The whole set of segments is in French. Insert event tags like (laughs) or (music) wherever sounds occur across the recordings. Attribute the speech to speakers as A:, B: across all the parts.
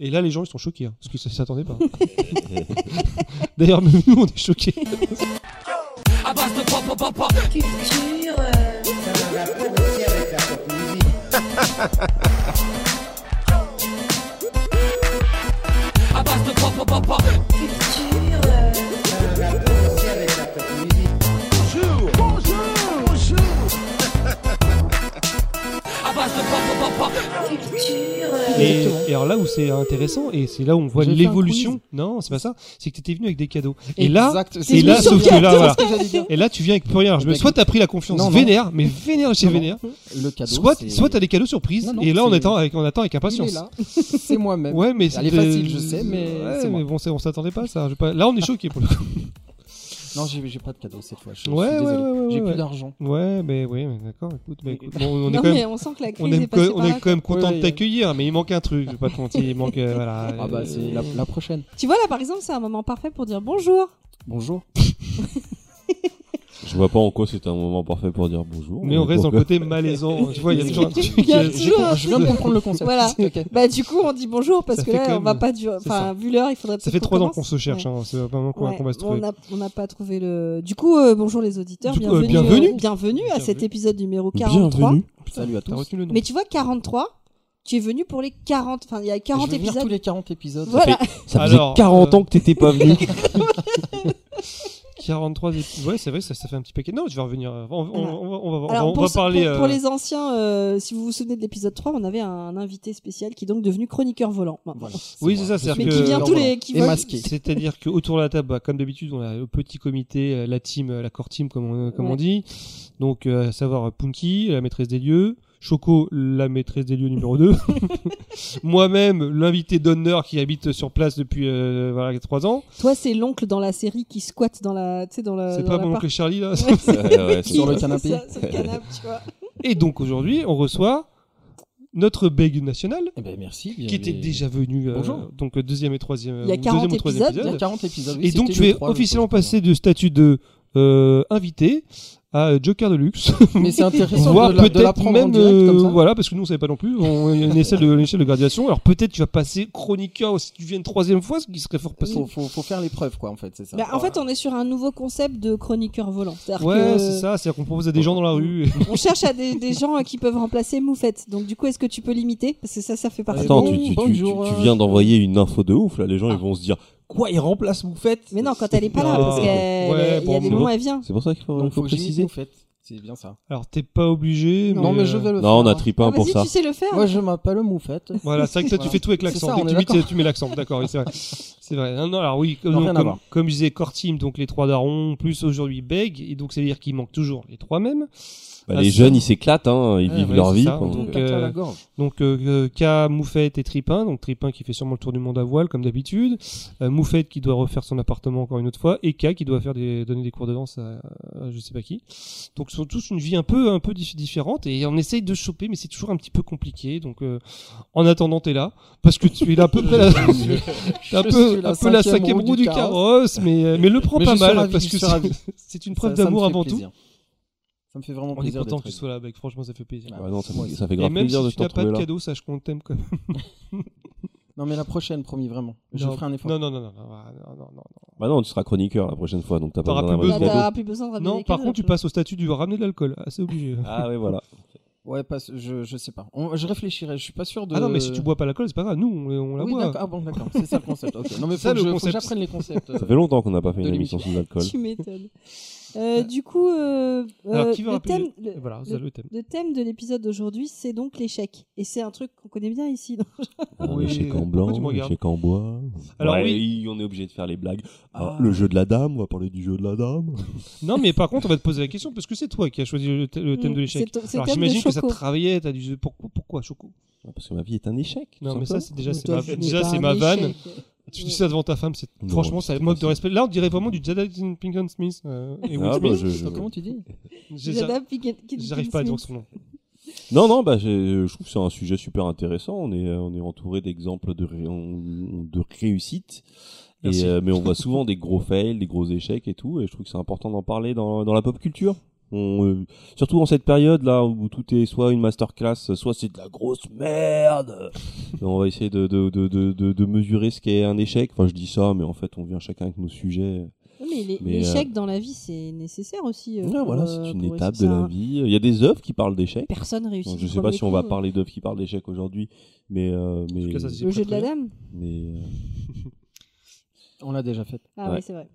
A: Et là, les gens, ils sont choqués, hein, parce qu'ils ne s'attendaient pas. (laughs) D'ailleurs, même nous, on est choqués.
B: Culture.
A: Et, et alors là où c'est intéressant, et c'est là où on voit
C: J'ai fait un
A: l'évolution. Non, c'est pas ça. C'est que t'étais venu avec des cadeaux. Et là,
C: Exact,
A: et là,
C: c'est
A: sauf que là, voilà.
C: ce que j'allais dire.
A: Et là, tu viens avec plus rien. Je me...
C: Avec-
A: Soit t'as pris la confiance
C: Non, non.
A: vénère, mais vénère de chez
C: Non, non.
A: vénère.
C: (laughs) Le cadeau.
A: Soit,
C: c'est-
A: soit t'as des cadeaux surprises.
C: Non, non,
A: et là, on
C: c'est-
A: attend, avec, on attend avec
C: Il est
A: impatience.
C: là. (laughs) C'est moi-même.
A: Ouais, mais
C: Elle est
A: c'était-
C: facile, je sais, mais
A: Ouais,
C: c'est moi.
A: bon, c'est- on s'attendait pas à ça. Je vais pas- Là, on est choqué pour le coup.
C: Non, j'ai j'ai pas de cadeau cette fois. Je
A: Ouais,
C: suis
A: ouais,
C: désolé.
A: ouais, ouais,
C: j'ai
A: ouais.
C: plus d'argent.
A: Ouais, mais oui, mais d'accord. Écoute, mais écoute, bon, on est
D: non,
A: quand même.
D: mais on sent que la
A: On
D: crise est
A: est,
D: passée
A: on
D: par
A: est
D: là.
A: quand même content
C: Oui,
A: de
C: oui.
A: t'accueillir, mais il manque un truc, je vais pas te mentir, il manque, euh, voilà.
C: (laughs) Ah bah c'est
A: euh,
C: la, la prochaine.
D: Tu vois, là, par exemple, c'est un moment parfait pour dire bonjour.
C: Bonjour.
E: Je vois pas en quoi c'était un moment parfait pour dire bonjour.
A: Mais on reste dans le
E: pourquoi-
A: côté
C: (laughs)
A: malaisant, tu vois, il y a toujours un truc. euh,
D: Il y a
A: qui-
C: J'ai
D: toujours un
C: com- Je viens de
D: truc.
C: comprendre le concept.
D: Voilà.
C: (laughs) Ok.
D: Bah, du coup, on dit bonjour parce
A: Ça
D: que
A: fait quand
D: là, on
A: même-
D: va pas durer.
A: c'est
D: Enfin, vu l'heure, il faudrait
A: Ça
D: peut-être
A: fait
D: qu'on
A: trois ans
D: commence.
A: qu'on se cherche,
D: Ouais.
A: hein, c'est vraiment qu'on
D: Ouais,
A: qu'on va se
D: bon,
A: trouver.
D: on a- On n'a pas trouvé le. Du coup, euh, bonjour les auditeurs.
A: Du coup, euh,
D: bienvenue,
A: bienvenue.
D: euh, bienvenue à cet
A: Bienvenue.
D: épisode numéro 43.
E: Bienvenue.
C: Salut à
A: T'as
C: tous.
A: retenu le nom.
D: Mais tu vois, 43, tu es venu pour les 40. Enfin, il y a 40
C: je vais venir
D: épisodes.
C: tous les 40 épisodes.
D: Voilà.
E: Ça faisait
A: Alors,
E: 40
A: euh,
E: ans que t'étais
A: (laughs)
E: pas venu.
A: 43 épisodes. Ouais, c'est vrai, ça, ça fait un petit paquet. Non, je vais revenir. euh, On, on-
D: Voilà.
A: on va- on va, on va-
D: Alors,
A: on
D: pour,
A: va
D: ce-
A: parler.
D: pour- pour
A: euh,
D: les anciens, euh, si vous vous souvenez de l'épisode 3, on avait un invité spécial qui est donc devenu chroniqueur volant. maintenant.
C: Voilà,
A: Oui,
C: moi.
A: c'est ça,
C: Je suis
A: c'est-à-dire
D: Mais qui
A: que-
D: vient tous les. Qui
C: Et
D: vole-
C: masqué.
A: C'est-à-dire que autour de la table, bah, comme d'habitude, on a le petit comité, euh, la team, euh, la core team, comme on, comme
D: Ouais.
A: on dit. Donc, euh, à savoir euh, Punky, la maîtresse des lieux. Choco, la maîtresse des lieux numéro
D: (laughs)
A: 2. Moi-même, l'invité d'honneur qui habite sur place depuis euh, voilà, 3 ans.
D: Toi, c'est l'oncle dans la série qui squatte dans la. Tu sais, dans la.
A: C'est
D: Euh, dans
A: pas
D: la
A: mon
D: part-
A: oncle Charlie là. (laughs)
D: Ouais, c'est
E: Ouais, ouais,
D: qui-
E: c'est
C: Sur le
D: c'est
C: canapé.
D: ça, sur le canapé, tu vois.
A: Et donc aujourd'hui, on reçoit notre bègue nationale
C: Eh ben merci.
A: qui était déjà venue. euh,
C: Bonjour.
A: donc euh, deuxième et troisième.
D: Il y a
A: ou
D: 40
A: deuxième ou troisième
D: épisodes,
C: Il y a
A: épisode.
C: 40 épisodes. oui,
A: Et donc
C: c'était
A: tu
C: le
A: es
C: 3, je
A: officiellement
C: crois, je
A: passé de statut de euh, invité à euh, Joker de
C: (laughs)
A: luxe,
C: crois.
A: (laughs)
C: Mais c'est intéressant
A: voire
C: de la- de
A: peut-être
C: l'apprendre en
A: même
C: direct
A: euh,
C: comme ça.
A: voilà parce que nous on savait pas non plus. On il y a une échelle de une échelle de gradation. Alors peut-être tu vas passer chroniqueur si tu viens une troisième fois, ce qui serait fort
C: Faut,
A: possible.
C: faut, faut faire l'épreuve quoi en fait, c'est ça.
D: Bah, en fait, on est sur un nouveau concept de chroniqueur volant. C'est-à-dire
A: Ouais,
D: que-
A: c'est ça. C'est-à-dire qu'on propose à des gens dans la rue. (laughs)
D: On cherche à des, des gens euh, qui peuvent remplacer Moufette. Donc du coup, est-ce que tu peux limiter Parce que ça, ça fait partie.
E: Attends,
D: de-
C: bon,
E: tu, tu- tu-
C: bonjour,
E: tu- tu
C: euh,
E: viens d'envoyer une info de ouf là. Les gens ils vont se dire quoi il remplace Moufette.
D: Mais non, quand elle est pas là,
A: Non.
D: parce qu'il
A: Ouais,
D: y
A: bon,
D: a des
A: bon.
D: moments, elle vient.
E: C'est pour ça qu'il faut,
C: Donc,
E: faut
C: faut que j'y
E: préciser.
C: vais, en fait. C'est bien ça.
A: Alors t'es pas obligé.
C: Non mais je
A: euh,
C: vais le faire.
E: Non, on a
C: hein.
E: tripé un
D: Ah,
E: pour
D: Vas-y,
E: ça.
D: tu sais le faire.
C: Moi je m'appelle Moufette.
A: Voilà, c'est vrai que toi tu
C: (laughs) Voilà.
A: fais tout avec
C: C'est
A: l'accent.
C: ça,
A: Dès que
C: on est
A: tu mets,
C: d'accord.
A: tu mets l'accent, d'accord, oui, c'est vrai. C'est vrai. Non, non, alors oui, comme,
C: Non, rien à
A: comme,
C: voir.
A: comme je disais, Core Team, donc les trois darons, plus aujourd'hui Beg, et donc c'est-à-dire qu'il manque toujours les trois mêmes.
E: Bah,
A: Ah,
E: les
A: ça.
E: jeunes ils s'éclatent, hein, ils
A: Ouais,
E: vivent
A: ouais,
E: leur
A: c'est
E: vie.
A: ça.
E: quoi.
A: Donc,
C: Donc
A: euh,
C: à la gorge.
A: Donc euh, K, Moufette et Tripin, donc Tripin qui fait sûrement le tour du monde à voile comme d'habitude, Euh, Moufette qui doit refaire son appartement encore une autre fois, et K qui doit faire des, donner des cours de danse à, à je sais pas qui. Donc ils ont tous une vie un peu un peu dif- différente et on essaye de choper mais c'est toujours un petit peu compliqué. Donc euh, en attendant t'es là parce que tu es là à peu près
C: (laughs)
A: la, t'es (laughs) un
C: Je
A: peu
C: suis
A: un peu la cinquième roue du carrosse, mais euh, mais le prends
C: Mais
A: pas
C: je suis
A: mal
C: ravi,
A: parce
C: je
A: que
C: suis
A: c'est-
C: ravi.
A: (laughs) c'est une preuve
C: Ça- ça me
A: d'amour
C: fait
A: avant tout.
C: plaisir. Ça me fait vraiment
A: On est
C: plaisir.
A: content
C: d'être
A: que tu
C: ici.
A: sois là, mec. Franchement, ça fait plaisir.
E: Ouais, Bah, non, ça,
C: Moi
E: fait,
C: aussi.
E: ça fait
A: Et
E: grave
A: même si
E: plaisir de
A: tu
E: te
A: n'as pas
E: retrouver
A: de
E: là.
A: cadeau, sache qu'on t'aime quand même.
C: Non mais la prochaine, promis vraiment. Je
A: Non.
C: ferai un effort.
A: Non, non, non, non, non, non, non, non.
E: Bah non, tu seras chroniqueur la prochaine fois, donc t'as pas
A: T'auras
E: besoin
A: plus
D: Là,
E: d'avoir de cadeau.
D: t'auras plus besoin de ramener
A: Non,
D: les
A: par
D: cadeaux,
A: contre, tu
D: après.
A: passes au statut du ramener de l'alcool. Ah, c'est
E: (laughs)
A: obligé. Ah,
E: Ah ouais, voilà.
C: Ouais, passe, je, je sais pas. On- je réfléchirai, je suis pas sûr de.
A: Ah non, mais
E: Euh,
A: si tu bois pas l'alcool, c'est pas grave. Nous, on, on la
C: oui,
A: boit.
C: d'accord. Ah bon, d'accord, c'est ça le concept. ok. Non, mais
A: Ça,
C: faut, que
A: le
C: je- faut
A: concept.
C: que j'apprenne les concepts. euh.
E: Ça fait longtemps qu'on n'a pas fait
C: De
E: une émission sans alcool.
D: Tu m'étonnes. Euh, du coup, euh,
A: Alors,
D: euh,
A: qui veut
D: le,
A: rappeler
D: thème,
A: le-
D: le-
A: Voilà, c'est le thème.
D: le thème de l'épisode d'aujourd'hui, c'est donc l'échec. Et c'est un truc qu'on connaît bien ici. non
E: Ah,
A: Oui.
E: L'échec en
A: Pourquoi tu me
E: blanc,
A: regardes
E: l'échec en bois.
A: Alors
E: Ouais,
A: oui.
E: on est obligé de faire les blagues. Ah,
C: Ah.
E: le jeu de la dame, on va parler du jeu de la dame.
A: Non, mais par contre, on va te poser la question parce que c'est toi qui as choisi le, th- le thème de l'échec.
D: Mm, C'est- C'est le
A: Alors,
D: thème de
A: j'imagine que ça te
D: Choco.
A: travaillait. T'as dit pourquoi, pourquoi Choco
E: Ah, Parce que ma vie est un échec.
A: Non,
E: tout
A: mais ça,
E: simplement.
A: c'est déjà, c'est
D: Toi,
A: ma,
D: tu n'es
A: déjà,
D: pas
A: c'est
D: un
A: ma vanne.
D: échec.
A: Tu dis ça devant ta femme, c'est
E: Non,
A: franchement,
E: c'est
A: ça
E: pas
A: manque de
E: ça.
A: respect. Là, on dirait vraiment du Jada Pinkton Smith. euh, et Will
E: Ah, bah,
A: Smith.
E: je- je-
C: Attends, Comment tu dis
A: J'ai-
D: Jada Pinkett-
A: J'arrive pas à dire son nom.
E: Non, non, bah, je, je trouve que c'est un sujet super intéressant. On est, euh, on est entouré d'exemples de, ré- on- de réussite.
A: Merci.
E: Et, euh, mais on voit souvent des gros fails, des gros échecs et tout. Et je trouve que c'est important d'en parler dans, dans la pop culture. On, euh, surtout en cette période là où tout est soit une masterclass, soit c'est de la grosse
D: (laughs)
E: merde. on va essayer de, de, de, de, de, de mesurer ce qu'est un échec. Enfin, je dis ça, mais en fait, on vient chacun avec nos sujets.
D: Oui, Mais les-
E: Mais,
D: l'échec dans la vie, c'est nécessaire aussi. euh,
E: Ouais,
D: pour,
E: Ah, voilà,
D: euh,
E: c'est une
D: pour
E: étape de
D: réussir.
E: la vie. Il y a des œuvres qui parlent d'échecs.
D: Personne réussit.
E: Donc,
D: du
E: je sais pas
D: premier
E: si on va
D: coup.
E: parler d'œuvres qui parlent d'échecs aujourd'hui, mais euh, mais
A: tout cas, ça, c'est-
D: Le jeu de la dame
E: mais, euh,
C: On l'a déjà fait.
D: Ah
E: Ouais.
D: oui, c'est vrai.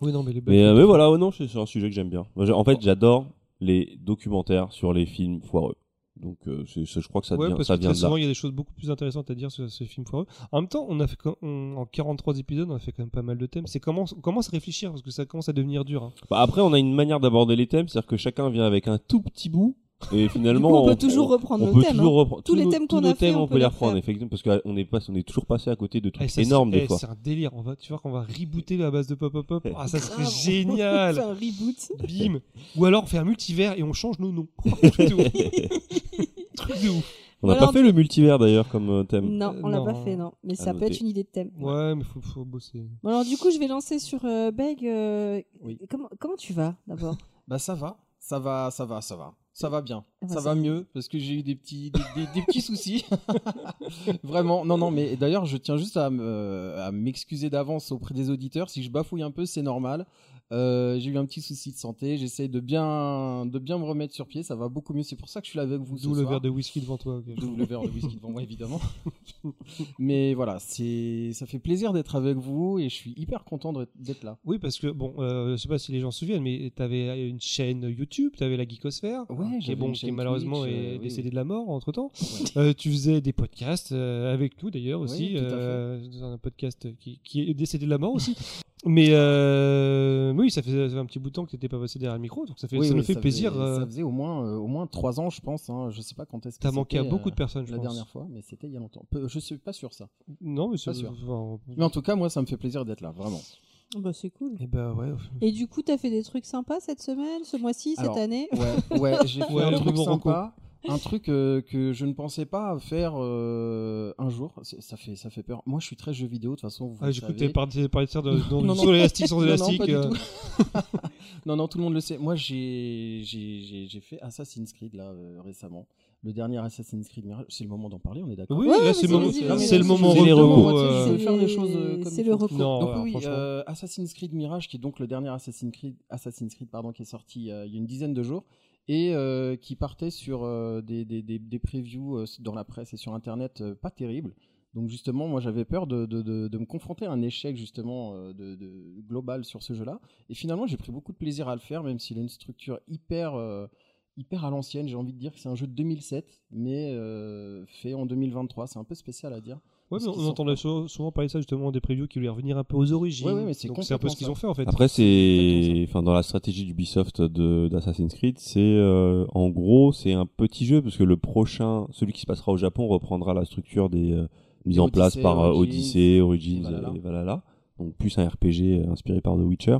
A: Oui, non, mais les
E: mais, euh, mais voilà, ouais, non, c'est c'est un sujet que j'aime bien. Moi, j'ai- en fait, j'adore les documentaires sur les films foireux. Donc, euh, c'est- c'est- je crois que ça,
A: ouais,
E: vient,
A: parce
E: ça
A: que
E: vient
A: très
E: de là.
A: souvent, il y a des choses beaucoup plus intéressantes à dire sur ce film foireux. En même temps, on a fait, quand- on- en 43 épisodes, on a fait quand même pas mal de thèmes. C'est comment, on commence à réfléchir parce que ça commence à devenir dur. hein.
E: Bah, après, on a une manière d'aborder les thèmes, c'est-à-dire que chacun vient avec un tout petit bout, et
D: (laughs) Du
E: finalement,
D: coup, on peut toujours reprendre
E: on
D: le
E: peut
D: thème.
E: toujours reprendre
D: Tous les
E: nos-
D: thèmes
E: tous
D: qu'on
E: nos
D: a fait,
E: thèmes,
D: on
E: on,
D: peut
E: peut
D: les
E: les reprendre
D: refaire.
E: effectivement parce qu'on est pas, on est toujours passé à côté de trucs
A: Eh, ça,
E: énormes
A: c'est-
E: des
A: eh,
E: fois.
A: C'est un délire. On va, tu vois qu'on va rebooter la base de Pop Pop
E: (laughs)
A: Pop. Ah, ça serait
D: Grave. hein. (laughs) C'est
C: (laughs)
A: génial.
D: un reboot.
A: Bim. Ou alors on fait un multivers et on change nos noms. (laughs)
E: (laughs)
A: Truc de ouf. Truc de ouf.
E: On n'a
D: Voilà,
E: pas
A: eh,
E: fait le multivers d'ailleurs comme euh, thème.
D: Non, on l'a
A: non.
D: pas fait, non. Mais ça peut
E: noter.
D: être une idée de thème.
A: Ouais, mais faut, faut bosser.
D: Bon, alors du coup, je vais lancer sur euh, Beg. euh,
C: Oui.
D: comment, comment tu vas d'abord
C: Bah ça va, ça va, ça va, ça va. Ça va bien.
D: Ah bah,
C: ça
D: ça
C: va mieux parce que j'ai eu des petits, des, des- des petits soucis. (laughs) Vraiment. Non, non, mais d'ailleurs, je tiens juste à me- à m'excuser d'avance auprès des auditeurs. Si je bafouille un peu, c'est normal. Euh, j'ai eu un petit souci de santé. J'essaie de bien, de bien me remettre sur pied. Ça va beaucoup mieux. C'est pour ça que je suis là avec vous. ce
A: D'où le
C: soir.
A: verre de whisky devant toi. ok.
C: D'où le verre de whisky devant
A: (laughs)
C: moi, évidemment. mais voilà, c'est, ça fait plaisir d'être avec vous et je suis hyper content de- d'être là.
A: Oui, parce que bon, euh, je sais pas si les gens se souviennent, mais t'avais une chaîne YouTube, t'avais la Geekosphère,
C: Ouais,
A: qui, est
C: j'avais
A: bon,
C: une
A: qui
C: chaîne
A: malheureusement
C: Twitch, euh,
A: est
C: oui,
A: décédée
C: oui.
A: de la mort entre temps. tu faisais des podcasts euh, avec nous d'ailleurs
C: Oui,
A: aussi,
C: tout à fait.
A: euh, dans un podcast qui, qui est décédé de la mort aussi. (laughs) mais euh, oui, ça faisait ça fait un petit bout de temps que t'étais pas passé derrière le micro, donc ça, fait,
C: Oui,
A: ça nous
C: oui,
A: fait plaisir.
C: faisait-
A: euh,
C: ça faisait au moins, euh, au moins 3 ans, je pense. Hein. Je sais pas quand est-ce que
A: T'as manqué à
C: c'était,
A: beaucoup de
C: euh,
A: personnes, je
C: la
A: pense.
C: dernière fois, mais c'était il y a longtemps. Peu- je suis pas sûr ça.
A: Non, mais c'est
C: Pas sûr.
A: enfin,
C: (laughs) Mais en tout cas, moi, ça me fait plaisir d'être là, vraiment.
D: Bah c'est cool.
A: (laughs) eh ben ouais.
D: Et du coup, t'as fait des trucs sympas cette semaine, ce mois-ci, cette
C: Alors,
D: année
C: Ouais, (laughs) ouais j'ai fait
A: Ouais,
C: un
A: le
C: truc
A: nouveau
C: sympa, un truc euh, que je ne pensais pas faire euh, un jour. C'est- Ça fait, ça fait peur. Moi, je suis très jeu vidéo de toute façon. Vous
A: Ah,
C: le
A: j'ai cru que
C: savez.
A: t'avais parlé parlé de faire de, dans
C: non,
A: du
C: non.
A: sur élastique, sans
C: (laughs) Non, non,
A: élastique.
C: pas du
A: euh,
C: tout. non, non, tout le monde le sait. Moi, j'ai j'ai- j'ai- j'ai fait Assassin's Creed là euh, récemment. Le dernier Assassin's Creed Mirage. C'est le moment d'en parler, on est d'accord.
A: Oui,
D: Ouais,
A: là
D: mais
A: c'est le
D: vas-y,
A: moment.
D: vas-y,
A: là,
D: vas-y,
A: C'est le
D: vas-y,
A: moment
E: vas-y, vas-y,
A: repos.
C: vas-y,
A: euh,
C: vas-y, vas-y. faire les choses, euh, comme
D: C'est
C: il
D: le
C: faut.
D: repos.
A: Non,
C: Donc
A: ouais,
C: oui,
A: franchement.
C: euh, Assassin's Creed Mirage, qui est donc le dernier Assassin's Creed, Assassin's Creed pardon, qui est sorti euh, il y a une dizaine de jours et euh, qui partait sur euh, des, des, des, des previews euh, dans la presse et sur Internet euh, pas terribles. Donc justement, moi j'avais peur de, de, de, de me confronter à un échec justement euh, de, de- global sur ce jeu-là. Et finalement, j'ai pris beaucoup de plaisir à le faire, même s'il a une structure hyper... euh, hyper à l'ancienne, j'ai envie de dire que c'est un jeu de 2007, mais euh, fait en 2023, c'est un peu spécial à dire.
A: Ouais,
C: Parce
A: mais on
C: qu'ils sont
A: entendait sou- souvent parler de ça justement des previews qui voulaient revenir un peu aux origines.
C: Ouais, ouais, mais c'est
A: Donc c'est un peu ce
C: complètement
A: qu'ils
C: ça.
A: ont fait en fait.
E: Après,
C: Exactement
E: c'est, enfin, dans la stratégie d'Ubisoft de- d'Assassin's Creed, c'est, euh, en gros, c'est un petit jeu parce que le prochain, celui qui se passera au Japon reprendra la structure des euh, mises en
C: Odyssey,
E: place par euh,
C: Origins,
E: Odyssey, Origins
C: et Valhalla.
E: et Valhalla. Donc plus un RPG euh, inspiré par The Witcher.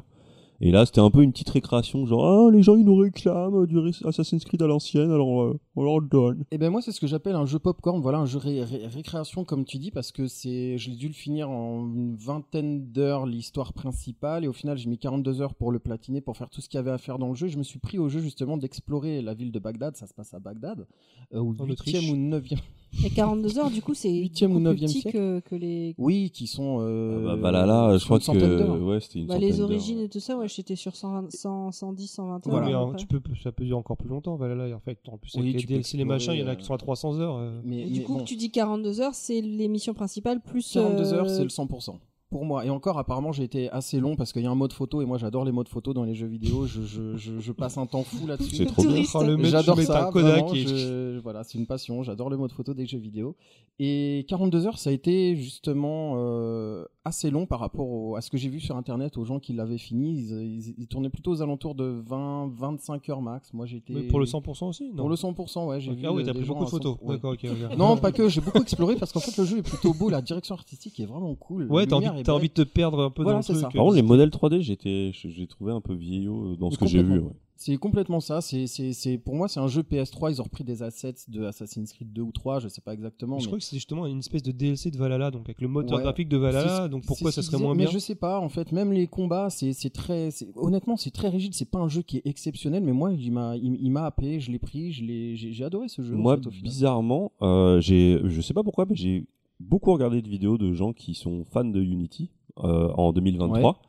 E: Et là, c'était un peu une petite récréation, genre ah, les gens ils nous réclament du ré- Assassin's Creed à l'ancienne, alors euh, on leur le donne.
C: Eh ben moi c'est ce que j'appelle un jeu popcorn, voilà un jeu ré- ré- récréation comme tu dis parce que c'est je l'ai dû le finir en une vingtaine d'heures l'histoire principale et au final j'ai mis 42 heures pour le platiner pour faire tout ce qu'il y avait à faire dans le jeu. Je me suis pris au jeu justement d'explorer la ville de Bagdad, ça se passe à Bagdad euh, au
A: En
C: 8e
A: Autriche.
C: ou 9e.
D: Et 42 heures, du coup, c'est
C: Huitième ou
D: beaucoup plus
C: neuvième
D: petit
C: siècle.
D: que, que les,
C: Oui, qui sont euh,
E: Ah bah, Valhalla, je
C: sur
E: crois
C: une centaine
E: que
C: d'heures.
E: ouais, c'était une
D: bah,
E: centaine
D: les
E: d'heures.
D: origines et tout ça. Ouais, j'étais sur 120, 100, 110, 120
A: Ouais,
D: heures.
A: mais,
D: à
A: hein,
D: peu près.
A: tu peux, ça peut durer encore plus longtemps. Valhalla, en fait, en plus, avec
C: Oui,
A: les
C: tu peux
A: DLC, les machins, il y en a
C: explorer,
A: qui sont à 300 heures. euh.
C: Mais,
D: Et du
C: mais
D: coup,
C: bon.
D: tu dis 42 heures, c'est l'émission principale plus.
C: 42 heures,
D: euh,
C: c'est le 100%. Pour moi. Et encore, apparemment, j'ai été assez long parce qu'il y a un mode photo et moi j'adore les modes photo dans les jeux vidéo. Je, je- je- je passe un temps fou là-dessus.
E: C'est trop bien.
D: Touriste.
A: Oh, le mec,
C: J'adore
A: tu mets
C: ça.
A: ta Kodak
C: vraiment,
A: et-
C: je- Voilà, c'est une passion. J'adore le mode photo des jeux vidéo. Et 42 heures, ça a été justement euh, assez long par rapport au- à ce que j'ai vu sur internet aux gens qui l'avaient fini. Ils, ils- ils tournaient plutôt aux alentours de 20, 25 heures max. Moi j'étais.
A: Mais pour le 100% aussi non
C: Pour le 100%, ouais. J'ai
A: Ok,
C: vu
A: Ah oui,
C: euh,
A: t'as
C: des
A: pris
C: gens
A: beaucoup de
C: à 100%,
A: photos.
C: ouais.
A: D'accord, ok, regarde. (laughs)
C: Non, pas que, j'ai beaucoup exploré parce qu'en fait le jeu est plutôt beau, la direction artistique est vraiment cool. la
A: Ouais, t'as
C: lumière
A: envie,
C: est
A: t'as
C: belle.
A: envie de te perdre un peu
C: Voilà,
A: dans
C: c'est
A: le
C: ça.
A: truc.
E: Par contre, les modèles 3D, j'étais, j'ai j'ai trouvé un peu vieillot euh, dans
C: Mais
E: ce que j'ai vu.
C: complètement.
E: ouais.
C: C'est complètement ça. C'est, c'est, c'est, pour moi, c'est un jeu PS3. Ils ont repris des assets de Assassin's Creed 2 ou 3, je sais pas exactement.
A: Je
C: mais-
A: crois que c'est justement une espèce de DLC de Valhalla, donc avec le moteur
C: Ouais.
A: graphique de
C: C'est
A: Valhalla,
C: ce-
A: Bah donc
C: c'est
A: pourquoi
C: ce
A: ça
C: qu'il
A: serait
C: disait,
A: moins
C: mais
A: bien
C: Je sais pas, en fait, même les combats, c'est c'est très, c'est- honnêtement, c'est très rigide. C'est pas un jeu qui est exceptionnel, mais moi, il m'a, il, il m'a happé. Je l'ai pris, je l'ai, j'ai j'ai adoré ce jeu. en
E: Moi,
C: fait, au final.
E: bizarrement, euh, j'ai, je sais pas pourquoi, mais j'ai beaucoup regardé de vidéos de gens qui sont fans de Unity euh, en 2023.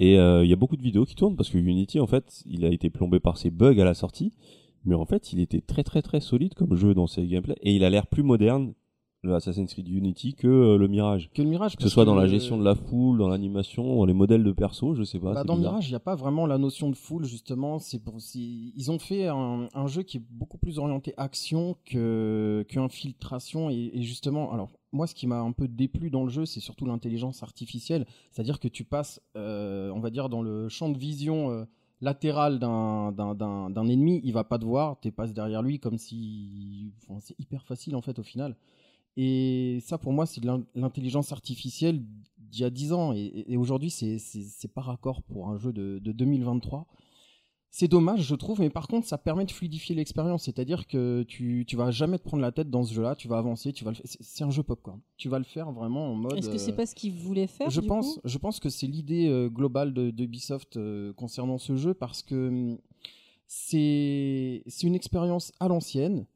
E: Et euh, il y a beaucoup de vidéos qui tournent parce que Unity, en fait, il a été plombé par ses bugs à la sortie. Mais en fait, il était très très très solide comme jeu dans ses gameplays. Et il a l'air plus moderne, le Assassin's Creed Unity, que euh, le Mirage.
C: que le Mirage.
E: Que ce
C: parce
E: soit dans la gestion de la foule, dans l'animation, dans les modèles de perso, je sais pas.
C: Bah,
E: c'est
C: dans
E: bizarre.
C: Mirage, il n'y a pas vraiment la notion de foule, justement. C'est pour, c'est- ils ont fait un, un jeu qui est beaucoup plus orienté action que, que infiltration. Et, et justement, alors, moi, ce qui m'a un peu déplu dans le jeu, c'est surtout l'intelligence artificielle. C'est-à-dire que tu passes, euh, on va dire, dans le champ de vision euh, latéral d'un- d'un d'un- d'un ennemi, il va pas te voir, tu passes derrière lui comme si. enfin, c'est hyper facile, en fait, au final. Et ça, pour moi, c'est de l'in- l'intelligence artificielle d'il y a 10 ans. Et, et- et aujourd'hui, c'est- c'est c'est pas raccord pour un jeu de, de 2023. C'est dommage, je trouve, mais par contre, ça permet de fluidifier l'expérience. C'est-à-dire que tu, tu vas jamais te prendre la tête dans ce jeu-là, tu vas avancer, tu vas le fa- c'est- C'est un jeu popcorn. Tu vas le faire vraiment en mode.
D: Est-ce que c'est
C: euh,
D: pas ce qu'ils voulaient faire
C: je
D: du
C: pense,
D: coup
C: je pense que c'est l'idée euh, globale de, de Ubisoft euh, concernant ce jeu parce que hum, c'est c'est une expérience à l'ancienne,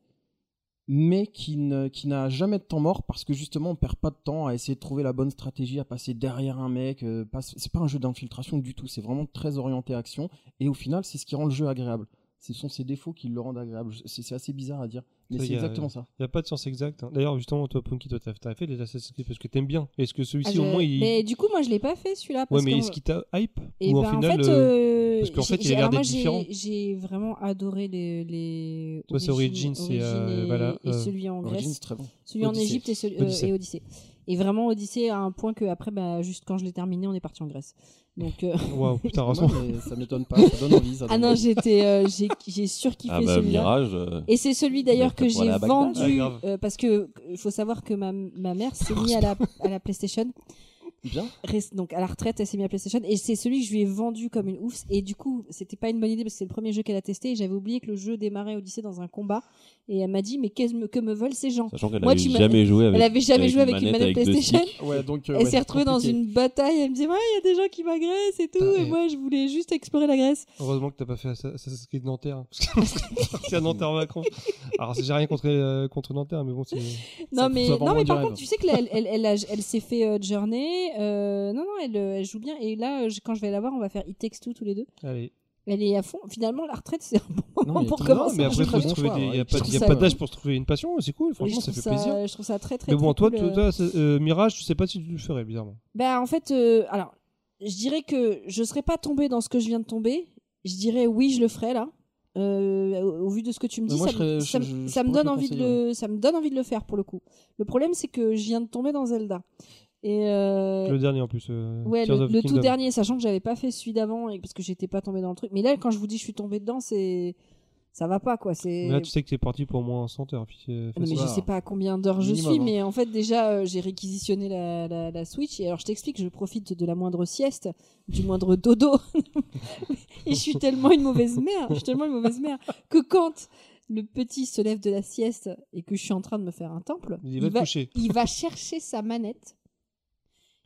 C: mais qui ne- qui n'a jamais de temps mort parce que justement on perd pas de temps à essayer de trouver la bonne stratégie, à passer derrière un mec. euh, pas- c'est pas un jeu d'infiltration du tout, c'est vraiment très orienté action et au final c'est ce qui rend le jeu agréable. Ce sont ses défauts qui le rendent agréable. Je- C'est c'est assez bizarre à dire, mais
A: Ça y
C: c'est
A: est,
C: exactement
A: euh,
C: ça.
A: Il n'y a pas de science exacte. hein. D'ailleurs, justement, toi, Punky, toi, t'as t'as fait les Assassin's Creed parce que t'aimes bien. Est-ce que
D: Ah,
A: celui-ci,
D: je-
A: au moins, il.
D: Mais du coup, moi, je l'ai pas fait celui-là.
A: ouais,
D: parce
A: mais
D: que-
A: est-ce qu'il t'a hype
D: Eh
A: Ou
D: ben,
A: en final, euh,
D: fait, euh,
A: parce qu'en fait,
D: j'ai-
A: il a
D: j'ai-
A: l'air
D: alors moi,
A: d'être
D: j'ai-
A: différent.
D: J'ai vraiment adoré les. les
A: Toi, c'est Origins, c'est, euh,
D: Origins et,
A: voilà,
D: et
A: euh,
D: celui en Grèce.
C: Origins, très bon.
D: Celui en
C: Odyssey.
D: Égypte et, celui, euh,
A: Odyssey.
D: et Odyssée. Et vraiment, Odyssée à un point que, après, bah, juste quand je l'ai terminé, on est parti en Grèce. Donc,
E: (laughs)
D: euh,
A: Waouh, putain, heureusement.
C: Non, mais ça m'étonne pas, ça donne envie. ça
D: ah
C: donne
D: non,
C: envie.
D: j'étais, euh, j'ai j'ai surkiffé
E: Ah bah,
D: celui-là.
E: Mirage. euh,
D: Et c'est celui d'ailleurs que
E: Peut-être pour
D: j'ai
E: aller à Bagdad.
A: Ah,
D: vendu
A: grave.
D: euh, parce que il faut savoir que ma, ma mère s'est mise à la, à la PlayStation,
C: Bien.
D: reste- donc à la retraite elle s'est mise à la PlayStation et c'est celui que je lui ai vendu comme une ouf et du coup c'était pas une bonne idée parce que c'est le premier jeu qu'elle a testé et j'avais oublié que le jeu démarrait Odyssey dans un combat et elle m'a dit mais qu'est-ce me- que me veulent ces gens
E: Sachant qu'elle
D: Moi,
E: avait
D: tu m'as-
E: jamais joué avec.
D: Elle avait jamais joué avec
E: avec
D: une
E: une
D: manette
E: manette, avec deux
D: PlayStation.
C: Ouais, donc, euh,
D: Elle
C: ouais,
D: s'est retrouvée dans
C: compliqué.
D: une bataille. Elle me disait, ouais, il y a des gens qui m'agressent et tout.
A: Putain,
D: Et
A: Bah, et-
D: moi, je voulais juste explorer la Grèce.
A: Heureusement que t'as pas fait Assa- Assassin's Creed Nanterre. hein, Parce que (laughs) parti à Nanterre en vacances. Alors, j'ai rien contre, euh, contre Nanterre, mais bon, c'est.
D: Non,
C: Ça-
D: mais,
C: ça vend
D: non,
C: moins
D: mais
C: du
D: par
C: rêve.
D: contre, tu sais qu'elle elle, elle,
A: (laughs)
D: elle, a- elle s'est fait euh, journey. Euh, non, non, elle, euh, elle joue bien. Et là, euh, je- quand je vais la voir, on va faire It Takes Two tous les deux.
A: Allez.
D: Elle est à fond. Finalement, la retraite, (laughs) c'est un bon
C: Non,
D: moment
C: mais
D: pour
C: tout-
A: Non,
D: commencer.
A: mais
C: un
A: après,
C: très
A: faut
C: bon
A: se trouver
C: choix,
A: des- il n'y a
C: ouais.
A: pas,
D: Je
A: il y a
D: trouve
A: pas
D: ça-
A: d'âge pour se trouver une passion, c'est cool,
D: Oui, je
A: franchement, ça
D: trouve
A: fait plaisir.
D: Je trouve ça très, très,
A: Mais bon, toi,
D: très cool,
A: toi,
D: euh.
A: toi, c'est- euh, Mirage, je sais pas si tu le ferais, bizarrement.
D: Bah, en fait, euh, alors, je dirais que je serais pas tombée dans ce que je viens de tomber. Je dirais oui, je le ferais là. Euh, au au vu de ce que tu me
C: Mais
D: dis,
C: moi,
D: ça,
C: je serais-
D: me- ça me-
C: je- je-
D: ça
C: je
D: me
C: pourrais
D: donne
C: te le
D: envie de le, ça me donne envie de le faire pour le coup. Le problème, c'est que je viens de tomber dans Zelda. Et euh,
A: Le dernier en plus. euh,
D: ouais,
A: Tears
D: le,
A: of
D: le
A: Kingdom.
D: tout dernier, sachant que j'avais pas fait celui d'avant et parce que j'étais pas tombée dans le truc. Mais là, quand je vous dis je suis tombée dedans, c'est ça va pas quoi. C'est
A: Mais là, tu sais que t'es parti pour au moins 100 heures. puis, euh,
D: ah non, mais je
C: Voilà.
D: sais pas à combien d'heures je
C: Minimum,
D: suis,
C: hein.
D: mais en fait déjà euh, j'ai réquisitionné la, la, la Switch et alors je t'explique, je profite de la moindre sieste, du moindre dodo, (laughs) et je suis tellement une mauvaise mère, je suis tellement une mauvaise mère que quand le petit se lève de la sieste et que je suis en train de me faire un temple,
A: Il va te coucher.
D: il va chercher sa manette.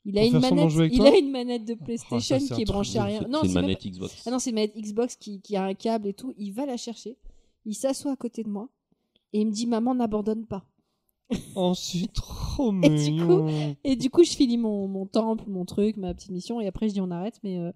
D: Il a
A: Pour
D: une
A: faire semblant
D: manette,
A: jouer avec
D: il
A: toi
D: a une manette de PlayStation
A: Ah, ça, c'est
D: qui est
A: un truc
D: branchée à rien.
E: C'est
D: Non,
E: c'est une
D: c'est même-
E: manette Xbox.
D: ah non, c'est ma Xbox qui, qui a un câble et tout. Il va la chercher. Il s'assoit à côté de moi. Et il me dit, maman, n'abandonne pas.
A: Oh, c'est (laughs) trop
D: Et du
A: mignon.
D: Et du coup, je finis mon, mon temple, mon truc, ma petite mission. Et après, je dis, on arrête. Mais, euh,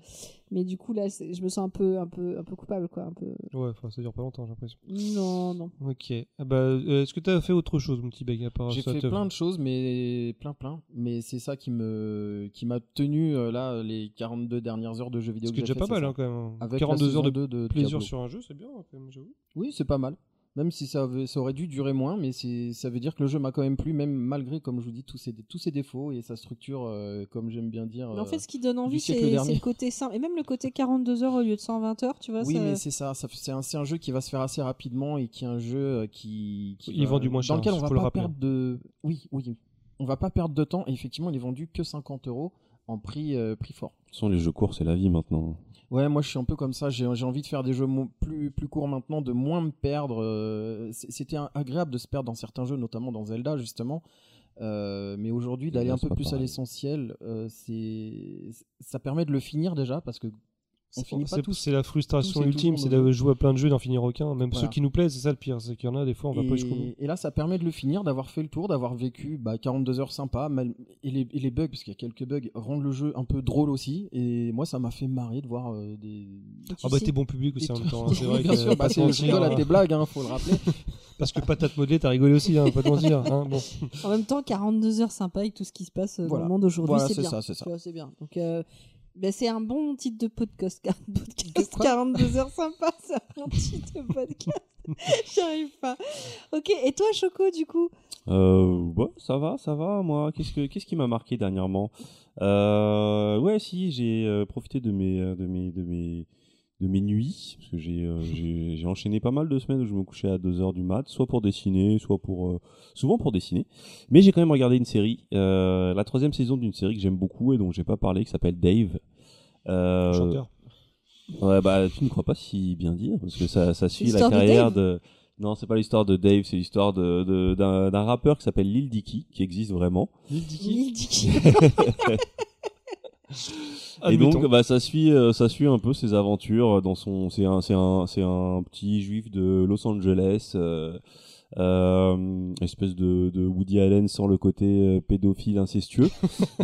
D: mais du coup, là, c'est- je me sens un peu, un peu, un peu coupable, quoi. Un peu...
A: Ouais, enfin, ça dure pas longtemps, j'ai l'impression.
D: Non, non.
A: Ok. Ah bah, euh, est-ce que t'as fait autre chose, mon petit bag, à part
C: J'ai
A: ça
C: fait
A: te-
C: plein de choses, mais plein, plein. Mais c'est ça qui me, qui m'a tenu euh, là les 42 dernières heures de jeux vidéo.
A: Ce qui est
C: que
A: déjà
C: j'ai
A: pas
C: fait,
A: mal,
C: c'est
A: hein, quand même.
C: ça. Avec
A: 42 heures de plaisir
C: Diablo.
A: sur un jeu, c'est bien, hein, quand même, j'avoue.
C: Oui, c'est pas mal. Même si ça, avait- ça aurait dû durer moins, mais c'est, ça veut dire que le jeu m'a quand même plu, même malgré, comme je vous dis, tous ses, tous ses défauts et sa structure, euh, comme j'aime bien dire.
D: Mais en
C: euh,
D: fait, ce qui donne envie, c'est
C: siècle
D: c'est
C: dernier.
D: le côté simple. Et même le côté 42 heures au lieu de 120 heures, tu vois.
C: Oui,
D: ça-
C: mais c'est ça. ça fait- c'est, un, c'est un jeu qui va se faire assez rapidement et qui est un jeu euh, qui. qui
A: Il
C: va-
A: vend du moins
C: dans
A: cher,
C: lequel on
A: faut
C: va
A: le
C: pas
A: rappeler.
C: perdre de. Oui, oui. On va pas perdre de temps. Et effectivement, il est vendu que 50 euros. en prix, euh, prix fort.
E: toute façon, les jeux courts, c'est la vie maintenant.
C: Ouais, moi je suis un peu comme ça. J'ai j'ai envie de faire des jeux mo- plus, plus courts maintenant, de moins me perdre. euh, c'est- C'était un- agréable de se perdre dans certains jeux, notamment dans Zelda justement. Euh, mais aujourd'hui,
E: Zelda,
C: d'aller un
E: c'est
C: peu
E: pas
C: plus à
E: pareil.
C: l'essentiel, euh, c'est ça permet de le finir déjà parce que on
A: C'est-
C: finit pas
A: c'est-
C: tous.
A: C'est la frustration
C: tous et
A: ultime,
C: toujours
A: c'est
C: nos
A: de jouer à plein de jeux et d'en finir aucun. Même
C: Voilà.
A: ceux qui nous plaisent, c'est ça le pire. C'est qu'il y en a des fois, on va pas jusqu'au bout.
C: Et, et là, ça permet de le finir, d'avoir fait le tour, d'avoir vécu bah, 42 heures sympas. mal- Et les, et les bugs, parce qu'il y a quelques bugs, rendent le jeu un peu drôle aussi. Et moi, ça m'a fait marrer de voir euh, des.
A: Ah bah
D: sais-
A: t'es bon public aussi en
C: des-
A: même temps. hein. C'est vrai
C: bien
A: que
C: sûr, bah,
A: pas (laughs) te
C: c'est je
A: mentir,
C: rigole à
A: hein.
C: tes blagues, hein, faut le rappeler.
A: parce que patate modelée, t'as rigolé aussi, hein, pas te mentir. hein. Bon.
D: En même temps, 42 heures sympa avec tout ce qui se passe euh,
C: Voilà.
D: dans le monde aujourd'hui,
C: Voilà,
D: c'est
C: c'est
D: bien.
C: ça, c'est ça.
D: Tu vois, C'est bien. Donc, euh, ben, c'est un bon titre de podcast. car- podcast
C: quoi
D: 42 heures sympa, c'est un bon titre de
A: (laughs)
D: podcast. J'arrive pas. Ok, et toi, Choco, du coup
E: Euh, ouais, ça va, ça va, moi. Qu'est-ce que, qu'est-ce qui m'a marqué dernièrement euh, Ouais, si, j'ai euh, profité de mes, euh, de mes, de mes, de mes nuits parce que j'ai, euh, j'ai, j'ai enchaîné pas mal de semaines où je me couchais à 2 heures du mat, soit pour dessiner, soit pour, euh, souvent pour dessiner. Mais j'ai quand même regardé une série, euh, la troisième saison d'une série que j'aime beaucoup et dont j'ai pas parlé, qui s'appelle Dave. Euh,
A: Chanteur.
E: Ouais, bah, tu ne crois pas si bien dire, parce que ça, ça suit la
D: L'histoire de
E: carrière
D: Dave
E: de. Non, c'est pas l'histoire de Dave, c'est l'histoire de- de- d'un d'un rappeur qui s'appelle Lil Dicky, qui existe vraiment.
D: Lil Dicky.
E: Et
A: Admettons.
E: donc, bah, ça suit, euh, ça suit un peu ses aventures dans son. C'est un, c'est un, c'est un petit juif de Los Angeles, euh, euh, espèce de, de Woody Allen sans le côté euh, pédophile incestueux, (laughs)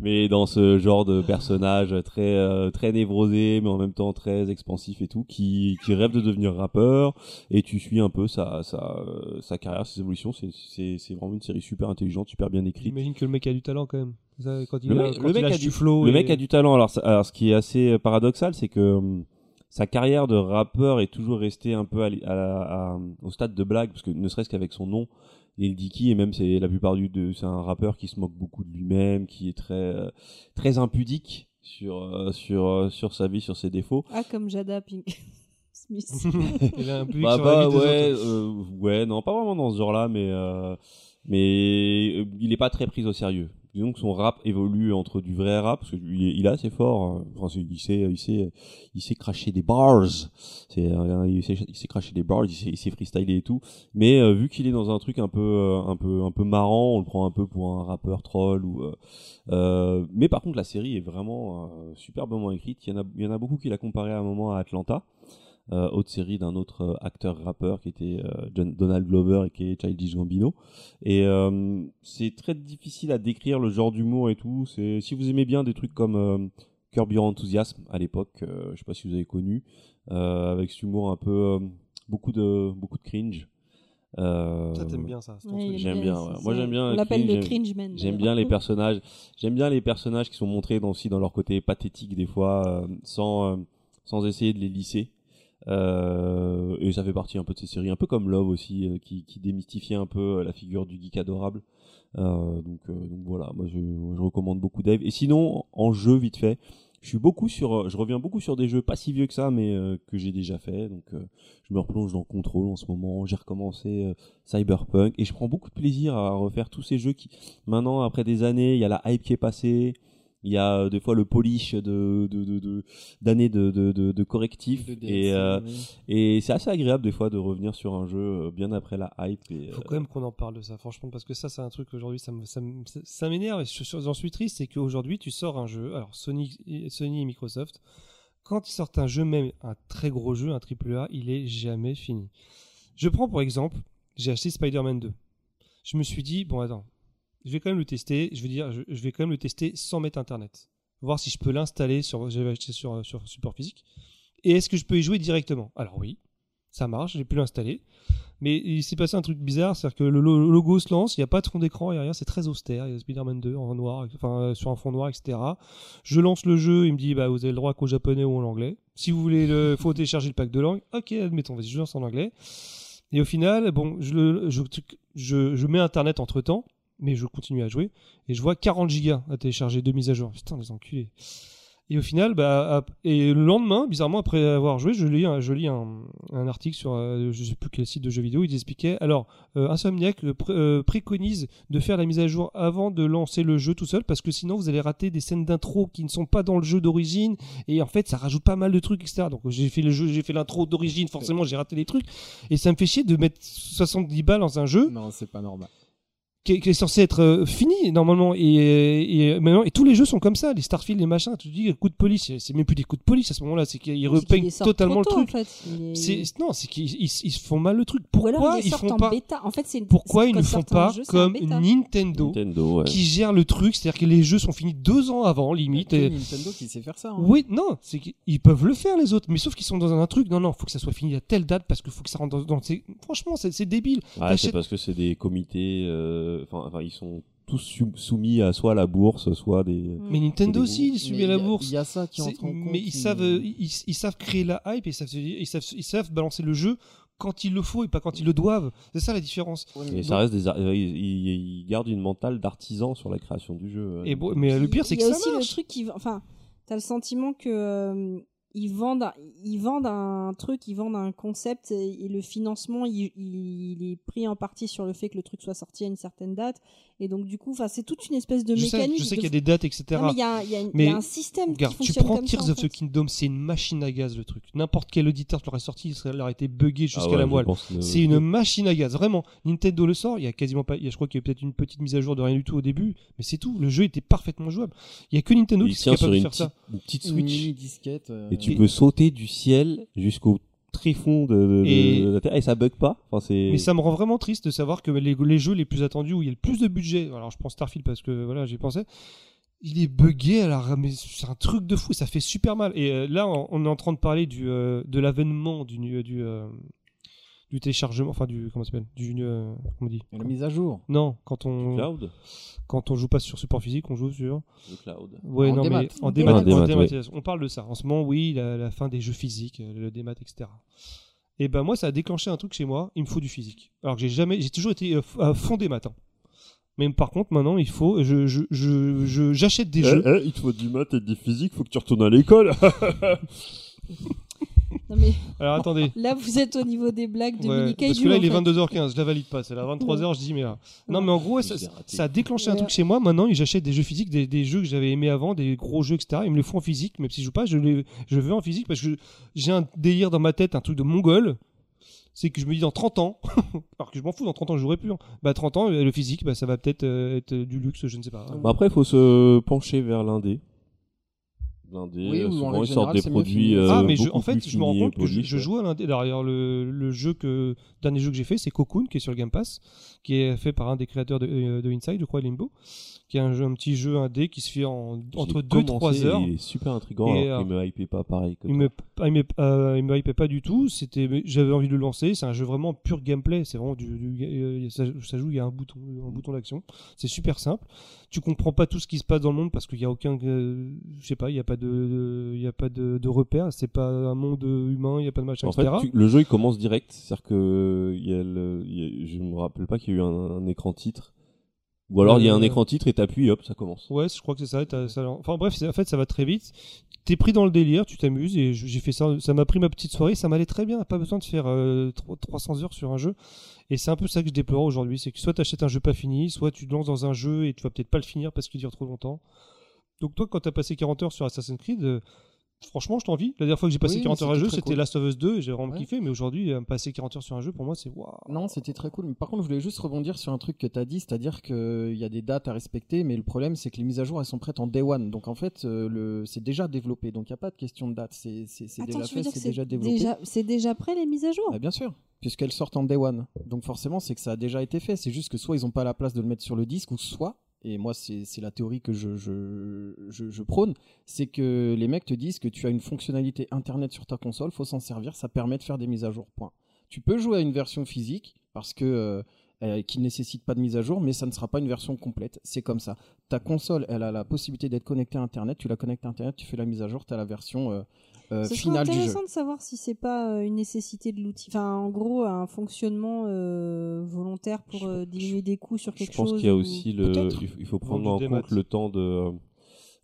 E: mais dans ce genre de personnage très, euh, très névrosé, mais en même temps très expansif et tout, qui, qui rêve de devenir rappeur. Et tu suis un peu sa, sa, euh, sa carrière, ses évolutions. C'est, c'est, c'est vraiment une série super intelligente, super bien écrite.
A: J'imagine que le mec a du talent quand même. Ça, Quand il,
E: Le
A: a-
E: mec-
A: quand
E: le
A: il
E: mec
A: lâche
E: a
A: du
E: du-
A: flow.
E: Le
A: et-
E: mec a du talent. Alors, ça- alors, ce qui est assez euh, paradoxal, c'est que hum, sa carrière de rappeur est toujours restée un peu à l'i- à la- à- au stade de blague, parce que ne serait-ce qu'avec son nom, il dit qui, et même c'est la plupart du, de- c'est un rappeur qui se moque beaucoup de lui-même, qui est très, euh, très impudique sur, euh, sur, euh, sur sa vie, sur ses défauts.
D: Ah, comme Jada Pink (laughs) Smith.
A: (laughs) Il a un public
E: Bah,
A: sur la
E: bah,
A: vie des
E: ouais,
A: autres.
E: euh, ouais, non, pas vraiment dans ce genre-là, mais, euh, mais euh, il est pas très pris au sérieux. Disons que son rap évolue entre du vrai rap, parce qu'il est, il est assez fort, hein. Enfin, c'est- il, sait, il, sait, il sait cracher des bars, c'est, euh, il, sait, il sait cracher des bars, il sait, il sait freestyler et tout, mais euh, vu qu'il est dans un truc un peu, euh, un, peu, un peu marrant, on le prend un peu pour un rappeur troll. Ou, euh, euh, mais par contre, la série est vraiment euh, superbement écrite, il y, en a, il y en a beaucoup qui la comparé à un moment à Atlanta, euh, autre série d'un autre euh, acteur rappeur qui était euh, John- Donald Glover et qui est Childish Gambino. Et euh, c'est très difficile à décrire le genre d'humour et tout. C'est si vous aimez bien des trucs comme euh, Curb Your Enthusiasm à l'époque, euh, je sais pas si vous avez connu, euh, avec cet humour un peu euh, beaucoup de beaucoup de cringe. Euh,
A: Ça t'aimes bien ça. c'est ton
D: Ouais,
A: truc.
D: il aime
E: J'aime bien,
D: c'est
E: ouais.
D: ça.
E: Moi, j'aime bien
D: On
E: le
D: l'appelle le
E: cringe,
D: cringe man.
E: J'aime bien
D: d'ailleurs.
E: les personnages. J'aime bien les personnages qui sont montrés dans, aussi dans leur côté pathétique des fois, euh, sans euh, sans essayer de les lisser. Euh, et ça fait partie un peu de ces séries, un peu comme Love aussi, euh, qui, qui démystifiait un peu euh, la figure du geek adorable. Euh, donc, euh, donc voilà, moi je, je recommande beaucoup Dave. Et sinon, en jeu vite fait, je suis beaucoup sur, euh, je reviens beaucoup sur des jeux pas si vieux que ça, mais euh, que j'ai déjà fait. Donc euh, je me replonge dans Control en ce moment. J'ai recommencé euh, Cyberpunk et je prends beaucoup de plaisir à refaire tous ces jeux qui, maintenant après des années, il y a la hype qui est passée. Il y a euh, des fois le polish de de- de- de- d'années de, de, de, de correctifs
C: De DLC,
E: et euh,
C: oui.
E: et c'est assez agréable des fois de revenir sur un jeu euh, bien après la hype. Et, euh,
A: Faut quand même qu'on en parle de ça, franchement, parce que ça, c'est un truc aujourd'hui, ça me- ça me- ça m'énerve et je- j'en suis triste. C'est qu'aujourd'hui, tu sors un jeu, alors Sony, et- Sony et Microsoft, quand ils sortent un jeu, même un très gros jeu, un AAA, il est jamais fini. Je prends pour exemple, j'ai acheté Spider-Man 2. Je me suis dit, bon, attends, je vais quand même le tester, je vais dire, je, je vais quand même le tester sans mettre internet. Voir si je peux l'installer sur, j'avais acheté sur, sur support physique. Et est-ce que je peux y jouer directement Alors oui, ça marche, j'ai pu l'installer. Mais il s'est passé un truc bizarre, c'est-à-dire que le lo- le logo se lance, il n'y a pas de fond d'écran, il n'y a rien, c'est très austère. Il y a Spider-Man 2 en noir, enfin euh, sur un fond noir, etc. Je lance le jeu, il me dit bah vous avez le droit qu'au japonais ou en anglais. Si vous voulez, le, faut télécharger le pack de langue. Ok, admettons, vas-y, je lance en anglais. Et au final, bon, je, le- je, je, je mets Internet entre temps, mais je continue à jouer et je vois 40 gigas à télécharger deux mises à jour. Putain, les enculés. Et au final, bah, ap- et le lendemain, bizarrement, après avoir joué, je lis, un- je lis un, un article sur euh, je sais plus quel site de jeux vidéo, ils expliquaient alors euh, Insomniac euh, pré- euh, préconise de faire la mise à jour avant de lancer le jeu tout seul parce que sinon vous allez rater des scènes d'intro qui ne sont pas dans le jeu d'origine et en fait ça rajoute pas mal de trucs etc. Donc j'ai fait le jeu, j'ai fait l'intro d'origine, forcément j'ai raté des trucs et ça me fait chier de mettre 70 balles dans un jeu
C: Non, c'est pas normal.
A: qui est, qui est censé être euh, fini normalement et, et, maintenant- et tous les jeux sont comme ça les Starfield les machins tu te dis coup de police c'est- c'est même plus des coups de police à ce moment-là c'est qu'ils
D: C'est qu'ils les
A: repeignent
D: sortent
A: totalement
D: trop
A: le
D: tôt,
A: truc
D: En fait. Il est-
A: c'est non c'est qu'ils ils, ils se font mal le truc
D: Ou
A: pourquoi
D: alors ils, les
A: ils
D: sortent
A: font
D: en
A: pas
D: bêta. En fait, c'est une-
A: pourquoi
D: c'est
A: ils
D: quand
A: ne
D: sortent
A: font
D: un
A: pas
D: jeu, c'est un
A: comme
D: bêta.
A: Nintendo,
E: Nintendo, ouais.
A: qui gère le truc c'est-à-dire que les jeux sont finis deux ans avant limite
C: Il y a
A: et-
C: que Nintendo qui sait faire ça. hein.
A: oui, non, c'est qu'ils peuvent le faire les autres, mais sauf qu'ils sont dans un truc. Non, non, faut que ça soit fini à telle date parce que faut que ça rentre dans. dans- c'est- Franchement, c'est c'est débile.
E: Ouais,
A: t'achètes-
E: c'est parce que c'est des comités. euh, Enfin, enfin, ils sont tous sou- soumis à soit la bourse, soit des.
D: Mm.
A: Mais Nintendo aussi, il
C: Mais
A: subit
C: il y
A: la
C: a-
A: bourse.
C: Il y a ça qui
A: C'est-
C: entre en compte.
A: mais ils savent, euh, ils, ils savent créer la hype et ils savent, se dire- ils savent, ils savent balancer le jeu quand il le faut et pas quand ils le doivent. C'est ça la différence.
E: Et ça reste des. ar- euh, Ils, ils- ils gardent une mentale d'artisan sur la création du jeu. ouais.
A: Et bon, mais euh, le pire, c'est que
D: Il y a
A: ça
D: aussi le
A: marche.
D: truc qui, enfin, t'as le sentiment que euh, ils vendent, un- ils vendent un truc, ils vendent un concept et, et le financement, il, il- il est pris en partie sur le fait que le truc soit sorti à une certaine date. Et donc du coup, enfin, c'est toute une espèce de
A: je sais,
D: mécanique.
A: je sais
D: de
A: qu'il y a
D: fou-
A: des dates, etc.
D: Non, mais il y a, il y a- il y a
A: Mais
D: un système
A: Regarde,
D: qui
A: tu
D: fonctionne
A: prends
D: comme
A: Tears
D: ça. en
A: of the
D: fait.
A: Kingdom, c'est une machine à gaz le truc. N'importe quel auditeur qui l'aurait sorti, il serait- il aurait été buggé
E: Ah
A: jusqu'à
E: ouais,
A: la
E: je
A: moelle.
E: pense que-
A: C'est une machine à gaz, vraiment. Nintendo le sort, il y a quasiment pas, il y a, je crois qu'il y a peut-être une petite mise à jour de rien du tout au début, mais c'est tout. Le jeu était parfaitement jouable. Il y a que Nintendo
E: Il
A: qui est
E: tient sur
A: capable de
E: une
A: faire
E: petite,
A: ça.
E: une petite
C: Une
E: Switch.
C: mini disquette. euh,
E: Et tu
A: Et-
E: peux sauter du ciel jusqu'au tréfonds de, de- de-
A: Et-
E: de la terre et ça bug pas. Enfin, c'est.
A: Mais ça me rend vraiment triste de savoir que les, les jeux les plus attendus où il y a le plus de budget, alors je pense Starfield parce que voilà, j'y pensais, il est buggé alors mais c'est un truc de fou, ça fait super mal. Et euh, là, on, on est en train de parler du euh, de l'avènement du nu- du euh, du téléchargement, enfin du comment ça s'appelle, du euh, comment on dit
C: La mise à jour.
A: Non, quand on
E: Cloud
A: quand on joue pas sur support physique, on joue sur
E: Le cloud.
A: Ouais,
C: En
A: non,
C: démat.
A: mais en
D: En
A: démat-
E: démat,
A: en
E: ouais.
A: dématérialisation. On parle de ça. En ce moment, oui, la, la fin des jeux physiques, euh, le démat, etc. Et ben moi, ça a déclenché un truc chez moi. Il me faut du physique. Alors que j'ai jamais, j'ai toujours été euh, f- à fond démat. hein. Mais par contre, maintenant, il faut, je, je, je, je- j'achète des jeux.
E: Eh, il te faut du maths et du physique, faut que tu retournes à l'école.
D: Non, mais
A: Alors attendez.
D: là, vous êtes au niveau des blagues de
A: Ouais,
D: Mini
A: parce que
D: Kaiju,
A: là,
D: en
A: il est
D: fait.
A: 22h15, je la valide pas. C'est la 23h, je dis, mais. euh, Non, mais en gros, ouais, ça,
E: Je l'ai raté.
A: ça a déclenché un
D: Ouais.
A: truc chez moi. Maintenant, j'achète des jeux physiques, des, des jeux que j'avais aimés avant, des gros jeux, etc. Ils me le font en physique, même si je joue pas, je, les, je veux en physique parce que j'ai un délire dans ma tête, un truc de mongol. C'est que je me dis dans 30 ans, (laughs) alors que je m'en fous, dans 30 ans, je jouerai plus. hein. Bah, 30 ans, euh, le physique, bah, ça va peut-être euh, être du luxe, je ne sais pas.
E: Bah après, faut se pencher vers l'indé. L'indé,
C: Oui,
E: euh,
C: ou en
E: souvent,
C: règle
E: ils sortent
C: générale,
E: des
C: c'est mieux
E: produits.
C: fini.
E: euh,
A: ah mais je,
E: beaucoup
A: en fait
E: plus
A: je me rends
E: finis et
A: compte que je,
E: polis,
A: je
E: ouais.
A: joue à l'indé d'ailleurs le, le jeu que dernier jeu que j'ai fait c'est Cocoon qui est sur le Game Pass qui est fait par un des créateurs de, euh, de Inside je crois Limbo qui est un, jeu, un petit jeu indé qui se fait en, entre
E: J'ai
A: 2 et 3
E: commencé,
A: heures
E: Il est super intrigant.
A: Et,
C: euh,
E: alors qu'il me hypait pas pareil. que
A: il
E: toi.
A: me, ah, il me, euh, il me hypait pas du tout. C'était, mais j'avais envie de le lancer. C'est un jeu vraiment pur gameplay. C'est vraiment du, du- euh, ça, ça joue. Il y a un bouton, un
E: Mm.
A: bouton d'action. C'est super simple. Tu comprends pas tout ce qui se passe dans le monde parce qu'il y a aucun, euh, je sais pas, il y a pas de, de- il y a pas de, de repères. C'est pas un monde humain. Il y a pas de machin,
E: En fait,
A: etc.
E: tu- le jeu il commence direct, c'est-à-dire que il y a le- il y a- je me rappelle pas qu'il y a eu un, un écran titre, ou alors il y a un
A: Euh,
E: écran titre et t'appuies, hop, ça commence.
A: Ouais, je crois que c'est ça. t'as- ça- Enfin bref, c'est- en fait, ça va très vite. T'es pris dans le délire, tu t'amuses et j- j'ai fait ça. Ça m'a pris ma petite soirée, ça m'allait très bien. Pas besoin de faire euh, tro- 300 heures sur un jeu. Et c'est un peu ça que je déplore aujourd'hui, c'est que soit t'achètes un jeu pas fini, soit tu te lances dans un jeu et tu vas peut-être pas le finir parce qu'il dure trop longtemps. Donc toi, quand t'as passé 40 heures sur Assassin's Creed, euh, franchement, je t'envie. La dernière fois que j'ai passé
C: Oui, mais
A: 40 heures à un
C: c'était
A: jeu,
C: très
A: c'était
C: cool.
A: Last of Us 2 et j'ai vraiment
C: Ouais.
A: kiffé. Mais aujourd'hui, euh, passer 40 heures sur un jeu, pour moi, c'est waouh.
C: Non, c'était très cool. Mais par contre, je voulais juste rebondir sur un truc que tu as dit, c'est-à-dire qu'il y a des dates à respecter, mais le problème, c'est que les mises à jour, elles sont prêtes en day one. Donc en fait, euh, le... c'est déjà développé. Donc il n'y a pas de question de date. C'est c'est- c'est
D: Attends,
C: déjà
D: tu veux
C: fait,
D: dire que
C: c'est déjà développé.
D: déjà, c'est déjà prêt les mises à jour
C: Bah, bien sûr, puisqu'elles sortent en day one. Donc forcément, c'est que ça a déjà été fait. C'est juste que soit ils n'ont pas la place de le mettre sur le disque, ou soit, et moi c'est c'est la théorie que je, je, je, je prône, c'est que les mecs te disent que tu as une fonctionnalité internet sur ta console, faut s'en servir, ça permet de faire des mises à jour. Point. Tu peux jouer à une version physique parce que euh, euh, qui ne nécessite pas de mise à jour, mais ça ne sera pas une version complète. C'est comme ça. Ta console, elle a la possibilité d'être connectée à Internet. Tu la connectes à Internet, tu fais la mise à jour, tu as la version euh, euh,
D: Ce serait
C: finale du jeu.
D: intéressant de savoir si c'est pas euh, une nécessité de l'outil. Enfin, en gros, un fonctionnement euh, volontaire pour
E: Je-
D: euh, diminuer des coûts sur
E: Je
D: quelque chose.
E: pense qu'il y a
D: ou-
E: aussi le,
D: Peut-être.
E: il f- il faut
A: Vendre
E: prendre en
A: du démat.
E: compte le temps de,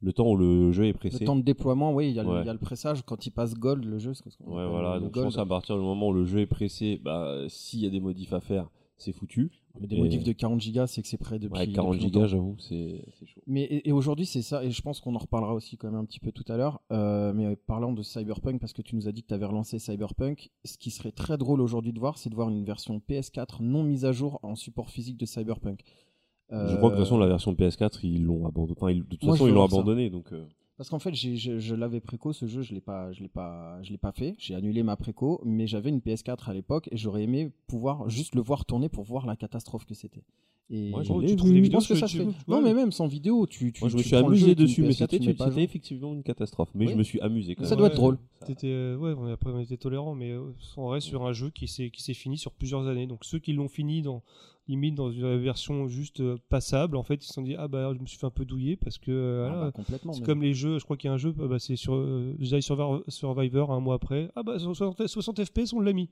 E: le temps où le jeu est pressé.
C: Le temps de déploiement, oui, il y, a le-
E: Ouais.
C: il y a le pressage. Quand il passe gold, le jeu, c'est ce qu'on
E: Ouais,
C: appelle
E: voilà.
C: le
E: Donc, je
C: gold.
E: pense à partir du moment où le jeu est pressé, bah, s'il y a des modifs à faire, c'est foutu.
C: Mais des
E: Et-
C: modifs de 40 gigas, c'est que c'est près depuis.
E: Ouais, 40
C: depuis
E: gigas,
C: longtemps.
E: j'avoue, c'est c'est chaud.
C: Mais et, et aujourd'hui, c'est ça, et je pense qu'on en reparlera aussi quand même un petit peu tout à l'heure. euh, mais parlant de Cyberpunk, parce que tu nous as dit que tu avais relancé Cyberpunk, ce qui serait très drôle aujourd'hui de voir, c'est de voir une version PS4 non mise à jour en support physique de Cyberpunk.
E: Je
C: Euh,
E: crois que de toute façon, la version PS4, ils l'ont abandonné. Enfin, ils- de toute
C: Moi,
E: façon,
C: je
E: ils
C: veux
E: l'ont
C: voir ça.
E: abandonné. Donc, euh,
C: Parce qu'en fait, j'ai- je, je l'avais préco, ce jeu, je l'ai pas, je l'ai pas, je l'ai pas fait. J'ai annulé ma préco, mais j'avais une PS4 à l'époque et j'aurais aimé pouvoir juste le voir tourner pour voir la catastrophe que c'était. Et
E: Ouais,
C: je
E: j'en ai
C: pense
E: vu.
C: que
A: vidéos
C: ça
A: sur
C: se fait.
A: YouTube, tu
C: Non,
A: vois.
C: mais même sans vidéo, tu, tu
E: moi, je me
C: tu
E: suis
C: prends le jeu
E: amusé
C: avec une
E: dessus, mais
C: PS4,
E: c'était
C: tu le mets pas à
E: c'était
C: jour.
E: effectivement une catastrophe. Mais
C: Oui.
E: je me suis amusé quand
C: Ça
E: même.
A: doit être
C: drôle.
A: C'était, euh, ouais, on- après on était tolérant, mais euh, on reste sur un jeu qui s'est qui s'est fini sur plusieurs années. Donc ceux qui l'ont fini dans limite dans une version juste euh, passable, en fait, ils se sont dit ah bah je me suis fait un peu douiller parce que euh,
C: Ah,
A: voilà,
C: bah, complètement.
A: c'est
C: mais-
A: comme les jeux. Je crois qu'il y a un jeu, euh, bah, c'est sur euh, Jedi Survivor, Survivor un mois après. Ah bah 60, 60 FPS, on l'a mis.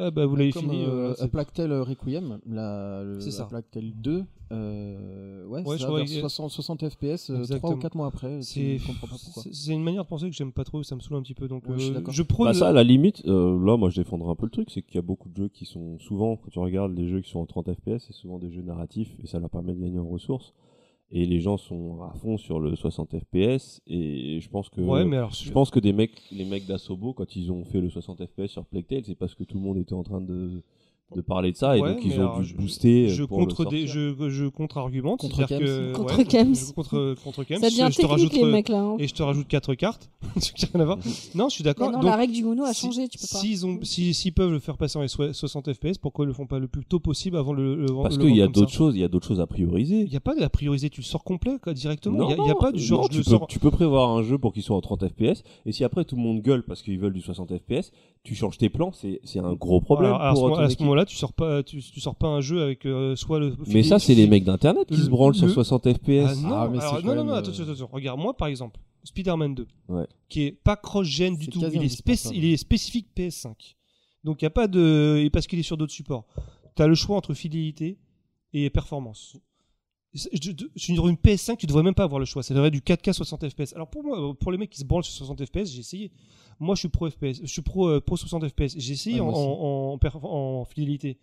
A: Ah bah vous l'avez
C: Comme,
A: fini.
C: euh,
A: euh, c'est-
C: A Plactel Requiem, la, le-
A: C'est ça.
C: A Plactel 2, euh, ouais,
A: Ouais,
C: ça
A: je
C: va
A: crois
C: vers
A: que-
C: 60, 60 FPS, euh, 3
A: Exactement.
C: ou 4 mois après.
A: c'est
C: tu comprends pas pourquoi.
A: c'est- c'est une manière de penser que j'aime pas trop, ça me saoule un petit peu. Donc
C: Ouais, je suis
A: euh,
C: d'accord.
A: je prône
E: Bah
A: le-
E: ça, à la limite, euh, là, moi, je défendrai un peu le truc, c'est qu'il y a beaucoup de jeux qui sont souvent, quand tu regardes les jeux qui sont en 30 FPS, c'est souvent des jeux narratifs et ça leur permet de gagner en ressources. Et les gens sont à fond sur le 60 FPS et je pense que
A: Ouais, mais alors
E: euh, je pense que des mecs, les mecs d'Asobo, quand ils ont fait le 60 FPS sur Plague Tale, c'est parce que tout le monde était en train de, de parler de ça et
A: Ouais,
E: donc
A: mais
E: ils ont
A: alors,
E: dû
A: je-
E: booster.
A: je
E: Euh, pour le
A: contre des,
E: sortir.
A: je, je contre argumente
C: Contre
A: c'est-à-dire
C: Kems.
A: que
D: Contre
A: ouais,
D: Kems.
A: je- contre contre Kems,
D: Ça devient
A: je te
D: technique,
A: rajoute
D: les
A: euh,
D: mecs là. hein.
A: et je te rajoute quatre cartes (laughs) Ça n'a rien à voir.
E: Mhm.
A: non je suis d'accord
D: Mais non,
A: Donc,
D: la règle du mono a
A: si-
D: changé, tu peux pas.
A: s'ils ont si- s'ils peuvent le faire passer en SO- 60 fps pourquoi ils le font pas le plus tôt possible avant le, le
E: Parce
A: le
E: qu'il y a
A: vendre comme
E: d'autres
A: ça
E: choses, il y a d'autres choses à prioriser.
A: il n'y a pas de la prioriser, tu le sors complet quoi, directement.
E: Non,
A: Il n'y a,
E: non,
A: pas du genre,
E: non,
A: je
E: tu,
A: le
E: peux,
A: sors.
E: tu peux prévoir un jeu pour qu'il soit en 30 FPS, et si après tout le monde gueule parce qu'ils veulent du 60 FPS, tu changes tes plans, c'est c'est un gros problème.
A: Alors, à ce
E: pour
A: moment-
E: ton
A: à ce
E: équipe.
A: moment-là, tu sors pas, tu, tu sors pas un jeu avec euh, soit le.
E: Mais ça, c'est les mecs d'Internet qui
A: Le-
E: se branlent sur
A: le-
E: 60
A: Ah
E: FPS.
A: non,
C: Ah, mais c'est
A: alors,
C: quand
A: non, non,
C: même,
A: non,
C: euh,
A: attention, attention. Regarde, moi, par exemple, Spider-Man 2,
E: Ouais.
A: qui est pas cross-gen du
C: C'est
A: tout.
C: quasi
A: Il est, spéc-
C: indispensable.
A: il est spécifique PS5. Donc, il n'y a pas de. Et parce qu'il est sur d'autres supports. Tu as le choix entre fidélité et performance. C'est- je- je- Sur une PS5, tu devrais même pas avoir le choix. Ça devrait être du 4K 60 FPS. Alors, pour moi, euh, pour les mecs qui se branlent sur 60 FPS, j'ai essayé. Moi, je suis pro FPS. Je suis pro, euh, pro 60 FPS. J'ai essayé
C: Ouais,
A: en,
C: Ah, moi aussi.
A: en- en perf- en fidélité.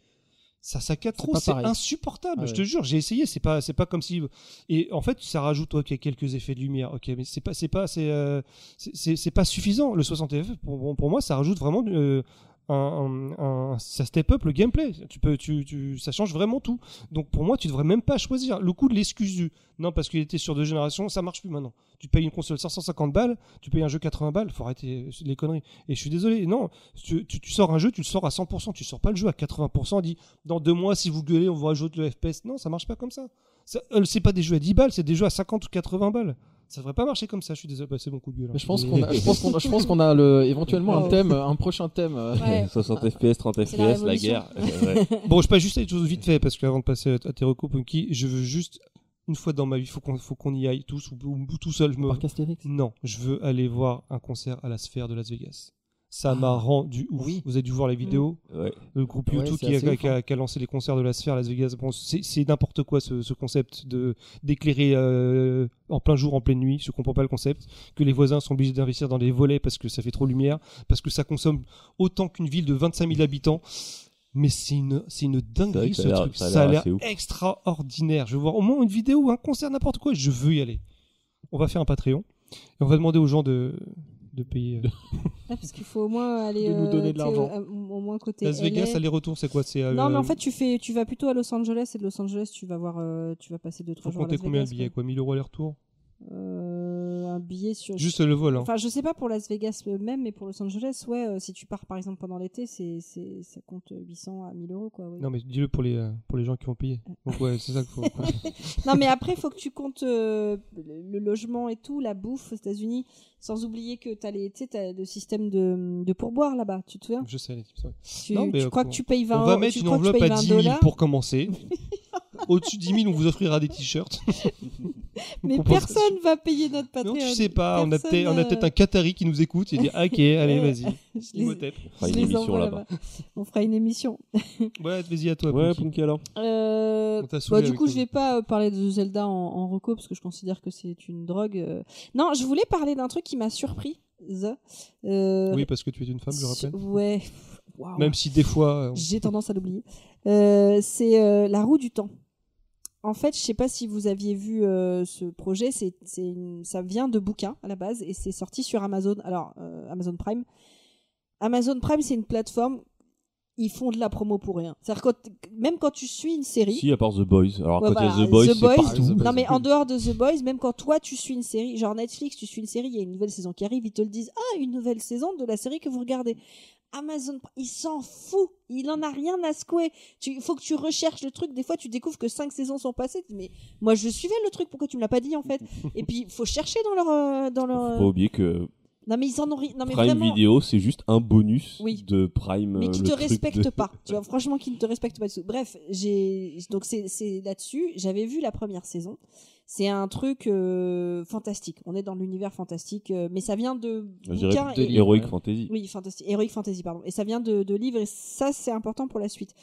A: Ça saccade
C: C'est
A: trop,
C: pas
A: c'est
C: pareil.
A: insupportable.
C: Ah ouais.
A: Je te jure, j'ai essayé. C'est pas, c'est pas comme si. Et en fait, ça rajoute ok quelques effets de lumière. Ok, mais c'est pas, c'est pas, c'est, euh, c'est- c'est c'est pas suffisant. Le 60 FPS pour, pour moi, ça rajoute vraiment euh, un, un- un- ça step up le gameplay. Tu peux, tu, tu, ça change vraiment tout. Donc pour moi, tu devrais même pas choisir. Le coup de l'excuse du non parce qu'il était sur deux générations, ça marche plus maintenant. Tu payes une console 550 balles, tu payes un jeu 80 balles. Faut arrêter les conneries. Et je suis désolé. Non, tu, tu, tu sors un jeu, tu le sors à 100%. Tu sors pas le jeu à 80%. Dis dans deux mois, si vous gueulez, on vous rajoute le FPS. Non, ça marche pas comme ça. Ça, euh, c'est pas des jeux à 10 balles, c'est des jeux à 50 ou 80 balles. Ça devrait pas marcher comme ça, je suis désolé, bah, c'est mon coup de gueule. hein.
C: Mais je pense
A: (laughs)
C: qu'on a, je pense qu'on, je pense qu'on a le, éventuellement un
D: Oh.
C: thème, un prochain thème. euh,
A: Ah,
E: (laughs)
D: Ouais.
E: 60 FPS,
D: C'est la
E: 30 FPS, la,
D: révolution.
E: guerre. Ouais.
A: Bon, je passe juste à des choses vite fait, parce qu'avant de passer à à tes recours, Punky, je veux juste, une fois dans ma vie, faut qu'on faut qu'on y aille tous, ou, ou tout seul, je me...
C: Marc Astérix.
A: Non, je veux aller voir un concert à la sphère de Las Vegas. Ça m'a rendu ouf.
C: Ah. Oui. Mmh.
A: Vous avez dû voir les vidéos.
E: Ouais.
A: Le groupe
C: Ouais,
A: YouTube
C: c'est
A: qui, a,
C: assez ouf,
A: qui a- qui a lancé les concerts de la sphère à Las Vegas. Bon, c'est c'est n'importe quoi ce, ce concept de d'éclairer euh, en plein jour, en pleine nuit. Je comprends pas le concept. Que les voisins sont obligés d'investir dans les volets parce que ça fait trop lumière, parce que ça consomme autant qu'une ville de 25 000 habitants. Mais c'est une, c'est une dinguerie
E: C'est
A: ce
E: vrai que ça
A: truc.
E: a l'air- ça a
A: Ça a
E: l'air
A: l'air
E: assez ouf.
A: extraordinaire. Je veux voir au moins une vidéo ou un concert, n'importe quoi. Je veux y aller. On va faire un Patreon et on va demander aux gens de, de payer. euh,
D: Ouais, parce qu'il faut au moins aller.
C: De nous
D: euh,
C: donner de
D: tu sais,
C: l'argent.
D: euh, Au, au moins côté.
A: Las
D: LA.
A: Vegas, aller-retour, c'est quoi C'est euh,
D: Non, mais en fait, tu fais, tu vas plutôt à Los Angeles et de Los Angeles, tu vas voir, euh, tu vas passer deux
A: faut
D: trois jours à
A: compter
D: Las
A: combien de
D: Vegas,
A: billets quoi
D: quoi.
A: 1000 euros aller-retour
D: Euh, Un billet sur.
A: Juste le vol. Hein.
D: Enfin, je sais pas pour Las Vegas euh, même, mais pour Los Angeles, ouais, euh, si tu pars par exemple pendant l'été, c'est, c'est, ça compte 800 à 1000 euros, quoi. oui.
A: Non, mais dis-le pour les, euh, pour les gens qui vont
D: (laughs)
A: payer. Donc, ouais, c'est ça qu'il faut.
D: Non, mais après, il faut que tu comptes euh, le le logement et tout, la bouffe aux États-Unis, sans oublier que tu as, le système de, de pourboire là-bas, tu te souviens
A: Je sais, les types, c'est vrai.
D: Tu,
A: Non, mais,
D: tu
A: euh,
D: crois que
A: comment-
D: tu payes 20
A: On va
D: euros-
A: mettre
D: tu
A: une
D: crois que tu
A: enveloppe
D: payes
A: à
D: 20 (laughs)
A: 10 000
D: dollars
A: pour commencer. Au-dessus de 10 000, on vous offrira des t-shirts. Vous
D: Mais
A: comprenez-
D: personne va payer notre Patreon.
A: Non, tu sais pas, on a
D: Personne, euh,
A: peut-être on a peut-être un Qatari qui nous écoute et dit ah, Ok, allez, vas-y.
D: Je les-
A: Imhotep.
D: (laughs)
E: Fera une
D: je euh, les
E: émission
D: envoie
E: là-bas.
D: là-bas. On fera une émission.
A: Ouais, vas-y à toi.
E: Ouais,
A: Punky.
E: Punky alors.
D: Euh,
A: On t'a
D: Bon,
A: saoulé
D: du
A: avec
D: coup,
A: ton-
D: je vais pas euh, parler de Zelda en, en reco parce que je considère que c'est une drogue. euh. Non, je voulais parler d'un truc qui m'a surpris. The. Euh,
A: Oui, parce que tu es une femme, je le rappelle.
D: su- Ouais. Waouh.
A: Même si des fois. euh, on-
D: J'ai tendance à l'oublier. Euh, c'est euh, la roue du temps. En fait, je sais pas si vous aviez vu euh, ce projet. C'est, c'est une- ça vient de bouquins à la base et c'est sorti sur Amazon. Alors euh, Amazon Prime. Amazon Prime, c'est une plateforme. Ils font de la promo pour rien. C'est-à-dire quand, même quand tu suis une série.
E: Si, à part The Boys. Alors,
D: Ouais,
E: quand il
D: voilà,
E: y a The Boys,
D: The
E: c'est
D: Boys. euh,
E: partout.
C: The Boys.
D: Non mais en dehors de The Boys, même quand toi tu suis une série, genre Netflix, tu suis une série, il y a une nouvelle saison qui arrive, ils te le disent, ah une nouvelle saison de la série que vous regardez. Amazon, il s'en fout, il en a rien à secouer. Il faut que tu recherches le truc. Des fois, tu découvres que cinq saisons sont passées. Tu dis, Mais moi, je suivais le truc. Pourquoi tu me l'as pas dit en fait Et puis, faut chercher dans leur, euh, dans leur.
E: Faut
D: euh,
E: pas oublier que
D: Non mais ils en ont rien. Non mais
E: Prime
D: vraiment.
E: Video, c'est juste un bonus
D: Oui.
E: de Prime.
D: mais
E: euh,
D: qui
E: le
D: te
E: truc
D: respecte
E: (laughs) de-
D: pas. Tu vois, franchement, qui ne te respecte pas du tout. Bref, j'ai donc c'est c'est là-dessus. J'avais vu la première saison. C'est un truc euh, fantastique. On est dans l'univers fantastique, euh, mais ça vient de
E: Je dirais
D: bouquins
C: de
D: et-
C: livres.
E: Heroic
C: Ouais.
E: Fantasy.
D: oui, fantasy, Heroic Fantasy, pardon. Et ça vient de, de livres, et ça, c'est important pour la suite.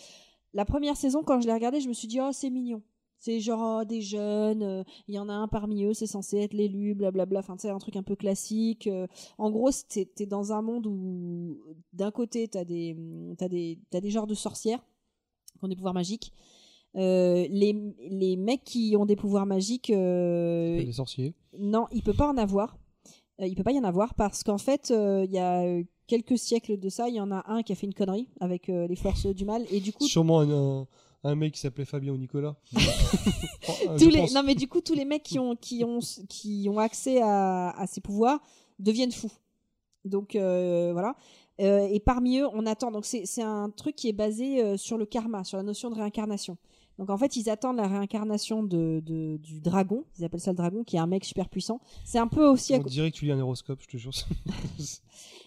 D: La première saison, quand je l'ai regardée, je me suis dit, oh, c'est mignon. C'est genre oh, des jeunes, euh, il y en a un parmi eux, c'est censé être l'élu, blablabla. Enfin, tu sais, un truc un peu classique. euh. en gros, t'es t'es dans un monde où, d'un côté, t'as des, mm, t'as des, t'as des genres de sorcières qui ont des pouvoirs magiques. Euh, les, les mecs qui ont des pouvoirs magiques, euh,
A: Les sorciers.
D: non, il peut pas en avoir. Euh, il peut pas y en avoir parce qu'en fait, euh, il y a euh, quelques siècles de ça, il y en a un qui a fait une connerie avec euh, les forces du mal et du coup
A: Sûrement un, un, un mec qui s'appelait Fabien ou
D: (laughs)
A: Nicolas. Oh, euh, Je
D: tous les
A: pense.
D: non mais du coup tous les mecs qui ont qui ont qui ont accès à, à ces pouvoirs deviennent fous. Donc euh, voilà. Euh, et parmi eux, on attend. Donc c'est c'est un truc qui est basé euh, sur le karma, sur la notion de réincarnation. Donc en fait, ils attendent la réincarnation de, de- du dragon. Ils appellent ça le dragon, qui est un mec super puissant. C'est un peu aussi à
A: On dirait que tu lis un horoscope, je te jure. (laughs)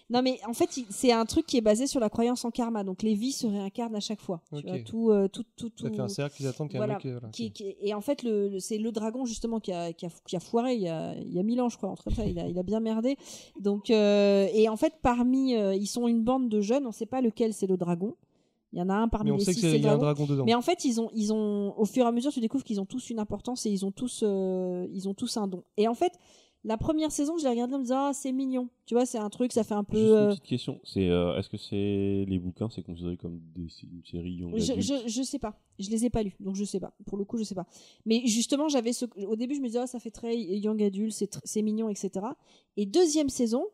D: Non, mais en fait, il- c'est un truc qui est basé sur la croyance en karma. Donc, les vies se réincarnent à chaque fois. Tu
A: Ok.
D: vois, tout, euh, tout, tout,
A: Ça
D: tout-
A: fait un cercle, ils attendent qu'un
D: Voilà,
A: mec. euh, voilà,
D: qui- qui- et en fait, le, le- c'est le dragon justement qui a, qui a, qui a foiré il y a, il y a mille ans, je crois. Entre ça, il a, il a bien merdé. Donc, euh, et en fait, parmi, euh, ils sont une bande de jeunes. On ne sait pas lequel c'est le dragon. Il y en a un parmi
A: Mais on
D: les
A: sait
D: six, c'est
A: qu'il
D: le
A: y a un
D: dragon.
A: dragon dedans.
D: Mais en fait, ils ont, ils ont, au fur et à mesure, tu découvres qu'ils ont tous une importance et ils ont tous, euh, ils ont tous un don. Et en fait, la première saison, je l'ai regardée en me disant, ah, c'est mignon. Tu vois, c'est un truc, ça fait un peu.
E: Juste une
D: euh,
E: petite question. C'est, euh, est-ce que c'est les bouquins, c'est considéré comme des, une série young
D: Je,
E: adulte
D: je, je sais pas. Je les ai pas lus, donc je sais pas. Pour le coup, je sais pas. Mais justement, j'avais ce... au début, je me disais, Ah, ça fait très young adulte, c'est tr- c'est mignon, etc. Et deuxième saison,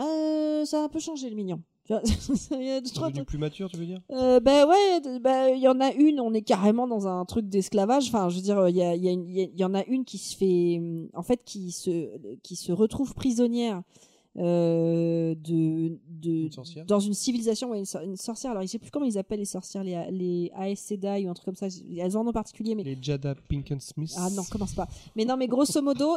D: euh, ça a un peu changé le mignon. (laughs) Tu vois, il y a deux,
A: Ils sont
D: trois
A: devenus plus mature, tu veux dire
D: euh, bah ouais, de- bah il y en a une, on est carrément dans un truc d'esclavage. Enfin, je veux dire, il y, a, il y, a une- il y a- il y en a une qui se fait, hum, en fait, qui se, qui se retrouve prisonnière euh, de, de
A: Une sorcière
D: dans une civilisation, ouais, une, sor- une sorcière. Alors, je sais plus comment ils appellent les sorcières, les, A- les Aes Sedai ou un truc comme ça. Elles en ont particulier, mais
A: Les Jada Pinkett Smith.
D: ah non, commence pas. Mais non, mais grosso modo,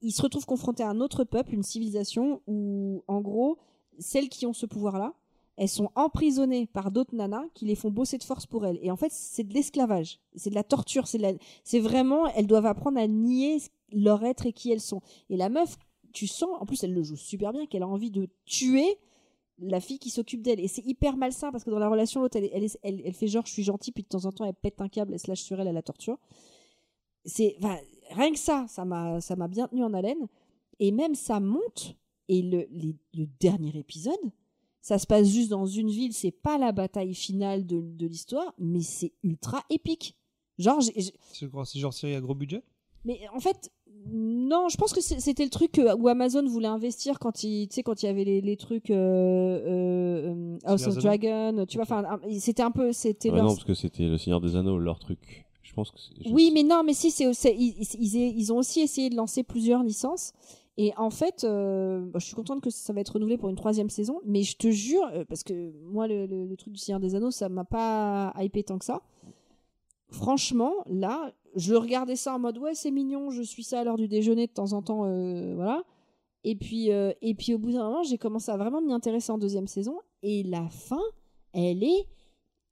D: ils se retrouvent confrontés à un autre peuple, une civilisation où, en gros, celles qui ont ce pouvoir-là, elles sont emprisonnées par d'autres nanas qui les font bosser de force pour elles. Et en fait, c'est de l'esclavage, c'est de la torture, c'est de la- c'est vraiment, elles doivent apprendre à nier leur être et qui elles sont. Et la meuf, tu sens, en plus, elle le joue super bien, qu'elle a envie de tuer la fille qui s'occupe d'elle. Et c'est hyper malsain parce que dans la relation, l'autre, elle, elle, elle, elle fait genre je suis gentille, puis de temps en temps, elle pète un câble, elle se lâche sur elle, elle la torture. C'est, enfin, rien que ça, ça m'a, ça m'a bien tenu en haleine. Et même ça monte. Et le, les- le dernier épisode, ça se passe juste dans une ville, c'est pas la bataille finale de, de l'histoire, mais c'est ultra épique. Genre, j'ai- j'ai-
A: C'est quoi, c'est genre série à gros budget
D: mais en fait, non, je pense que c'est- c'était le truc euh, où Amazon voulait investir quand il, tu sais, quand il y avait les, les trucs euh, euh, euh, House of
A: Seigneur
D: Dragon, tu vois, enfin, un- c'était un peu, c'était
E: Ah
D: leur-
E: Non, parce que c'était Le Seigneur des Anneaux, leur truc. Je pense que c'est- je-
D: Oui, mais non, mais si, c'est, c'est- ils, ils, ils- ils ont aussi essayé de lancer plusieurs licences. Et en fait, euh, bon, je suis contente que ça va être renouvelé pour une troisième saison, mais je te jure, euh, parce que moi, le, le- le truc du Seigneur des Anneaux, ça m'a pas hypé tant que ça. Franchement, là, je regardais ça en mode ouais, c'est mignon, je suis ça à l'heure du déjeuner de temps en temps, euh, voilà. Et puis, euh, et puis au bout d'un moment, j'ai commencé à vraiment m'y intéresser en deuxième saison, et la fin, elle est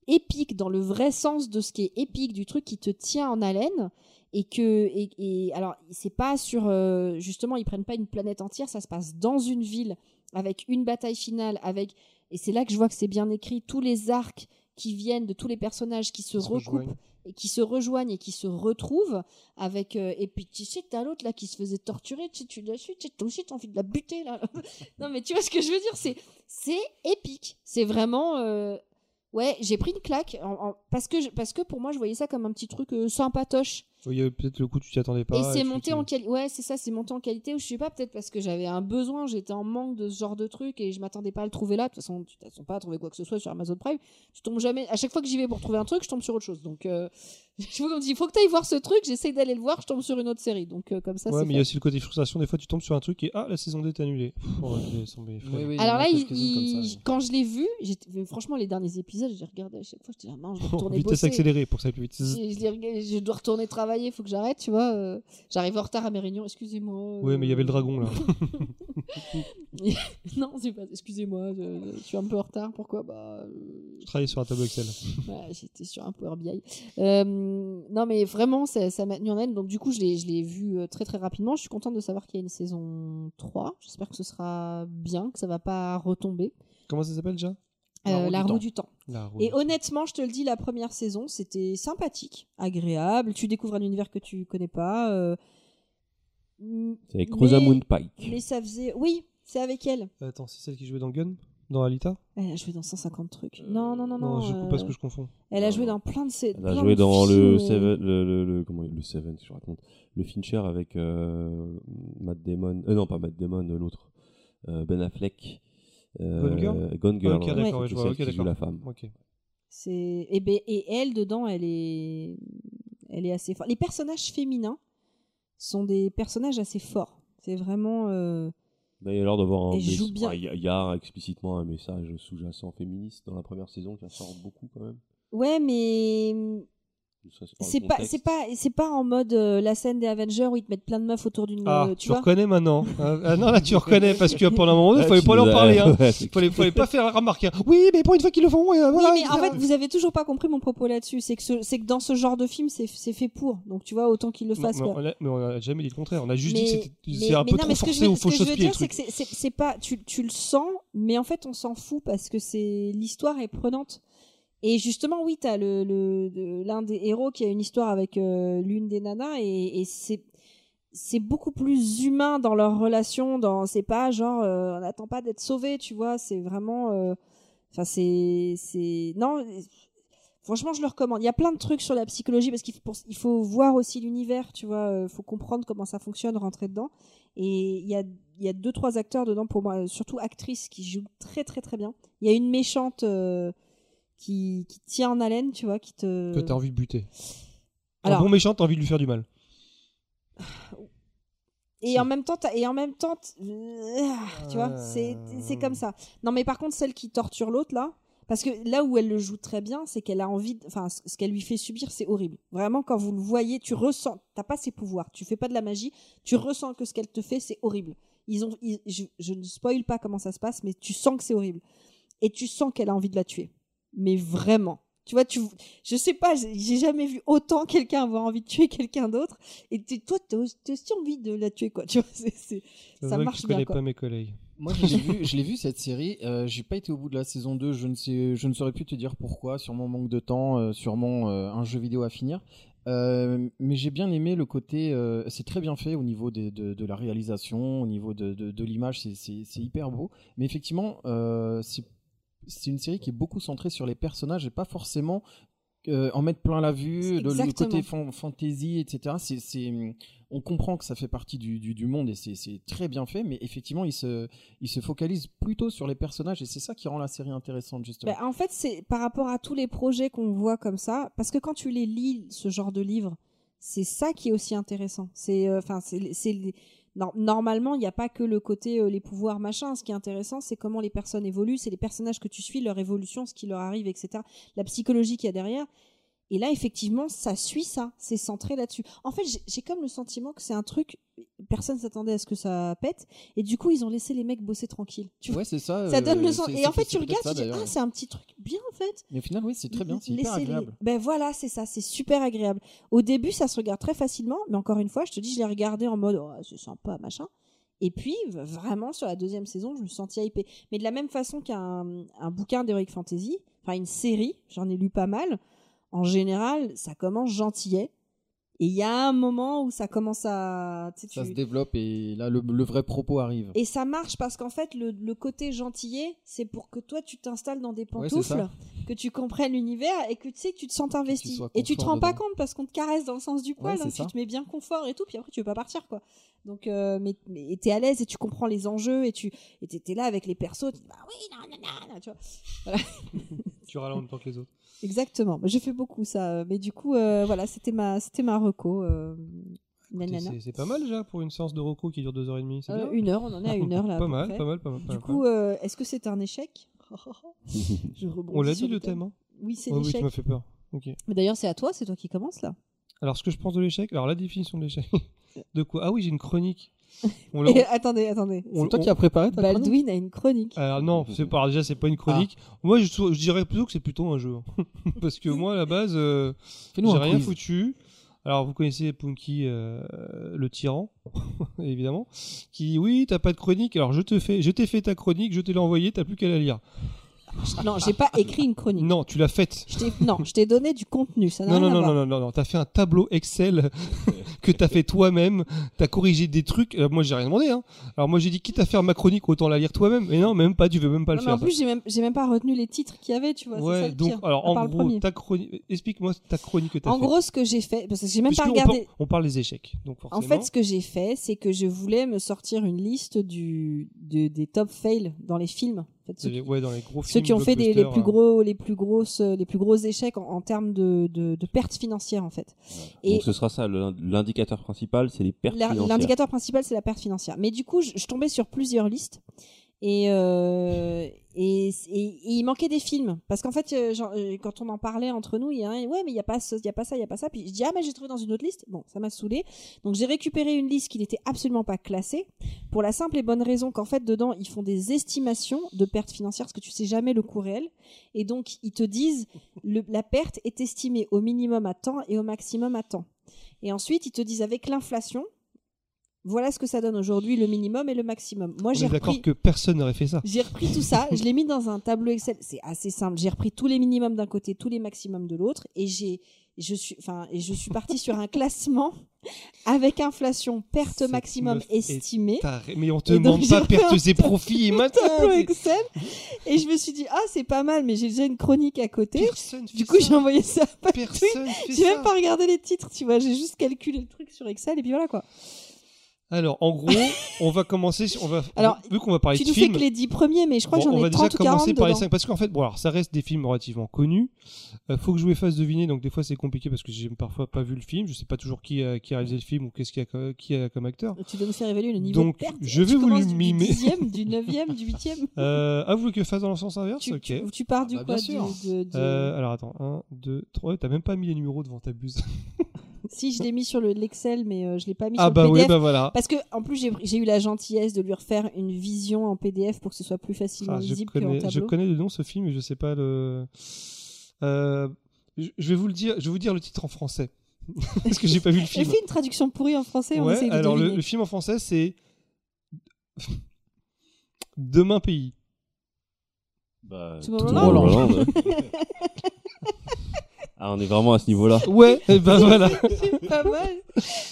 D: épique dans le vrai sens de ce qui est épique du truc qui te tient en haleine et que et, et- alors c'est pas sur euh, justement ils prennent pas une planète entière ça se passe dans une ville avec une bataille finale avec et c'est là que je vois que c'est bien écrit tous les arcs qui viennent de tous les personnages qui se
A: Ils se
D: recoupent
A: rejoignent.
D: et qui se rejoignent et qui se retrouvent avec euh, et puis tu sais que t'as l'autre là qui se faisait torturer tu sais, tu la suis tu sais, toi aussi t'as envie de la buter là (laughs) non mais tu vois ce que je veux dire c'est c'est épique c'est vraiment euh, ouais j'ai pris une claque en- en- parce que je- parce que pour moi je voyais ça comme un petit truc euh, sympatoche
A: Il y avait peut-être le coup, tu t'y attendais pas.
D: et c'est
A: tu-
D: monté
A: tu-
D: en qualité. Ouais, c'est ça, c'est monté en qualité. Ou je sais pas, peut-être parce que j'avais un besoin, j'étais en manque de ce genre de truc et je m'attendais pas à le trouver là. De toute façon, tu t'attends pas à trouver quoi que ce soit sur Amazon Prime. Tu tombes jamais. À chaque fois que j'y vais pour trouver un truc, je tombe sur autre chose. Donc, euh, (laughs) je me dis, il faut que t'ailles voir ce truc. J'essaye d'aller le voir, je tombe sur une autre série. Donc, euh, comme ça,
A: ouais,
D: c'est.
A: mais il y a
D: fait.
A: aussi le côté frustration. Des fois, tu tombes sur un truc et ah, la saison 2 est annulée. Pff, oh, laisse tomber, frère. (laughs)
C: Oui, oui, il y en
D: Alors
C: a
D: là, il-
C: quelques-unes comme ça,
D: il-
C: ouais.
D: quand je l'ai vu, j'étais- mais franchement, les derniers épisodes, j'ai regardé à chaque fois. J'étais là,
A: (laughs)
D: non, je vais
A: En
D: retourner
A: vitesse
D: bosser. euh,
A: accélérée pour que ça aille plus vite.
D: Je, je les regarde- je dois retourner travailler, faut que j'arrête, tu vois. euh, J'arrive en retard à mes réunions, excusez-moi. euh,
A: Ouais, mais il y avait le dragon là.
D: Non, c'est pas. Excusez-moi, je, je suis un peu en retard. Pourquoi Bah, euh,
A: Je travaillais sur un tableau Excel.
D: voilà, j'étais sur un Power BI. Euh, non, mais vraiment, ça ça m'a tenu en haleine. Donc, du coup, je l'ai je l'ai vu euh, très très rapidement. Je suis contente de savoir qu'il y a une saison 3. J'espère que ce sera bien, que ça va pas retomber.
A: Comment ça s'appelle déjà
C: La
D: Euh,
C: roue du
D: la
C: temps.
D: roue du temps.
A: La roue.
D: Et honnêtement, je te le dis, la première saison, c'était sympathique, agréable. Tu découvres un univers que tu connais pas. euh, m-
E: C'est avec
D: mais-
E: Rosamund Pike.
D: Mais ça faisait. Oui, c'est avec elle.
A: Attends, c'est celle qui jouait dans Gun Dans Alita
D: Elle a joué dans 150 trucs. Non, non, non, non.
A: je
D: euh,
A: comprends pas ce que je confonds.
D: Elle a
E: Non,
D: joué
E: non.
D: dans plein de ses.
E: Elle a
D: plein
E: joué
D: de
E: dans
D: films.
E: le Seven, le, le, le- comment il- le Seven, je raconte, le Fincher avec euh, Matt Damon, euh, non pas Matt Damon, euh, l'autre, euh, Ben Affleck. euh,
A: Gone Girl
E: Gone Girl.
A: Ok,
E: ouais.
A: d'accord, ouais,
E: C'est
A: je vois,
E: celle
A: ok,
E: qui joue
A: d'accord.
E: la femme.
D: euh,
A: Ok.
D: C'est et, ben- et elle dedans, elle est, elle est assez forte. Les personnages féminins sont des personnages assez forts. C'est vraiment. euh,
E: Là, il y a l'air d'avoir un.
D: Elle joue
E: mess-
D: bien.
E: ouais, Il y a- il y a explicitement un message sous-jacent féministe dans la première saison qui en sort beaucoup quand même.
D: Ouais, mais
E: Ça, par le
D: c'est pas,
E: contexte.
D: c'est pas, c'est pas en mode euh, la scène des Avengers où ils te mettent plein de meufs autour d'une.
A: Ah,
D: euh,
A: tu,
D: tu vois
A: reconnais maintenant. Ah, ah non,
D: (laughs)
A: là, tu reconnais parce que pendant un moment, il Ah fallait
E: tu
A: pas
E: Ah, nous
A: leur
E: as-
A: parler.
E: (laughs)
A: Hein.
E: Ouais, c'est-
A: Fallait, fallait pas faire remarquer. hein. Oui, mais pour une fois qu'ils le font, euh,
D: Oui,
A: voilà.
D: mais en
A: etc.
D: fait, vous avez toujours pas compris mon propos là-dessus. C'est que, ce- c'est que dans ce genre de film, c'est c'est fait pour. Donc, tu vois, autant qu'ils le
A: Non,
D: fassent.
A: mais
D: quoi.
A: on a- mais on a jamais dit le contraire. On a juste
D: Mais-
A: dit que c'était-
D: mais-
A: c'est un
D: mais
A: peu
D: non,
A: trop
D: mais ce que je
A: forcé
D: veux-
A: ou faux
D: Ce que je veux
A: chausse-pied.
D: dire, c'est que c'est- c'est c'est pas, tu, tu le sens, mais en fait, on s'en fout parce que c'est l'histoire est prenante. Et justement, oui, t'as le le- le- l'un des héros qui a une histoire avec euh, l'une des nanas et, et c'est c'est beaucoup plus humain dans leur relation. Dans c'est pas genre euh, on n'attend pas d'être sauvé, tu vois. C'est vraiment, euh, enfin c'est c'est non. Franchement, je le recommande. Il y a plein de trucs sur la psychologie parce qu'il faut, pour- il faut voir aussi l'univers, tu vois. Il faut comprendre comment ça fonctionne, rentrer dedans. Et il y a, il y a deux, trois acteurs dedans pour moi, euh, surtout actrices qui jouent très, très, très bien. Il y a une méchante euh, qui, qui tient en haleine, tu vois, qui te.
A: Que t'as envie de buter.
D: euh, Alors-
A: Un Ah bon méchant, t'as envie de lui faire du mal.
D: Et en même temps, t'as- et en même temps, t- euh, tu vois, c'est c'est comme ça. Non, mais par contre, celle qui torture l'autre là, parce que là où elle le joue très bien, c'est qu'elle a envie, de- enfin, ce ce qu'elle lui fait subir, c'est horrible. Vraiment, quand vous le voyez, tu ressens, t'as pas ses pouvoirs, tu fais pas de la magie, tu ressens que ce qu'elle te fait, c'est horrible. Ils ont, ils- je, je ne spoil pas comment ça se passe, mais tu sens que c'est horrible, et tu sens qu'elle a envie de la tuer. Mais vraiment, tu vois, tu, je sais pas, j'ai j'ai jamais vu autant quelqu'un avoir envie de tuer quelqu'un d'autre. Et t'es- toi, t'as aussi t'as aussi envie de la tuer, quoi. Tu vois, c'est- c'est- ça
A: vrai Euh, que
D: marche
A: tu
D: bien,
A: connais
D: quoi.
A: pas mes collègues.
C: Moi, je l'ai vu, je l'ai vu cette série. Euh, j'ai pas été au bout de la saison 2. Je ne sais, je ne saurais plus te dire pourquoi. Sûrement manque de temps. euh, sûrement euh, un jeu vidéo à finir. Euh, mais j'ai bien aimé le côté. euh, c'est très bien fait au niveau des- de, de la réalisation, au niveau de, de- de l'image. C'est, c'est- c'est hyper beau. Mais effectivement, euh, c'est, c'est une série qui est beaucoup centrée sur les personnages et pas forcément euh, en mettre plein la vue, le, le
D: Exactement.
C: côté fan- fantasy, etc. C'est, c'est- on comprend que ça fait partie du, du- du monde et c'est, c'est très bien fait. Mais effectivement, il se, il se focalise plutôt sur les personnages et c'est ça qui rend la série intéressante justement.
D: Bah, en fait, c'est par rapport à tous les projets qu'on voit comme ça, parce que quand tu les lis, ce genre de livre, c'est ça qui est aussi intéressant. C'est, euh, enfin, c'est- c'est les- nor- normalement, il n'y a pas que le côté euh, les pouvoirs machin. Ce qui est intéressant, c'est comment les personnes évoluent, c'est les personnages que tu suis, leur évolution, ce qui leur arrive, etc. La psychologie qu'il y a derrière. Et là, effectivement, ça suit ça. C'est centré là-dessus. En fait, j'ai- j'ai comme le sentiment que c'est un truc. Personne s'attendait à ce que ça pète. Et du coup, ils ont laissé les mecs bosser tranquilles. Tu vois
C: Ouais, c'est ça.
D: (laughs) ça
C: euh,
D: donne le sens.
C: c'est-
D: Et
C: c'est-
D: en fait,
C: c'est
D: tu
C: peut-être
D: regardes,
C: ça,
D: tu dis,
C: d'ailleurs.
D: ah, c'est un petit truc bien, en fait.
C: Mais au final, oui, c'est très bien, c'est hyper
D: Laissez-les.
C: agréable.
D: Ben voilà, c'est ça, c'est super agréable. Au début, ça se regarde très facilement, mais encore une fois, je te dis, je l'ai regardé en mode, oh, c'est sympa, machin. Et puis, v- vraiment, sur la deuxième saison, je me sentis hypée. Mais de la même façon qu'un un bouquin d'Heroic Fantasy, enfin une série, j'en ai lu pas mal, en général, ça commence gentillet. Et il y a un moment où ça commence à... tu sais,
C: Ça
D: tu-
C: se développe et là, le, le vrai propos arrive.
D: et ça marche parce qu'en fait, le, le côté gentillet, c'est pour que toi, tu t'installes dans des
C: Ouais, c'est
D: pantoufles,
C: ça.
D: que tu comprennes l'univers et que tu sais que tu te sens investi.
C: sois
D: et tu te
C: confort
D: rends pas
C: dedans.
D: compte parce qu'on te caresse dans le sens du poil,
C: Ouais,
D: hein,
C: c'est
D: tu
C: ça.
D: te mets bien confort et tout, puis après, tu veux pas partir, quoi. Donc, euh, mais, mais et t'es à l'aise et tu comprends les enjeux et tu et t'es t'es là avec les persos, tu dis, bah oui, non, non, non, non, tu vois.
A: Tu râles en même temps que les autres.
D: Exactement. Bah, J'ai fait beaucoup ça, euh, mais du coup, euh, voilà, c'était ma, c'était ma reco. euh, nanana.
A: C'est c'est pas mal déjà pour une séance de Rocco qui dure deux heures et demie. C'est
D: Euh,
A: bien.
D: une heure, on en est à une heure là. à
A: Pas
D: peu
A: mal,
D: près.
A: pas mal, pas mal. pas
D: Du
A: mal.
D: coup, euh, est-ce que c'est un échec (laughs) Je rebondis
A: on l'a
D: sur
A: dit le thème. hein
D: Oui, c'est
A: Ouais, oui,
D: l'échec.
A: tu m'as fait peur. Ok.
D: Mais d'ailleurs, c'est à toi, c'est toi qui commence là.
A: Alors, ce que je pense de l'échec, alors la définition de l'échec. (laughs) De quoi Ah oui, j'ai une chronique. On l'a-
D: Et (laughs) euh, attendez, attendez.
A: on-
C: C'est toi
A: on-
C: qui as préparé ta chronique
D: Baldwin a
A: (laughs)
D: une chronique.
A: Alors euh, non, c'est pas, alors déjà c'est pas une chronique.
D: Ah.
A: Moi je, je dirais plutôt que c'est plutôt un jeu. hein. (laughs) Parce
D: (laughs)
A: que moi à la base euh,
C: Fais-nous
A: j'ai
C: un
A: rien
C: quiz.
A: foutu. Alors vous connaissez Punky euh, le tyran (laughs) évidemment qui oui, t'as pas de chronique. Alors je te fais je t'ai fait ta chronique, je te l'ai envoyée, t'as plus qu'à la lire.
D: Non, j'ai pas écrit une chronique.
A: Non, tu l'as faite.
D: (laughs) Je t'ai- Non, je t'ai donné du contenu, ça n'a
A: Non
D: rien
A: non non,
D: à
A: non non
D: voir.
A: non non, t'as fait un tableau Excel (laughs) que t'as fait toi-même, t'as corrigé des trucs. Euh, moi j'ai rien demandé hein. Alors moi j'ai dit quitte à faire ma chronique autant la lire toi-même. Mais non, même pas, tu veux même pas le
D: Non, mais
A: faire.
D: en plus, j'ai même, j'ai même pas retenu les titres qu'il y avait, tu vois. c'est ça,
A: Ouais,
D: le
A: donc
D: pire,
A: alors
D: à
A: en
D: part le
A: gros,
D: premier.
A: ta chronique, explique-moi ta chronique que t'as
D: En
A: fait.
D: gros, ce que j'ai fait, parce que j'ai même pas
A: Puisque on
D: regardé.
A: par- on parle des échecs, donc forcément.
D: En fait, ce que j'ai fait, c'est que je voulais me sortir une liste du, de- des top fails dans les films. En fait, ceux
A: C'est- ouais, dans les gros
D: ceux
A: films
D: qui ont fait des, les
A: blockbusters,
D: plus
A: hein.
D: gros les plus grosses les plus gros échecs en, en termes de, de, de pertes financières en fait Et-
E: Donc ce sera ça, le- l'indicateur principal, c'est les pertes
D: La-
E: financières.
D: l'indicateur principal c'est la perte financière mais du coup je, je tombais sur plusieurs listes et, euh, et, et- et il manquait des films parce qu'en fait euh, genre, euh, quand on en parlait entre nous il y a un, ouais mais il y a pas ce- il y a pas ça il y a pas ça puis je dis ah mais j'ai trouvé dans une autre liste bon ça m'a saoulé donc j'ai récupéré une liste qui n'était absolument pas classée pour la simple et bonne raison qu'en fait dedans ils font des estimations de pertes financières parce que tu sais jamais le coût réel et donc ils te disent le- la perte est estimée au minimum à temps et au maximum à temps et ensuite ils te disent avec l'inflation voilà ce que ça donne aujourd'hui le minimum et le maximum moi
A: On
D: j'ai
A: est d'accord
D: repris
A: que personne n'aurait fait ça.
D: j'ai repris tout ça, je l'ai mis dans un tableau Excel. C'est assez simple. J'ai repris tous les minimums d'un côté, tous les maximums de l'autre, et j'ai, je suis, enfin, et je suis partie sur un classement avec inflation, perte
A: Cette
D: maximum
A: meuf est
D: estimée.
A: T'as ré- Mais on te
D: Et donc,
A: demande
D: j'ai
A: pas
D: refait un
A: pertes et
D: tableau-
A: profits et maintenant.
D: Tableau
A: c'est-
D: Excel. Et je me suis dit ah c'est pas mal, mais j'ai déjà une chronique à côté.
A: Personne fait
D: Du coup
A: ça.
D: j'ai envoyé ça. à Patouille.
A: Personne fait
D: J'ai même
A: ça.
D: pas regardé les titres, tu vois. J'ai juste calculé le truc sur Excel et puis voilà quoi.
A: Alors, en
D: (laughs)
A: gros, on va commencer. sur- On va...
D: Alors,
A: vu qu'on va parler
D: Tu
A: de
D: nous
A: films,
D: fais que les 10 premiers, mais je crois
A: bon,
D: que
A: on
D: j'en
A: va
D: ai
A: déjà
D: 30 ou 40
A: commencer par les
D: dedans.
A: 5 parce qu'en fait, bon, alors, ça reste des films relativement connus. Euh, faut que je vous les fasse deviner, donc des fois c'est compliqué parce que j'ai parfois pas vu le film. Je sais pas toujours qui a, qui a réalisé le film ou qu'est-ce qu'il y a co- qui a comme acteur.
D: Tu dois nous faire évaluer le niveau
A: Donc,
D: de perte.
A: je vais
D: tu
A: vous
D: commences
A: mimer.
D: Du 10e, du 9e,
A: (laughs)
D: du 8e.
A: Euh, ah, vous voulez que je fasse dans le sens inverse
D: tu,
A: Ok. Ah
D: tu- tu pars du
C: bah,
D: quoi
C: bien sûr.
D: du- de- de-
A: Euh, alors attends, 1, 2, 3, t'as même pas mis les numéros devant ta buse.
D: Si je l'ai mis sur le- l'Excel, mais euh, je l'ai pas mis
A: Ah
D: sur
A: bah
D: le
A: oui,
D: PDF.
A: bah voilà.
D: Parce que en plus j'ai- j'ai eu la gentillesse de lui refaire une vision en PDF pour que ce soit plus facilement
A: Ah, je,
D: lisible qu'en
A: connais, je
D: tableau.
A: connais le nom ce film, mais je sais pas le. Euh, je je vais vous le dire, je vais vous dire le titre en français (laughs) parce que j'ai pas
D: (laughs)
A: vu le
D: J'ai
A: film.
D: fait une traduction pourrie en français. on
A: Ouais,
D: essaye de
A: alors le,
D: deviner.
A: le film en français c'est (laughs) Demain pays.
E: Bah,
D: Tout
E: tout
D: Hollande.
E: Hollande.
D: (laughs)
E: ah, on est vraiment à ce niveau-là.
D: (laughs)
A: Ouais, et ben voilà.
D: C'est pas mal.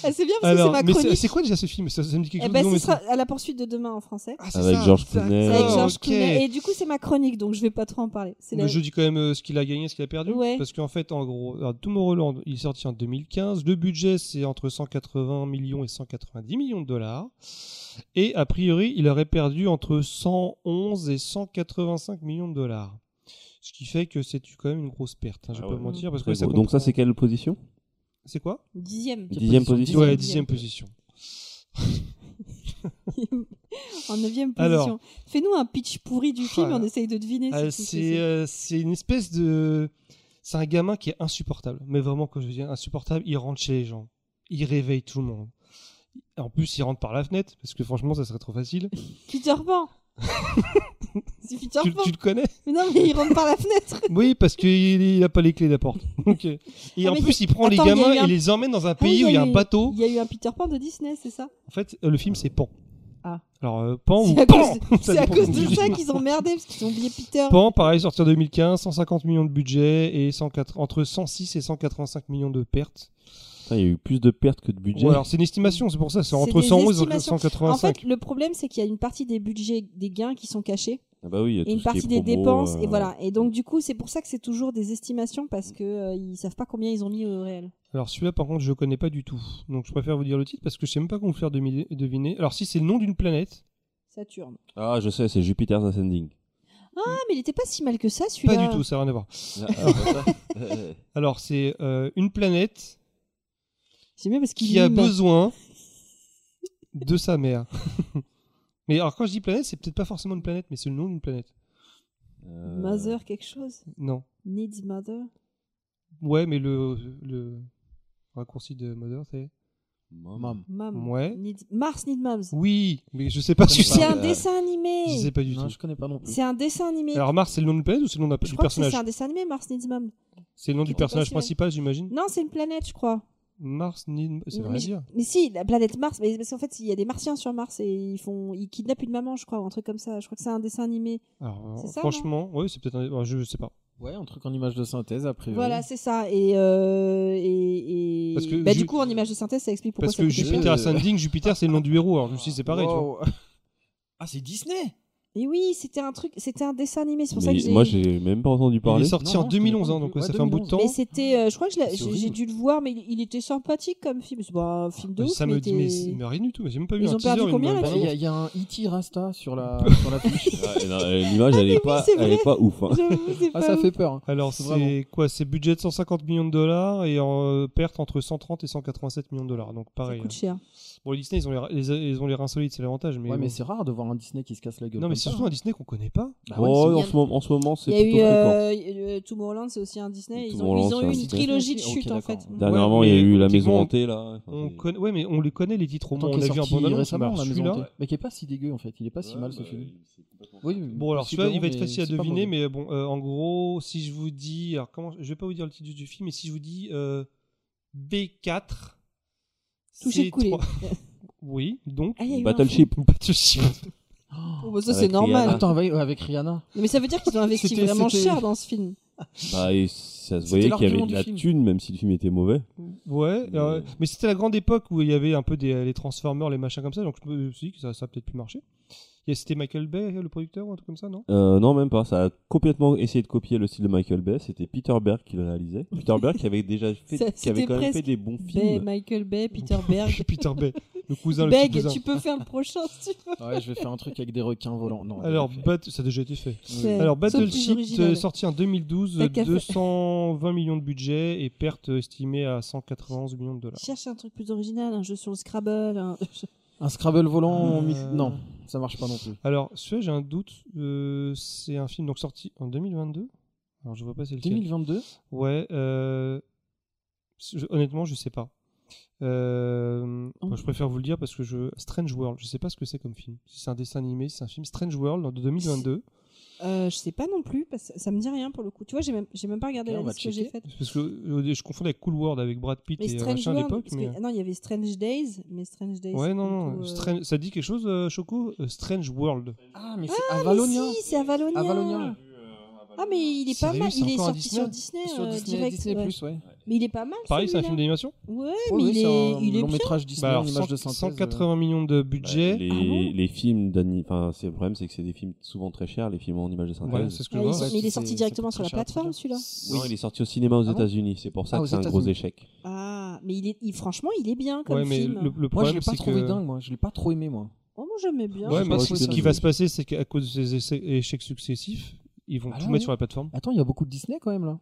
D: Ah, c'est bien parce
A: Alors,
D: que c'est ma
A: mais c'est
D: chronique.
A: c'est quoi déjà ce film ça, ça me dit quelque
D: Eh
A: chose
D: ben,
A: non,
D: ce
A: mais
D: sera à la poursuite de demain en français.
A: Ah, c'est
E: Avec
A: ça,
E: Georges
A: d'accord,
E: Clooney.
D: Avec
E: Ah,
D: Georges
A: ok.
D: Clooney. Et du coup c'est ma chronique donc je vais pas trop en parler. C'est
A: Mais
D: la-
A: je dis quand même euh, ce qu'il a gagné, ce qu'il a perdu.
D: Ouais.
A: Parce qu'en fait, en gros, alors, Tomorrowland, il est sorti en 2015. Le budget, c'est entre 180 millions et 190 millions de dollars. Et a priori, il aurait perdu entre 111 et 185 millions de dollars. Ce qui fait que c'est quand même une grosse perte. hein, je
E: Ah
A: vais
E: ouais.
A: pas mentir. Parce que
E: Très
A: ça
E: gros. Donc ça,
A: comprend-
E: c'est quelle position
A: C'est quoi
D: dixième.
E: Dixième position.
A: Ouais, dixième
D: Dixième.
A: position.
D: (laughs) en neuvième
A: Alors.
D: position. Fais-nous un pitch pourri du film.
A: Ah.
D: On essaye de deviner.
A: Ah,
D: c'est tout, c'est-
A: C'est euh, c'est une espèce de. C'est un gamin qui est insupportable. Mais vraiment, quand je dis insupportable, il rentre chez les gens. Il réveille tout le monde. En plus, il rentre par la fenêtre, parce que franchement, ça serait trop facile.
D: Peter
A: (laughs)
D: Pan C'est Peter
A: Tu,
D: Pan
A: tu le connais
D: Mais non, mais il rentre par la fenêtre
A: Oui, parce qu'il n'a pas les clés de la porte. (laughs) Donc, euh, Et
D: Ah,
A: en
D: mais
A: plus, il prend
D: Attends,
A: les
D: il y a
A: gamins
D: eu
A: et
D: un- Ah
A: les emmène dans un
D: oui,
A: (laughs) pays où il y a un
D: eu-
A: bateau.
D: Il y a eu un Peter Pan de Disney, c'est ça
A: En fait, euh, le film, c'est Pan.
D: Ah.
A: Alors, euh, Pan ou
D: C'est à
A: Pan (laughs)
D: cause,
A: Ça
D: c'est à
A: dépend
D: cause
A: du
D: de
A: film.
D: ça qu'ils ont merdé, parce qu'ils ont oublié Peter.
A: Pan, pareil, sorti en 2015, 150 millions de budget et 104 entre 106 et 185 millions de pertes.
E: Putain, Il y a eu plus de pertes que de budget.
A: Ouais, alors, c'est une estimation, c'est pour ça, c'est
D: C'est
A: entre
D: des
A: 111 et
D: estimations.
A: 185.
D: En fait, le problème, c'est qu'il y a une partie des budgets, des gains qui sont cachés,
E: Ah bah oui, il y a
D: et
E: tout
D: une
E: ce qui est
D: partie des
E: promo,
D: dépenses,
E: euh,
D: et voilà. Et donc, du coup, c'est pour ça que c'est toujours des estimations, parce que euh, ils savent pas combien ils ont mis au réel.
A: Alors celui-là par contre je connais pas du tout. Donc je préfère vous dire le titre parce que je sais même pas comment vous faire demi- deviner. Alors si c'est le nom d'une planète,
D: Saturne.
E: Ah, je sais, c'est Jupiter's Ascending.
D: Ah, mais il était pas si mal que ça,
A: pas
D: celui-là.
A: du tout, ça n'a rien à voir. (laughs)
E: Ah, Eh,
A: Alors c'est euh, une planète
D: C'est bien parce qu'il
A: qui a
D: mime.
A: besoin de sa mère. (laughs) mais alors quand je dis planète, c'est peut-être pas forcément une planète, mais c'est le nom d'une planète.
E: Euh,
D: Mother quelque chose
A: Non.
D: Needs mother
A: Ouais, mais le, le raccourci de Mother, c'est...
E: euh,
C: Oh,
E: Mom.
D: Mom.
A: Ouais.
D: Needs- Mars Need Moms.
A: Oui, mais je sais pas si
D: C'est
A: c'est...
D: un
E: Euh,
D: dessin
A: Je
D: animé
A: sais pas du
C: Non,
A: tout.
C: je connais pas non plus.
D: C'est un dessin animé
A: Alors Mars, c'est le nom d'une planète ou c'est le nom d'un-
D: Je
A: du
D: crois que c'est
A: personnage
D: c'est un dessin animé, Mars Needs Mom.
A: C'est le nom du
D: qui est
A: personnage
D: passé.
A: principal, j'imagine
D: Non, c'est une planète, je crois.
A: Mars, ni... ça veut
D: mais,
A: rien
D: je-
A: dire.
D: mais si, la planète Mars, mais parce qu'en fait, il y a des martiens sur Mars et ils font, ils kidnappent une maman, je crois, ou un truc comme ça. Je crois que c'est un dessin animé.
A: Alors,
D: C'est ça,
A: franchement, oui, c'est peut-être un... alors, Je sais pas.
C: Ouais, un truc en image de synthèse, a priori.
D: Voilà, c'est ça. Et, euh, et, et-
A: Parce que
D: bah,
A: ju-
D: du coup, en image de synthèse, ça explique pourquoi
A: Parce
D: ça
A: que
D: coûte cher.
A: Jupiter Ascending, Jupiter, c'est le nom du héros. Alors, je me suis dit, c'est pareil, tu vois.
C: Wow. (laughs) Ah, c'est Disney
D: Et oui, c'était un truc, c'était un dessin animé, c'est pour ça
E: Mais
D: que j'ai.
E: Moi, j'ai même pas entendu
A: Il
E: parler.
A: est sorti
C: Non,
A: en
C: non, je
A: 2011,
C: connais
A: hein,
C: pas
A: donc
C: non
A: ouais, ça
C: plus.
A: fait un
C: Ouais,
A: bout de temps.
D: Mais c'était, euh, je crois que je l'ai-
C: C'est
D: j'ai
C: horrible.
D: j'ai dû le voir, mais il, il était sympathique comme film. C'est pas un film de ouf,
A: Bah, ça
D: mais
A: me dit, mais,
D: (laughs) t'es-
A: mais rien du tout. J'ai même pas vu
D: Ils
A: un
D: ont perdu
A: teaser. une-
D: combien,
A: une-
D: là,
C: Bah,
D: tu
C: Il y, a- il y a un E.T. Rasta
A: (laughs)
C: sur la, sur la fiche.
E: Ah, non, euh, L'image, elle est pas,
D: c'est
E: elle est
D: vrai.
E: pas ouf. hein.
D: J'avoue, c'est
C: Ah,
D: pas
C: ça
D: ouf.
C: fait peur. hein.
A: Alors,
C: Vraiment.
A: c'est quoi C'est budget de 150 millions de dollars et en euh, perte entre 130 et 187 millions de dollars. Donc,
D: Ça
A: pareil. hein.
D: coûte cher.
A: Bon, les Disney, ils ont les, les- ils ont les reins solides, c'est l'avantage. Mais
C: Ouais,
A: bon.
C: mais c'est rare de voir un Disney qui se casse la gueule.
A: non, mais
C: comme
A: c'est
C: ça.
A: surtout un Disney qu'on connaît pas.
C: Bah ouais,
D: Ah
E: Oh,
D: c'est
E: en,
D: bien.
E: ce moment, en ce moment, c'est
D: Il y a
E: plutôt
D: eu
E: fréquent.
D: euh, euh, Tomorrowland, c'est aussi un Disney. Ils ont,
E: Tomorrowland,
D: ils ont
E: c'est
D: eu
E: un
D: une
E: Disney.
D: trilogie de
C: Ok,
D: chute en fait.
C: d'accord.
E: Dernièrement,
A: Ouais,
E: il y a
A: mais
E: eu La Maison
A: effectivement,
E: Hantée, là.
A: On
E: Enfin,
A: conna- Ouais, mais on les connaît, les titres. Au
C: Tant
A: moins, on
C: qu'il est
A: a vu un
C: sorti
A: bon annonce.
C: récemment, la maison
A: celui-là.
C: hantée. Mais qui est pas si dégueu en fait, il est pas si mal ce film. Oui, oui,
A: Bon, alors
C: possible,
A: celui-là, il va être
C: mais
A: facile à
C: c'est pas
A: deviner,
C: mauvais.
A: mais bon, euh, en gros, si je vous dis. Alors, comment, je vais pas vous dire le titre du film, mais si je vous dis euh, B4.
D: Touché
A: c'est
D: coulé. (laughs)
A: trois- Oui, donc.
D: Ah, il y a eu un
E: Battleship.
A: Battleship.
D: film. Oh, bah, ça
E: Avec
D: c'est normal.
E: Rihanna.
C: Attends, avec, avec Rihanna.
D: Non, Mais ça veut dire qu'ils ont
E: (laughs)
D: investi
C: C'était-
D: vraiment
C: c'était-
D: cher dans ce film.
E: Bah, et ça se
C: C'était
E: voyait qu'il y avait
C: l'argument
E: de
C: du
E: la
C: film.
E: thune, même si le film était mauvais.
A: Ouais,
E: Mais-
A: euh, mais c'était la grande époque où il y avait un peu des, les Transformers, les machins comme ça, donc je me suis dit que ça, ça a peut-être pu marcher. Et C'était Michael Bay, le producteur, ou un truc comme
E: (laughs)
A: ça, non
E: Euh, non, même pas. Ça a complètement essayé de copier le style de Michael Bay. C'était Peter Berg qui le réalisait. Peter Berg qui avait déjà
C: (laughs)
E: fait,
D: Ça,
E: qui avait
D: c'était
E: quand même fait
D: presque
E: des bons
D: Bay,
E: films.
D: Michael Bay,
A: (laughs)
D: Peter Berg.
A: Peter Bay, le cousin, le petit
D: Beg,
A: cousin.
D: tu peux faire le prochain si tu veux.
C: Ouais, je vais faire un truc avec des requins volants. Non,
A: Alors,
C: déjà fait.
A: Bat- ça a déjà été fait.
D: C'est-
A: Alors
D: c'est plus
A: Battleship
D: original.
A: euh, sorti en 2012,
D: T'as qu'à faire.
A: 220 millions de budget et perte estimée à 191 millions de dollars.
D: Cherche un truc plus original, un jeu sur le Scrabble. un- (laughs)
C: un Scrabble volant.
A: Euh,
C: mi- Non, ça marche pas non plus.
A: Alors celui-là j'ai un doute, euh, c'est un film donc sorti en 2022. Alors je vois pas c'est lequel.
C: 2022
A: Ouais, euh, je- honnêtement je sais pas. Euh,
D: Oh.
A: bah, je préfère vous le dire parce que je Strange World, je sais pas ce que c'est comme film. Si c'est un dessin animé, si c'est un film Strange World de 2022.
D: Euh, je sais pas non plus, parce que ça me dit rien pour le coup. Tu vois, j'ai même, j'ai même pas regardé
C: Ok,
D: la
C: on va
D: liste que j'ai
C: checker.
D: faite.
A: Parce que euh, je confondais avec Cool World avec Brad Pitt
D: Mais
A: et euh,
D: Strange
A: machin à
D: World,
A: l'époque.
D: parce que-
A: mais-
D: ah non, il y avait Strange Days, mais Strange Days.
A: Ouais,
D: c'est
A: non, non.
D: plutôt, euh,
A: Strange- Ça dit quelque chose, euh, Choco Euh, Strange World.
C: Ah, mais c'est
D: Ah, mais
C: Avalonia.
D: si, c'est Avalonia.
C: Avalonia.
D: Ah, mais il est pas
A: Sérieux,
D: mal.
A: c'est
D: Il est
A: encore à
D: sorti sur Disney,
C: Sur
D: euh,
C: Disney,
D: direct.
C: Disney
D: ouais.
C: Plus, ouais.
D: Mais il est pas mal.
A: Pareil, c'est un
D: celui-là.
A: film d'animation
D: Ouais,
C: Ouais,
D: mais
C: ouais,
D: il
C: c'est
D: est,
C: un
D: il est
C: long
D: bien.
C: métrage Disney
A: Bah,
C: en
A: alors,
C: image de
A: 100-
C: synthèse. euh. Bah,
A: 180 millions de budget.
E: Bah, les,
D: Ah bon
E: les films d'anime. Enfin, c'est le problème, c'est que c'est des films souvent très chers, les films en image de synthèse.
A: Ouais, c'est ce que
D: Ah,
A: je
D: il
A: vois.
D: sort-
C: ouais,
D: mais il
C: c'est-
D: est sorti
C: c'est-
D: directement
C: c'est
D: sur la
C: très cher,
D: plateforme,
C: très cher.
D: celui-là.
E: Non, il est sorti au cinéma aux
C: Ah bon
E: États-Unis. C'est pour ça
C: Ah,
E: que
C: aux
E: c'est un gros
C: États-Unis.
E: échec.
D: Ah, mais il est, il- franchement, il est bien comme
A: Ouais, mais
D: film.
A: le, le
C: Moi, je
A: problème,
C: l'ai pas
A: c'est
C: trouvé
A: que.
C: dingue, moi. Je l'ai pas trop aimé, moi.
D: Oh, moi j'aimais bien.
A: Ouais,
E: Je
A: mais
E: crois
A: c'est-
E: aussi
A: ce
E: que-
A: qui va se passer, c'est qu'à cause de ces essais- échecs successifs, ils vont
C: Ah,
A: tout
C: là,
A: mettre
C: oui.
A: sur la plateforme.
C: Attends, il y a beaucoup de Disney quand même là.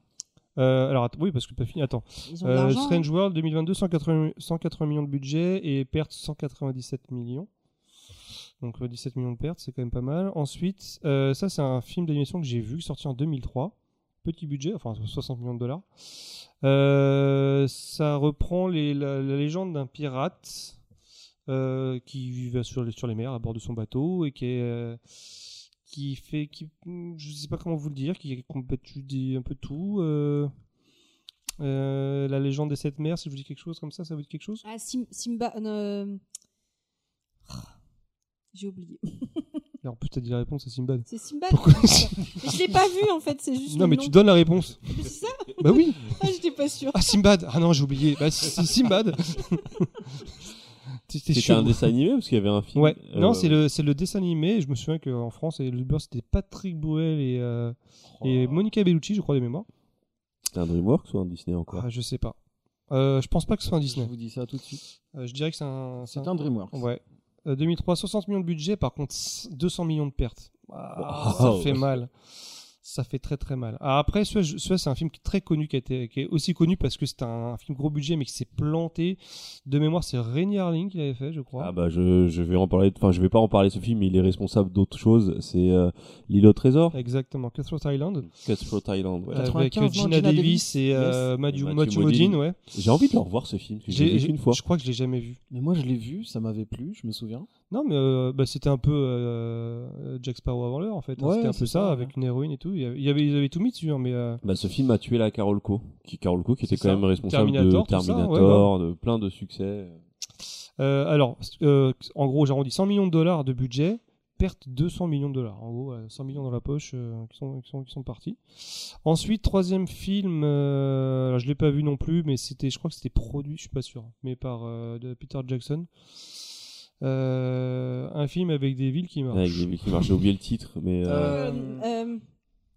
A: Euh, alors, att- oui, parce que pas fini. Attends.
D: Ils ont de
A: Euh,
D: l'argent, hein.
A: Strange World 2022, 180, 180 millions de budget et perte 197 millions. Donc euh, 17 millions de pertes, c'est quand même pas mal. Ensuite, euh, ça c'est un film d'animation que j'ai vu, sorti en 2003. petit budget, enfin 60 millions de dollars. Euh, ça reprend les- la, la légende d'un pirate euh, qui vivait sur les, sur les mers à bord de son bateau et qui est, euh, qui fait, qui, hmm, je sais pas comment vous le dire, qui a combattu des- un peu tout. euh, euh, la légende des sept mers, si je vous dis quelque chose comme ça, ça vous dit quelque chose
D: Ah, Sim- Simba. euh, non, euh, J'ai oublié.
A: Alors peut-être dit la réponse, c'est Simbad.
D: C'est Simba.
A: Pourquoi (laughs)
D: Mais je l'ai pas vu en fait, c'est juste.
A: Non
D: le
A: mais
D: nom.
A: tu donnes la réponse.
D: C'est ça
A: bah oui.
D: Ah, J'étais pas sûre.
A: Ah Simbad. Ah non, j'ai oublié. Bah c'est c'est Simbad. T'es
E: C'était un
A: chelou.
E: dessin animé parce qu'il y avait un film.
A: Ouais.
E: Euh,
A: non, c'est le c'est le dessin animé. Je me souviens qu'en France, et le beurre c'était Patrick Bruel et euh,
E: Oh
A: et Monica Bellucci, je crois de mémoire.
E: C'était un DreamWorks ou un Disney encore
A: Ah, je sais pas. Euh, je pense pas que ce soit un
C: Je
A: Disney.
C: vous dis ça tout de suite.
A: Euh, je dirais que c'est un. c'est
C: C'est un DreamWorks.
A: Ouais. Euh, 2003, 60 millions de budget, par contre 200 millions de pertes. Ah,
E: Wow.
A: Ça fait mal. Ça fait très très mal. Ah, après, celui c'est un film qui est très connu, qui, a été- qui est aussi connu parce que c'est un, film gros budget, mais qui s'est planté. De mémoire, c'est Rainy Harling qui l'avait fait, je crois.
E: Ah bah je, je vais en parler, enfin je vais pas en parler de ce film, mais il est responsable d'autre chose, c'est euh, l'île au trésor,
A: Exactement, Cutthroat Island,
E: Cutthroat Island. ouais.
C: Euh,
A: avec euh,
C: 95, non,
A: Gina
C: Gina
A: Davis,
C: Davis.
A: et euh, Matthew,
E: Matthew
A: Matthew
E: Modine.
A: Modine, ouais.
E: J'ai envie de le revoir ce film, parce que j'ai
A: J'ai-
E: vu qu'une fois.
A: Je crois que je l'ai jamais vu.
C: Mais moi, je l'ai vu, ça m'avait plu, je me souviens.
A: Non, mais euh, bah, c'était un peu euh, Jack Sparrow avant l'heure, en fait. hein.
C: Ouais,
A: c'était un
C: c'est
A: peu ça,
C: ça,
A: avec une héroïne et tout. Il y avait, il y avait- ils avaient tout mis dessus, hein, mais. euh,
E: Bah, ce film a tué la Carol Co, qui, Carol Co, qui était
A: C'est
E: quand
A: ça.
E: même responsable
A: Terminator,
E: de
A: tout ça, ouais,
E: Terminator, de plein de succès.
A: Euh, alors, euh, en gros, j'arrondis 100 millions de dollars de budget, perte 200 millions de dollars. En gros, euh, 100 millions dans la poche euh, qui, sont, qui, sont, qui sont partis. Ensuite, troisième film, euh, alors je l'ai pas vu non plus, mais c'était, je crois que c'était produit, je suis pas sûr, mais par euh, de Peter Jackson. Euh, un film avec des villes qui marchent.
E: Avec des- qui marche, j'ai oublié le titre, mais euh,
C: Euh,
D: Euh, euh,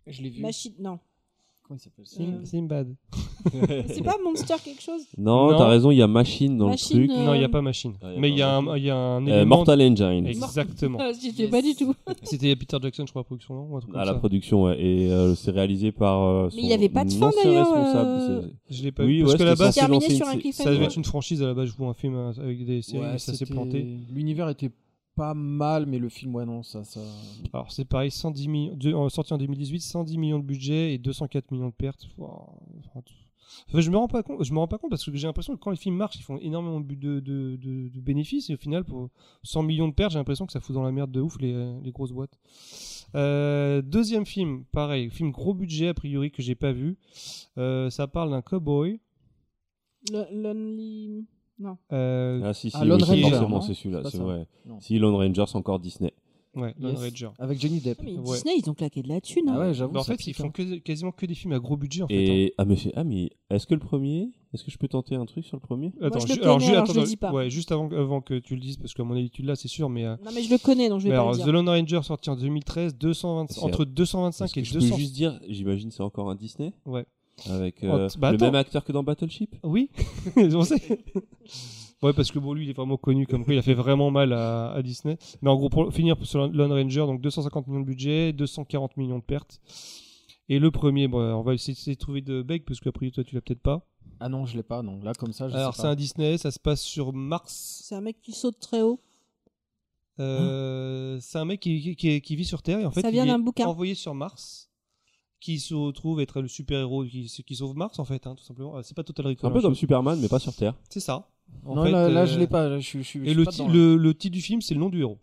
C: Je l'ai vu.
D: machine. Non.
C: Comment il s'appelle ça
A: Sim-
D: Bah, euh,
A: Simbad.
D: (laughs) C'est
A: (laughs)
D: pas Monster quelque chose
E: non,
A: Euh, Non.
E: t'as raison, il y a Machine dans
D: Machine,
E: le truc.
D: euh,
A: Non, il n'y a pas machine.
E: Ah, y a
A: mais
E: pas
A: il y, a un- il y a un
E: Euh,
A: élément.
E: Mortal
D: (laughs)
E: Engine
A: Exactement.
D: Ah, J'y étais
C: Yes.
D: pas du tout.
A: C'était Peter Jackson, je crois, production, non ou un truc
E: à
A: comme
E: la
A: ça.
E: production ouais, et euh, c'est réalisé par euh, son
D: Mais il y avait pas de fin,
E: ancien
D: d'ailleurs,
E: responsable.
D: euh,
E: c'est-
A: Je l'ai pas
E: Oui,
A: vu. Parce
E: ouais,
A: que là
E: c'était
A: bas
E: censé
D: Terminé
E: lancer
D: sur
E: une
D: un
E: sé-
A: Ça
D: cliffhanger.
A: devait
D: Ouais.
A: être une franchise à la base, je vois un film euh, avec des séries,
C: Ouais,
A: mais ça s'est
C: c'était-
A: planté.
C: L'univers était pas mal, mais le film, ouais, non, ça. ça...
A: Alors c'est pareil, 110 millions, de- euh, sorti en 2018, 110 millions de budget et 204 millions de pertes. Wow. Enfin, tout- Enfin, je me rends pas compte, je me rends pas compte parce que j'ai l'impression que quand les films marchent, ils font énormément de, bu- de, de, de- de bénéfices et au final pour 100 millions de pertes, j'ai l'impression que ça fout dans la merde de ouf les, euh, les grosses boîtes. Euh, deuxième film, pareil, film gros budget a priori que j'ai pas vu. Euh, ça parle d'un cowboy.
D: Le- Lonely.
A: Euh,
E: Ah si si,
C: Ah, Lone
E: oui, c'est
A: Ranger,
E: forcément
C: non
E: c'est celui-là,
C: C'est pas
E: c'est
C: ça.
E: vrai.
C: Non.
E: Si Lone Ranger, c'est encore Disney.
A: ouais, Lone
C: Yes.
A: Ranger.
C: Avec Johnny Depp.
D: Ah, mais
A: Ouais.
D: Disney, ils ont claqué de la thune. hein.
C: Ah ouais,
A: Bah,
C: j'avoue.
A: en
C: ça
A: fait,
C: pique,
A: ils
C: hein.
A: font que- quasiment que des films à gros budget en fait. hein.
E: Et ah mais c'est- ah mais est-ce que le premier, est-ce que je peux tenter un truc sur le premier
D: Moi, je le
A: ju-
D: connais,
A: ju-
D: alors je
A: attends,
D: le dis pas.
A: ouais, juste avant, avant que tu le dises, parce qu'à mon habitude là, c'est sûr, mais. euh,
D: Non, mais je le connais, donc je vais
A: mais
D: pas
A: alors,
D: le
A: The
D: dire.
A: Lone Ranger sorti en 2013, 220
E: C'est-
A: entre 225 et
E: Est-ce que Je
A: 200.
E: peux juste dire, j'imagine c'est encore un Disney
A: Ouais.
E: Avec euh,
A: Oh, bah
E: le
A: attends.
E: même acteur que dans Battleship
A: Ah Oui, (laughs) on sait. ouais, parce que bon, lui, il est vraiment connu comme quoi il a fait vraiment mal à, à Disney. Mais en gros, pour finir sur Lone Ranger, donc 250 millions de budget, 240 millions de pertes. Et le premier, bon, on va essayer de trouver de bec, parce qu'a priori, toi, tu l'as peut-être pas.
C: Ah non, je l'ai pas, non. Là, comme ça, je
A: Alors,
C: sais
A: c'est
C: pas.
A: un Disney, ça se passe sur Mars.
D: C'est un mec qui saute très haut.
C: Hein
A: Euh, c'est un mec qui, qui- qui- qui vit sur Terre et en fait
D: Ça vient
A: il
D: d'un
A: est
D: bouquin.
A: envoyé sur Mars qui se retrouve être le super héros qui, qui sauve Mars en fait hein, tout simplement Euh, c'est pas Total
E: C'est
A: Recall
E: un peu
A: hein,
E: comme
A: je-
E: Superman, mais pas sur
A: (laughs)
E: Terre.
A: c'est ça En
C: Non,
A: fait,
C: là, là,
A: euh,
C: je l'ai pas. là, Je, suis- je, suis- je
A: et
C: suis
A: le,
C: pas
A: ti-
C: dedans, là.
A: le, le titre du film c'est le nom du héros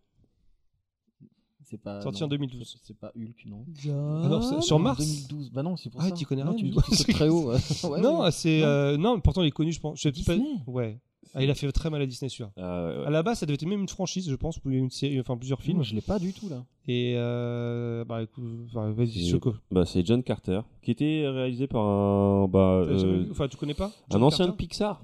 C: C'est pas.
A: sorti
C: non,
A: en 2012.
C: c'est- C'est pas Hulk, non.
A: Ah Alors, c'est- sur Mars
C: 2012. Bah non, c'est pour
A: Ah,
C: ça.
A: t'y connais
C: Ouais,
A: rien, tu
C: mais
A: vois.
C: c'est très
A: (laughs)
C: haut. ouais. Ouais,
A: non
C: ouais.
A: c'est euh, non pourtant il est connu je pense je sais pas-
C: Disney.
A: ouais Ah, il a fait très mal à Disney celui-là
E: Euh, ouais.
A: à la base ça devait être même une franchise je pense ou une série enfin plusieurs
C: Film,
A: films
C: je l'ai pas du tout là.
A: et euh, bah écoute enfin,
E: Et-
A: vas-y Choco
C: euh,
E: Bah, c'est John Carter, qui était réalisé par un, bah,
A: T'as jamais
E: euh,
A: vu- enfin tu connais pas
E: un
A: John
E: ancien de
A: Carter
E: Pixar.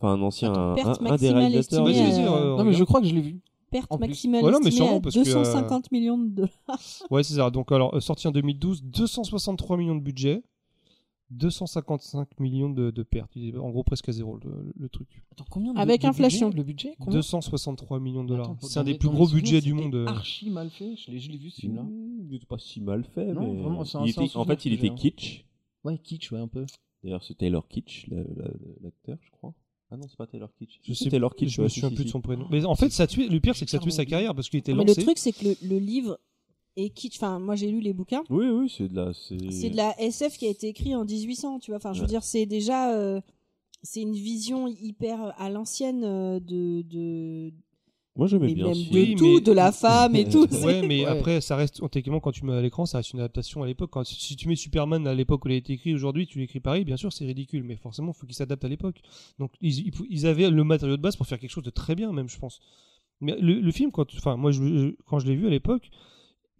E: Enfin, un ancien,
D: Attends,
E: un,
D: perte
E: un- un des
D: maximale
E: réalisateurs.
D: estimée
A: Vas-y, vas-y,
D: euh,
A: euh,
C: Non, mais
A: regarde.
C: je crois que je l'ai vu.
D: Perte
C: en plus.
D: maximale
A: Ouais, non, mais
D: estimée
A: sûrement,
D: à
A: parce que, euh,
D: 250 millions de dollars.
A: Ouais, c'est ça. Donc, alors, euh, sorti en 2012, 263 millions de budget, 255 millions de, de pertes. Il est en gros presque à zéro le, le truc.
C: Attends, combien de-
D: Avec
C: de budget
D: inflation.
C: Le budget combien
A: 263 millions de dollars.
C: Attends,
A: C'est
C: dans
A: un des
C: mes-
A: plus
C: dans mes
A: gros
C: souvenirs,
A: budgets du
C: c'était
A: monde. euh. Mm.
C: Archi mal fait. Je l'ai je l'ai vu ce film-là.
E: Il était pas si mal fait,
C: Non,
E: mais
C: vraiment, c'est un-
E: il
C: c'est un
E: était- en fait, il
C: souvenir
E: était
C: que
E: kitsch.
C: Ouais, kitsch, ouais, un peu.
E: D'ailleurs, c'est Taylor Kitsch, la- la- l'acteur, je crois. Ah non, c'est pas Taylor Kitsch.
A: Je
E: C'est
A: sais
E: Taylor Kitsch.
A: Je me
E: ouais,
A: souviens
E: si,
A: plus
E: si,
A: de
E: si.
A: son prénom. Mais en fait, ça a tué, le pire, c'est que ça a tué sa carrière parce qu'il était
D: Ah, Mais le
A: lancé.
D: truc, c'est que le, le livre et qui, enfin, moi j'ai lu les bouquins.
E: Oui, oui, c'est de la.
D: C'est de la SF qui a été écrite en 1800, tu vois. Enfin, je veux
E: Ouais.
D: dire, c'est déjà, euh, c'est une vision hyper à l'ancienne euh, de, de,
E: Moi, j'aimais
D: mais
E: bien.
D: même
E: ce
D: de
E: film.
A: Oui,
D: tout,
A: mais-
D: de la femme
A: (laughs)
D: et tout. c'est-
A: Ouais, mais
C: Ouais.
A: après, ça reste, techniquement, quand tu mets à l'écran, ça reste une adaptation à l'époque. Quand- Si tu mets Superman à l'époque où il a été écrit, aujourd'hui, tu l'écris pareil, bien sûr, c'est ridicule, mais forcément, faut il faut qu'il s'adapte à l'époque. Donc, ils, ils pou- ils avaient le matériau de base pour faire quelque chose de très bien, même, je pense. Mais le, le film, quand, enfin, moi, je- je- quand je l'ai vu à l'époque,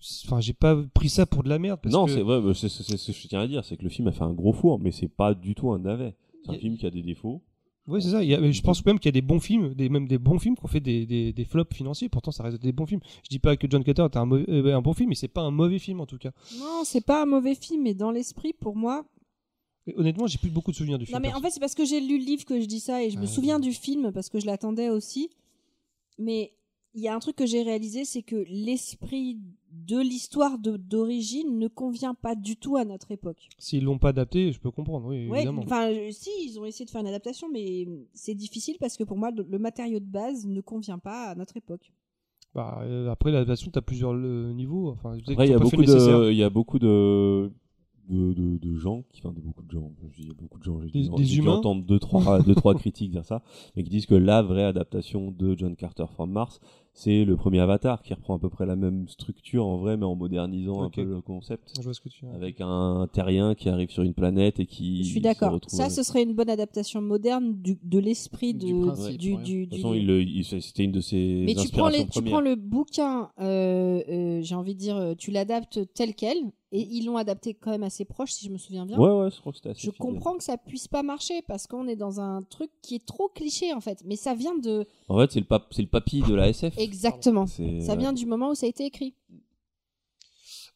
A: c'est- enfin, j'ai pas pris ça pour de la merde. Parce
E: non,
A: que...
E: c'est vrai, bah, c'est c'est- c'est ce que je tiens à dire, c'est que le film a fait un gros four, mais c'est pas du tout un navet. C'est
A: Y
E: un
A: a-
E: film qui a des défauts.
A: Oui, c'est ça. Il y a- je pense même qu'il y a des bons films, des, même des bons films qui ont fait des, des, des flops financiers. Pourtant, ça reste des bons films. Je dis pas que John Carter est un, mauvais- euh, un bon film, mais c'est pas un mauvais film en tout cas.
D: Non, c'est pas un mauvais film, mais dans l'esprit, pour moi.
A: Et honnêtement, j'ai plus beaucoup de souvenirs du film.
D: Non, mais en fait, c'est parce que j'ai lu le livre que je dis ça et je me
A: Ah,
D: souviens du film parce que je l'attendais aussi. Mais il y a un truc que j'ai réalisé, c'est que l'esprit de l'histoire de- d'origine ne convient pas du tout à notre époque.
A: S'ils l'ont pas adapté, je peux comprendre, oui,
D: Ouais,
A: évidemment.
D: enfin, je- si, ils ont essayé de faire une adaptation, mais c'est difficile parce que pour moi, le le matériau de base ne convient pas à notre époque.
A: Bah, euh, après, l'adaptation, t'as plusieurs euh, niveaux. Enfin, peut-être qu'ils
E: Après, il y, a
A: ont pas fait le
E: beaucoup
A: nécessaire.
E: de, il y a beaucoup de, de, de, de gens, qui, enfin, de beaucoup de gens, je dis il y a beaucoup de gens, j'ai
A: Des-
E: dû-
A: des
E: j'ai dû
A: humains
E: entendre
A: (laughs)
E: deux, trois, deux, trois critiques vers ça, mais qui disent que la vraie adaptation de John Carter from Mars, c'est le premier Avatar, qui reprend à peu près la même structure en vrai, mais en modernisant
A: Ok.
E: un peu le concept.
A: Je vois ce que tu veux.
E: Avec un terrien qui arrive sur une planète et qui.
D: je suis
E: se
D: d'accord.
E: retrouve
D: Ça,
E: avec-
D: ce serait une bonne adaptation moderne du- de l'esprit de-
C: Du principe,
D: du,
C: ouais.
D: du-
E: De
D: du-
E: toute façon, il le- il- c'était une de ses
D: Mais tu prends, les-
E: inspirations
D: tu
E: premières.
D: prends le bouquin, euh, euh, j'ai envie de dire, euh, tu l'adaptes tel quel, et ils l'ont adapté quand même assez proche, si je me souviens bien.
E: Ouais, ouais, je crois que c'était assez
D: je
E: fidèle.
D: comprends que ça puisse pas marcher parce qu'on est dans un truc qui est trop cliché en fait, mais ça vient de
E: En fait, c'est le, pap- c'est le papy de la SF.
D: exactement,
E: C'est- euh,
D: ça vient du moment où ça a été écrit.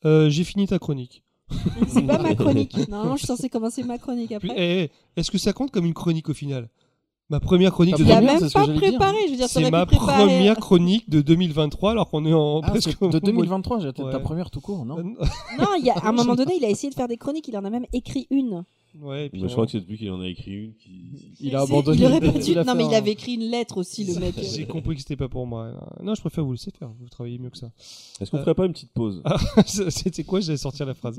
A: Euh, j'ai fini ta chronique.
D: C'est pas ma chronique. Normalement, je suis censée commencer ma chronique
A: Puis,
D: après.
A: eh, eh, Est-ce que ça compte comme une chronique au final Ma première chronique
C: Ta
A: de
D: Il a
C: première,
D: même
C: c'est ce que
D: pas
C: j'allais dire.
D: préparé. Je veux dire,
A: C'est
D: t'aurais
A: ma
D: pu préparer.
A: première chronique de 2023 alors qu'on est en
C: Ah,
A: presque
C: c'est
A: au
C: de
A: mois Euh,
C: 2023, j'ai peut-être ta
A: Ouais.
C: première tout court, non
D: Non, il y a, à un moment donné, il a essayé de faire des chroniques. Il en a même écrit une.
A: Ouais, et puis
E: Mais je
A: on-
E: crois que c'est depuis qu'il en a écrit une. qui-
C: Il a
D: C'est-
C: abandonné.
D: Il aurait
C: l'idée.
D: perdu.
C: Il a
D: Non,
C: fait
D: mais il
C: un-
D: avait écrit une lettre aussi, le mec.
A: (laughs) J'ai compris que c'était pas pour moi. Non, je préfère vous laisser faire. Vous travaillez mieux que ça. (laughs)
E: Est-ce qu'on
A: Euh,
E: ferait pas une petite pause
A: c'était quoi J'allais sortir la phrase.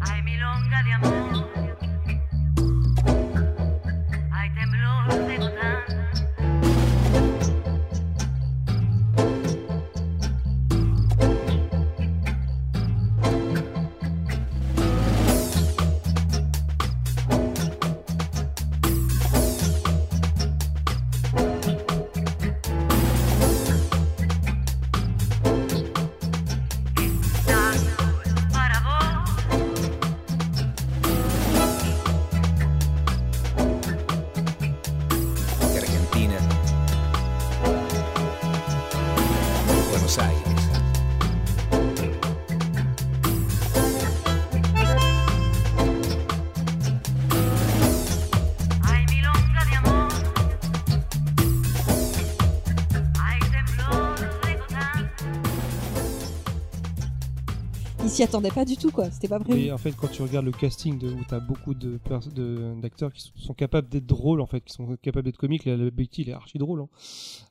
F: Hay milonga de amor, hay temblor de gotán. Tango para vos.
G: de Argentina, Buenos Aires.
F: Hay milonga de amor, hay temblor de gotán.
D: Il s'y attendait pas du tout, quoi. C'était pas prévu.
A: Et en fait, quand tu regardes le casting de, où t'as beaucoup de pers- de- d'acteurs qui sont, sont capables d'être drôles, en fait, qui sont capables d'être comiques, la, la Betty, elle est archi drôle. Hein.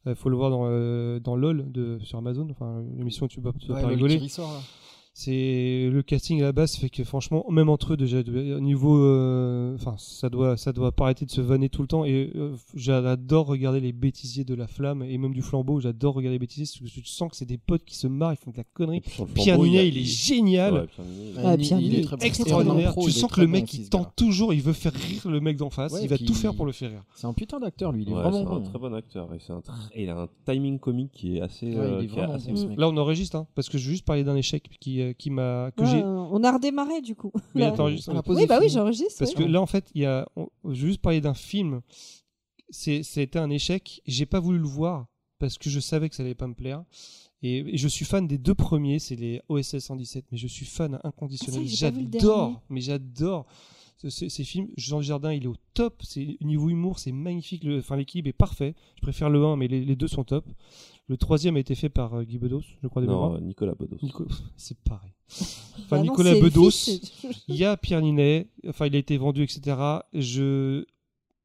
A: Euh, faut le voir dans, euh, dans LOL de, sur Amazon, enfin, l'émission où tu vas tu vas
C: Ouais,
A: pas
C: le
A: rigoler.
C: qui ressort, là.
A: C'est le casting à la base fait que franchement, même entre eux déjà, de- au niveau, euh, enfin, ça doit, ça doit pas arrêter de se vanner tout le temps. Et euh, j'adore regarder les bêtisiers de la flamme et même du flambeau. J'adore regarder les bêtisiers parce que tu sens que c'est des potes qui se marrent, ils font de la connerie.
E: Sur le flambeau,
A: Pierre
E: il y a-
A: Ninet, il est génial.
E: Ouais, Pierre Ninet, il est-
D: Ah,
C: il-
D: Pierre
C: il
D: Ninet
C: est
D: est
C: très bon. Et en
A: extraordinaire.
C: pro,
A: Tu
C: il est
A: sens que
C: très
A: le
C: bon,
A: mec
C: ce
A: il
C: gars-là.
A: tente toujours, il veut faire rire le mec d'en face,
C: Ouais,
A: il va
C: puis
A: tout faire pour le faire rire.
C: C'est un putain d'acteur, lui. Il est
E: Ouais,
C: vraiment
E: c'est un
C: bon. hein.
E: très bon acteur. Et, c'est un tr- et il a un timing comique qui est assez.
C: Ouais,
E: euh,
C: il est
E: qui est
C: vraiment
E: assez-
C: bon, ce mec.
A: Là on enregistre hein, parce que je veux juste parler d'un échec qui, euh, qui m'a que
D: Ouais,
A: j'ai.
D: on a redémarré du coup.
A: Mais
D: Là.
A: attends, juste-
C: On a posé
D: oui, bah oui,
C: fini.
D: j'enregistre.
A: Parce que
D: ouais.
A: là, en fait, il y a. on- je vais juste parler d'un film. C'est- C'était un échec. J'ai pas voulu le voir parce que je savais que ça allait pas me plaire. Et, et je suis fan des deux premiers, c'est les OSS 117. Mais je suis fan
D: Ah,
A: inconditionnel.
D: ça, j'ai pas vu le dernier.
A: j'adore, mais j'adore. ce- ces, ces films. Jean Jardin, il est au top. C'est niveau humour, c'est magnifique. Le- Enfin, l'équilibre est parfait. Je préfère le 1, mais les, les deux sont top. Le troisième a été fait par euh, Guy Bedos, je crois de
E: Non,
A: mémoire.
E: euh, Nicolas Bedos.
A: hein. Nico- C'est
D: (laughs)
A: pareil. Enfin,
D: Bah non,
A: Nicolas
D: c'est le
A: Bedos.
D: fils.
A: Il y a Pierre Ninet, enfin il a été vendu, etc. Je...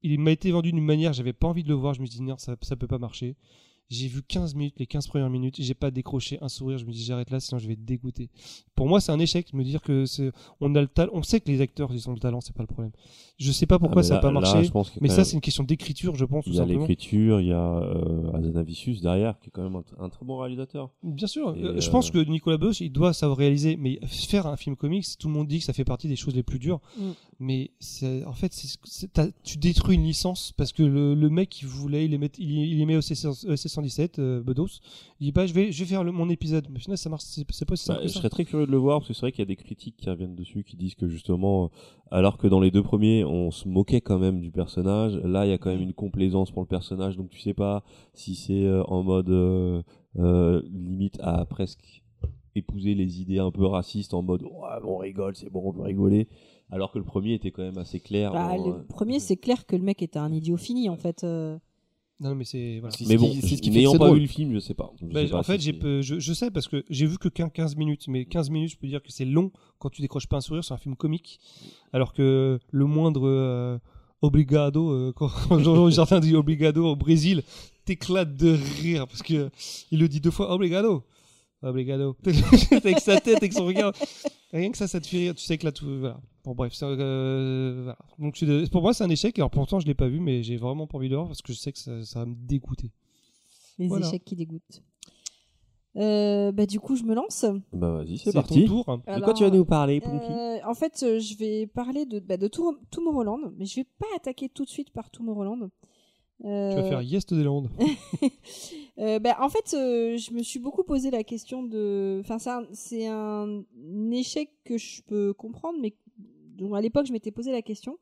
A: Il m'a été vendu d'une manière, j'avais pas envie de le voir, je me dis non, ça, ça peut pas marcher. J'ai vu 15 minutes, les 15 premières minutes, j'ai pas décroché un sourire, je me dis j'arrête là, sinon je vais être dégoûté. Pour moi, c'est un échec de me dire que c'est... on a le talent, on sait que les acteurs ils ont le talent, c'est pas le problème. Je sais pas pourquoi
E: Ah, mais
A: ça
E: là-
A: a pas
E: là,
A: marché,
E: je pense que
A: mais
E: quand
A: ça
E: même,
A: c'est une question d'écriture, je pense, tout
E: Il y a
A: simplement.
E: l'écriture, il y a euh, Azanavicius derrière, qui est quand même un, un très bon réalisateur.
A: Bien sûr,
E: Et,
A: euh, je
E: euh,
A: pense que Nicolas Bedos, il doit savoir réaliser, mais faire un film comics, tout le monde dit que ça fait partie des choses les plus dures.
D: Mm.
A: Mais c'est- en fait, c'est- c'est- t'as- tu détruis une licence parce que le, le mec, il voulait, il aimait, il, il aimait EC 117, euh, Bedos. Il dit, bah, je vais, je vais faire le- mon épisode. Mais au final, ça marche, c'est c'est pas aussi
E: Bah,
A: simple que
E: je
A: ça.
E: serais très curieux de le voir, parce que c'est vrai qu'il y a des critiques qui reviennent dessus, qui disent que justement, euh, alors que dans les deux premiers, on se moquait quand même du personnage, là, il y a quand même une complaisance pour le personnage, donc tu sais pas si c'est euh, en mode euh, euh, limite à presque épouser les idées un peu racistes, en mode Ouais, on rigole, c'est bon, on peut rigoler, alors que le premier était quand même assez clair.
D: Bah,
E: dans,
D: le
E: euh,
D: premier, c'est clair que le mec était un idiot fini en fait. euh.
A: Non, mais c'est, voilà.
C: C'est ce
E: Mais bon,
C: qui- c'est ce qui fait que
E: n'ayant
C: c'est
E: pas
C: drôle.
E: vu le film, je sais pas. Je
A: Bah,
E: sais pas
A: en
E: si
A: fait, j'ai
E: c'est-
A: peu- je, je sais parce que j'ai vu que qu'un 15 minutes, mais 15 minutes, je peux dire que c'est long quand tu décroches pas un sourire sur un film comique, alors que le moindre euh, obligado, euh, (laughs) quand Jean-Jean
E: (laughs)
A: Jardin dit obligado au Brésil, t'éclates de rire parce que euh, il le dit deux fois obligado, obligado, (laughs) avec sa tête, avec son regard, rien que ça, ça te fait rire, tu sais que là tout, voilà. Bon bref, c'est, euh, voilà. donc je suis désolé. pour moi c'est un échec. Alors pourtant je l'ai pas vu, mais j'ai vraiment pas envie de le voir parce que je sais que ça, ça va me dégoûter.
D: Les
A: Voilà.
D: échecs qui dégoûtent. Euh, bah, du coup, je me lance.
E: Bah, vas-y, c'est
A: ton
E: parti.
A: tour. hein.
E: De quoi
D: Alors,
E: tu vas nous parler, Punky
D: euh, En fait, euh, je vais parler de, bah, de Tour- Tomorrowland, mais je vais pas attaquer tout de suite par Tomorrowland. Euh,
A: Tu vas faire Yes des Landes.
D: euh, bah, en fait, euh, je me suis beaucoup posé la question de. Enfin, c'est un- c'est un, échec que je peux comprendre, mais dont à l'époque, je m'étais posé la question.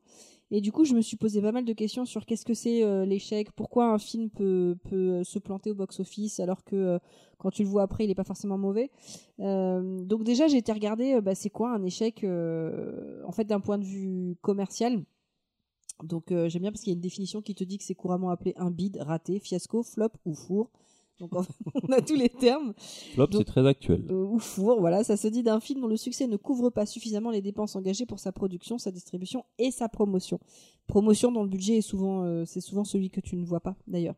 D: Et du coup, je me suis posé pas mal de questions sur qu'est-ce que c'est euh, l'échec, pourquoi un film peut, peut euh, se planter au box-office alors que euh, quand tu le vois après, il n'est pas forcément mauvais. Euh, donc déjà, j'ai été regarder euh, bah, c'est quoi un échec euh, en fait d'un point de vue commercial. Donc euh, j'aime bien parce qu'il y a une définition qui te dit que c'est couramment appelé un bid, raté, fiasco, flop ou four. Donc en fait, on (laughs) a tous les termes.
E: Flop,
D: donc-
E: c'est très actuel.
D: Euh, ou four, voilà, ça se dit d'un film dont le succès ne couvre pas suffisamment les dépenses engagées pour sa production, sa distribution et sa promotion. Promotion dont le budget est souvent, euh, c'est souvent celui que tu ne vois pas d'ailleurs.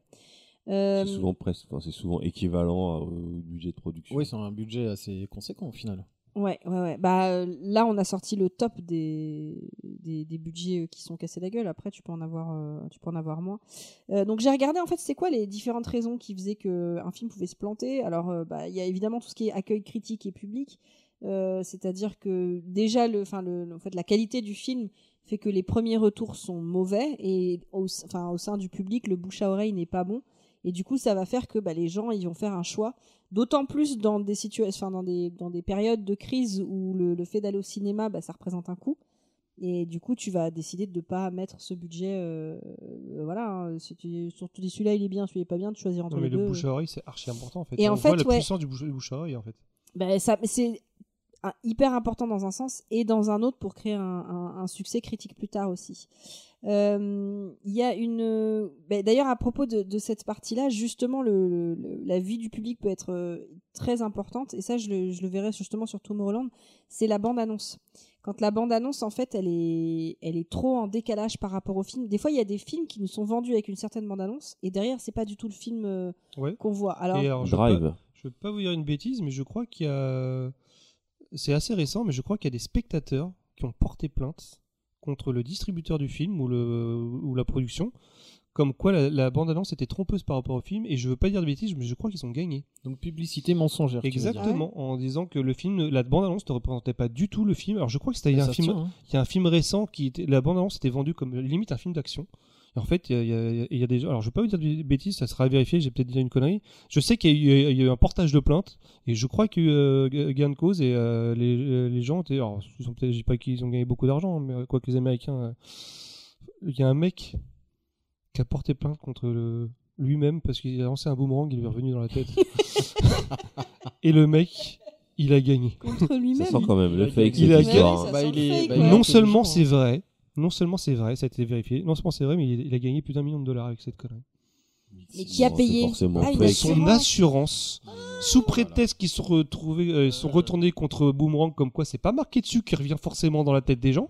D: Euh,
E: C'est souvent presque, enfin, c'est souvent équivalent à- au budget de production.
C: Oui, c'est un budget assez conséquent au final.
D: Ouais, ouais, ouais. Bah, euh, là, on a sorti le top des, des, des budgets euh, qui sont cassés la gueule. Après, tu peux en avoir, euh, tu peux en avoir moins. Euh, donc, j'ai regardé en fait, c'est quoi les différentes raisons qui faisaient que un film pouvait se planter. Alors, euh, bah, il y a évidemment tout ce qui est accueil critique et public. Euh, C'est-à-dire que déjà, le, enfin, le, le- en fait, la qualité du film fait que les premiers retours sont mauvais et au, s- enfin, au sein du public, le bouche à oreille n'est pas bon. Et du coup, ça va faire que bah, les gens, ils vont faire un choix D'autant plus dans des situations, enfin, dans des, dans des périodes de crise où le, le fait d'aller au cinéma, bah, ça représente un coût. Et du coup, tu vas décider de ne pas mettre ce budget. euh, euh, voilà, hein. si tu, surtout dis celui-là, il est bien, celui-là, il est pas bien, tu choisis entre
A: Non, mais
D: les deux.
A: le bouche à oreille, c'est archi important en fait.
D: Et
A: on
D: en
A: voit
D: fait,
A: la
D: ouais.
A: puissance du bouche, du bouche à oreille en fait.
D: Ben, ça, mais c'est un- hyper important dans un sens et dans un autre pour créer un, un- un succès critique plus tard aussi. Euh, Il y a une. ben, D'ailleurs, à propos de, de cette partie-là, justement, le, le- le- la vie du public peut être euh, très importante et ça, je le, je le verrai justement sur Tomorrowland. C'est la bande-annonce. Quand la bande-annonce, en fait, elle est, elle est trop en décalage par rapport au film. Des fois, il y a des films qui nous sont vendus avec une certaine bande-annonce et derrière, c'est pas du tout le film euh,
A: Ouais.
D: qu'on voit. Alors,
A: Et euh, alors, je veux pas-
E: Drive.
A: Je veux pas vous dire une bêtise, mais je crois qu'il y a. C'est assez récent, mais je crois qu'il y a des spectateurs qui ont porté plainte contre le distributeur du film ou, le, ou la production, comme quoi la, la bande-annonce était trompeuse par rapport au film, et je veux pas dire de bêtises, mais je crois qu'ils ont gagné.
C: Donc publicité mensongère. tu veux dire.
A: Exactement, en disant que le film, la bande-annonce ne représentait pas du tout le film. Alors je crois que c'était
C: Ça
A: un
C: se
A: film
C: tient, hein.
A: Il y a un film récent qui était, la bande-annonce était vendue comme limite un film d'action. Et en fait, il y a- il y, a- il y a des gens. Alors, je vais pas vous dire de bêtises, ça sera à vérifier, j'ai peut-être dit une connerie. Je sais qu'il y, a eu- il y a eu un portage de plainte, et je crois qu'il y a eu euh, ga- gain de cause, et euh, les, euh, les gens étaient. Alors, ils ont peut-être- je dis pas qu'ils ont gagné beaucoup d'argent, mais euh, quoi que les Américains. euh, Il y a un mec qui a porté plainte contre le- lui-même parce qu'il a lancé un boomerang, il lui est revenu dans la tête. et le mec, il a gagné.
D: contre
E: Ça
D: lui-même.
E: sent quand même le (laughs)
C: il a
A: gagné.
E: fake, cette
A: Il a
D: gagné.
E: histoire. hein.
A: Bah,
D: sent le fake,
C: il est-
D: ouais.
C: il est
A: non seulement
C: intelligent,
A: c'est vrai, Non seulement c'est vrai, ça a été vérifié, non seulement c'est vrai, mais il il a gagné plus d'un million de dollars avec cette connerie.
D: Mais qui a
E: Bon, c'est
D: payé
E: forcément
D: Ah, une
E: fake.
D: assurance.
A: Son assurance, sous prétexte qu'ils sont, retrouvés, euh, ils sont retournés contre Boomerang, comme quoi c'est pas marqué dessus, qui revient forcément dans la tête des gens,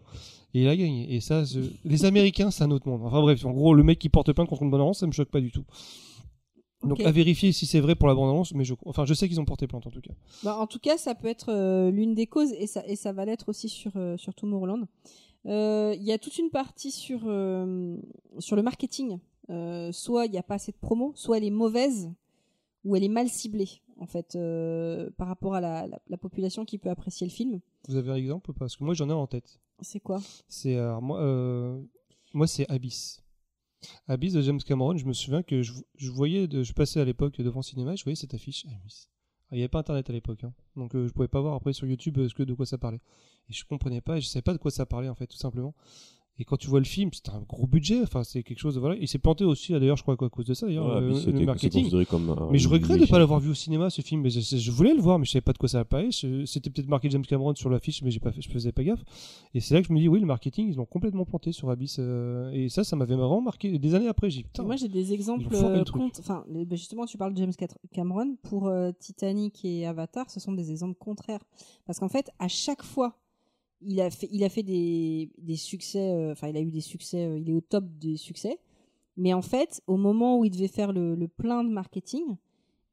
A: et il a gagné. Et ça, ce- les Américains, c'est un autre monde. Enfin bref, en gros, le mec qui porte plainte contre une bande annonce, ça me choque pas du tout. Donc
D: Ok.
A: à vérifier si c'est vrai pour la bande annonce, mais je, enfin, je sais qu'ils ont porté plainte en tout cas.
D: Bah, en tout cas, ça peut être euh, l'une des causes et ça, et ça va l'être aussi sur, euh, sur Tomorrowland. Euh, Il y a toute une partie sur, euh, sur le marketing. Euh, soit il n'y a pas assez de promo, soit elle est mauvaise ou elle est mal ciblée en fait euh, par rapport à la, la- la population qui peut apprécier le film.
A: Vous avez un exemple ou pas Parce que moi j'en ai un en tête.
D: C'est quoi
A: C'est alors, moi, euh, moi c'est Abyss. Abyss de James Cameron. Je me souviens que je, je voyais, de, je passais à l'époque devant cinéma, et je voyais cette affiche Abyss. Alors, Il n'y avait pas internet à l'époque, hein. donc euh, je pouvais pas voir après sur YouTube euh, ce que de quoi ça parlait. Et je comprenais pas, et je savais pas de quoi ça parlait en fait, tout simplement. Et quand tu vois le film, c'est un gros budget, enfin c'est quelque chose. de- Voilà, il s'est planté aussi d'ailleurs, je crois qu'à cause de ça d'ailleurs
E: Ouais,
A: le-
E: puis
A: le,
E: c'était- c'est
A: marketing.
E: considéré comme un-
A: Mais je
E: une
A: regrette de ne pas
E: légende.
A: l'avoir vu au cinéma ce film. Mais je, je- je voulais le voir, mais je savais pas de quoi ça parlait. Je- C'était peut-être marqué James Cameron sur l'affiche, mais j'ai pas fait, je faisais pas gaffe. Et c'est là que je me dis, oui, le marketing, ils l'ont complètement planté sur Abyss. euh, et ça, ça m'avait vraiment marqué. Des années après, j'ai dit, putain.
D: Moi, j'ai des exemples.
A: foiré le
D: euh,
A: truc.
D: contre- Enfin, le- bah, justement, tu parles de James Cat- Cameron pour euh, Titanic et Avatar. Ce sont des exemples contraires parce qu'en fait, à chaque fois, il a fait, il a fait des, des succès. euh, Enfin, il a eu des succès. euh, il est au top des succès. Mais en fait, au moment où il devait faire le, le plein de marketing,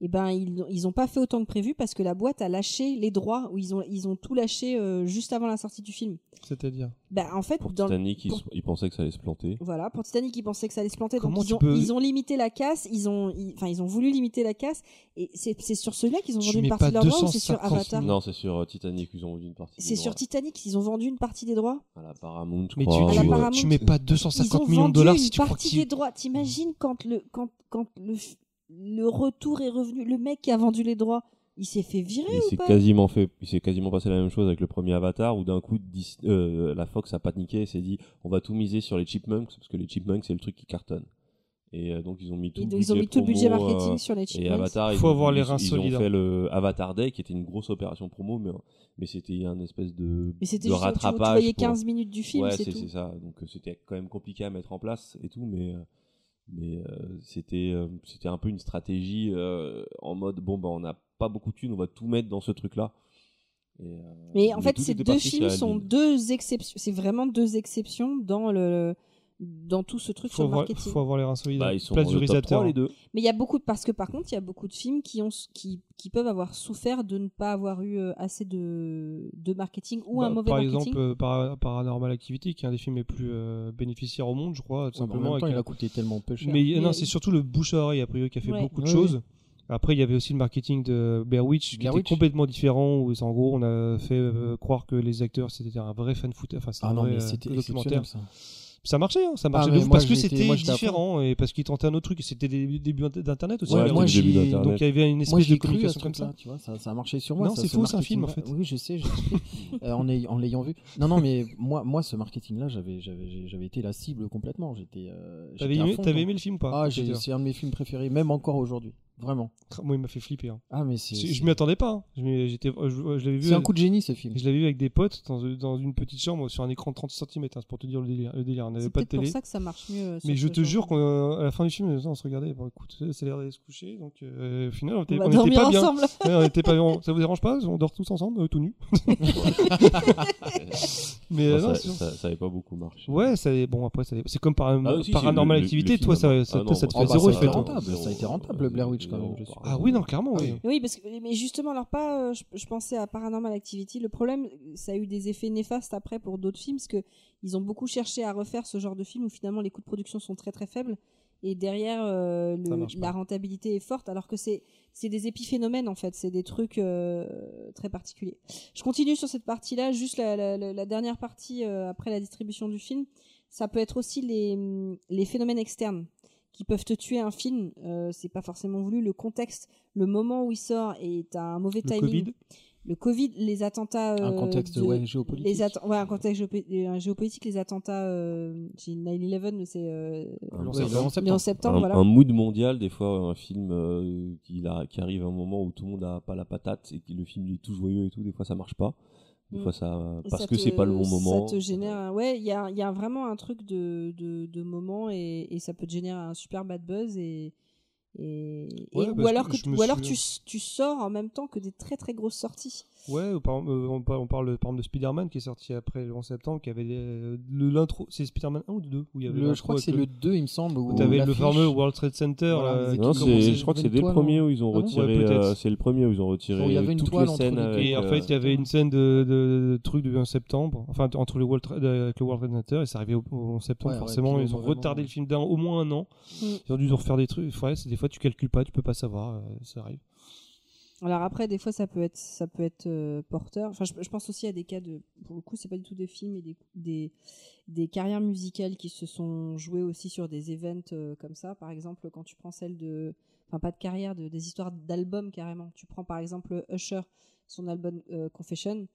D: eh ben ils, ils ont pas fait autant que prévu parce que la boîte a lâché les droits ou ils ont ils ont tout lâché euh, juste avant la sortie du film.
A: C'est-à-dire.
D: Bah, en fait,
E: Pour
D: dans le-
E: Titanic, ils,
D: pour-
E: ils pensaient que ça allait se planter.
D: voilà, pour Titanic, ils pensaient que ça allait se planter,
A: Comment
D: donc ils
A: tu
D: ont,
A: peux-
D: ils ont limité la casse, ils ont, ils- enfin, ils ont voulu limiter la casse, et c'est c'est sur celui-là qu'ils ont
A: Tu
D: vendu une
A: mets
D: partie
A: pas
D: de leurs droits, ou c'est
A: 250
D: sur Avatar
E: Non, c'est sur euh, Titanic, ils ont vendu une partie.
D: C'est
E: des
D: sur
E: droits.
D: Titanic, ils ont vendu une partie des droits.
E: À la Paramount, je
A: Mais tu,
E: crois,
D: À la
A: tu-
E: ou, euh,
D: Paramount.
A: tu mets pas
D: Ils ont
A: 250 millions
D: vendu
A: de dollars
D: une
A: si tu crois
D: partie
A: qu'ils.
D: des droits. T'imagines quand le, quand, quand le, f- le retour est revenu, le mec qui a vendu les droits, il s'est fait virer
E: Il
D: ou
E: s'est
D: pas
E: quasiment fait, il s'est quasiment passé la même chose avec le premier Avatar où d'un coup Dis- euh, la Fox a paniqué et s'est dit on va tout miser sur les chipmunks parce que les chipmunks c'est le truc qui cartonne. Et euh, donc ils ont mis tout
D: Et
E: le
D: donc,
E: budget
D: Ils ont mis tout le budget
E: promo,
D: marketing
E: euh,
D: sur les
E: et
D: chipmunks.
E: Avatar, ils
A: Faut
E: ont-
A: avoir les
E: ils-
A: reins
E: ils
A: solides,
E: ont
A: hein.
E: fait le Avatar Day qui était une grosse opération promo mais mais c'était un espèce de,
D: Mais c'était
E: de
D: juste, tu- tu
E: rattrapage.
D: voyais
E: pour-
D: 15 minutes du film,
E: ouais,
D: c'est
E: c'est
D: tout.
E: c'est ça. Donc euh, c'était quand même compliqué à mettre en place et tout, mais euh, mais euh, c'était euh, c'était un peu une stratégie euh, en mode bon bah on n'a pas beaucoup de thunes, on va tout mettre dans ce euh, truc là.
D: Mais en fait, ces deux films sont deux exceptions. C'est vraiment deux exceptions dans le dans tout ce truc
A: Faut
D: sur le
A: avoir,
D: marketing.
A: faut avoir les reins solides.
E: bah,
A: hein.
E: ils sont
A: Place
E: dans
A: du
E: le top
A: réalisateur.
E: 3, les deux.
D: Mais il y a beaucoup parce que par contre, il y a beaucoup de films qui ont qui, qui peuvent avoir souffert de ne pas avoir eu euh, assez de de marketing ou un
A: Bah,
D: mauvais
A: par
D: marketing.
A: exemple, euh, Par- Paranormal Activity, qui est un des films les plus euh, bénéficiaires au monde, je crois, tout
E: bah,
C: Ouais, mais en
A: simplement.
C: même temps,
A: avec
C: il
A: un-
C: a coûté tellement peu cher.
A: Mais euh,
D: Mais-
A: non, c'est surtout le bouche à oreille, a priori, qui a fait
D: Ouais.
A: beaucoup de
C: Ouais,
A: choses. Après, il y avait aussi le marketing de Blair Witch, qui
C: Blair
A: était
C: Witch.
A: complètement différent, où en gros, on a fait euh, croire que les acteurs, c'était un vrai fan foot, enfin, c'est
C: Ah
A: un
C: non,
A: vrai
C: mais
A: euh,
C: c'était
A: documentaire.
C: exceptionnel ça.
A: Ça marchait, hein, ça marchait
C: mais
A: de ouf,
C: moi,
A: parce que
C: j'étais-
A: c'était
C: moi, j'étais à
A: différent, et parce qu'ils tentaient un autre truc, et c'était des débuts d'Internet aussi.
E: Ouais,
A: Blair
E: c'était
C: moi,
E: le
A: Witch.
C: j'ai-
E: début d'Internet. (laughs)
A: donc euh, il y avait une espèce
C: Moi,
A: de
C: j'ai cru à ce
A: communication comme ça.
C: truc-là, tu vois, ça, ça a marché sur moi.
A: Non,
C: ça,
A: c'est
C: ce
A: faux, c'est un film, en
C: marketing-là.
A: fait.
C: Oui, je sais, j'ai compris.
A: (laughs)
C: Euh, en ay- en l'ayant vu. Non, non, mais moi, moi ce marketing-là, j'avais, j'avais, j'avais été la cible complètement. J'étais. euh,
A: T'avais
C: j'étais à
A: aimé,
C: fond,
A: t'avais
C: quoi.
A: aimé le film ou pas
C: Ah, j'ai- c'est un de mes films préférés, même encore aujourd'hui. Vraiment.
A: Moi, il m'a fait flipper. hein.
C: Ah, mais c'est.
A: C'est- Je
C: c'est-
A: m'y attendais pas. hein. Je m'y- j'étais- je je l'avais vu. euh,
C: C'est un coup de génie ce film.
A: Je l'avais vu avec des potes dans, dans une petite chambre sur un écran de 30 cm, c'est pour te dire le délire. le délire. On n'avait
D: C'est
A: pas de
D: peut-être pour
A: télé.
D: ça que ça marche mieux. euh, sur
A: Mais je
D: ce
A: te
D: genre.
A: jure qu'à la fin du film, on se regardait. Bon, écoute, c'est l'air d'aller se coucher. Donc, euh, au final, on
D: on
A: était-
D: va
A: on n'était
D: dormir
A: pas bien.
D: ensemble.
A: Ouais, on était pas bien. Ça vous dérange pas On dort tous ensemble, euh, tout nus. Mais euh,
E: Enfin,
A: non,
E: Ah, ça,
A: c'est-
E: ça, ça avait pas beaucoup marché.
A: ouais, ça est- bon après, ça est- c'est comme par,
E: Ah, oui, si,
A: paranormal
E: si, le- le-
A: activité.
E: le
A: toi,
E: film,
A: ça,
E: ah,
A: ça,
E: non,
A: ça te
E: bah,
A: fait
C: ça,
A: zéro
C: ça a
A: effet.
C: été
A: hein.
C: rentable, ça a été rentable, le Blair Witch, quand même, je suis-
A: Ah oui, non, clairement.
E: Ah
A: oui.
E: oui.
D: Oui, parce que mais justement, alors pas. euh, je, je pensais à Paranormal Activity. Le problème, ça a eu des effets néfastes après pour d'autres films, parce que ils ont beaucoup cherché à refaire ce genre de film où finalement les coûts de production sont très très faibles et derrière euh, le-
A: Ça marche pas.
D: la rentabilité est forte, alors que c'est c'est des épiphénomènes en fait, c'est des trucs euh, très particuliers. Je continue sur cette partie-là, juste la, la- la- la dernière partie euh, après la distribution du film. Ça peut être aussi les, hum, les phénomènes externes qui peuvent te tuer un film. Euh, c'est pas forcément voulu. Le contexte, le moment où il sort est un mauvais
A: Le
D: timing.
A: Covid.
D: Le Covid, les attentats.
C: Un
D: euh,
C: contexte
D: de-
C: ouais, géopolitique.
D: les atta- ouais, un contexte géopé- euh, géopolitique, les attentats, euh, j'ai 9-11, c'est euh,
E: Un-
A: Ouais,
C: Ouais,
A: c'est
C: le
A: vrai.
C: 11
D: mais en
C: septembre.
D: septembre,
E: un,
D: voilà.
E: un mood mondial des fois un film euh, qui, la- qui arrive à un moment où tout le monde a pas la patate et que le film il est tout joyeux et tout des fois ça marche pas Des
D: Mm.
E: fois, ça,
D: Et
E: parce
D: ça
E: que
D: te-
E: c'est pas le bon moment.
D: Ça te génère, un- ouais, il y a, il y a vraiment un truc de, de, de moment et, et ça peut te générer un super bad buzz et. et- et-
A: Ouais, parce
D: ou alors,
A: que
D: que,
A: je
D: tu-
A: me
D: ou alors tu,
A: souviens.
D: s- tu sors en même temps que des très très grosses sorties.
A: Ouais, ou par exemple, euh, on parle, on parle par exemple de Spider-Man qui est sorti après le 11 septembre, qui avait euh, le- l'intro. C'est Spider-Man 1 ou 2 où il y avait
C: Le-
A: l'intro
C: je crois que
A: avec euh,
C: c'est le 2, il me semble.
A: où
C: Où
A: t'avais le
C: l'affiche-
A: fameux World Trade Center.
C: Voilà,
A: euh,
C: les
A: qui
E: Non,
C: équipes
A: commençait-
E: c'est, je crois que c'est
C: une
E: dès le
C: toile,
E: premier
C: non
E: où ils ont
C: Ah bon
E: retiré.
A: Ouais, peut-être.
E: euh, c'est le premier où ils ont retiré
C: Il y avait une
E: toutes
C: toile
E: les
C: entre
E: scènes.
C: les deux.
E: avec,
A: Et en
E: euh,
A: fait, il y avait une scène de, de, de truc du 1 septembre, enfin entre le World Trade, avec le World Trade Center, et c'est arrivé au, au 11 septembre,
C: Ouais, ouais,
A: forcément.
C: puis au
A: ils ont
C: moment,
A: retardé
C: ouais.
A: le film d'un au moins un an.
D: Mm.
A: Ils ont dû refaire des trucs. Ouais, c'est des fois, tu calcules pas, tu peux pas savoir, euh, ça arrive.
D: Alors après, des fois, ça peut être, ça peut être euh, porteur. Enfin, je, je pense aussi à des cas de, pour le coup, c'est pas du tout des films et des, des, des carrières musicales qui se sont jouées aussi sur des events euh, comme ça. Par exemple, quand tu prends celle de, enfin pas de carrière, de, des histoires d'albums carrément. Tu prends par exemple Usher, son album euh, Confession.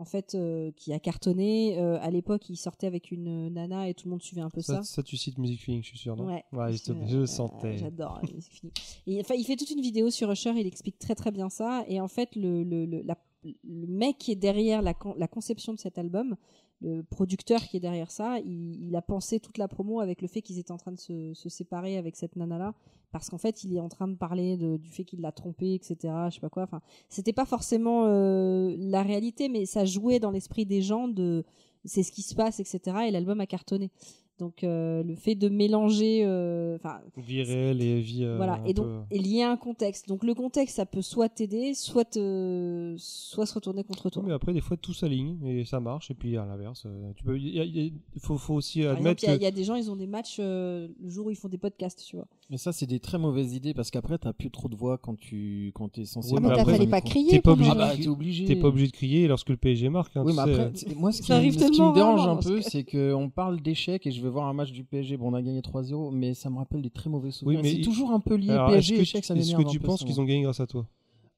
D: En fait, euh, qui a cartonné. Euh, à l'époque, il sortait avec une nana et tout le monde suivait un peu
A: Ça,
D: ça.
A: ça, tu cites Music Feeling, je suis sûr, non
D: Ouais,
A: je,
D: parce que,
A: je le
D: euh,
A: sentais.
D: J'adore. euh, c'est fini. Et, enfin, il fait toute une vidéo sur Usher, il explique très très bien ça. Et en fait, le, le, le, la- le mec qui est derrière la, con- la conception de cet album, le producteur qui est derrière ça, il, il a pensé toute la promo avec le fait qu'ils étaient en train de se, se séparer avec cette nana-là. Parce qu'en fait, il est en train de parler de- du fait qu'il l'a trompée, etc. Je sais pas quoi. Enfin, c'était pas forcément euh, la réalité, mais ça jouait dans l'esprit des gens de c'est ce qui se passe, etc. Et l'album a cartonné. Donc euh, le fait de mélanger, euh, enfin
A: Vie réelle et vie. euh,
D: voilà,
A: un
D: et donc
A: peu-
D: et lié à un contexte. Donc le contexte, ça peut soit t'aider, soit te- soit se retourner contre toi.
A: Oui, mais après, des fois, tout s'aligne et ça marche. Et puis, à l'inverse, euh, tu peux. Il y a- il y a- faut, faut aussi
D: Par exemple,
A: admettre.
D: il y a- il y,
A: que-
D: a des gens, ils ont des matchs euh, le jour où ils font des podcasts, tu vois.
C: Mais ça, c'est des très mauvaises idées parce qu'après, t'as plus trop de voix quand tu quand t'es censé.
A: Ouais,
C: parler
A: Ah, mais
C: dans
A: après,
C: le
A: fallait
C: micro.
A: t'es pas obligé
C: Ah bah,
A: de-
C: t'es obligé.
A: T'es pas obligé de crier lorsque le PSG marque. hein,
C: Oui,
A: tu
C: mais
A: sais.
C: après, tu sais, moi, ce qui,
D: Ça arrive
C: ce qui
D: tellement
C: me dérange
D: rarement,
C: un
D: parce
C: peu,
D: que-
C: c'est qu'on parle d'échecs et je vais voir un match du PSG. Bon, on a gagné 3-0, mais ça me rappelle des très mauvais souvenirs.
A: Oui, mais
C: c'est
A: il-
C: toujours un peu lié
A: Alors,
C: PSG
A: est-ce que,
C: échecs, ça
A: est-ce
C: m'énerve
A: que tu
C: un peu,
A: penses
C: ça,
A: qu'ils
C: moi.
A: ont gagné grâce à toi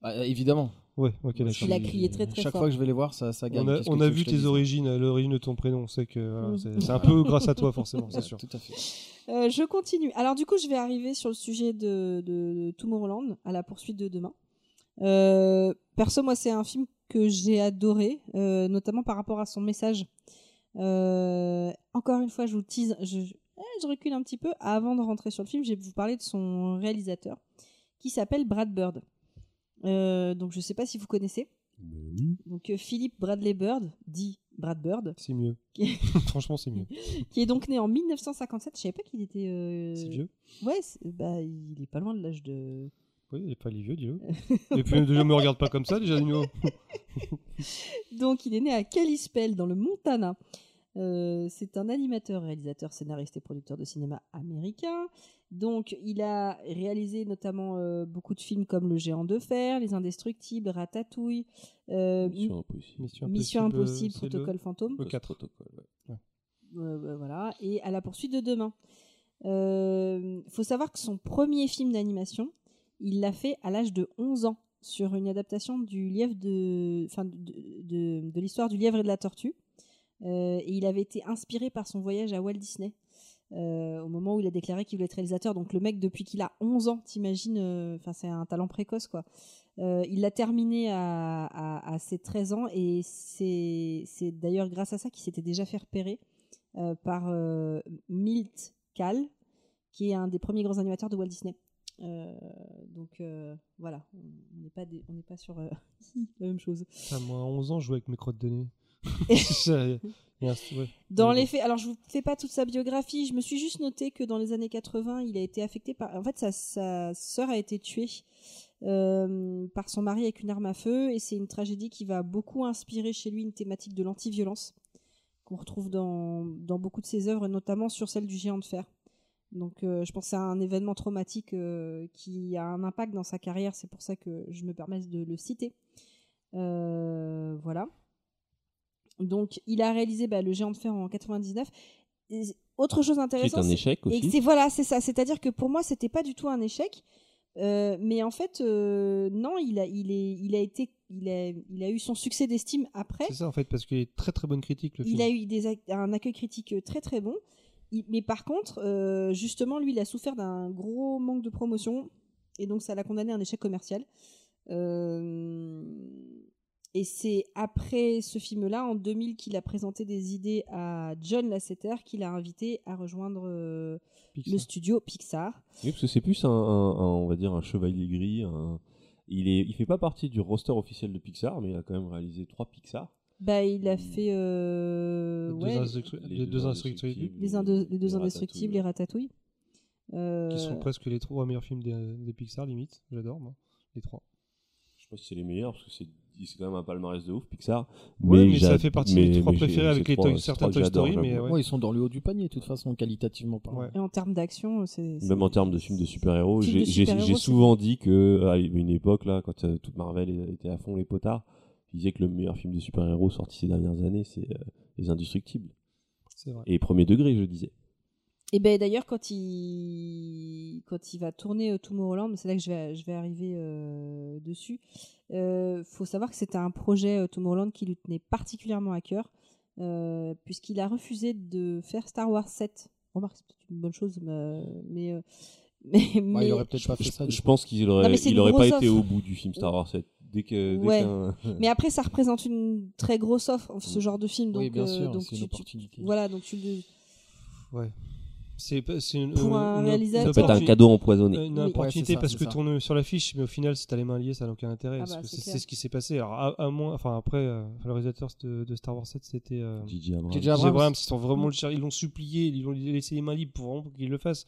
C: Bah, euh, Évidemment.
A: Ouais, ok,
C: Moi,
A: d'accord.
D: Il a crié très, très
C: Chaque
D: fort.
C: fois que je vais les voir, ça, ça gagne.
A: On a,
C: Qu'est-ce que
A: on
C: tu
A: a
C: veux que
A: vu
C: je te
A: tes
C: dise
A: origines, euh, l'origine de ton prénom. C'est que voilà,
C: Mmh.
D: Mm.
A: c'est c'est un peu grâce à toi, forcément,
C: Ouais,
A: c'est
D: (laughs)
A: sûr.
C: Tout à fait.
D: Euh, je continue. Alors du coup, je vais arriver sur le sujet de, de Tomorrowland à la poursuite de demain. Euh, perso, moi, c'est un film que j'ai adoré, euh, notamment par rapport à son message. Euh, encore une fois, je vous tease, je, je- eh, je recule un petit peu. Avant de rentrer sur le film, je vais vous parler de son réalisateur, qui s'appelle Brad Bird. Euh, donc, je ne sais pas si vous connaissez. Donc, euh, Philippe Bradley Bird, dit Brad Bird,
A: C'est mieux. (laughs) Franchement, c'est mieux.
D: qui est donc né en 1957. Je savais pas qu'il était. euh,
A: C'est vieux.
D: Ouais, c'est- bah, il est pas loin de l'âge de.
A: Oui, il est pas les vieux,
D: (laughs)
A: dis-le. Et puis, déjà, me regarde pas comme ça, déjà, dis-le.
D: Donc, il est né à Kalispell, dans le Montana. Euh, c'est un animateur, réalisateur, scénariste et producteur de cinéma américain. Donc, il a réalisé notamment euh, beaucoup de films comme Le Géant de Fer, Les Indestructibles, Ratatouille, euh,
E: Mission impossible.
D: Mission Impossible,
A: c'est le-
D: Protocole Fantôme.
A: Le 4.
E: Protocole, ouais.
D: Euh, bah, voilà, et à la poursuite de demain. Euh, faut savoir que son premier film d'animation, il l'a fait à l'âge de 11 ans sur une adaptation du lièvre de, enfin, de, de, de l'histoire du lièvre et de la tortue. Euh, et il avait été inspiré par son voyage à Walt Disney euh, au moment où il a déclaré qu'il voulait être réalisateur. Donc le mec, depuis qu'il a 11 ans, t'imagines, euh, enfin c'est un talent précoce quoi. Euh, il l'a terminé à, à, à ses 13 ans et c'est c'est d'ailleurs grâce à ça qu'il s'était déjà fait repérer euh, par euh, Milt Kahl, qui est un des premiers grands animateurs de Walt Disney. Euh, donc euh, voilà, on on n'est pas, des- on n'est pas sur euh, (laughs) la même chose.
A: Putain, moi, à 11 ans, je jouais avec mes crottes de nez. (laughs) Ça, il y a un- ouais.
D: Dans
A: Mais
D: les
A: bon.
D: faits, alors je vous fais pas toute sa biographie, je me suis juste noté que dans les années 80, il a été affecté par. En fait, sa, sa sœur a été tuée euh, par son mari avec une arme à feu, et c'est une tragédie qui va beaucoup inspirer chez lui une thématique de l'anti-violence qu'on retrouve dans, dans beaucoup de ses œuvres, et notamment sur celle du géant de fer. Donc, euh, je pense à un événement traumatique euh, qui a un impact dans sa carrière, c'est pour ça que je me permets de le citer. Euh, voilà. Donc, il a réalisé bah, Le Géant de Fer en 99. Et autre chose
E: Qui est
D: intéressante,
E: un
D: c'est-
E: échec
D: et
E: aussi.
D: c'est voilà, c'est ça. C'est-à-dire que pour moi, c'était pas du tout un échec. Euh, mais en fait, euh, non, il a, il est, il a été, il a, il a eu son succès d'estime après.
A: C'est ça, en fait, parce qu'il est très très bonne critique, le
D: Il
A: film.
D: a eu des ac- un accueil critique euh, très très bon. Il- mais par contre, euh, justement, lui, il a souffert d'un gros manque de promotion. Et donc, ça l'a condamné à un échec commercial. Euh, Et c'est après ce film-là, en 2000, qu'il a présenté des idées à John Lasseter, qu'il a invité à rejoindre euh, le
A: Pixar.
D: studio Pixar.
E: Oui, parce que c'est plus un, un- un, on va dire, un chevalier gris. un- Il est, il fait pas partie du roster officiel de Pixar, mais il a quand même réalisé trois Pixar.
D: Bah, il a fait euh,
A: Les deux
D: ouais,
A: instructeurs- les deux instructeurs
D: les, Indo- les deux
E: Ratatouille.
D: indestructibles, les Ratatouille. Euh,
A: qui sont presque les trois meilleurs films des, des Pixar, limite. J'adore, moi. Les trois.
E: Je sais pas si c'est les meilleurs parce que c'est c'est quand même un palmarès de ouf Pixar.
A: Ouais, mais ça
E: j'a-
A: fait partie des trois
E: j'ai-
A: préférés avec
E: c'est
A: les
E: trois-
A: Toy-
E: c'est
A: certains
E: trois que
A: Toy Story,
E: j'adore,
A: mais
E: j'avoue.
A: ouais.
C: Ouais, ils sont dans le haut du panier, de toute façon, qualitativement parlant.
A: Ouais.
D: et en termes d'action, c'est. c'est-
E: Même en termes de films de super-héros,
D: Films de
E: j'ai j'ai-
D: super-héros,
E: j'ai
D: c'est-
E: souvent dit que à une époque là, quand euh, toute Marvel était à fond les potards, ils disaient que le meilleur film de super-héros sorti ces dernières années, c'est euh, Les Indestructibles
A: C'est vrai.
E: et Premier Degré, je disais.
D: Et ben d'ailleurs quand il quand il va tourner euh, Tomorrowland, c'est là que je vais je vais arriver euh, dessus. Euh, faut savoir que c'était un projet euh, Tomorrowland qui lui tenait particulièrement à cœur euh, puisqu'il a refusé de faire Star Wars 7. Remarque c'est peut-être une bonne chose mais euh, mais euh, (laughs) mais,
C: Ouais,
D: mais-
C: Bah, il aurait peut-être pas fait
E: Je,
C: ça.
E: je pense qu'il aurait,
D: Non, mais c'est
E: il
D: une
E: aurait pas
D: grosse
E: été
D: offre.
E: au bout du film Star Wars 7. Dès que, dès
D: Ouais.
E: qu'un-
D: mais après ça représente une très grosse offre ce genre de film donc
C: Mm. oui, bien
D: euh,
C: sûr,
D: donc
C: c'est une
D: tu- tu-
C: opportunité.
D: voilà donc tu le
A: C'est pas- c'est une, euh,
D: Pour un
A: une- une
D: réalisateur.
E: ça peut être un
A: opportun-
E: cadeau empoisonné.
A: Une
D: Oui.
A: opportunité
C: Ouais, c'est ça,
A: parce
C: c'est
A: que
C: ça.
A: tourne sur l'affiche, mais au final, si t'as les mains liées, ça n'a aucun intérêt.
D: Ah
A: parce
D: bah,
A: que
D: c'est
A: c'est
D: clair.
A: c'est ce qui s'est passé. Alors, à, à moins, enfin, après, euh, le réalisateur de, de Star Wars 7, c'était. euh,
E: J.J. Abrams.
C: J.J.
A: J.J. Abrams.
C: Abrams.
A: ils sont vraiment
D: Mm.
A: le cher- ils l'ont supplié, ils l'ont laissé les mains libres pour vraiment qu'ils le fassent.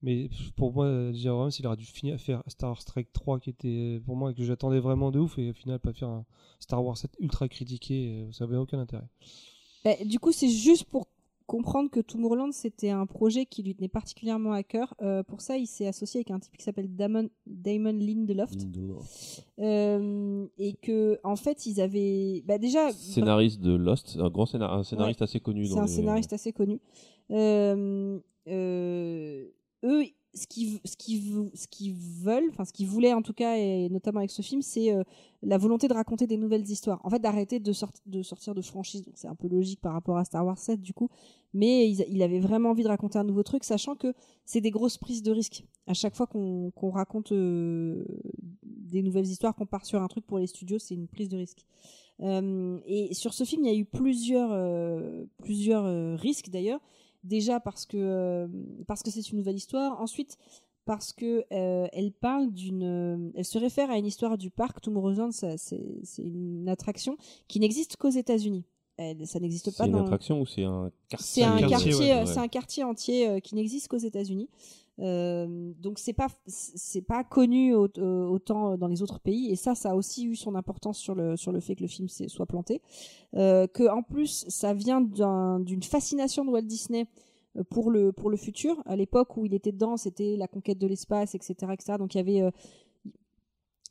A: Mais pour moi, euh, J.J. Abrams, il aurait dû finir à faire Star Trek 3 qui était euh, pour moi que j'attendais vraiment de ouf et au final pas faire un Star Wars 7 ultra critiqué, euh, ça avait aucun intérêt.
D: Bah, du coup, c'est juste pour comprendre que Tomorrowland, c'était un projet qui lui tenait particulièrement à cœur. Euh, pour ça, il s'est associé avec un type qui s'appelle Damon, Damon Lindelof.
E: Lindelof.
D: Euh, et que, en fait, ils avaient. Bah, déjà,
E: Scénariste de Lost, un grand scénar- un scénariste assez connu.
D: c'est
E: dans
D: un
E: les-
D: scénariste assez connu. Euh, euh, eux, ce qu'ils ce qu'ils vou- ce qu'ils veulent, enfin ce qu'ils voulaient en tout cas, et notamment avec ce film, c'est euh, la volonté de raconter des nouvelles histoires. En fait, d'arrêter de, sorti- de sortir de franchise. Donc, c'est un peu logique par rapport à Star Wars 7 du coup. Mais ils- il avait vraiment envie de raconter un nouveau truc, sachant que c'est des grosses prises de risque. À chaque fois qu'on qu'on raconte euh, des nouvelles histoires, qu'on part sur un truc pour les studios, c'est une prise de risque. Euh, et sur ce film, il y a eu plusieurs, euh, plusieurs euh, risques d'ailleurs. Déjà parce que euh, parce que c'est une nouvelle histoire. Ensuite parce que euh, elle parle d'une, euh, elle se réfère à une histoire du parc Tomorrowland. ça, C'est c'est une attraction qui n'existe qu'aux États-Unis. Elle- Ça n'existe
E: C'est
D: pas
E: une
D: dans
E: attraction ou c'est un quartier
D: c'est un
A: quartier, ouais,
D: quartier, euh, c'est un quartier entier euh, qui n'existe qu'aux États-Unis. Euh, donc c'est pas c'est pas connu au- euh, autant dans les autres pays et ça ça a aussi eu son importance sur le sur le fait que le film s'est- soit planté euh, que en plus ça vient d'un- d'une fascination de Walt Disney euh, pour le pour le futur à l'époque où il était dedans c'était la conquête de l'espace etc etc donc il y avait euh,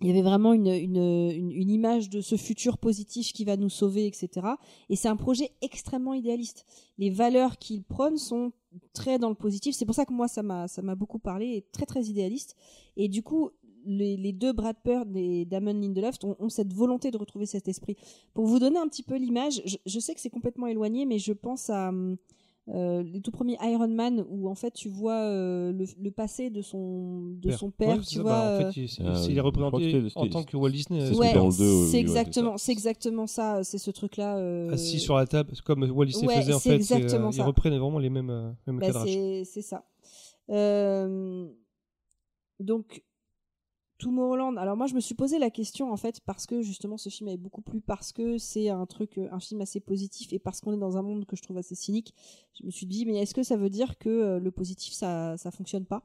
D: il y avait vraiment une, une, une, une image de ce futur positif qui va nous sauver, etc. Et c'est un projet extrêmement idéaliste. Les valeurs qu'il prône sont très dans le positif. C'est pour ça que moi, ça m'a ça m'a beaucoup parlé et très, très idéaliste. Et du coup, les, les deux Brad Bird et Damon Lindelof ont, ont cette volonté de retrouver cet esprit. Pour vous donner un petit peu l'image, je, je sais que c'est complètement éloigné, mais je pense à hum, euh, les tout premiers Iron Man où en fait tu vois euh, le, le passé de son, de son père,
A: Ouais, c'est
D: tu
A: ça,
D: vois.
A: bah,
D: euh,
A: en fait, il, il-
E: euh,
A: il
E: je
A: est
E: crois que
A: représenté
E: c'était-
A: en
E: c'était-
A: tant que Walt Disney.
E: c'est
A: euh,
E: ce que dans le deux, oui, oui,
D: c'est
E: ouais,
D: exactement,
E: c'est ça.
D: c'est exactement ça, euh, c'est ce truc-là. euh,
A: Assis Ah, sur la table, comme Walt Disney
D: ouais,
A: faisait en
D: c'est
A: fait. c'est, euh,
D: exactement
A: ils
D: ça.
A: reprennent vraiment les mêmes, euh, mêmes
D: bah,
A: cadrages.
D: c'est, c'est ça. Euh, donc, Tomorrowland. Alors moi, je me suis posé la question en fait parce que justement, ce film avait beaucoup plu parce que c'est un truc, euh, un film assez positif et parce qu'on est dans un monde que je trouve assez cynique. Je me suis dit, mais est-ce que ça veut dire que euh, le positif, ça, ça fonctionne pas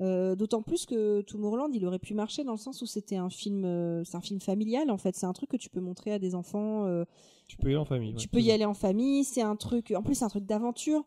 D: Euh, D'autant plus que Tomorrowland, il aurait pu marcher dans le sens où c'était un film, euh, c'est un film familial en fait. C'est un truc que tu peux montrer à des enfants. euh,
A: Tu peux y aller en famille.
D: tu
A: ouais,
D: peux
A: c'est
D: y
A: ça.
D: aller en famille, c'est un truc. En plus, c'est un truc d'aventure.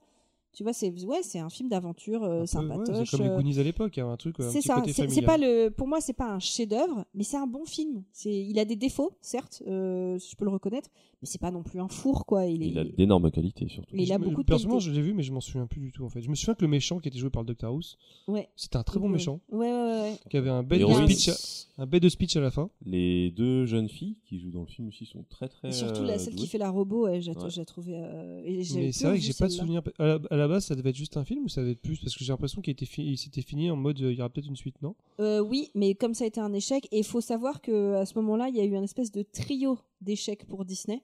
D: Tu vois, c'est ouais, c'est un film d'aventure euh,
A: Un peu, ouais,
D: sympatoche.
A: C'est comme les
D: euh,
A: Goonies à l'époque, hein, un truc. un
D: c'est
A: petit
D: ça.
A: côté
D: C'est c'est
A: familial.
D: pas le. Pour moi, c'est pas un chef-d'œuvre, mais c'est un bon film. C'est, il a des défauts, certes, euh, je peux le reconnaître, mais c'est pas non plus un four quoi. Il est.
E: Il a d'énormes qualités surtout.
D: Mais il a
A: Je me-
D: beaucoup de
A: Personnellement,
D: qualités.
A: je l'ai vu, mais je m'en souviens plus du tout en fait. Je me souviens que le méchant qui était joué par le Dr House,
D: Ouais.
A: c'était un très bon méchant,
D: Ouais, ouais, ouais. ouais.
A: qui avait un
E: Et
A: bel
D: Héroïne.
A: speech, Un B de speech à la fin.
E: Les deux jeunes filles qui jouent dans le film aussi sont très très.
D: Et surtout, la,
E: euh,
D: celle
E: douées.
D: qui fait la robot, ouais, j'ai
E: Ouais.
D: j'ai trouvé. euh, et j'ai
A: Mais
D: plus
A: c'est vrai que
D: revu
A: j'ai pas de
D: celle-là.
A: souvenir. À la, à la base, ça devait être juste un film ou ça devait être plus Parce que j'ai l'impression qu'il était fi- il s'était fini en mode euh, il y aura peut-être une suite, non
D: Euh, oui, mais comme ça a été un échec, et il faut savoir que à ce moment-là, il y a eu un espèce de trio d'échecs pour Disney.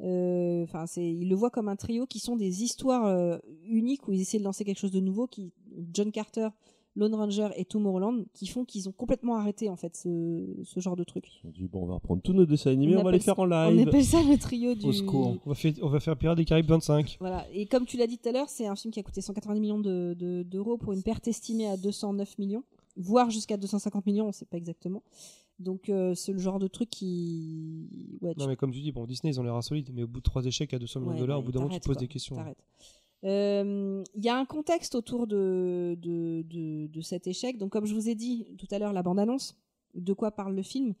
D: Euh, Enfin, c'est, ils le voient comme un trio qui sont des histoires euh, uniques où ils essaient de lancer quelque chose de nouveau. Qui John Carter, Lone Ranger et Tomorrowland, qui font qu'ils ont complètement arrêté en fait ce, ce genre de truc.
E: Ils ont dit bon, on va reprendre tous nos dessins animés,
D: On
E: on, va les
D: appelle-
E: faire en
D: On
E: live.
D: appelle ça le trio du.
C: Ah, Au secours.
A: on va, faire, on va faire Pirates des Caraïbes 25.
D: Voilà. Et comme tu l'as dit tout à l'heure, c'est un film qui a coûté 190 millions de- de- d'euros pour une perte estimée à 209 millions, voire jusqu'à 250 millions, on ne sait pas exactement. Donc euh, c'est le genre de truc qui. Ouais, tu-
A: Non, mais comme tu dis, bon, Disney, ils ont l'air insolites, mais au bout de trois échecs à 200 millions de
D: ouais,
A: dollars,
D: bah,
A: au bout d'un moment, tu
D: t'arrêtes,
A: poses
D: quoi.
A: des questions. hein.
D: T'arrêtes. Euh, Il y a un contexte autour de, de, de, de cet échec. Donc, comme je vous ai dit tout à l'heure, la bande-annonce, de quoi parle le film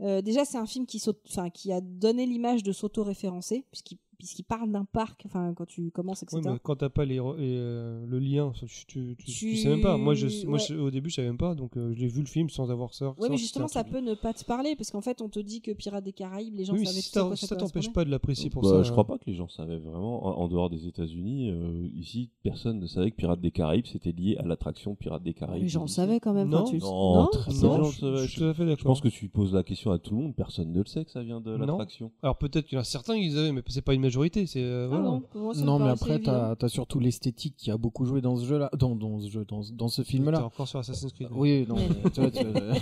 D: Euh, Déjà, c'est un film qui, saute- enfin, qui a donné l'image de s'auto-référencer, puisqu'il puisqu'il parle d'un parc, enfin, quand tu commences, etc.
A: Oui, mais quand t'as pas les, re- les, euh, le lien, tu, tu, tu-
D: Tu-
A: tu sais même pas. Moi, je, moi
D: ouais.
A: je- au début, je savais même pas, donc euh, je l'ai vu le film sans avoir ça.
D: Oui, mais justement, ça peut ne pas te parler, parce qu'en fait, on te dit que Pirates des Caraïbes, les gens
A: Oui, mais
D: savaient
A: si
D: tout à
A: t'as-
D: quoi
A: si
D: ça
A: ça t'empêche
D: correspondait.
A: pas de l'apprécier pour
E: Bah,
A: ça. hein.
E: Je crois pas que les gens savaient vraiment. En en dehors des États-Unis, euh, ici, personne ne savait que Pirates des Caraïbes c'était lié à l'attraction Pirates des Caraïbes.
D: Ah, Les gens le
E: Disney.
D: savaient quand même.
A: Non,
D: enfin, tu le-
E: non, très
D: c'est
E: peu.
D: vrai.
A: Non,
E: Non,
A: je,
E: je-
A: je suis tout à fait
E: Je
A: d'accord.
E: pense que tu poses la question à tout le monde, personne ne le sait que ça vient de
A: Non.
E: l'attraction.
A: Alors peut-être qu'il y en a certains qui les avaient, mais c'est pas une majorité. C'est euh,
D: Ah
A: voilà.
D: bon, pour moi, ça me
C: Non, mais
D: paraissait
C: après,
D: évident.
C: t'as as surtout l'esthétique qui a beaucoup joué dans ce jeu-là, dans, dans ce jeu, dans, ce- dans ce
A: T'es
C: film-là.
A: encore sur Assassin's Creed.
C: Oui, non,
D: Ouais.
C: mais tu vois, tu-
E: Ah,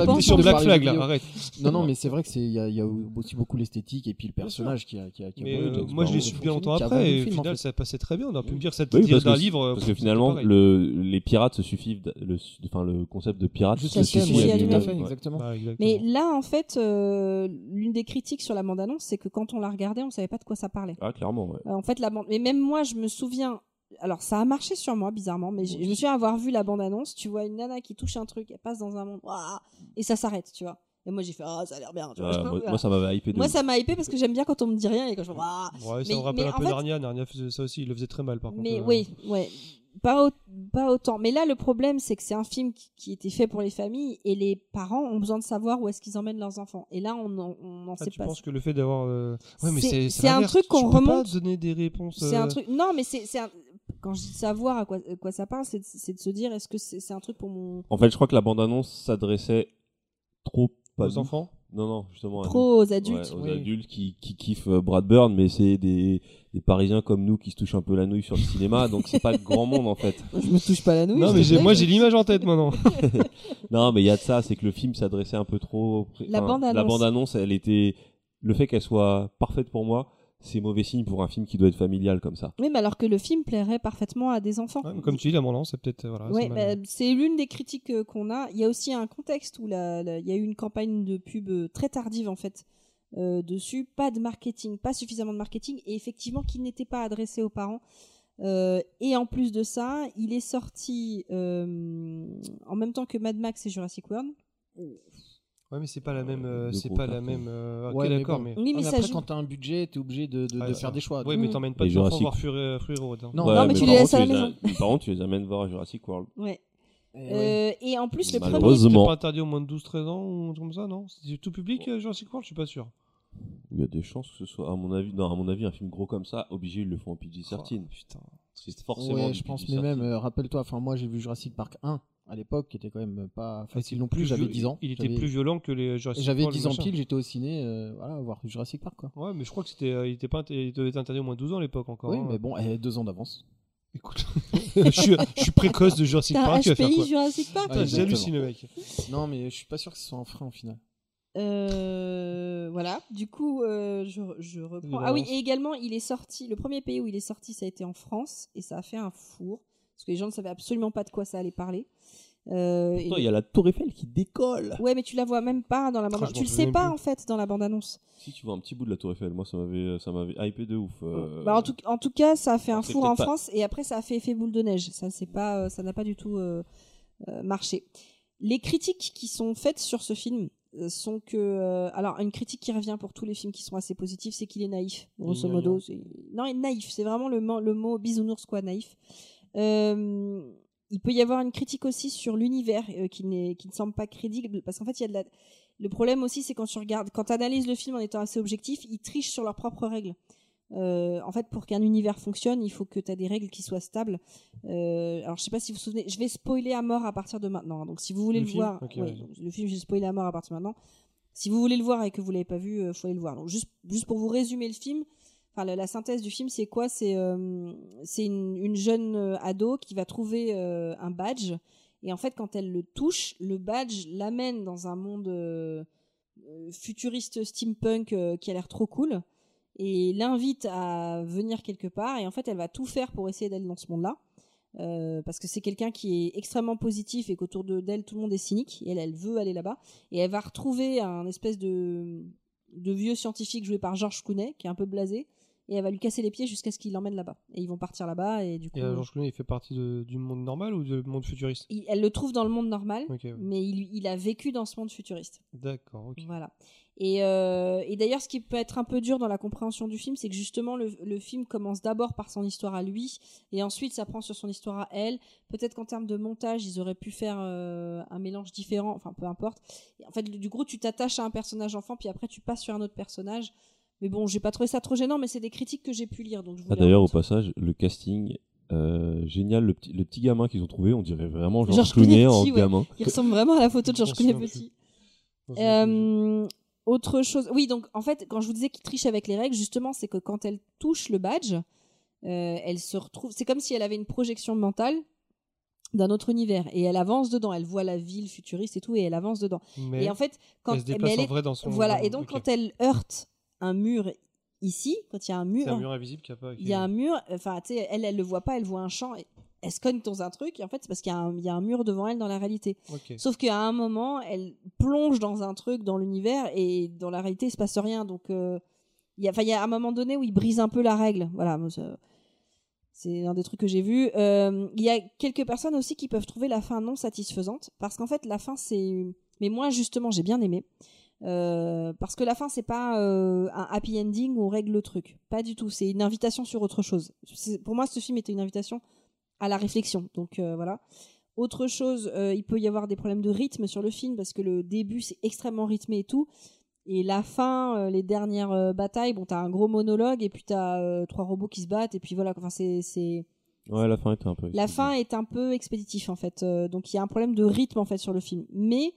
A: T'es
E: ouais,
A: sur
C: Tu
A: Black
C: parles
A: Flag
C: vidéo.
A: là, arrête.
C: Non, non, mais c'est vrai que c'est il y, a- il y a aussi beaucoup l'esthétique et puis le personnage qui a, qui a, qui a
A: Mais
E: bon,
A: euh,
E: James
A: moi je l'ai
E: Brown,
A: su
E: c'est
A: bien longtemps
C: qui a
A: après,
C: vendu le
A: et au
C: film, en
A: final
C: fait.
A: ça passait très bien. On aurait pu
E: Oui.
A: me dire ça te
E: Oui,
A: dit
E: parce
A: d'un
E: que-
A: livre.
E: Parce
A: euh,
E: que finalement,
A: pareil.
E: le, les pirates se suffisent, d'a- le, su- enfin, le concept de pirate
C: Juste
E: se
C: le
D: système,
E: suffit
D: oui, tout
E: à
D: à
E: lui-même.
D: fait,
E: Ouais.
C: exactement.
A: Bah,
D: Mais
A: exactement.
D: là, en fait, euh, l'une des critiques sur la bande-annonce, c'est que quand on l'a regardait, on savait pas de quoi ça parlait.
E: Ah, clairement, ouais.
D: Euh, en fait, la bande. Mais même moi, je me souviens. Alors, ça a marché sur moi, bizarrement, mais j'ai- je me souviens avoir vu la bande-annonce. Tu vois une nana qui touche un truc, elle passe dans un monde, ouah, et ça s'arrête, tu vois. Et moi, j'ai fait, ah, ça a l'air bien. Tu vois,
E: Ouais, Euh, moi, moi, ça m'avait hypé de
D: Moi,
E: ouf.
D: ça m'a hypé parce que j'aime bien quand on me dit rien et quand je fais, ouah.
A: Ouais, ça
D: Mais-
A: me rappelle
D: mais
A: un
D: en
A: peu
D: fait-
A: Narnia. Narnia faisait ça aussi, il le faisait très mal par contre.
D: Mais
A: euh,
D: oui, ouais. Pas, au- pas autant. Mais là, le problème, c'est que c'est un film qui, qui était fait pour les familles et les parents ont besoin de savoir où est-ce qu'ils emmènent leurs enfants. Et là, on n'en on n'en
A: Ah,
D: sait
A: tu
D: pas.
A: penses que le fait d'avoir. euh, Ouais, mais
D: C'est-
A: c'est
D: c'est un
A: l'inverse.
D: truc qu'on
A: Tu peux
D: remonte.
A: pas donner des réponses.
D: C'est un
A: euh,
D: truc. Non, mais c'est c'est un- quand je dis savoir à quoi, à quoi ça parle, c'est de- c'est de se dire est-ce que c'est c'est un truc pour mon
E: En fait, je crois que la bande-annonce s'adressait trop pas
A: aux
E: nous.
A: enfants.
E: Non, non, justement. à nous.
D: pro aux
E: Ouais,
D: adultes
E: aux
C: oui.
E: adultes qui, qui kiffent euh, Brad Bird, mais c'est des, des Parisiens comme nous qui se touchent un peu la nouille sur
D: (laughs)
E: le cinéma, donc c'est pas le grand monde en fait.
D: Je me touche pas la nouille.
A: Non, mais j'ai- moi j'ai l'image en tête maintenant.
E: Non, mais il y a de ça, c'est que le film s'adressait un peu trop. au-
D: La bande-annonce.
E: La bande-annonce, elle était. Le fait qu'elle soit parfaite pour moi, c'est mauvais signe pour un film qui doit être familial comme ça.
D: Oui, mais alors que le film plairait parfaitement à des enfants.
A: Ouais, mais Comme tu dis, la bande c'est peut-être. euh, Voilà,
D: Ouais,
A: c'est mal.
D: bah, c'est l'une des critiques euh, qu'on a. Il y a aussi un contexte où la- la- il y a eu une campagne de pub euh, très tardive en fait euh, dessus, pas de marketing, pas suffisamment de marketing et effectivement qui n'était pas adressé aux parents. Euh, et en plus de ça, il est sorti euh, en même temps que Mad Max et Jurassic World.
A: Ouais, mais c'est pas la même. euh,
E: Deux
A: C'est
E: gros
A: pas la
E: cartons.
A: même. euh,
C: Ouais,
A: Ok,
C: mais
A: d'accord,
C: bon.
A: mais.
D: Oui, mais
C: Ah, mais
D: ça
C: après,
D: joue.
C: quand t'as un budget, t'es obligé de, de,
A: Ah,
C: de
A: ça.
C: faire des choix.
A: Ouais,
D: Mm.
A: mais t'emmènes pas
E: Et
A: tes enfants
E: Jurassic-
A: voir Fury euh, Fury Road. hein.
C: Non,
E: Ouais,
D: non, mais tu les
E: par
D: laisses à
E: contre,
D: la
E: tu les as-
D: maison.
E: mais Par contre, tu les amènes voir à Jurassic World.
D: Ouais.
C: Eh ouais.
D: Euh, et en plus, le premier
E: Malheureusement.
A: C'était pas interdit au moins de 12-13 ans ou un truc comme ça, non C'était tout public, euh, Jurassic World Je suis pas sûr.
E: Il y a des chances que ce soit, à mon avis, non, à mon avis, un film gros comme ça, obligé, ils le font en PG-13.
A: Oh, putain.
E: C'est forcément.
C: Ouais,
E: du
C: je pense, mais
E: PG-13.
C: même, euh, rappelle-toi, enfin, moi j'ai vu Jurassic Park 1 à l'époque, qui était quand même pas facile non plus,
A: Plus
C: j'avais
A: viol-
C: 10 ans.
A: Il était
C: J'avais-
A: plus violent que les Jurassic
C: J'avais
A: World,
C: 10 ans
A: machin.
C: pile, j'étais au ciné, euh, voilà, voir Jurassic Park quoi.
A: Ouais, mais je crois que c'était, euh, il était pas, inter- il devait être interdit au moins 12 ans à l'époque encore.
C: Oui,
A: hein.
C: mais bon, eh, deux ans d'avance.
A: Écoute, je, suis, je suis précoce de Jurassic
D: t'as un
A: Park, tu vas faire quoi
D: HPI Jurassic Park.
C: Ouais,
A: Ah, Putain,
C: exactement.
A: J'hallucine, le mec.
C: Non, mais je suis pas sûr que ce soit un frein au final.
D: Euh, voilà, du coup, euh, je, je reprends.
A: Oui,
D: Ah oui,
A: balance.
D: et également, il est sorti, le premier pays où il est sorti, ça a été en France, et ça a fait un four, parce que les gens ne savaient absolument pas de quoi ça allait parler. Euh, et-
E: Pourtant, il y a la Tour Eiffel qui décolle.
D: Ouais, mais tu la vois même pas dans la
A: Ah, je
D: bande-annonce.
A: m'en
D: Tu le sais
A: souviens
D: pas,
A: plus.
D: en fait, dans la bande-annonce.
E: Si tu vois un petit bout de la Tour Eiffel, moi, ça m'avait, ça m'avait hypé de ouf. euh,
D: Bah, en, tout, en tout cas, ça a fait un
E: c'est
D: four en
E: peut-être pas-
D: France et après ça a fait effet boule de neige. Ça c'est pas, euh, ça n'a pas du tout euh, euh, marché. Les critiques qui sont faites sur ce film euh, sont que, euh, alors une critique qui revient pour tous les films qui sont assez positifs, c'est qu'il est naïf, grosso
C: Il est
D: modo. c'est- Non, il est naïf, c'est vraiment le, mo- le mot bisounours quoi, naïf. Euh, il peut y avoir une critique aussi sur l'univers euh, qui, n'est- qui ne semble pas crédible parce qu'en fait il y a de la... le problème aussi c'est quand tu regardes quand tu analyses le film en étant assez objectif ils trichent sur leurs propres règles Euh, en fait pour qu'un univers fonctionne il faut que tu as des règles qui soient stables Euh, alors je sais pas si vous vous souvenez je vais spoiler à mort à partir de maintenant hein. donc si vous voulez
A: Le
D: le,
A: film
D: voir
A: Ok,
D: ouais,
A: ouais.
D: donc, le film je vais spoiler à mort à partir de maintenant si vous voulez le voir et que vous l'avez pas vu euh, faut aller le voir donc juste, juste pour vous résumer le film enfin la, la synthèse du film c'est quoi c'est euh, c'est une, une jeune euh, ado qui va trouver euh, un badge et en fait quand elle le touche le badge l'amène dans un monde euh, euh, futuriste steampunk euh, qui a l'air trop cool et l'invite à venir quelque part et en fait elle va tout faire pour essayer d'aller dans ce monde là parce que c'est quelqu'un qui est extrêmement positif et qu'autour de- d'elle tout le monde est cynique et elle elle veut aller là-bas et elle va retrouver un espèce de de vieux scientifique joué par Georges Clooney qui est un peu blasé et elle va lui casser les pieds jusqu'à ce qu'il l'emmène là-bas et ils vont partir là-bas et du coup
A: Et euh, Georges Clooney, il fait partie de- du monde normal ou du monde futuriste
D: il- elle le trouve dans le monde normal
A: Ok, ouais.
D: mais il, il a vécu dans ce monde futuriste
A: d'accord. ok.
D: voilà et, euh, et d'ailleurs ce qui peut être un peu dur dans la compréhension du film c'est que justement le, le film commence d'abord par son histoire à lui et ensuite ça prend sur son histoire à elle peut-être qu'en termes de montage ils auraient pu faire euh, un mélange différent enfin peu importe Et en fait du gros tu t'attaches à un personnage enfant puis après tu passes sur un autre personnage mais bon j'ai pas trouvé ça trop gênant mais c'est des critiques que j'ai pu lire donc je
E: Ah,
D: voulais
E: D'ailleurs,
D: en-
E: au passage, le casting, euh, génial, le petit, le petit gamin qu'ils ont trouvé, on dirait vraiment Georges
D: Georges
E: Clooney
D: Clooney
E: en
D: petit, ouais.
E: gamin.
D: il ressemble vraiment à la photo de Georges
A: Attention,
D: Clooney petit
A: Dans une-
D: Euh, autre chose, oui, donc en fait, quand je vous disais qu'il triche avec les règles, justement, c'est que quand elle touche le badge, euh, elle se retrouve. C'est comme si elle avait une projection mentale d'un autre univers et elle avance dedans. Elle voit la ville futuriste et tout, et elle avance dedans.
A: mais
D: et en fait, quand
A: elle se
D: mais
A: déplace
D: elle
A: en
D: est-
A: vrai dans son
D: voilà,
A: dans-
D: et donc
A: ok.
D: quand elle heurte un mur ici, quand il y a un
A: C'est un
D: mur,
A: mur invisible qui a pas. qui-
D: il y a un mur. Enfin, tu sais, elle, elle le voit pas, elle voit un champ. Et... Elle se cogne dans un truc, et en fait, c'est parce qu'il y, a un- il y a un mur devant elle dans la réalité.
A: ok.
D: Sauf qu'à un moment, elle plonge dans un truc, dans l'univers, et dans la réalité, il se passe rien. Donc, euh, il y a- enfin, il y a un moment donné où il brise un peu la règle. Voilà, moi, ça- c'est un des trucs que j'ai vu. Euh, Il y a quelques personnes aussi qui peuvent trouver la fin non satisfaisante, parce qu'en fait, la fin, c'est... Mais moi, justement, j'ai bien aimé. Euh, parce que la fin, c'est pas euh, un happy ending où on règle le truc. Pas du tout. C'est une invitation sur autre chose. C'est- Pour moi, ce film était une invitation à la réflexion. Donc euh, voilà. Autre chose, euh, il peut y avoir des problèmes de rythme sur le film parce que le début c'est extrêmement rythmé et tout. Et la fin, euh, les dernières euh, batailles, bon, t'as un gros monologue et puis t'as euh, trois robots qui se battent et puis voilà. Enfin, c'est, c'est...
E: Ouais, la fin était un peu.
D: La fin est un peu expéditif en fait, Euh, donc il y a un problème de rythme en fait sur le film. Mais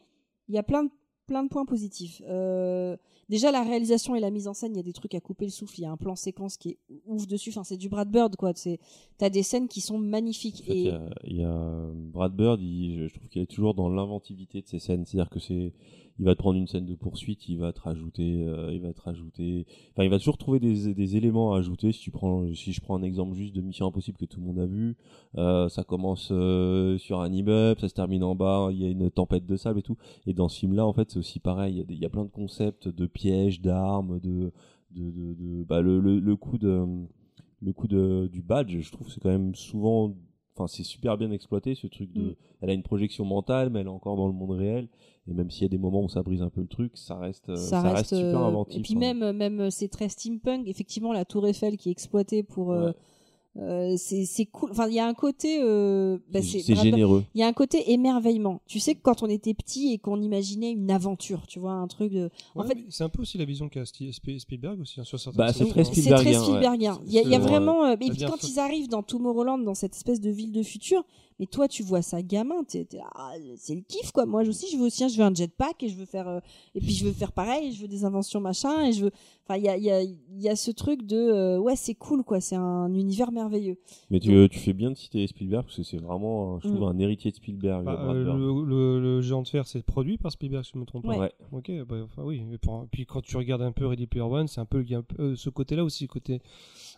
D: il y a plein de plein de points positifs. Euh, déjà la réalisation et la mise en scène, il y a des trucs à couper le souffle. Il y a un plan séquence qui est ouf dessus. Enfin, c'est du Brad Bird quoi. C'est t'as des scènes qui sont magnifiques.
E: En fait, il y a- il y, a euh, Brad Bird, il- je- je trouve qu'il est toujours dans l'inventivité de ses scènes. C'est-à-dire que c'est, il va te prendre une scène de poursuite, il va te rajouter, euh, il va te rajouter. Enfin, il va toujours trouver des, des éléments à ajouter. Si tu prends, si je prends un exemple juste de Mission Impossible que tout le monde a vu, euh, ça commence euh, sur un immeuble, ça se termine en bas, il y a une tempête de sable et tout. Et dans ce film-là, en fait, c'est aussi pareil. Il y a des- Il y, a plein de concepts, de pièges, d'armes, de, de, de, de- bah, le, le, le coup de, le coup de, du badge. Je trouve que c'est quand même souvent enfin c'est super bien exploité ce truc de
D: Mm.
E: elle a une projection mentale mais elle est encore dans le monde réel et même s'il y a des moments où ça brise un peu le truc ça reste euh, ça, reste, super
D: euh,
E: inventif
D: Et puis
E: hein.
D: même, même euh, c'est très steampunk. Effectivement, la tour Eiffel qui est exploitée pour. euh,
E: Ouais.
D: euh, c'est c'est cool. Enfin, il y a un côté. euh, bah, c'est
E: C'est- c'est
D: Brad Bird.
E: généreux
D: Il y a un côté émerveillement. Tu sais que quand on était petit et qu'on imaginait une aventure, tu vois, un truc de. en
A: Ouais,
D: fait-
A: mais c'est un peu aussi la vision qu'a Sti- Spi- Spielberg aussi hein, sur certaines
E: Bah, c'est
A: choses,
E: très
A: hein.
D: C'est très
E: Spielbergien, ouais.
D: Spielbergien. Il y a, il y a
E: C'est-
D: vraiment. euh, et puis
A: C'est-à-dire
D: quand
A: que-
D: ils arrivent dans Tomorrowland, dans cette espèce de ville de futur, mais toi, tu vois ça gamin, t'es- t'es là, Ah, c'est le kiff quoi. Moi aussi, je veux aussi, hein, je veux un jetpack et je veux faire. euh, et puis je veux faire pareil, je veux des inventions machin et je veux. Enfin, il y a, il y, a, il y a ce truc de euh, ouais, c'est cool quoi. C'est un univers merveilleux.
E: mais tu, euh, tu fais bien de citer Spielberg parce que c'est vraiment un- je trouve
D: Mm.
E: un héritier de Spielberg
A: Bah,
E: Brad
A: euh,
E: Bird.
A: le, le- le géant de fer, c'est produit par Spielberg, si je ne me trompe
D: Ouais.
A: pas.
E: Ouais.
A: Ok, bah, enfin, oui. Et pour- puis quand tu regardes un peu Ready Player One, c'est un peu le- euh, ce côté-là aussi, côté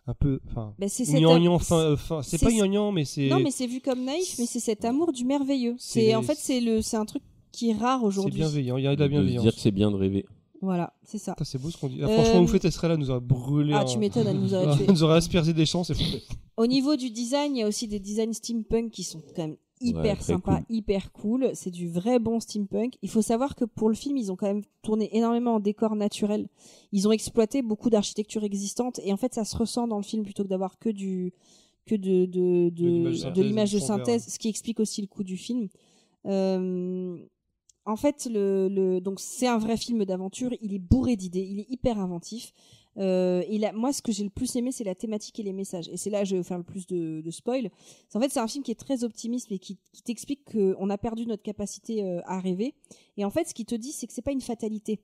A: un peu. Enfin,
D: Ben, c'est cet am-
A: gnangnan, fin, euh, fin- c'est
D: c'est-
A: pas gnangnan, mais c'est.
D: Non, mais c'est vu comme naïf, mais c'est cet amour du merveilleux.
A: C'est-
D: C'est en fait c'est le c'est un truc qui est rare
A: c'est
D: aujourd'hui.
A: bienveillant. Il y a de la
E: de se dire que
A: bienveillance.
E: c'est bien de rêver
D: Voilà, c'est ça.
A: Putain, C'est beau ce qu'on dit. Ah,
D: Euh,
A: franchement, Oufette, elle serait là, elle nous aurait brûlé.
D: Ah,
A: hein.
D: tu m'étonnes, elle nous
A: Ah, (laughs)
D: aurait tué.
A: elle nous aurait aspergé des chances. et puis-
D: Au niveau du design, il y a aussi des designs steampunk qui sont quand même hyper
E: Ouais, très
D: sympas,
E: cool.
D: hyper cool. C'est du vrai bon steampunk. Il faut savoir que pour le film, ils ont quand même tourné énormément en décor naturel. Ils ont exploité beaucoup d'architecture existante et en fait, ça se ressent dans le film plutôt que d'avoir que du que de, de,
A: De l'image
D: de,
A: synthèse
D: de l'image de
A: du son
D: synthèse,
A: vert.
D: ce qui explique aussi le coût du film. Euh, en fait, le, le, donc c'est un vrai film d'aventure. Il est bourré d'idées, il est hyper inventif. Euh, et là, moi, ce que j'ai le plus aimé, c'est la thématique et les messages. Et c'est là que je vais vous faire le plus de, de spoil. C'est- En fait, c'est un film qui est très optimiste, mais qui, qui t'explique qu'on a perdu notre capacité euh, à rêver. Et en fait, ce qu'il te dit, c'est que c'est pas une fatalité.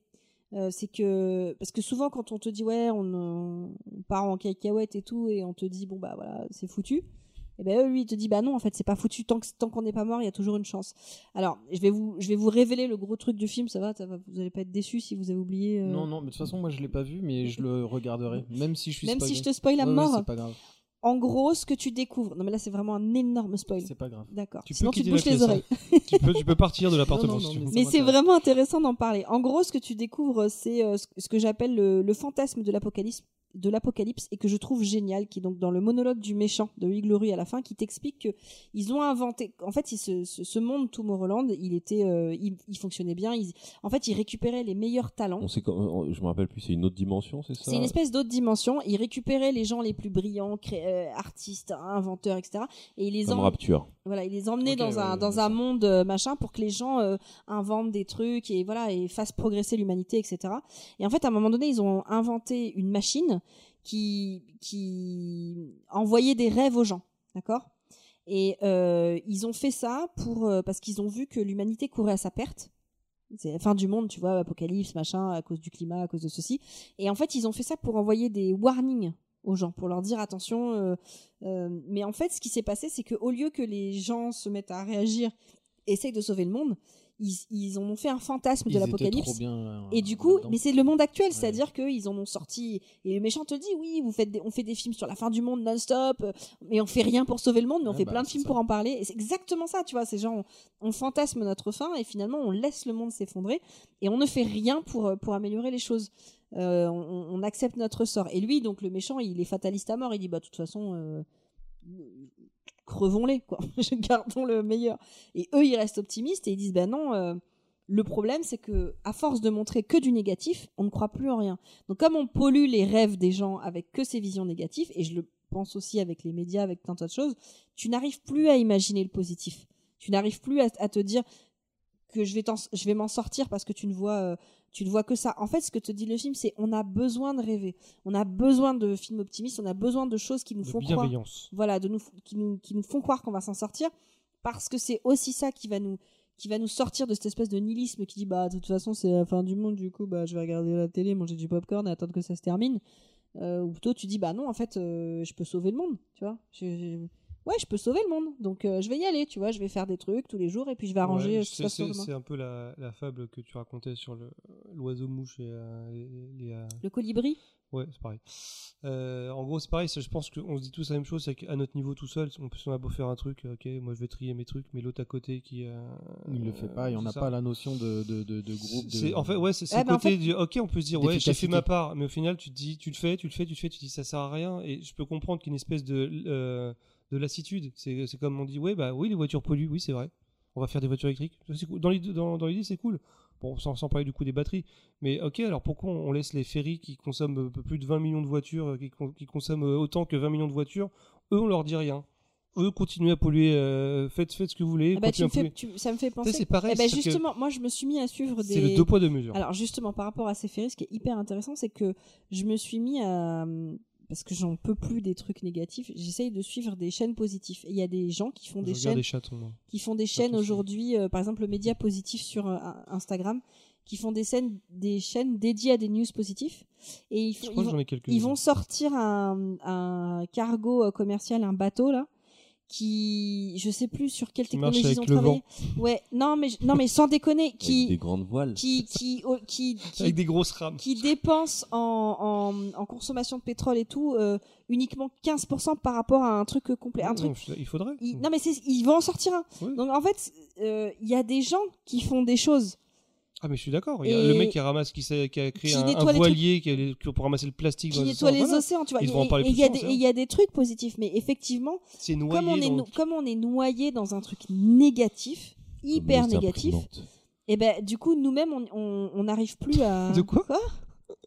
D: Euh, c'est que parce que souvent quand on te dit ouais on, euh, on part en cacahuète et tout et on te dit bon bah voilà c'est foutu et ben eux, lui il te dit bah non en fait c'est pas foutu tant que tant qu'on n'est pas mort il y a toujours une chance alors je vais vous je vais vous révéler le gros truc du film ça va, ça va vous allez pas être déçus si vous avez oublié euh,
C: Non, non, mais de toute façon, moi je l'ai pas vu, mais je le regarderai. Même si je suis
D: Mm. même
C: spoilé.
D: si je te spoil la
C: Ouais, ouais,
D: mort
C: c'est pas grave.
D: en gros ce que tu découvres non mais là c'est vraiment un énorme spoil
C: C'est pas grave.
D: d'accord
A: Tu peux
D: sinon tu te
A: quitter la
D: bouches les
A: pièce, hein.
D: oreilles
A: (laughs) tu, peux, tu peux partir de l'appartement
C: Non, non,
A: si tu
C: non,
A: veux.
D: Mais
C: Ça
D: c'est
C: m'intéresse.
D: vraiment intéressant d'en parler. En gros, ce que tu découvres, c'est euh, ce- ce que j'appelle le, le fantasme de l'apocalypse de l'apocalypse et que je trouve génial qui est donc dans le monologue du méchant de Hugh à la fin qui t'explique que ils ont inventé en fait ils se- se- ce monde Tomorrowland il était euh, il, il fonctionnait bien ils- en fait ils récupéraient les meilleurs talents
E: On sait quand- on- je me rappelle plus, c'est une autre dimension, c'est ça
D: c'est une espèce d'autre dimension ils récupéraient les gens les plus brillants cré- euh, artistes inventeurs etc et ils les
E: Comme
D: en-
E: Rapture.
D: voilà, il les emmenait
C: Ok,
D: dans un
C: ouais,
D: dans
C: ouais,
D: un monde euh, machin pour que les gens euh, inventent des trucs et voilà et fassent progresser l'humanité, etc. Et en fait, à un moment donné, ils ont inventé une machine qui qui envoyait des rêves aux gens, d'accord Et euh, ils ont fait ça pour euh, parce qu'ils ont vu que l'humanité courait à sa perte. C'est la fin du monde, tu vois, apocalypse, machin, à cause du climat, à cause de ceci. Et en fait, ils ont fait ça pour envoyer des warnings aux gens, pour leur dire attention. euh, euh, mais en fait, ce qui s'est passé, c'est que au lieu que les gens se mettent à réagir, essayent de sauver le monde, ils, ils en ont fait un fantasme
C: Ils
D: de
C: étaient trop
D: l'apocalypse.
C: bien, là,
D: Et du coup,
C: là-dedans.
D: mais c'est le monde actuel, c'est-à-dire qu'ils en ont sorti. Et le méchant te dit, oui, vous faites des- on fait des films sur la fin du monde non-stop, euh, mais on fait rien pour sauver le monde, mais on
C: Ouais,
D: fait
C: bah,
D: plein de
C: c'est
D: films
C: ça.
D: pour en parler. Et c'est exactement ça, tu vois. Ces gens, on, on fantasme notre fin et finalement, on laisse le monde s'effondrer et on ne fait rien pour, euh, pour améliorer les choses. Euh, on, on accepte notre sort. Et lui, donc, le méchant, il est fataliste à mort. Il dit, bah, de toute façon, euh, crevons-les, quoi. (laughs) Gardons le meilleur. Et eux, ils restent optimistes et ils disent, ben non, euh, le problème, c'est que, à force de montrer que du négatif, on ne croit plus en rien. Donc, comme on pollue les rêves des gens avec que ces visions négatives, et je le pense aussi avec les médias, avec tant de choses, tu n'arrives plus à imaginer le positif. Tu n'arrives plus à, à te dire que je vais, t'en- je vais m'en sortir parce que tu ne vois, euh, tu ne vois que ça. En fait, ce que te dit le film, c'est on a besoin de rêver. On a besoin de films optimistes. On a besoin de choses qui nous
A: De
D: font croire
A: bienveillance.
D: voilà, de nous, qui, nous, qui nous font croire qu'on va s'en sortir, parce que c'est aussi ça qui va nous qui va nous sortir de cette espèce de nihilisme qui dit bah de toute façon c'est la fin du monde du coup bah je vais regarder la télé manger du popcorn et attendre que ça se termine Euh, ou plutôt tu dis bah non en fait euh, je peux sauver le monde tu vois Je- je- ouais je peux sauver le monde donc euh, je vais y aller tu vois je vais faire des trucs tous les jours et puis je vais arranger
A: Ouais,
D: euh, ce qui
A: c'est
D: se passe autour
A: c'est-
D: de moi.
A: c'est un peu la, la fable que tu racontais sur le- l'oiseau-mouche et euh, les- les, euh,
D: le colibri
A: Ouais, c'est pareil. Euh, en gros, c'est pareil. c'est- Je pense qu'on se dit tous la même chose, c'est qu'à notre niveau tout seul, on peut on a beau faire un truc, euh, ok, moi je vais trier mes trucs, mais l'autre à côté qui. euh,
C: Il le fait pas, il n'y en a
A: c'est ça.
C: pas la notion de, de, de, de groupe. de-
A: C'est- En fait, ouais, c'est c'est
D: Ah,
A: le
D: bah, en
A: côté
D: fait,
A: du ok, on peut se dire, ouais, j'ai fait
C: d'efficacité.
A: ma part, mais au final, tu te dis, tu le fais, tu le fais, tu le fais, tu te dis, ça sert à rien. Et je peux comprendre qu'il y a une espèce de, euh, de lassitude. C'est c'est comme on dit, ouais, bah oui, les voitures polluent, oui, c'est vrai. On va faire des voitures électriques. Ça, c'est cool. Dans l'idée, dans, dans l'idée, c'est cool. Bon, sans, sans parler du coût des batteries. Mais ok, alors pourquoi on laisse les ferries qui consomment euh, plus de 20 millions de voitures, euh, qui, con- qui consomment euh, autant que 20 millions de voitures, eux, on leur dit rien. Eux, continuez à polluer, euh, faites, faites ce que vous voulez.
D: Ah bah, tu
A: continuez
D: me
A: à
D: fais,
A: polluer.
D: tu- ça me fait
A: Tu sais,
D: penser
A: c'est pareil.
D: Eh ben,
A: c'est-à-dire que
D: justement moi je me suis mis à suivre des
A: c'est le deux poids, deux mesures.
D: Alors justement, par rapport à ces ferries, ce qui est hyper intéressant, c'est que je me suis mis à parce que j'en peux plus des trucs négatifs. J'essaye de suivre des chaînes positives. Et Il y a des gens qui font
A: Je
D: des
A: regarde
D: chaînes
A: les chatons. moi.
D: qui font des chaînes
A: Attention.
D: aujourd'hui, euh, par exemple le média positif sur euh, Instagram, qui font des scènes, des chaînes dédiées à des news positifs. Et ils, font-
A: Je crois
D: ils
A: que
D: vont-
A: j'en ai quelques
D: ils vont sortir un, un cargo euh, commercial, un bateau là, qui, je sais plus sur quelle
A: Qui marche
D: technologie ils ont
A: avec le
D: travaillé. Ouais, non mais je- non mais
A: (laughs)
D: sans déconner,
E: Avec des
D: qui
E: grandes voiles.
D: qui qui oh, qui, qui-
A: Avec des grosses rames.
D: qui dépense en, en, en consommation de pétrole et tout euh, uniquement 15% par rapport à un truc complet. Un
A: Non,
D: truc.
A: je- il faudrait.
D: il- non mais c'est, ils vont en sortir un.
A: Mmh. Oui.
D: Donc en fait, euh, il y a des gens qui font des choses.
A: Ah mais je suis d'accord. Il y a
D: Et-
A: Le mec qui ramasse, qui, sait- qui a créé
D: Qui
A: un,
D: nettoie
A: un
D: les trucs.
A: voilier qui a les- qui- pour ramasser le plastique.
D: Qui
A: dans les
D: nettoient les
A: océans, voilà.
D: océans, tu vois.
A: Ils
D: Et-
A: vont en parler
D: et il
A: plus
D: y a
A: souvent,
D: des-
A: ça.
D: et il y a des trucs positifs, mais effectivement,
A: C'est
D: comme on,
A: noyé.
D: est
A: dans-
D: nou- comme on est noyé dans un truc négatif, hyper
E: Comme les
D: négatif, eh
E: imprimantes.
A: (laughs)
D: et ben du coup nous-mêmes on on- on n'arrive plus à
A: De quoi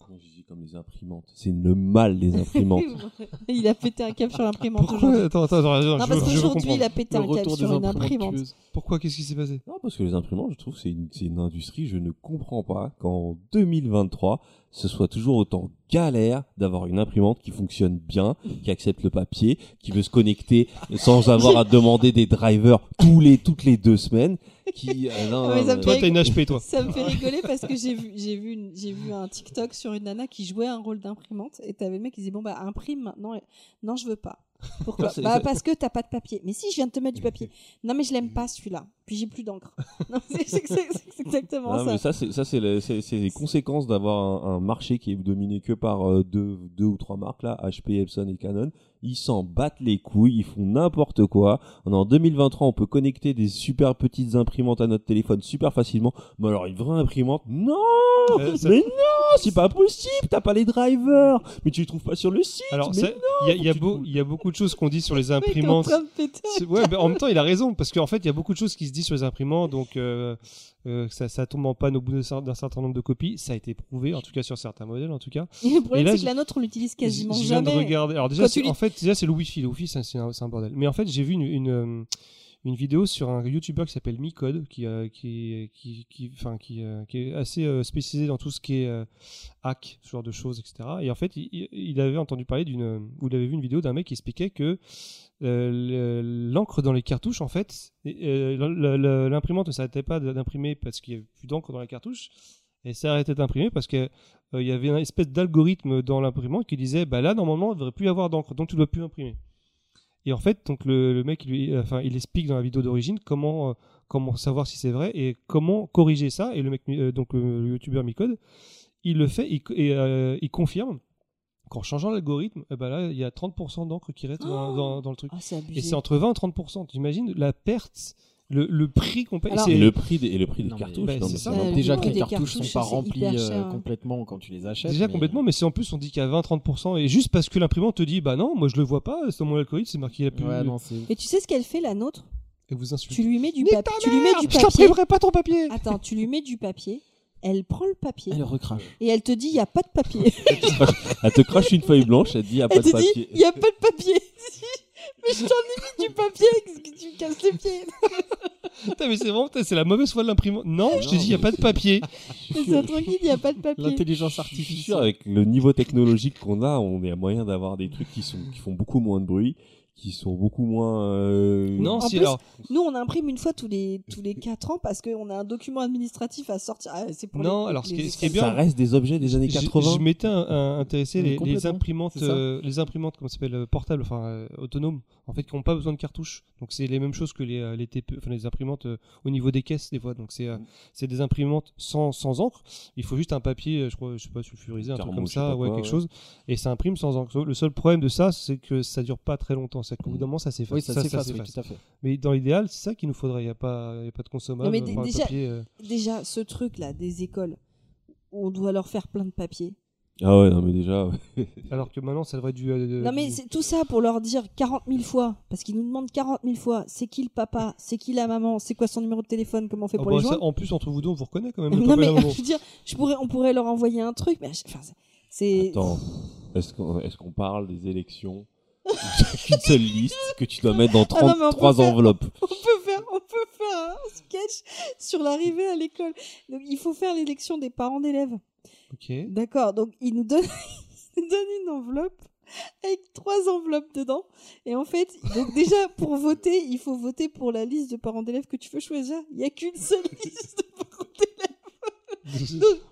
E: Je dis comme les imprimantes. C'est le mal, les imprimantes.
D: (laughs) il a pété un câble sur l'imprimante aujourd'hui.
A: (laughs) Pourquoi Attends, attends, attends, attends,
D: (laughs) Non,
A: je,
D: parce
A: veux- je veux
D: qu'aujourd'hui,
A: comprendre.
D: il a pété
C: Le
D: un câble
C: retour des
D: sur une
C: imprimantes
D: imprimante.
C: tueuses.
A: Pourquoi Qu'est-ce qui s'est passé
E: non, parce que les imprimantes, je trouve, c'est une, c'est une industrie, je ne comprends pas qu'en 2023, ce soit toujours autant galère d'avoir une imprimante qui fonctionne bien, qui accepte le papier, qui veut se connecter sans avoir à demander des drivers tous les, toutes les deux semaines. Qui, euh, non,
D: Ah, mais ça me
E: non,
A: Toi,
D: Mais-
A: t'as une HP,
D: (laughs)
A: toi.
D: Ça me
A: (laughs)
D: fait rigoler parce que j'ai vu, j'ai vu, une- j'ai vu un TikTok sur une nana qui jouait un rôle d'imprimante et t'avais le mec qui disait bon bah imprime maintenant. Et- Non, je veux pas. Pourquoi
E: Ça, c'est-
D: Bah
E: ça-
D: parce que t'as pas de papier. Mais si, je viens de te mettre du papier. Non mais je l'aime pas celui-là. Puis j'ai plus d'encre. (laughs) Non, c'est, c'est- c'est- c'est exactement
E: Non,
D: ça.
E: mais ça, c'est ça, c'est le- c'est- c'est les conséquences d'avoir un, un marché qui est dominé que par euh, deux, deux ou trois marques là, HP, Epson et Canon. Ils s'en battent les couilles, ils font n'importe quoi. On est En 2023, on peut connecter des super petites imprimantes à notre téléphone super facilement. Mais alors, une vraie imprimante, non,
A: Euh, ça-
E: mais non, c'est pas possible. T'as pas les drivers, mais tu les trouves pas sur le site.
A: Alors,
E: mais
A: ça- il y a- il y, a
E: tu te
A: beau-
E: bouges.
A: il y a beaucoup de choses qu'on dit
D: (laughs)
A: sur les
D: Le mec est en
A: imprimantes.
D: train de péter un
A: C'est- Ouais, bah, en même temps, il a raison, parce qu'en fait, il y a beaucoup de choses qui se disent sur les imprimantes, donc euh, euh, ça, ça tombe en panne au bout d'un cer- d'un certain nombre de copies. Ça a été prouvé, en tout cas sur certains modèles, en tout cas.
D: Le problème,
A: Et là,
D: c'est que
A: je-
D: la nôtre, on l'utilise quasiment
A: Je- je viens de
D: jamais.
A: regarder. Alors déjà,
D: Quand tu
A: c'est-
D: lis-
A: en fait, déjà c'est le Wi-Fi. Le Wi-Fi, c'est un- c'est un, c'est un bordel. Mais en fait, j'ai vu une, une, euh, une vidéo sur un YouTuber qui s'appelle Micode, qui, euh, qui, qui, qui, enfin, qui, euh, qui est assez euh, spécialisé dans tout ce qui est euh, hack, ce genre de choses, etc. Et en fait, il, il avait entendu parler d'une, euh, ou il avait vu une vidéo d'un mec qui expliquait que euh, le- l'encre dans les cartouches, en fait, euh, le- le- l'imprimante ne s'arrêtait pas d'imprimer parce qu'il n'y avait plus d'encre dans la cartouche. Et s'est arrêté d'imprimer parce que euh, il y avait une espèce d'algorithme dans l'imprimante qui disait bah là normalement il devrait plus avoir d'encre donc tu dois plus imprimer et en fait donc le, le mec il lui enfin il explique dans la vidéo d'origine comment euh, comment savoir si c'est vrai et comment corriger ça et le mec euh, donc euh, le youtubeur Micode il le fait il co- et euh, il confirme qu'en changeant l'algorithme eh ben là il y a 30% d'encre qui reste dans,
D: Oh
A: dans- dans le truc
D: Ah, c'est abusé.
A: et c'est entre 20 et 30% t'imagines la perte le, le prix qu'on paye
D: Alors-
A: c'est-
E: Et le prix des, et le prix des
C: Non, mais-
E: cartouches.
A: Bah,
E: non,
A: c'est
E: mais
A: ça.
E: n'importe
D: Euh,
E: quoi.
C: Déjà
D: le
C: que
D: prix
C: les
D: des
C: cartouches
D: cartouches,
C: sont pas
D: c'est
C: remplies
D: hyper
C: euh,
D: cher, hein.
C: complètement quand tu les achètes.
A: Déjà
C: mais-
A: complètement, mais c'est en plus on dit qu'il y a 20-30%, et juste parce que l'imprimante te dit bah non, moi je le vois pas, c'est dans mon algorithme, c'est marqué la pub.
C: Ouais, non, c'est
D: Et tu sais ce qu'elle fait, la nôtre
A: Et vous insultez.
D: Tu lui mets du
A: Nique
D: papier.
A: ta
D: Tu lui mets du
A: Je
D: papier. Ah.
A: t'imprimerai pas ton papier
D: Attends, tu lui mets du papier. Elle prend le papier
C: Elle recrache.
D: et elle te dit il y a pas de papier.
E: Elle te crache une feuille blanche, elle te dit, y a pas
D: Elle
E: de
D: te dit,
E: papier.
D: il n'y a pas de papier. (laughs) mais je t'en ai mis du papier, qu'est-ce que tu me casses les pieds.
A: Putain, mais c'est vraiment, putain, c'est la mauvaise foi de l'imprimante. Non, je te
E: Non,
A: dis, il y a
E: mais
A: pas de
E: c'est-
A: papier.
D: Sois tranquille, il n'y a pas de papier.
C: L'intelligence
E: Je suis
C: artificielle.
E: sûr, avec le niveau technologique qu'on a, on est à moyen d'avoir des trucs qui, sont, qui font beaucoup moins de bruit, qui sont beaucoup moins. euh,
A: Non,
D: En
A: si,
D: plus-
A: alors,
D: Nous, on imprime une fois tous les, tous les 4 ans parce qu'on a un document administratif à sortir. Ah, c'est pour
A: Non,
D: les-
A: alors, ce qui est-
D: les-
A: ce qui est bien-
E: ça reste des objets des années
A: je-
E: 80.
A: je m'étais un- un- intéressé
C: Mais
A: les, les
C: complètement,
A: imprimantes,
C: c'est ça.
A: euh, les imprimantes, comment ça s'appelle, euh, portables, enfin euh, autonomes, en fait, qui n'ont pas besoin de cartouches. Donc c'est les mêmes choses que les, euh, les TPE, enfin les imprimantes euh, au niveau des caisses des fois. Donc c'est euh, c'est des imprimantes sans, sans encre. Il faut juste un papier, euh, je crois, je sais pas, sulfurisé, un truc
E: Thermo,
A: comme
E: je sais
A: ça,
E: pas
A: ouais,
E: quoi,
A: quelque
E: ouais.
A: chose, et ça imprime sans encre. Le seul problème de ça, c'est que ça dure pas très longtemps. C'est qu'au bout d'un moment, ça s'efface.
C: Mmh. Oui, ça s'efface, oui, tout à fait.
A: Mais dans l'idéal, c'est ça qu'il nous faudrait. Il n'y a pas, il y a pas de consommable.
D: Non, mais d-
A: enfin, le
D: déjà-
A: papier, euh,
D: Déjà, ce truc-là des écoles, on doit leur faire plein de papiers.
E: Ah ouais, non, mais déjà. ouais.
A: Alors que maintenant, ça devrait être du. euh,
D: non, mais
A: du-
D: c'est tout ça pour leur dire 40 000 fois, parce qu'ils nous demandent 40 000 fois c'est qui le papa, c'est qui la maman, c'est quoi son numéro de téléphone, comment on fait
A: Ah
D: pour
A: bah,
D: les
A: ça,
D: joindre.
A: en plus, entre vous deux, on vous reconnaît
D: (laughs)
A: quand même. le
D: Non,
A: papa et
D: mais
A: la maman.
D: je veux dire, je pourrais, on pourrait leur envoyer un truc, mais enfin, c'est- c'est.
E: Attends, est-ce qu'on est qu'on parle des élections (laughs) Une seule liste que tu dois mettre dans
D: Ah non, mais on peut
E: 33
D: faire-
E: enveloppes.
D: (laughs) On peut faire, on peut faire un sketch sur l'arrivée à l'école. Donc, il faut faire l'élection des parents d'élèves.
A: Ok.
D: D'accord. Donc, ils nous donnent, (laughs) ils nous donnent une enveloppe avec trois enveloppes dedans. Et en fait, donc déjà, pour voter, il faut voter pour la liste de parents d'élèves que tu veux choisir. Il n'y a qu'une seule (laughs) liste de parents d'élèves. Donc,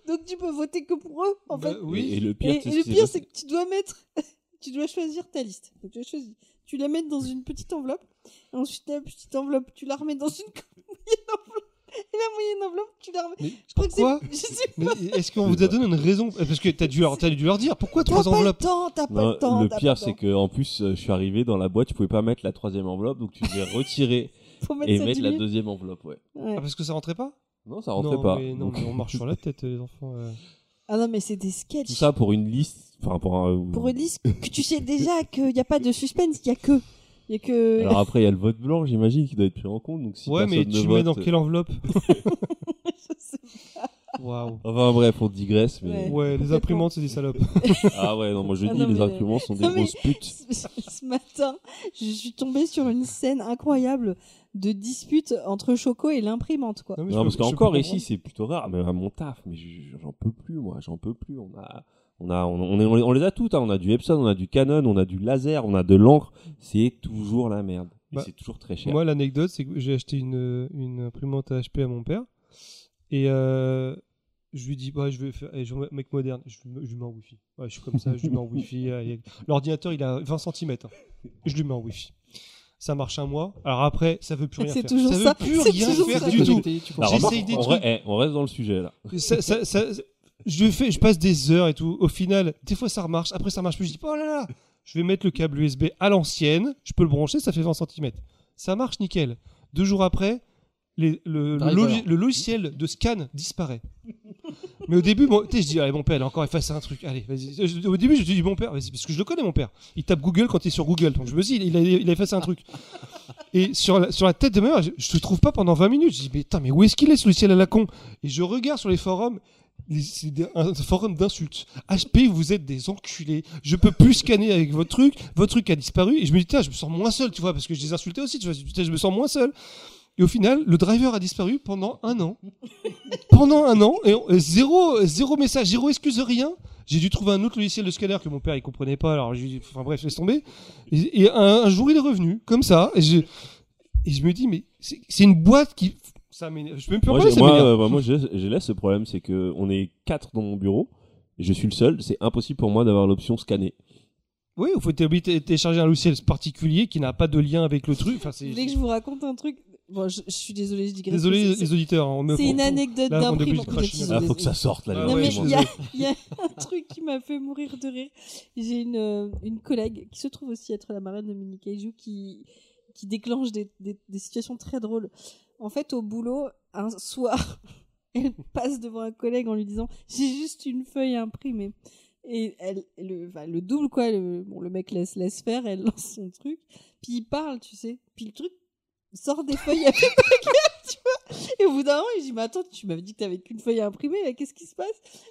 D: donc, tu peux voter que pour eux, (laughs) en
A: Bah,
D: fait.
A: oui.
E: Et, et le pire,
D: Et,
E: tu sais
D: et le
E: ce qui s'est
D: pire,
E: passé
D: c'est que tu dois mettre, (laughs) tu dois choisir ta liste. Donc, tu, la choisis. tu la mets dans une petite enveloppe. Et ensuite, la petite enveloppe, tu la remets dans une (laughs) moyenne enveloppe. Et la moyenne enveloppe, tu la remets.
A: Mais
D: Je crois que
A: pourquoi
D: c'est. (laughs) Je sais
A: Mais Est-ce qu'on vous a donné une raison Parce que t'as dû, leur- t'as dû leur dire pourquoi
D: T'as
A: trois
D: pas le
A: enveloppes
D: temps, t'as pas
E: Non,
D: le temps.
E: le
D: t'as
E: pire,
D: pas
E: c'est
D: le temps.
E: que en plus, euh, je suis arrivé dans la boîte, je pouvais pas mettre la troisième enveloppe, donc
D: (laughs)
E: tu devais retirer
D: Faut mettre
E: et
D: ça
E: mettre
D: du
E: la
D: milieu.
E: deuxième enveloppe, ouais.
D: Ouais.
A: Ah, parce que ça rentrait pas
E: Non, ça rentrait
A: non,
E: pas.
A: Mais, non,
E: Donc-
A: mais on marche sur la tête, les enfants. euh.
D: Ah non, mais c'est des sketchs.
E: Tout ça pour une liste, enfin pour un.
D: Pour une liste que tu sais déjà qu'il n'y a pas de suspense, qu'il n'y a que. Il y a que.
E: Alors après, il y a le vote blanc, j'imagine, qui doit être pris en compte. Donc si
A: ouais, mais
D: (laughs)
E: (laughs) personne
A: tu
E: ne
A: mets dans
E: vote-
A: quelle enveloppe
D: Je sais.
A: Waouh.
E: euh, Enfin bref, on digresse, mais.
D: Ouais.
A: Ouais, les imprimantes, c'est des salopes.
E: (laughs) Ah ouais, non, moi je
D: Ah
E: dis,
D: non,
E: les
D: mais-
E: arguments sont des
D: Non, mais-
E: grosses putes.
D: Ce (laughs) ce matin, je suis tombée sur une scène incroyable de dispute entre Choco et l'imprimante, quoi.
A: Non, mais je
E: Non,
A: peux-
E: parce
A: je peux
E: qu'encore
A: comprendre.
E: ici, c'est plutôt rare, mais à mon taf, mais je- j'en peux plus, moi, j'en peux plus. On a. On, a, on, on est- on les- on les a toutes, hein. on a du Epson, on a du Canon, on a du laser, on a de l'encre, c'est toujours la merde. Et
A: Bah,
E: c'est toujours très cher.
A: Moi, l'anecdote, c'est que j'ai acheté une, une imprimante à HP à mon père. Et euh, je lui dis, bah, je vais faire, et je- mec moderne, je, lui mets- je lui mets en Wi-Fi. Ouais, je suis comme ça, je lui mets en Wi-Fi. allez. L'ordinateur, il a 20 cm. Je lui mets en Wi-Fi. Ça marche un mois. Alors après, ça veut plus rien
D: C'est
A: faire.
D: toujours
A: ça veut
D: ça,
A: plus
D: c'est
A: rien
D: toujours
A: faire
D: ça.
A: du tout.
E: Ah,
A: j'essaye
E: remarque,
A: des
E: on,
A: trucs.
E: eh, on reste dans le sujet là.
A: Ça- ça- ça- je fais, je passe des heures et tout. Au final, des fois ça marche, après ça marche plus. Je dis oh là là, je vais mettre le câble USB à l'ancienne. Je peux le brancher, ça fait 20 cm. Ça marche nickel. Deux jours après, les- le, le,
C: T'arrives
A: lo-
C: à l'heure.
A: le logiciel de scan disparaît. Mais au début, bon, je dis, allez, mon père, il a encore effacé un truc. Allez, vas-y. Je- Au début, je me suis dit, mon père, vas-y, parce que je le connais, mon père. Il tape Google quand il est sur Google. Donc je me dis, il a, il a effacé un truc. Et sur la, sur la tête de ma mère, je, je le trouve pas pendant 20 minutes. Je dis, mais putain, mais où est-ce qu'il est ce logiciel à la con Et je regarde sur les forums. les- C'est des- un forum d'insultes. HP, vous êtes des enculés. Je peux plus scanner avec votre truc. Votre truc a disparu. Et je me dis, tiens, je me sens moins seul, tu vois, parce que je les insultais aussi. Tu vois, Putain, je me sens moins seul. Et au final, le driver a disparu pendant un an. pendant un an. Et on- et zéro, zéro message, zéro excuse, rien. J'ai dû trouver un autre logiciel de scanner que mon père il comprenait pas. Alors, j'ai dit, enfin bref, laisse tomber. Et, et un, un jour, il est revenu, comme ça. Et je, et je me dis, mais c'est c'est une boîte qui. Ça m'énerve. Je peux même plus en
E: Moi,
A: parler,
E: j'ai-
A: ça
E: moi,
A: m'énerve.
E: euh, bah, moi, j'ai j'ai là ce problème, c'est que on est quatre dans mon bureau et je suis le seul. C'est impossible pour moi d'avoir l'option scanner.
A: Oui, il faut télé- télé- télécharger un logiciel particulier qui n'a pas de lien avec le truc. Enfin,
D: Vous
A: c'est-
D: voulez que je vous raconte un truc Bon, je, je suis désolée, je digresse.
A: Désolé,
D: mais
A: les,
D: c'est-
A: auditeurs. hein, on me-
D: C'est une
A: on-
D: anecdote
A: Là, on est obligé
D: d'imprimante.
A: de cracher.
D: Peut-être
A: Ah,
E: Ah,
D: qu'ils ont
E: faut
D: des-
E: que ça sorte là.
A: Ah
E: les
D: Non,
A: ouais,
D: mais
A: je
E: documents.
A: suis
D: il y a, il y a (laughs) un truc qui m'a fait mourir de rire. J'ai une, euh, une collègue qui se trouve aussi être la marraine de Mini Kaiju qui, qui déclenche des, des- des situations très drôles. En fait, au boulot, un soir, (laughs) elle passe devant un collègue en lui disant J'ai juste une feuille imprimée. Et elle, le, enfin, le double, quoi. Le, bon, le mec laisse, laisse faire, elle lance son truc. Puis il parle, tu sais. Puis le truc sort des feuilles avec ma gueule, (laughs) tu vois. Et au bout d'un moment, il dit Mais attends, tu m'avais dit que t'avais qu'une feuille à imprimer, là, qu'est-ce qui se passe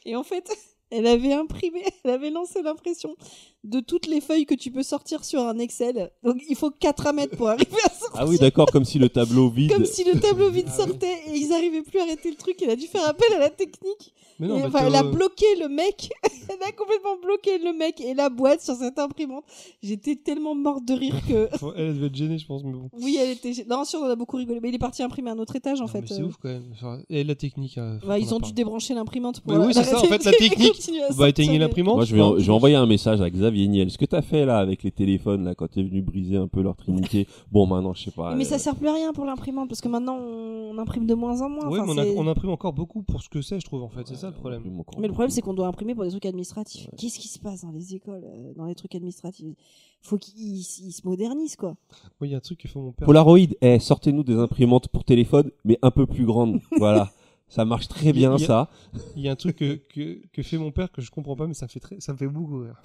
D: Et en fait, (laughs) elle avait imprimé, (laughs) elle avait lancé l'impression de toutes les feuilles que tu peux sortir sur un Excel. Donc il faut 4 à mettre pour arriver à sortir.
E: Ah oui, d'accord, comme si le tableau vide.
A: (laughs)
D: Comme si le tableau vide
A: Ah
D: sortait et ils arrivaient plus à arrêter le truc. Elle a dû faire appel à la technique.
A: Mais non,
D: Et,
A: bah,
D: enfin,
A: t'as-
D: elle a bloqué le mec. (laughs) elle a complètement bloqué le mec et la boîte sur cette imprimante. J'étais tellement morte de rire que. (laughs)
A: Faut- Elle devait être gênée, je pense, mais bon.
D: Oui, elle était. Non, sûr, on a beaucoup rigolé. Mais il est parti imprimer un autre étage en
A: Non,
D: fait.
A: mais C'est
D: Euh,
A: ouf quand même. Enfin, Et la technique. euh, faut
D: bah,
A: qu'on
D: ils
A: en
D: ont dû
A: parle.
D: débrancher l'imprimante pour.
A: Mais oui, c'est ça, en
D: (laughs)
A: fait, la technique. Bah, éteigner l'imprimante.
E: Moi, je vais, en- je vais envoyer un message à Xavier Niel. Ce que t'as fait là avec les téléphones, là, quand t'es venu briser un peu leur trinité. Bon, maintenant, je sais pas.
D: Mais
E: euh,
D: ça sert plus à rien pour l'imprimante parce que maintenant on imprime de moins en moins.
A: Ouais,
D: Enfin,
A: mais on, a-
D: c'est-
A: on imprime encore beaucoup pour ce que c'est, je trouve, en fait. C'est ça le
E: on
A: problème.
E: imprime encore.
D: Mais le problème, c'est qu'on doit imprimer pour des trucs administratifs. Qu'est-ce qui se passe dans les écoles, euh, dans les trucs administratifs Faut qu'ils ils se modernisent, quoi.
A: Oui, il y a un truc qu'il faut mon père.
E: Polaroid, eh, sortez-nous des imprimantes pour téléphone, mais un peu plus grandes.
D: (laughs)
E: voilà. Ça marche très bien,
A: Il y a-
E: ça.
A: Il y a un truc que, que, que fait mon père que je comprends pas, mais ça me fait, très, ça me fait beaucoup rire.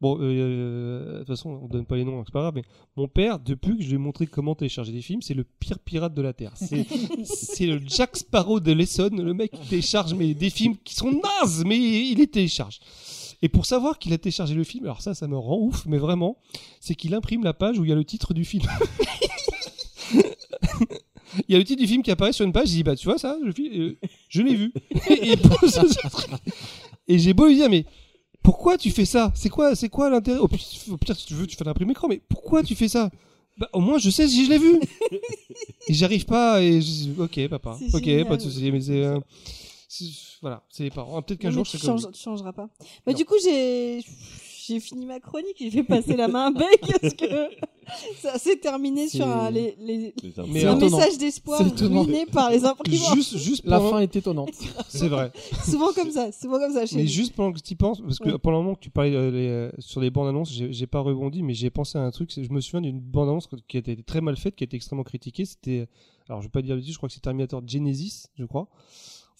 A: Bon, euh, euh, de toute façon, on donne pas les noms, donc c'est pas grave, mais mon père, depuis que je lui ai montré comment télécharger des films, c'est le pire pirate de la Terre. C'est c'est le Jack Sparrow de l'Essonne, le mec qui télécharge mais, des films qui sont nazes, mais il les télécharge. Et pour savoir qu'il a téléchargé le film, alors ça, ça me rend ouf, mais vraiment, c'est qu'il imprime la page où il y a le titre du
D: (laughs)
A: film. Il y a le titre du film qui apparaît sur une page, il dit, bah tu vois ça, le film, euh, je l'ai
D: (laughs)
A: vu. Et, et pose ce truc. Et j'ai beau lui dire, mais pourquoi tu fais ça C'est quoi, c'est quoi l'intérêt au, pire, au pire, si tu veux, tu fais l'imprimer écran, mais pourquoi tu fais ça bah, Au moins, je sais si je l'ai vu. et j'arrive pas, et je- ok, papa,
D: C'est
A: ok,
D: génial.
A: pas de souci, mais c'est. euh, c'est- Voilà, c'est les parents. Ah, Peut-être qu'un
D: Non,
A: jour,
D: mais
A: je
D: tu,
A: serai comme
D: changes-
A: lui.
D: tu changeras pas. Bah,
A: Non.
D: du coup, j'ai j'ai fini ma chronique. J'ai fait passer la main
A: (laughs)
D: à Beck parce que ça s'est terminé
A: C'est-
D: sur un, les, les-
E: Les
A: Mais
D: sur
A: C'est
D: un
A: attends,
C: étonnant.
D: message d'espoir
A: C'est étonnant.
D: ruiné par les imprimantes.
A: Juste, juste
C: La
A: pendant-
C: fin est
A: (laughs)
C: étonnante.
A: C'est
D: (laughs)
A: vrai.
D: souvent comme ça, souvent comme ça. Chez
A: Mais
D: nous.
A: juste pendant que tu y penses, parce que
D: Ouais.
A: pendant le moment que tu parlais euh, les, euh, sur les bandes annonces, j'ai j'ai pas rebondi, mais j'ai pensé à un truc. c'est- Je me souviens d'une bande annonce qui a été très euh, mal faite, qui a été extrêmement critiquée. C'était, alors je vais pas dire bêtise, je crois que c'est Terminator Genesis, je crois.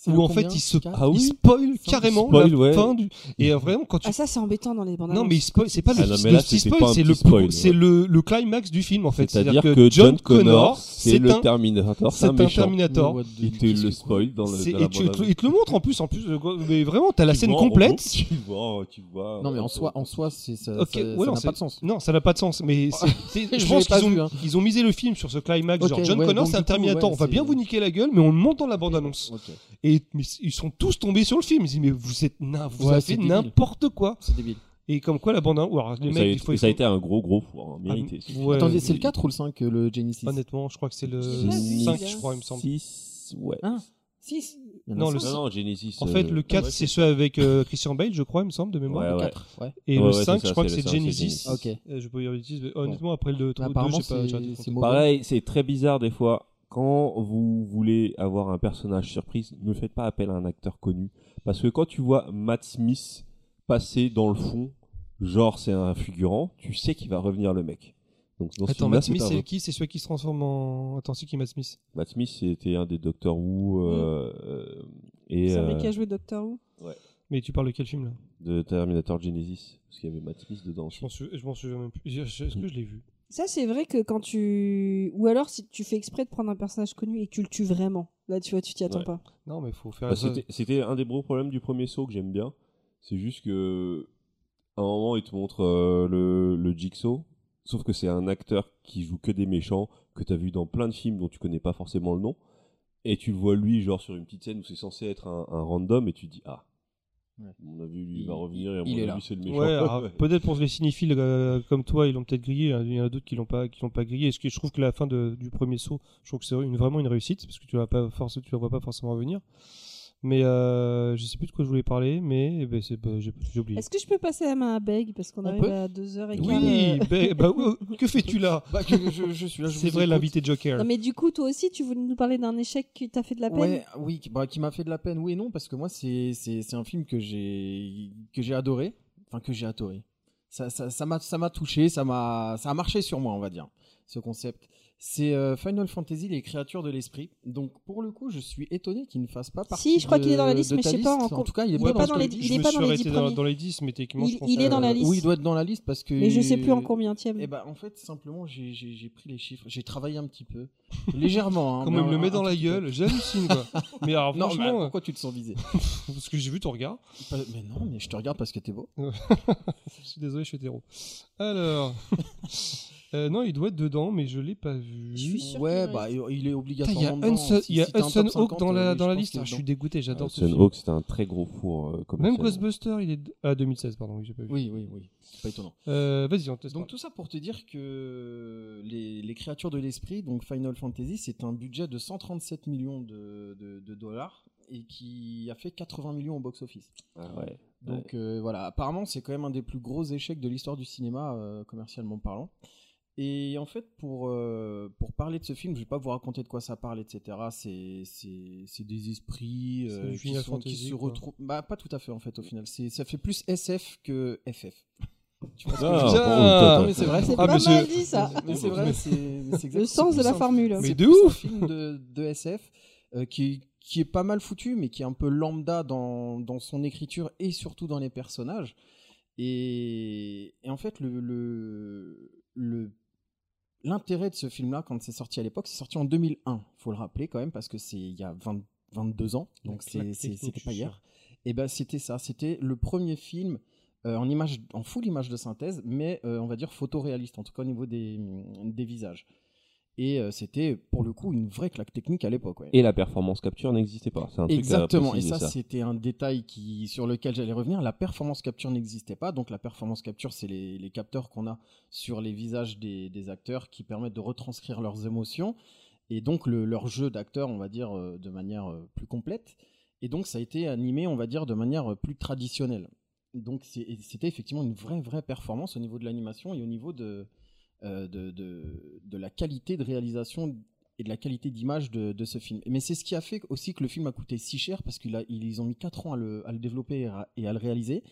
C: C'est le
A: où en fait
C: combien
A: il se,
C: Quatre
E: Ah oui
A: il spoil carrément
E: Spoil,
A: la
E: ouais.
A: fin du. Et euh, vraiment quand tu
D: Ah, ça, c'est embêtant dans les bandes
A: non mais il spoil, c'est pas le,
E: Ah non, mais
A: le
E: là,
A: petit
E: c'était
A: spoil,
E: pas un
A: c'est
E: petit
A: le
E: spoil,
A: pro- c'est
E: ouais.
A: le, le climax du film en fait.
E: C'est-à-dire que John Connor, c'est le
A: un-
E: Terminator, c'est un
A: c'est un
E: méchant.
A: Terminator.
C: Mais what the-
E: Il te
C: qu'est-ce
E: le
C: que-
E: spoil dans le.
A: C'est-
E: dans la
A: et tu,
E: bande-annonce.
A: il te le montre en plus en plus euh, mais vraiment t'as la
E: Tu
A: scène
E: vois en
A: complète
E: gros, (laughs) Tu vois, tu vois.
C: Non, mais en
E: euh,
C: soi, en soi c'est- ça
A: Ok,
C: ça-
A: ouais,
C: ça
A: non,
C: n'a
A: c'est-
C: pas de sens.
A: non ça n'a pas de sens
C: (laughs)
A: mais c'est- c'est- (laughs)
C: Je
A: je pense
C: l'ai pas
A: qu'ils ont
C: vu, hein.
A: ils ont misé le film sur ce climax
C: Ok,
A: genre John
C: ouais,
A: Connor
C: donc
A: c'est un
C: du coup,
A: Terminator
C: ouais,
A: on va
C: c'est-
A: bien vous niquer la gueule mais on le monte dans la bande annonce
C: Ok.
A: et mais ils sont tous tombés sur le film ils disent mais vous êtes na- vous
C: Ouais,
A: avez
C: c'est
A: fait
C: débile.
A: n'importe quoi
C: C'est débile.
A: et comme quoi la bande annonce alors, les
E: Ça a,
A: mecs il
E: été-
A: faut
E: ça a été un gros gros four, hein, mérité.
A: Ah, ouais. Euh,
C: Attendez, c'est le 4 ou le 5, euh, le Genesis
A: honnêtement je crois que c'est le
D: Je sais pas,
E: Genesis.
A: 5 je crois il me semble
E: Six, ouais.
C: Hein 6
A: Non, le
E: Non, non, Genesis.
A: en fait,
E: euh,
A: le 4,
E: ouais,
A: c'est ceux avec euh, Christian Bale, je crois, il me semble, de mémoire.
E: Ouais, ouais.
C: 4, ouais.
A: Et
E: Ouais,
A: le
E: ouais,
A: 5,
E: c'est ça,
A: je crois que
E: c'est
A: c'est
E: le cinq,
A: Genesis.
E: c'est
C: Ok. Bah,
A: Euh, Je peux dire des bêtises, mais honnêtement, après le 2,
C: Apparemment,
A: j'ai pas. j'ai
C: c'est
A: arrêté de
C: c'est
A: compter.
C: mauvais.
E: Pareil, c'est très bizarre des fois. Quand vous voulez avoir un personnage surprise, ne faites pas appel à un acteur connu. Parce que quand tu vois Matt Smith passer dans le fond, genre c'est un figurant, tu sais qu'il va revenir le mec. Donc dans ce
A: Attends,
E: film-là,
A: Matt Smith,
E: un-
A: c'est qui C'est celui qui se transforme en. Attends, c'est qui Matt Smith
E: Matt Smith, c'était un des Doctor Who euh, euh, et
D: C'est un mec
E: euh,
D: qui a joué Doctor Who.
A: Mais tu parles de quel film là
E: de Terminator Genesis, parce qu'il y avait Matt Smith dedans.
A: Je m'en sou- je m'en souviens même plus. Je- je- Est-ce que je l'ai vu
D: Ça, c'est vrai que quand tu. Ou alors, si tu fais exprès de prendre un personnage connu et que tu le tues vraiment. Là, tu vois, tu t'y attends
E: Ouais.
D: pas.
A: Non, mais faut faire.
E: Bah,
A: ça. (laughs)
E: c'était- C'était un des gros problèmes du premier saut que j'aime bien. C'est juste que à un moment, il te montre euh, le, le Jigsaw, sauf que c'est un acteur qui joue que des méchants que t'as vu dans plein de films dont tu connais pas forcément le nom, et tu le vois lui genre sur une petite scène où c'est censé être un, un random et tu te dis ah.
C: Ouais.
E: On a vu, lui, il va
C: Il-
E: revenir, et à
C: il
E: mon
C: est
E: avis,
C: là. ah,
E: c'est le méchant.
A: Ouais,
E: (laughs)
A: alors,
E: Ouais.
A: peut-être pour les cinéphiles euh, comme toi, ils l'ont peut-être grillé. hein. Il y en a d'autres qui l'ont pas, qui l'ont pas grillé. Et ce que je trouve que la fin de- du premier saut, je trouve que c'est une- vraiment une réussite parce que tu la pas force, tu la vois pas forcément venir. Mais euh, je sais plus de quoi je voulais parler, mais eh ben, c'est- bah, j'ai j'ai oublié.
D: Est-ce que je peux passer la main à Beg Parce qu'on
C: On
D: arrive
C: peut Euh.
D: à 2h15.
A: Oui, ben,
D: (laughs)
A: bah, oh, que fais-tu là
C: Bah, que je, je suis là, je
A: C'est
C: vous
A: vrai,
C: écoute.
A: l'invité Joker.
D: Non, mais du coup, toi aussi, tu voulais nous parler d'un échec qui t'a fait de la peine
C: Ouais, oui, qui- bah, qui m'a fait de la peine, oui et non, parce que moi, c'est c'est- c'est un film que j'ai que j'ai adoré, enfin que j'ai adoré. Ça ça ça m'a ça m'a touché, ça m'a ça a marché sur moi, on va dire, ce concept. C'est euh, Final Fantasy, les créatures de l'esprit. Donc pour le coup, je suis étonné qu'il ne fasse pas partie.
D: je crois
C: de-
D: qu'il est dans la liste,
C: de
D: mais je
C: ta
D: sais pas
C: liste.
D: en
C: En tout cas, il est
D: il
C: pas
D: est
C: dans
D: pas
C: ce
D: dans
C: que
D: les-
C: je dis.
D: il
A: Je
D: est
A: me
D: pas
A: suis
D: dans les
A: arrêté
D: dix
A: dans,
D: premiers.
A: dans les 10, mais techniquement, je
D: Il,
A: pense
D: il est
A: que-
D: dans la liste.
C: Oui, il doit être dans la liste parce que.
D: Mais je sais plus en combien
C: Eh ben, en fait, simplement, j'ai- j'ai j'ai pris les chiffres, j'ai travaillé un petit peu,
A: (laughs)
C: légèrement. hein,
A: Quand
C: mais
A: même,
C: un-
A: le met
C: un
A: dans la
C: petit peu.
A: gueule, j'hallucine quoi. mais alors,
C: Non, mais
A: franchement,
C: pourquoi tu te sens visé
A: parce que j'ai vu ton regard,
C: Pas- Euh, Mais non, mais je te regarde parce que t'es beau.
A: je suis désolé, je suis hétéro. Alors, (laughs) euh, non, il doit être dedans, mais je l'ai pas vu.
D: Je suis sûr
C: Ouais,
D: qu'il
C: bah
D: reste.
C: il est
A: Putain,
C: obligatoirement.
A: il y a
C: dedans.
A: Hudson,
C: Si-
A: il y a
C: si t'es un
A: Hudson
C: top
A: Hawk
C: 50,
A: dans la,
C: euh,
A: dans la
C: je pense
A: liste.
C: qu'il est
A: Ah, je suis
C: dedans.
A: dégoûté, j'adore ce
E: Hudson
A: film.
E: Hawk, c'était un très gros four euh,
A: Même
E: commercialement.
A: Ghostbuster, il est. Ah, 2016, pardon, oui, j'ai pas vu.
C: Oui, oui, oui. C'est pas étonnant.
A: Euh, Vas-y, on te laisse
C: Donc tout ça pour te dire que les, les créatures de l'esprit, donc Final Fantasy, c'est un budget de 137 millions de, de- de dollars et qui a fait 80 millions au box-office.
E: Ah ouais.
C: Donc euh, voilà, apparemment c'est quand même un des plus gros échecs de l'histoire du cinéma euh, commercialement parlant. Et en fait, pour, euh, pour parler de ce film, je vais pas vous raconter de quoi ça parle, etc. C'est- C'est c'est des esprits
A: C'est
C: euh,
A: du
C: qui,
A: Final
C: sont- qui
A: Fantasy,
C: se
A: quoi.
C: retrouvent. Bah, pas tout à fait en fait, au final. C'est- Ça fait plus SF que FF. (laughs) Tu vois ce que
E: Ah,
C: je veux dire
A: putain.
E: bon,
C: Non, mais ben, c'est vrai.
D: C'est
A: Ah,
D: pas
A: mais
D: mal
A: c'est-
D: dit ça.
C: Mais c'est vrai, c'est c'est exact-
D: Le sens
C: c'est
D: de la
C: plus un-
D: formule.
A: Mais
C: c'est
A: de
C: plus
A: ouf.
C: un film de, de SF euh, qui, qui est pas mal foutu, mais qui est un peu lambda dans, dans son écriture et surtout dans les personnages. Et, et en fait, le le- le- l'intérêt de ce film-là, quand c'est sorti à l'époque, c'est sorti en 2001. faut le rappeler quand même, parce que c'est il y a 20 22 ans,
A: La claque
C: donc c'est- c'est-
A: technique,
C: c'était
A: je
C: pas
A: suis
C: hier. Et ben c'était ça, c'était le premier film euh, en image, en full image de synthèse, mais euh, on va dire photoréaliste, en tout cas au niveau des, mm, des visages. Et euh, c'était pour le coup une vraie claque technique à l'époque. ouais.
E: Et la performance capture n'existait pas. C'est un truc euh, à
C: Exactement, et
E: préciser,
C: ça, c'était un détail qui, sur lequel j'allais revenir. La performance capture n'existait pas, donc la performance capture, c'est les, les capteurs qu'on a sur les visages des, des acteurs qui permettent de retranscrire leurs émotions et donc le- leur jeu d'acteur, on va dire, euh, de manière euh, plus complète. Et donc ça a été animé, on va dire, de manière euh, plus traditionnelle. Donc c'est- et c'était effectivement une vraie, vraie performance au niveau de l'animation et au niveau de, euh, de, de, de la qualité de réalisation et de la qualité d'image de, de ce film. Mais c'est ce qui a fait aussi que le film a coûté si cher parce qu'ils ils ont mis 4 ans à le, à le développer et à, et à le réaliser.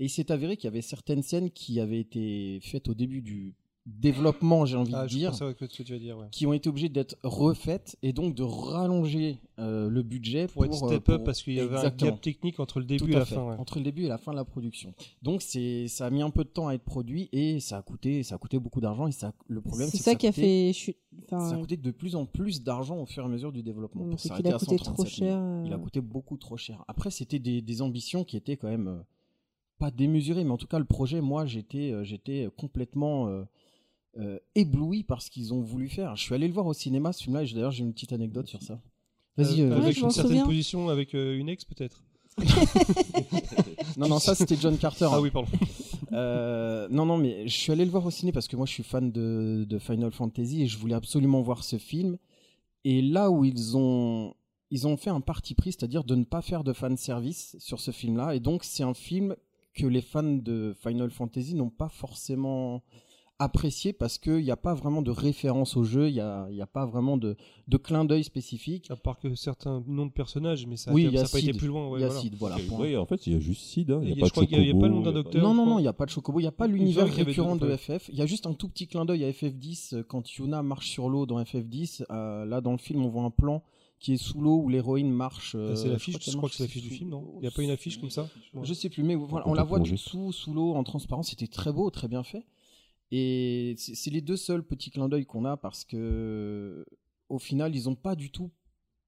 C: Et il s'est avéré qu'il y avait certaines scènes qui avaient été faites au début du développement, j'ai envie
A: Ah,
C: de
A: je
C: dire,
A: pense à ce que tu vas dire, ouais.
C: qui ont été obligées d'être refaites et donc de rallonger euh, le budget
A: Pour
C: pour,
A: être
C: euh,
A: step up,
C: pour-
A: parce qu'il y avait un
C: Exactement.
A: gap technique entre le
C: Tout
A: début et
C: à
A: la
C: fait.
A: fin. ouais.
C: Entre le début et la fin de la production. Donc c'est ça a mis un peu de temps à être produit et ça a coûté ça a coûté beaucoup d'argent et ça le problème
D: C'est
C: c'est que
D: ça qui a
C: coûtait-
D: fait. euh, chut-
C: ça a
D: Enfin, euh,
C: coûté de plus en plus d'argent au fur et à mesure du développement. pour
D: c'est qu'il
C: s'arrêter
D: a
C: à
D: coûté trop
C: 137 millions.
D: cher. euh,
C: Il a coûté beaucoup trop cher. Après, c'était des, des ambitions qui étaient quand même euh, pas démesurées, mais en tout cas, le projet, moi, j'étais euh, j'étais complètement euh, euh, ébloui par ce qu'ils ont voulu faire. Je suis allé le voir au cinéma, ce film-là, et j'ai- d'ailleurs, j'ai une petite anecdote sur ça. Vas-y.
A: Euh,
C: euh,
D: Ouais,
A: avec
D: je
A: une
D: m'en
A: certaine
D: souviens.
A: position, avec euh, une ex peut-être.
C: Non, non, ça, c'était John Carter.
A: (laughs) Ah
C: hein.
A: oui, pardon.
C: (laughs) Euh, non, non, mais je suis allé le voir au ciné parce que moi je suis fan de, de Final Fantasy et je voulais absolument voir ce film. Et là où ils ont, ils ont fait un parti pris, c'est-à-dire de ne pas faire de fan service sur ce film-là. Et donc c'est un film que les fans de Final Fantasy n'ont pas forcément apprécié parce qu'il n'y a pas vraiment de référence au jeu, il n'y a, il y a pas vraiment de, de clin d'œil spécifique.
A: À part que certains noms de personnages, mais ça
C: Oui, il y a
A: n'a pas été
C: Sid.
A: plus loin. ouais,
C: il y a
A: voilà.
C: Sid, voilà.
E: Et
C: point.
E: ouais, en fait, il y a juste Sid. hein. Il
A: Il y
E: n'y
A: a-
E: a,
A: je
E: pas
A: crois
E: de
A: qu'il y a- il y a pas le nom d'un
E: Chocobo,
A: docteur.
C: Non, non,
A: euh, quoi.
C: non, il n'y a pas de Chocobo, il n'y a pas
A: Il me
C: l'univers
A: semble qu'il y avait
C: récurrent
A: deux,
C: de
A: ouais.
C: FF. Il y a juste un tout petit clin d'œil à FF10 euh, quand Yuna marche sur l'eau dans FF10. euh, là, dans le film, on voit un plan qui est sous l'eau où l'héroïne marche. euh,
A: Euh, C'est l'affiche,
C: qu'elle
A: je crois
C: marche
A: que c'est l'affiche du
C: sous-
A: film, non Il n'y a pas une affiche comme ça
C: Je sais plus, mais voilà,
E: peut
C: on la
E: pas
C: voit du
E: plonger.
C: dessous, sous l'eau, en transparence. C'était très beau, très bien fait. Et c'est c'est les deux seuls petits clins d'œil qu'on a parce que, au final, ils n'ont pas du tout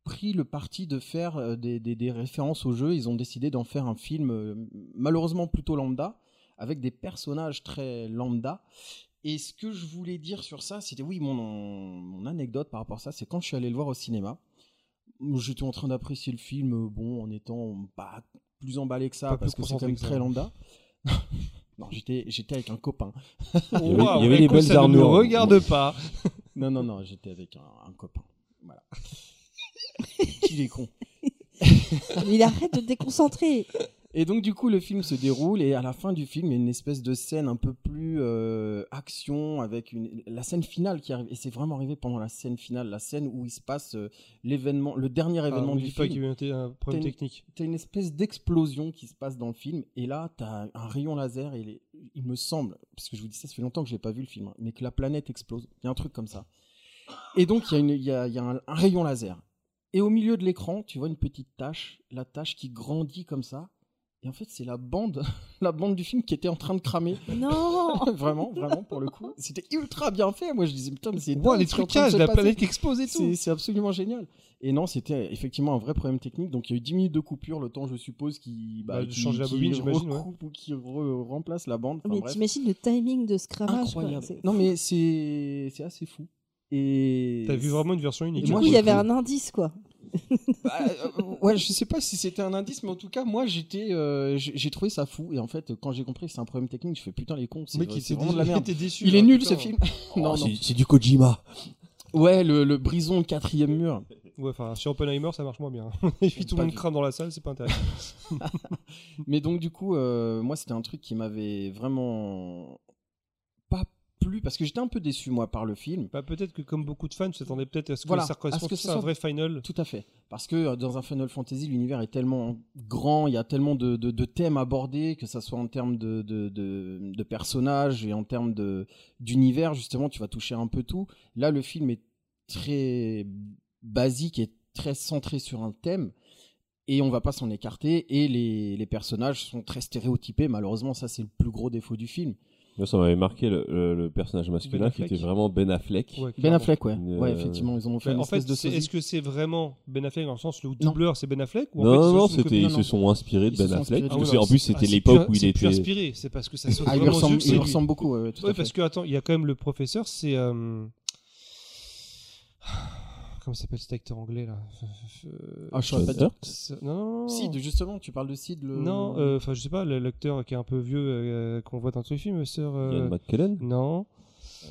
C: pris le parti de faire euh, des, des- des références au jeu. Ils ont décidé d'en faire un film, euh, malheureusement plutôt lambda, avec des personnages très lambda. Et ce que je voulais dire sur ça, c'était oui, mon, mon anecdote par rapport à ça, c'est quand je suis allé le voir au cinéma, j'étais en train d'apprécier le film, euh, bon, en étant pas plus emballé que ça,
A: Pas
C: parce
A: plus
C: que c'est quand
A: concentré
C: même
A: que ça.
C: très lambda. (laughs) non, j'étais j'étais avec un copain.
E: Il y avait- il y avait des belles
A: Ne
E: armures.
A: regarde pas.
C: Non, non, non, j'étais avec un, un copain. Voilà. (laughs) Qu'il est con.
D: euh, (laughs) Il arrête de te déconcentrer.
C: Et donc du coup le film se déroule et à la fin du film il y a une espèce de scène un peu plus euh, action avec une la scène finale qui arrive et c'est vraiment arrivé pendant la scène finale la scène où il se passe euh, l'événement le dernier événement
A: Ah,
C: du
A: n'oublie pas
C: film
A: qu'il y a eu un t- un problème
C: T'as une-
A: technique.
C: t'as une espèce d'explosion qui se passe dans le film et là t'as un rayon laser et les- il me semble parce que je vous dis ça ça fait longtemps que j'ai pas vu le film hein, mais que la planète explose il y a un truc comme ça et donc il y a, une- il y a- il y a un, un rayon laser et au milieu de l'écran tu vois une petite tache la tache qui grandit comme ça et en fait c'est la bande (laughs) la bande du film qui était en train de cramer
D: Non
C: vraiment vraiment pour le coup c'était ultra bien fait moi je disais putain mais c'est
A: Wow,
C: dingue
A: les
C: ce qui est en train de
A: trucages,
C: se
A: la
C: passer.
A: planète qui explose et tout.
C: C'est c'est absolument génial. Et non, c'était effectivement un vrai problème technique. Donc il y a eu 10 minutes de coupure, le temps, je suppose, qui,
A: Bah, de
C: qui-
A: changer la
C: qui
A: bobine, j'imagine, ouais.
C: recoupe ou qui re- remplace la bande. Enfin,
D: Mais
C: bref.
D: t'imagines le timing de ce cravage quoi,
C: Incroyable.
D: c'est-
C: Non, mais c'est c'est assez fou. Et
A: T'as vu vraiment une version
D: Et
A: unique.
D: du
C: moi,
D: coup, il y
C: j'ai
D: avait
C: cru.
D: un indice quoi.
C: Bah, euh, ouais, je sais pas si c'était un indice, mais en tout cas, moi, j'étais, euh, j'ai j'ai trouvé ça fou. Et en fait, quand j'ai compris que c'est un problème technique, je fais putain les cons, c'est
A: Le mec, il
C: c'est
A: s'est
C: vraiment
A: dit,
C: de la merde.
A: il était déçu.
C: Il est
A: hein,
C: nul
A: putain. Ah,
C: ce film. (laughs) non, non.
E: Ah, C'est du Kojima.
C: Ouais, le, le brison le quatrième mur.
A: Ouais, enfin, chez Oppenheimer, ça marche moins bien. Et puis tout
C: Pas
A: le monde
C: du-
A: crame dans la salle, c'est pas intéressant.
C: Mais donc, du coup, euh, moi, c'était un truc qui m'avait vraiment pas plu parce que j'étais un peu déçu, moi, par le film.
A: Bah, peut-être que comme beaucoup de fans, s'attendaient peut-être à ce que
C: Voilà,
A: ça
C: à ce que
A: corresponde
C: ce
A: à un
C: soit-
A: vrai final.
C: Tout à fait. Parce que euh, dans un Final Fantasy, l'univers est tellement grand, il y a tellement de, de- de thèmes abordés, que ça soit en termes de, de- de- de personnages et en termes de- d'univers, justement, tu vas toucher un peu tout. Là, le film est très basique et très centré sur un thème. Et on va pas s'en écarter. Et les, les personnages sont très stéréotypés. Malheureusement, ça, c'est le plus gros défaut du film.
E: Moi, ça m'avait marqué le, le- le personnage masculin
A: Ben
E: qui
A: Affleck.
E: était vraiment Ben Affleck.
A: Ouais,
C: Ben
A: clairement.
C: Affleck, ouais.
E: Euh,
C: Ouais, effectivement, ils ben, en ont fait
A: Bah,
C: une
A: en fait,
C: espèce de
A: c'est-
C: sosie.
A: est-ce que c'est vraiment Ben Affleck dans le sens où le doubleur c'est Ben Affleck ou en
E: non,
A: fait,
E: non,
A: ils se
E: non,
A: sont
E: c'était-
A: copiés
E: ils
C: non,
E: se
C: non.
E: sont inspirés de
C: Ils se
E: Ben
C: sont
E: Affleck.
C: inspirés de
E: Parce
A: Ben
E: que, en
A: Affleck.
E: plus,
A: Ah,
E: c'était
A: c'est
E: l'époque
A: plus-
E: où il
A: C'est plus
E: était.
A: inspiré, c'est parce que ça saute
C: Ah, il lui
A: vraiment aux yeux.
C: ressemble,
A: que
C: il
A: c'est
C: lui
A: lui.
C: ressemble beaucoup. ouais, ouais, tout à
A: Oui,
C: fait.
A: parce que, attends, il y a quand même le professeur, c'est. euh, Comment s'appelle cet acteur anglais là Euh,
C: Ah, je saurais pas te dire.
A: c'est- Non, non, non.
C: Sid, justement, tu parles de Sid. Le...
A: Non, euh, enfin, je sais pas, le- l'acteur qui est un peu vieux euh, qu'on voit dans tous les films, sœur. euh,
E: Ian McKellen.
A: Non.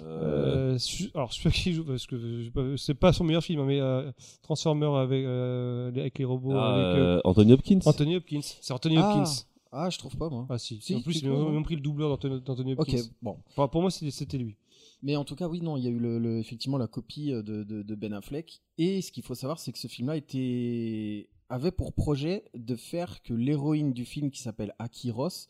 A: Euh, su- Alors, je sais pas qui joue, parce que je- je- c'est pas son meilleur film, hein, mais euh, Transformer avec, euh, les- avec les robots,
E: Ah,
A: avec euh,
E: euh, Anthony Hopkins.
A: Anthony Hopkins. C'est Anthony
C: Ah.
A: Hopkins.
C: Ah, je trouve pas, moi.
A: Ah, si.
C: Si,
A: en plus,
C: tu
A: ils ont
C: trouves,
A: même pris le doubleur d'Anthony d'Anthony
C: Ok,
A: Hopkins.
C: bon.
A: Enfin, pour moi, c'était c'était lui.
C: Mais en tout cas, oui, non, il y a eu le, le- effectivement la copie euh, de, de- de Ben Affleck. Et ce qu'il faut savoir, c'est que ce film-là était... avait pour projet de faire que l'héroïne du film, qui s'appelle Aki Ross,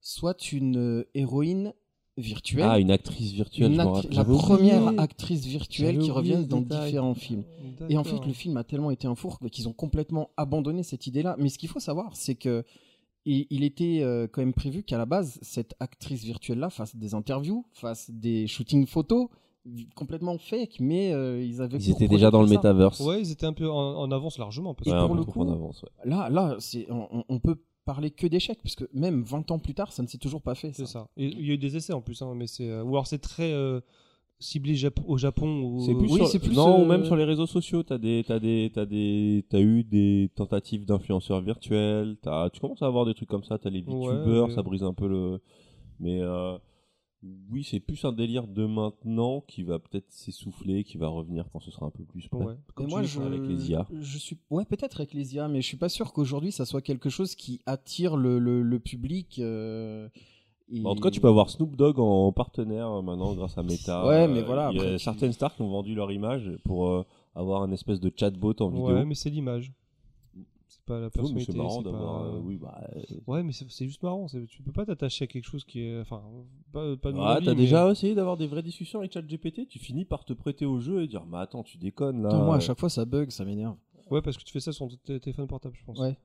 C: soit une euh, héroïne virtuelle.
E: Ah, une actrice virtuelle,
C: Une
E: je m'en
C: actri-
E: rappelle.
C: la
A: J'avais oublié.
C: première actrice virtuelle
A: J'avais
C: qui
A: oublié
C: revient
A: ce
C: dans
A: détail.
C: différents films. Et en fait, le film a tellement été un four qu'ils ont complètement abandonné cette idée-là. Mais ce qu'il faut savoir, c'est que il il était euh, quand même prévu qu'à la base, cette actrice virtuelle-là fasse des interviews, fasse des shootings photos complètement fake, mais euh, ils avaient.
E: Ils étaient
C: pour
E: déjà dans le
C: projet de faire ça.
E: métaverse.
A: Ouais, ils étaient un peu en, en avance largement. Parce
C: Et
E: Ouais,
A: que-
E: un
C: pour
E: peu
C: le
E: trop
C: coup,
E: en avance, ouais.
C: Là, là, c'est on, on peut parler que d'échecs, parce que même 20 ans plus tard, ça ne s'est toujours pas fait.
A: C'est
C: ça.
A: ça. Et il y a eu des essais en plus, hein, mais c'est euh, ou alors c'est très euh, ciblé Jap- au Japon ou
E: C'est plus
C: oui,
E: sur-
C: c'est plus,
E: non,
C: euh,
E: ou même sur les réseaux sociaux, t'as des, t'as des, t'as des, t'as eu des tentatives d'influenceurs virtuels. T'as, tu commences à avoir des trucs comme ça. T'as les
A: Ouais,
E: VTubers,
A: mais-
E: ça brise un peu le. Mais euh, oui, c'est plus un délire de maintenant qui va peut-être s'essouffler, qui va revenir quand ce sera un peu plus prêt.
A: Ouais.
C: Mais
E: Comme tu
C: moi,
E: dis,
C: je,
E: avec les IA.
C: je suis, ouais, peut-être avec les IA, mais je suis pas sûr qu'aujourd'hui ça soit quelque chose qui attire le, le, le public. euh, et-
E: Bah, En tout cas, tu peux avoir Snoop Dogg en partenaire euh, maintenant grâce à
C: (laughs)
E: Meta.
C: Ouais,
E: Euh,
C: mais voilà,
E: Il y a
C: après, tu-
E: certaines stars qui ont vendu leur image pour euh, avoir un espèce de chatbot en vidéo.
A: Ouais, mais c'est l'image. C'est pas la
E: Oui, mais
A: personnalité.
E: c'est marrant
A: c'est pas-
E: d'avoir. euh, oui, bah, euh,
A: Ouais, mais c'est c'est juste marrant. c'est- Tu peux pas t'attacher à quelque chose qui est. Enfin, pas, pas de mon
E: Ah,
A: avis,
E: t'as
A: mais-
E: déjà essayé d'avoir des vraies discussions avec ChatGPT Tu finis par te prêter au jeu et dire Mais attends, tu déconnes là. euh.
C: Putain, moi, à chaque fois, ça bug, ça m'énerve.
A: Ouais, parce que tu fais ça sur ton t- téléphone portable, je pense.
C: Ouais.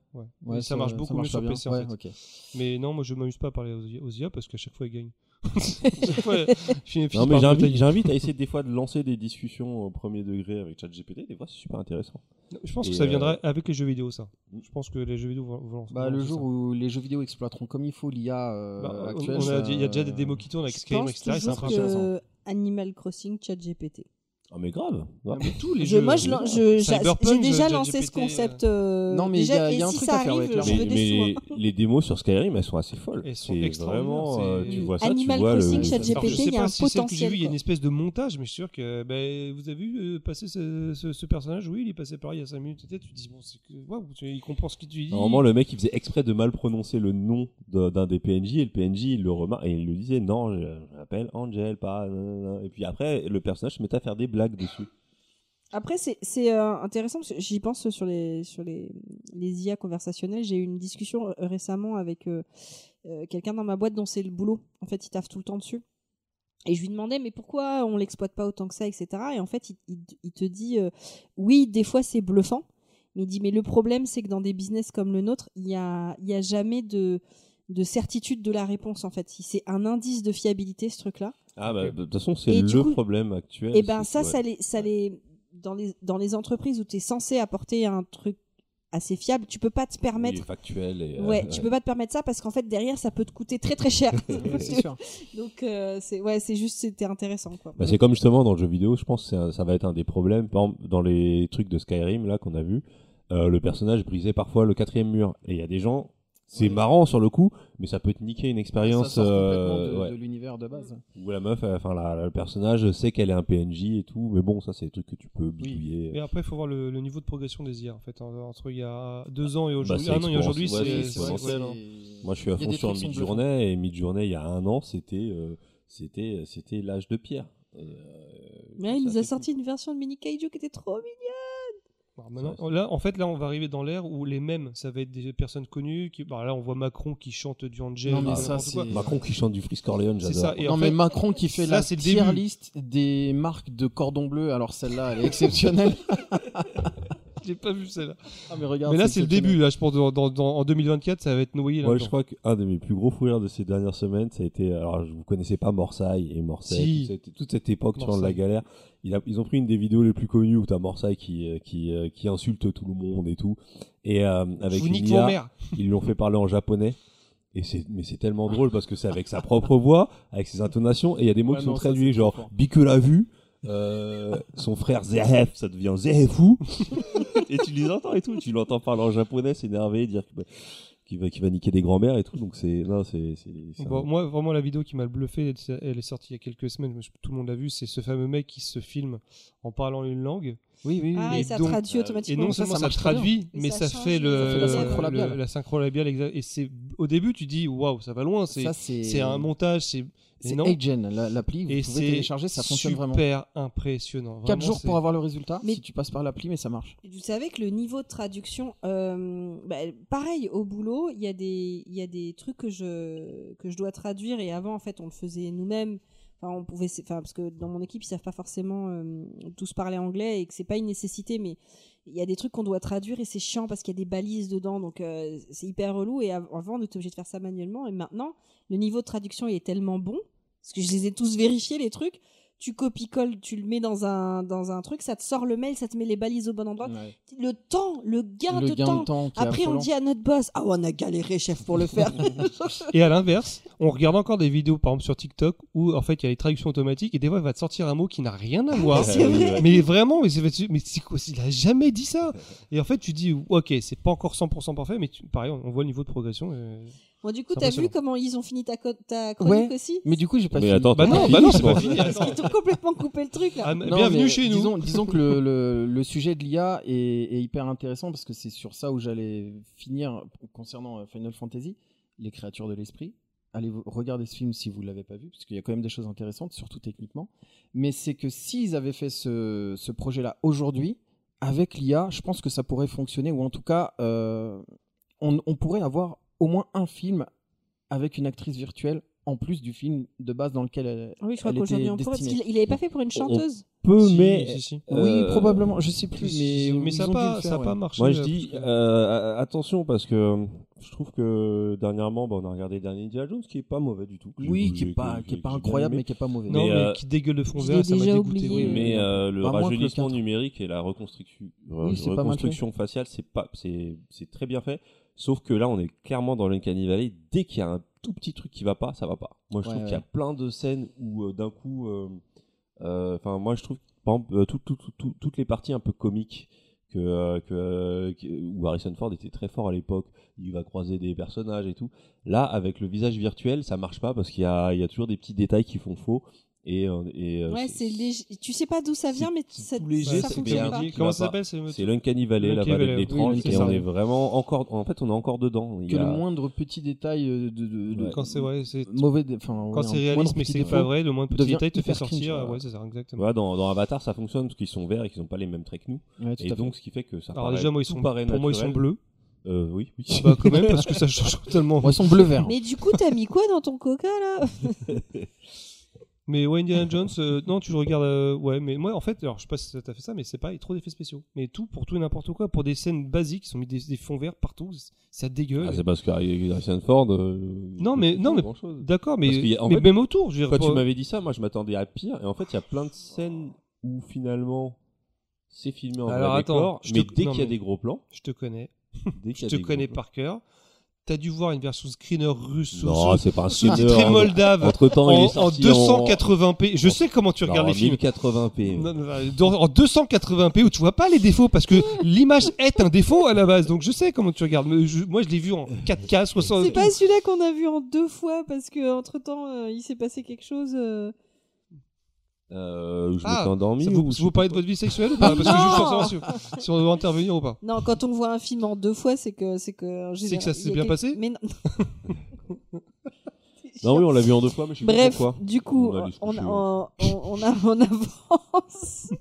A: Mais ça, marche beaucoup mieux
C: pas
A: sur
C: bien.
A: PC en
C: Ouais,
A: fait.
C: ok.
A: Mais non, moi je m'amuse pas à parler aux, I- aux IA parce qu'à chaque fois ils gagnent. (laughs) À chaque
D: (laughs)
A: fois, je finis-
E: Non,
A: finis
E: mais
A: par me
E: j'invite,
A: tailler.
E: j'invite
A: (laughs)
E: à essayer des fois de lancer des discussions au premier degré avec ChatGPT. Des fois, c'est super intéressant.
A: Je pense
E: Et,
A: que ça
E: euh,
A: viendrait avec les jeux vidéo, ça. Je pense que les jeux vidéo vont, vont-
C: Bah,
A: vont
C: le
A: lancer
C: jour
A: ça.
C: où les jeux vidéo exploiteront comme il faut l'IA euh,
A: Bah, on-
C: actuelle.
A: on a- il y a
C: ça-
A: déjà des démos qui tournent avec
D: Je
A: Skyrim,
D: pense
A: etc. C'est
D: toujours
C: sera
D: que
A: impressionnant.
C: intéressant.
D: Animal Crossing, ChatGPT.
E: Ah, mais grave. grave.
A: Mais tous les
D: Je-
A: jeux.
D: Moi, je lan- je- j'a-
A: Cyberpunk,
D: j'ai déjà
A: je-
D: lancé ce
A: ChatGPT, euh,
D: concept. euh,
C: Non, mais il y a-
D: déjà,
C: il y a
D: et
C: un
D: si
C: truc
D: ça
C: à faire, ouais,
D: arrive, je
E: Mais,
D: veux
E: mais
D: des sous. hein.
E: les démos sur Skyrim, elles sont assez folles.
A: Elles sont
E: c'est
A: extraordinaires,
E: vraiment.
A: c'est-
E: euh, tu vois ça,
D: Animal
E: tu vois
D: Crossing,
E: le.
D: ChatGPT,
A: Alors, je sais
D: il y a
A: pas
D: un
A: si c'est celle que j'ai
D: potentiel,
A: vu, il y a
D: quoi.
A: une espèce de montage, mais je suis sûr que ben, vous avez vu euh, passer ce, ce- ce personnage, oui, il est passé par là il y a 5 minutes, peut-être, tu te dis, bon, c'est que, waouh, tu- il comprend ce que tu dis.
E: Normalement, le mec, il faisait exprès de mal prononcer le nom de- d'un des PNJ et le PNJ, il le remarque et il le disait non, je je m'appelle Angel, pas. nanana. Et puis après, le personnage se mettait à faire des blagues dessus.
D: Après, c'est- c'est euh, intéressant parce que j'y pense sur les, sur les, les IA conversationnelles. J'ai eu une discussion euh, récemment avec euh, euh, quelqu'un dans ma boîte dont c'est le boulot. En fait, il taffe tout le temps dessus. Et je lui demandais, mais pourquoi on l'exploite pas autant que ça, etc. Et en fait, il, il- il te dit, euh, oui, des fois c'est bluffant. Mais il dit, mais le problème, c'est que dans des business comme le nôtre, il n'y a, il y a jamais de, de certitude de la réponse, en fait. Si C'est un indice de fiabilité, ce truc-là.
E: Ah, bah, de toute façon, c'est
D: euh, Et
E: le
D: du coup-
E: problème actuel.
D: Et ben
E: c'est-
D: ça,
E: ouais.
D: ça les, ça les, dans les, dans les entreprises où tu es censé apporter un truc assez fiable, tu peux pas te
E: Il
D: permettre.
E: est factuel. Et, euh,
D: Ouais,
E: (laughs)
D: tu peux pas te permettre ça parce qu'en fait derrière ça peut te coûter très très cher.
C: C'est sûr.
D: (laughs) Donc euh, c'est ouais, c'est juste c'était intéressant quoi.
E: Bah, c'est comme justement dans le jeu vidéo, je pense que c'est un- ça va être un des problèmes. Par exemple, dans les trucs de Skyrim là qu'on a vu, euh, le personnage brisait parfois le quatrième mur. Et il y a des gens, c'est
C: Ouais.
E: marrant sur le coup, mais ça peut te niquer une
C: Ça
E: expérience.
C: sort complètement
E: euh,
C: de,
E: ouais.
C: de l'univers de base.
E: Ou la meuf, euh, enfin la, la- le personnage sait qu'elle est un PNJ et tout, mais bon, ça c'est des trucs que tu peux bidouiller. euh,
A: Et après, il faut voir le, le niveau de progression des IA, en fait. En- Entre il y a deux ans et aujourd'hui,
E: Bah,
A: un
E: c'est
A: an et aujourd'hui,
E: l'expérience, ouais,
A: c'est c'est
E: c'est vraiment
A: exceptionnel, hein.
E: Moi je suis à
C: Il y a
E: fond
C: des
E: sur
C: trucs qui sont
E: Midjourney, et Midjourney il y a un an c'était euh, c'était c'était l'âge de pierre. Et, euh,
D: Ouais, il
E: ça,
D: nous a
E: c'est
D: sorti une version de Mini Kaiju qui était trop mignonne.
A: Alors Bah, maintenant- là, en fait, là, on va arriver dans l'ère où les mêmes, ça va être des personnes connues. Qui, bah, là, on voit Macron qui chante du Angel.
C: Non,
E: mais
A: ou
E: ça,
A: n'importe quoi.
E: cool. Macron qui chante du Free Corleone,
A: C'est
E: j'adore.
A: ça. Et
C: non
A: en
C: mais
A: fait,
C: Macron qui fait
A: ça,
C: la
A: c'est le
C: tier
A: début.
C: list des marques de cordon bleu. Alors celle-là, elle est exceptionnelle.
A: (laughs) j'ai pas vu celle-là.
C: Ah, mais regarde,
A: Mais là, c'est le
C: exceptionnel.
A: début. Là, je pense dans, dans- dans- en 2024, ça va être noyé. Là,
E: Moi, je crois qu'un de mes plus gros fous rires de ces dernières semaines, ça a été. Alors, je vous connaissez pas Morsaï et Morsaï,
A: Si.
E: toute, cette, toute cette époque sur la
A: Morsaï.
E: galère. Il a- ils ont pris une des vidéos les plus connues où t'as Morsaï qui, euh, qui, euh, qui insulte tout le monde et tout. Et euh, avec
A: vous
E: une
A: nique
E: IA,
A: vos mères.
E: ils l'ont fait parler en japonais. Et c'est, mais c'est tellement drôle parce que c'est avec sa propre voix, avec ses intonations, et il y a des mots
C: Ouais,
E: qui
C: non,
E: sont
C: ça,
E: traduits,
C: c'est trop
E: genre
C: fort.
E: Bique l'a vu, euh, son frère Zehef, ça devient Zehefou. et tu les entends et tout, tu l'entends parler en japonais, s'énerver, dire qu'il va, qu'il va, qu'il va niquer des grands-mères et tout, donc c'est, non, c'est, c'est, c'est un-
A: Bon, moi, vraiment, la vidéo qui m'a bluffé, elle, elle est sortie il y a quelques semaines. je- Tout le monde l'a vu. C'est ce fameux mec qui se filme en parlant une langue.
C: Oui, oui, oui.
D: Ah, et,
A: Et
D: ça
A: donc,
D: traduit
E: euh,
A: Et
D: automatiquement.
A: non
C: ça,
A: seulement
C: ça
A: ça,
C: marche très
A: traduit,
D: Et
A: mais
D: ça
A: ça,
D: change,
A: fait
D: ça
A: le,
D: fait
C: la synchrolabiale.
A: le- la synchrolabiale exa- Et c'est au début, tu dis waouh, ça va loin. C'est
C: Ça, c'est
A: c'est un montage, c'est
C: C'est
A: énorme.
C: Agen, la- l'appli. Vous
A: et
C: pouvez
A: c'est
C: télécharger, ça fonctionne
A: super
C: vraiment.
A: impressionnant.
C: 4
A: Vraiment,
C: jours
A: c'est-
C: pour avoir le résultat.
D: Mais-
C: Si tu passes par l'appli, mais ça marche.
D: Et Vous savez que le niveau de traduction, euh, bah, pareil au boulot, il y a des il y a des trucs que je que je dois traduire et avant en fait on le faisait nous-mêmes. Enfin on pouvait, c'est- enfin parce que dans mon équipe ils savent pas forcément euh, tous parler anglais et que c'est pas une nécessité, mais il y a des trucs qu'on doit traduire et c'est chiant parce qu'il y a des balises dedans donc euh, c'est hyper relou et av- avant on était obligé de faire ça manuellement et maintenant le niveau de traduction il est tellement bon parce que je les ai tous vérifiés les trucs. Tu copies-colles, tu le mets dans un, dans un truc, ça te sort le mail, ça te met les balises au bon endroit le temps, le gain,
C: Le
D: de,
C: gain
D: temps.
C: de temps qui est
D: Après, on
C: affolant.
D: dit à notre boss, ah, on a galéré, chef, pour
C: (laughs)
D: le faire.
A: Et à l'inverse, on regarde encore des vidéos, par exemple sur TikTok, où en fait il y a les traductions automatiques et des fois il va te sortir un mot qui n'a rien à voir.
D: c'est vrai.
A: Mais vraiment, mais c'est mais c'est quoi Il a jamais dit ça. Et en fait, tu dis, ok, c'est pas encore 100% parfait, mais tu- pareil, on on voit le niveau de progression. euh.
D: bon, du coup,
A: C'est
D: t'as vu
A: impressionnant.
D: comment ils ont fini ta, co- ta chronique aussi
C: Mais du coup, j'ai pas
E: Mais
C: fini.
E: attends,
A: Bah
E: t'as
A: non,
E: fini,
A: bah non, c'est
E: toi.
A: pas fini. attends.
D: Ils t'ont complètement coupé le truc, là.
A: Ah,
C: Non,
A: bienvenue
C: mais
A: chez nous.
C: Disons,
A: (laughs)
C: disons que le, le, le sujet de l'IA est, est hyper intéressant parce que c'est sur ça où j'allais finir concernant euh, Final Fantasy, les créatures de l'esprit. Allez vous- regarder ce film si vous ne l'avez pas vu, parce qu'il y a quand même des choses intéressantes, surtout techniquement. Mais c'est que s'ils avaient fait ce, ce projet-là aujourd'hui, avec l'IA, je pense que ça pourrait fonctionner, ou en tout cas, euh, on, on pourrait avoir au moins un film avec une actrice virtuelle en plus du film de base dans lequel elle,
D: Oui, je crois
C: elle
D: qu'aujourd'hui,
C: était
D: on pourrait, parce
C: destinée.
D: qu'il il l'avait pas fait pour une chanteuse.
E: Peu,
A: Si,
E: mais
A: si, si.
E: Euh,
C: Oui, probablement, je sais plus, mais,
A: mais
C: ils
A: ça n'a
C: ont dû
A: pas,
C: le faire,
A: ça a pas
C: ouais.
A: marché.
E: Moi je
A: euh,
E: dis
A: parce que-
E: euh, attention parce que euh, je trouve que dernièrement bah, on a regardé le dernier Indiana Jones qui est pas mauvais du tout. que j'ai-
C: Oui,
E: que
C: qui est
E: j'ai-
C: pas,
E: que
C: qui est
E: j'ai-
C: pas
E: que j'ai bien
C: incroyable,
E: aimé.
C: mais qui est pas mauvais.
A: non, mais,
E: mais, euh,
A: qui dégueule le fond
D: je
A: vert,
D: l'ai
A: ça m'a
D: déjà
A: dégoûté.
D: oublié,
A: oui,
D: euh,
A: mais-
E: Mais euh, le
C: Pas moins que le
E: rajeunissement
C: quatre.
E: numérique et la reconstruction,
C: Oui, c'est pas mal
E: reconstruction faciale, c'est pas, c'est, c'est très bien fait. Sauf que là, on est clairement dans l'Uncanny Valley. Dès qu'il y a un tout petit truc qui va pas, ça va pas. Moi, je
C: Ouais,
E: trouve qu'il y a
C: ouais.
E: plein de scènes où euh, d'un coup, euh, euh, enfin, moi, je trouve, par exemple, euh, tout- tout- tout- tout- toutes les parties un peu comiques que, euh, que, euh, que- où Harrison Ford était très fort à l'époque. Il va croiser des personnages et tout. Là, avec le visage virtuel, ça marche pas parce qu'il y a, il y a toujours des petits détails qui font faux. Et, euh, et, euh,
D: Ouais, c'est léger. Tu sais pas d'où ça vient, mais
E: c'est
D: ça,
E: tout léger,
D: ça
E: c'est
D: fonctionne
E: bien
D: pas.
E: dit.
A: Comment ça
E: va pas.
A: s'appelle ce-
E: C'est l'Uncanny Valley, la
A: L'Uncanny
E: vallée
A: Valley,
E: des
A: oui,
E: étranges,
A: c'est
E: et
A: ça.
E: on est vraiment encore. En fait, on est encore dedans. Il y
C: Que
E: a-
C: le moindre petit détail euh, de, de, de-
A: Quand c'est ouais, c'est-
C: mauvais, dé- enfin,
A: quand
C: ouais,
A: c'est
C: un
A: réaliste
C: moindre
A: mais que
C: petit
A: c'est
C: défaut.
A: pas vrai, le moindre petit
C: devient
A: détail te fait
C: hyper cringe,
A: sortir.
C: voilà.
A: Ouais, c'est ça, exactement.
E: Voilà, dans, dans Avatar, ça fonctionne parce qu'ils sont verts et qu'ils n'ont pas les mêmes traits que nous.
C: Ouais, tout
E: Et
C: à fait.
E: donc, ce qui fait que ça
A: Alors
E: paraît-
A: déjà, moi, ils
E: tout
A: sont, pour
E: paraît
A: moi, ils sont
E: naturel.
A: bleus.
E: Euh, oui, (laughs) oui.
A: Bah quand même, parce que ça change (laughs) totalement.
C: Ouais, ils sont bleu vert.
D: Mais du coup, t'as mis quoi dans ton coca, là
A: Mais ouais, Indiana Jones, euh, non, tu le regardes. euh, ouais, mais moi, en fait, alors je sais pas si t'as fait ça, mais c'est pareil, trop d'effets spéciaux. Mais tout, pour tout et n'importe quoi, pour des scènes basiques, ils ont mis des, des fonds verts partout, c- ça dégueule.
E: Ah, c'est parce qu'Harrison Ford. euh,
A: Non,
E: il
A: mais-
E: fait
A: non,
E: pas
A: mais-
E: grand-chose.
A: D'accord, mais,
E: Parce qu'il y a- en
A: mais
E: fait,
A: même autour, je veux dire,
E: Quand tu
A: pour-
E: m'avais dit ça, moi, je m'attendais à pire. Et en fait, il y a plein de scènes où finalement. C'est filmé en
A: Alors,
E: vrai
A: attends,
E: décor,
A: je te-
E: mais dès
A: non,
E: qu'il y a
A: mais-
E: des
A: (laughs)
E: gros plans,
A: je te connais,
E: dès qu'il
A: je
E: y a
A: te
E: des gros
A: connais
E: plans-
A: par cœur. T'as dû voir une version screener russe sous-
E: Non,
A: sous-
E: c'est pas un
A: sous-titrée moldave
E: Entre temps, il est
A: en, en
E: sorti
A: 280p. Je
E: en-
A: sais comment tu
E: Non,
A: regardes les films.
E: 1080p.
A: Non, non, non, dans- en 280p où tu vois pas les défauts parce
C: (laughs)
A: que l'image est un défaut à la base donc je sais comment tu regardes Mais je- moi je l'ai vu en 4K 60
D: C'est
A: (laughs)
D: pas celui-là qu'on a vu en deux fois, parce que entre temps, il s'est passé quelque chose. euh.
E: Euh, je
A: Ah,
E: m'étais endormi.
A: Ça vous,
E: ou
A: ça
E: je-
A: vous parlez de votre vie sexuelle ou pas parce que je veux savoir si, si on doit intervenir ou pas
D: Non, quand on voit un film en deux fois, c'est que. C'est que, en général,
A: ça s'est
D: il y a
A: bien
D: quelque-
A: passé
D: Mais non.
C: (laughs)
E: Non, oui, on l'a vu en deux fois, mais je sais pas
D: Bref,
E: pourquoi.
D: du coup,
E: On va
D: on,
E: aller se
D: on,
E: coucher,
D: on- on a-
C: (laughs)
D: on avance.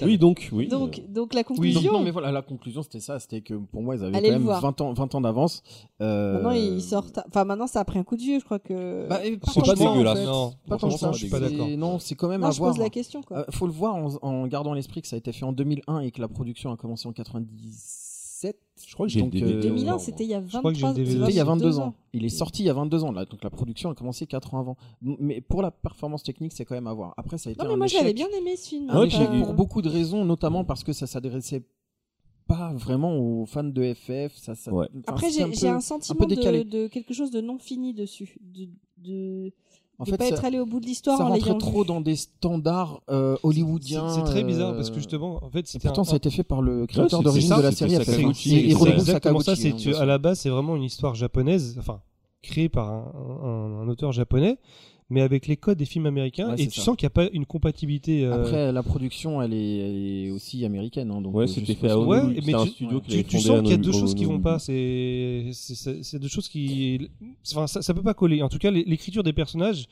E: Oui, donc, oui.
D: donc,
E: euh,
D: donc la
C: Oui, donc,
D: conclusion.
C: non, mais voilà, la conclusion c'était ça, c'était que pour moi ils avaient
D: Allez
C: quand
D: le
C: même
D: voir.
C: 20 ans, 20 ans d'avance. Euh,
D: Maintenant, euh, ils sortent. Enfin, maintenant, ça a pris un coup de vieux, je crois que.
C: Bah, et pas tant
E: C'est pas
C: que ça, en
E: dégueulasse.
C: fait.
A: non
C: Pas tant que
A: franchement
C: ça,
A: je suis pas
C: c'est-
A: d'accord
C: Non, c'est quand même
D: non,
C: à
D: je
C: voir.
D: pose la question, quoi.
C: Euh, faut le voir en, en gardant à l'esprit que ça a été fait en 2001 et que la production a commencé en 97.
E: je crois que j'ai le
C: donc,
E: DVD.
C: euh,
D: 2001,
E: non,
D: c'était il y a 23
A: crois que j'ai le DVD.
C: C'était il y a 22 ans.
D: ans.
C: Il est sorti il y a 22 ans là, donc la production a commencé 4 ans avant. M- Mais pour la performance technique, c'est quand même à voir. Après, ça a été
D: Non, mais
C: un
D: moi,
C: échec.
D: j'avais bien aimé hein, ce film.
C: Un
E: Ah ouais,
C: échec
E: j'ai vu.
C: pour beaucoup de raisons, notamment parce que ça s'adressait pas vraiment aux fans de FF. Ça, ça-
E: Ouais.
C: enfin,
D: Après,
C: c'était
D: j'ai j'ai
C: peu-
D: un sentiment
C: peu
D: de,
C: décalé.
D: de quelque chose de non fini dessus. De, de,
C: en
D: de
C: fait,
D: pas
C: ça,
D: être allé au bout de
C: ça
D: l'histoire en
C: rentrait
D: l'ayant
C: trop
D: vu.
C: dans des standards euh, hollywoodiens.
A: c'est c'est très bizarre
C: euh,
A: parce que justement en fait
C: Et
A: c'était
C: pourtant,
A: un-
C: ça a été fait par le créateur
E: c'est-
A: c'est
C: d'origine
A: ça,
C: de la
E: c'était
C: série FF.
E: Sakaguchi,
A: C'est-
E: et
A: c'est
E: Hironobu
A: exactement ça.
C: Sakaguchi,
A: C'est
C: hein,
A: tu-
C: bien
A: à la base, c'est vraiment une histoire japonaise, enfin créée par un, un- un auteur japonais, mais avec les codes des films américains.
C: Ouais,
A: et
C: c'est
A: tu
C: ça.
A: sens qu'il n'y a pas une compatibilité. euh,
C: Après, la production, elle est, elle est aussi américaine. Hein, donc,
E: Ouais,
C: euh,
E: c'était
C: je
E: fait à
C: pense que-
A: Ouais,
E: Hollywood.
A: mais
E: c'était un
A: tu-
E: studio qui
A: tu,
E: l'avait
A: tu
E: fondé
A: sens
E: à
A: qu'il y a deux
E: Hollywood.
A: choses qui vont pas. C'est c'est- c'est- c'est deux choses qui. c'est- Enfin, ça, ça peut pas coller. En tout cas, l'é- l'écriture des personnages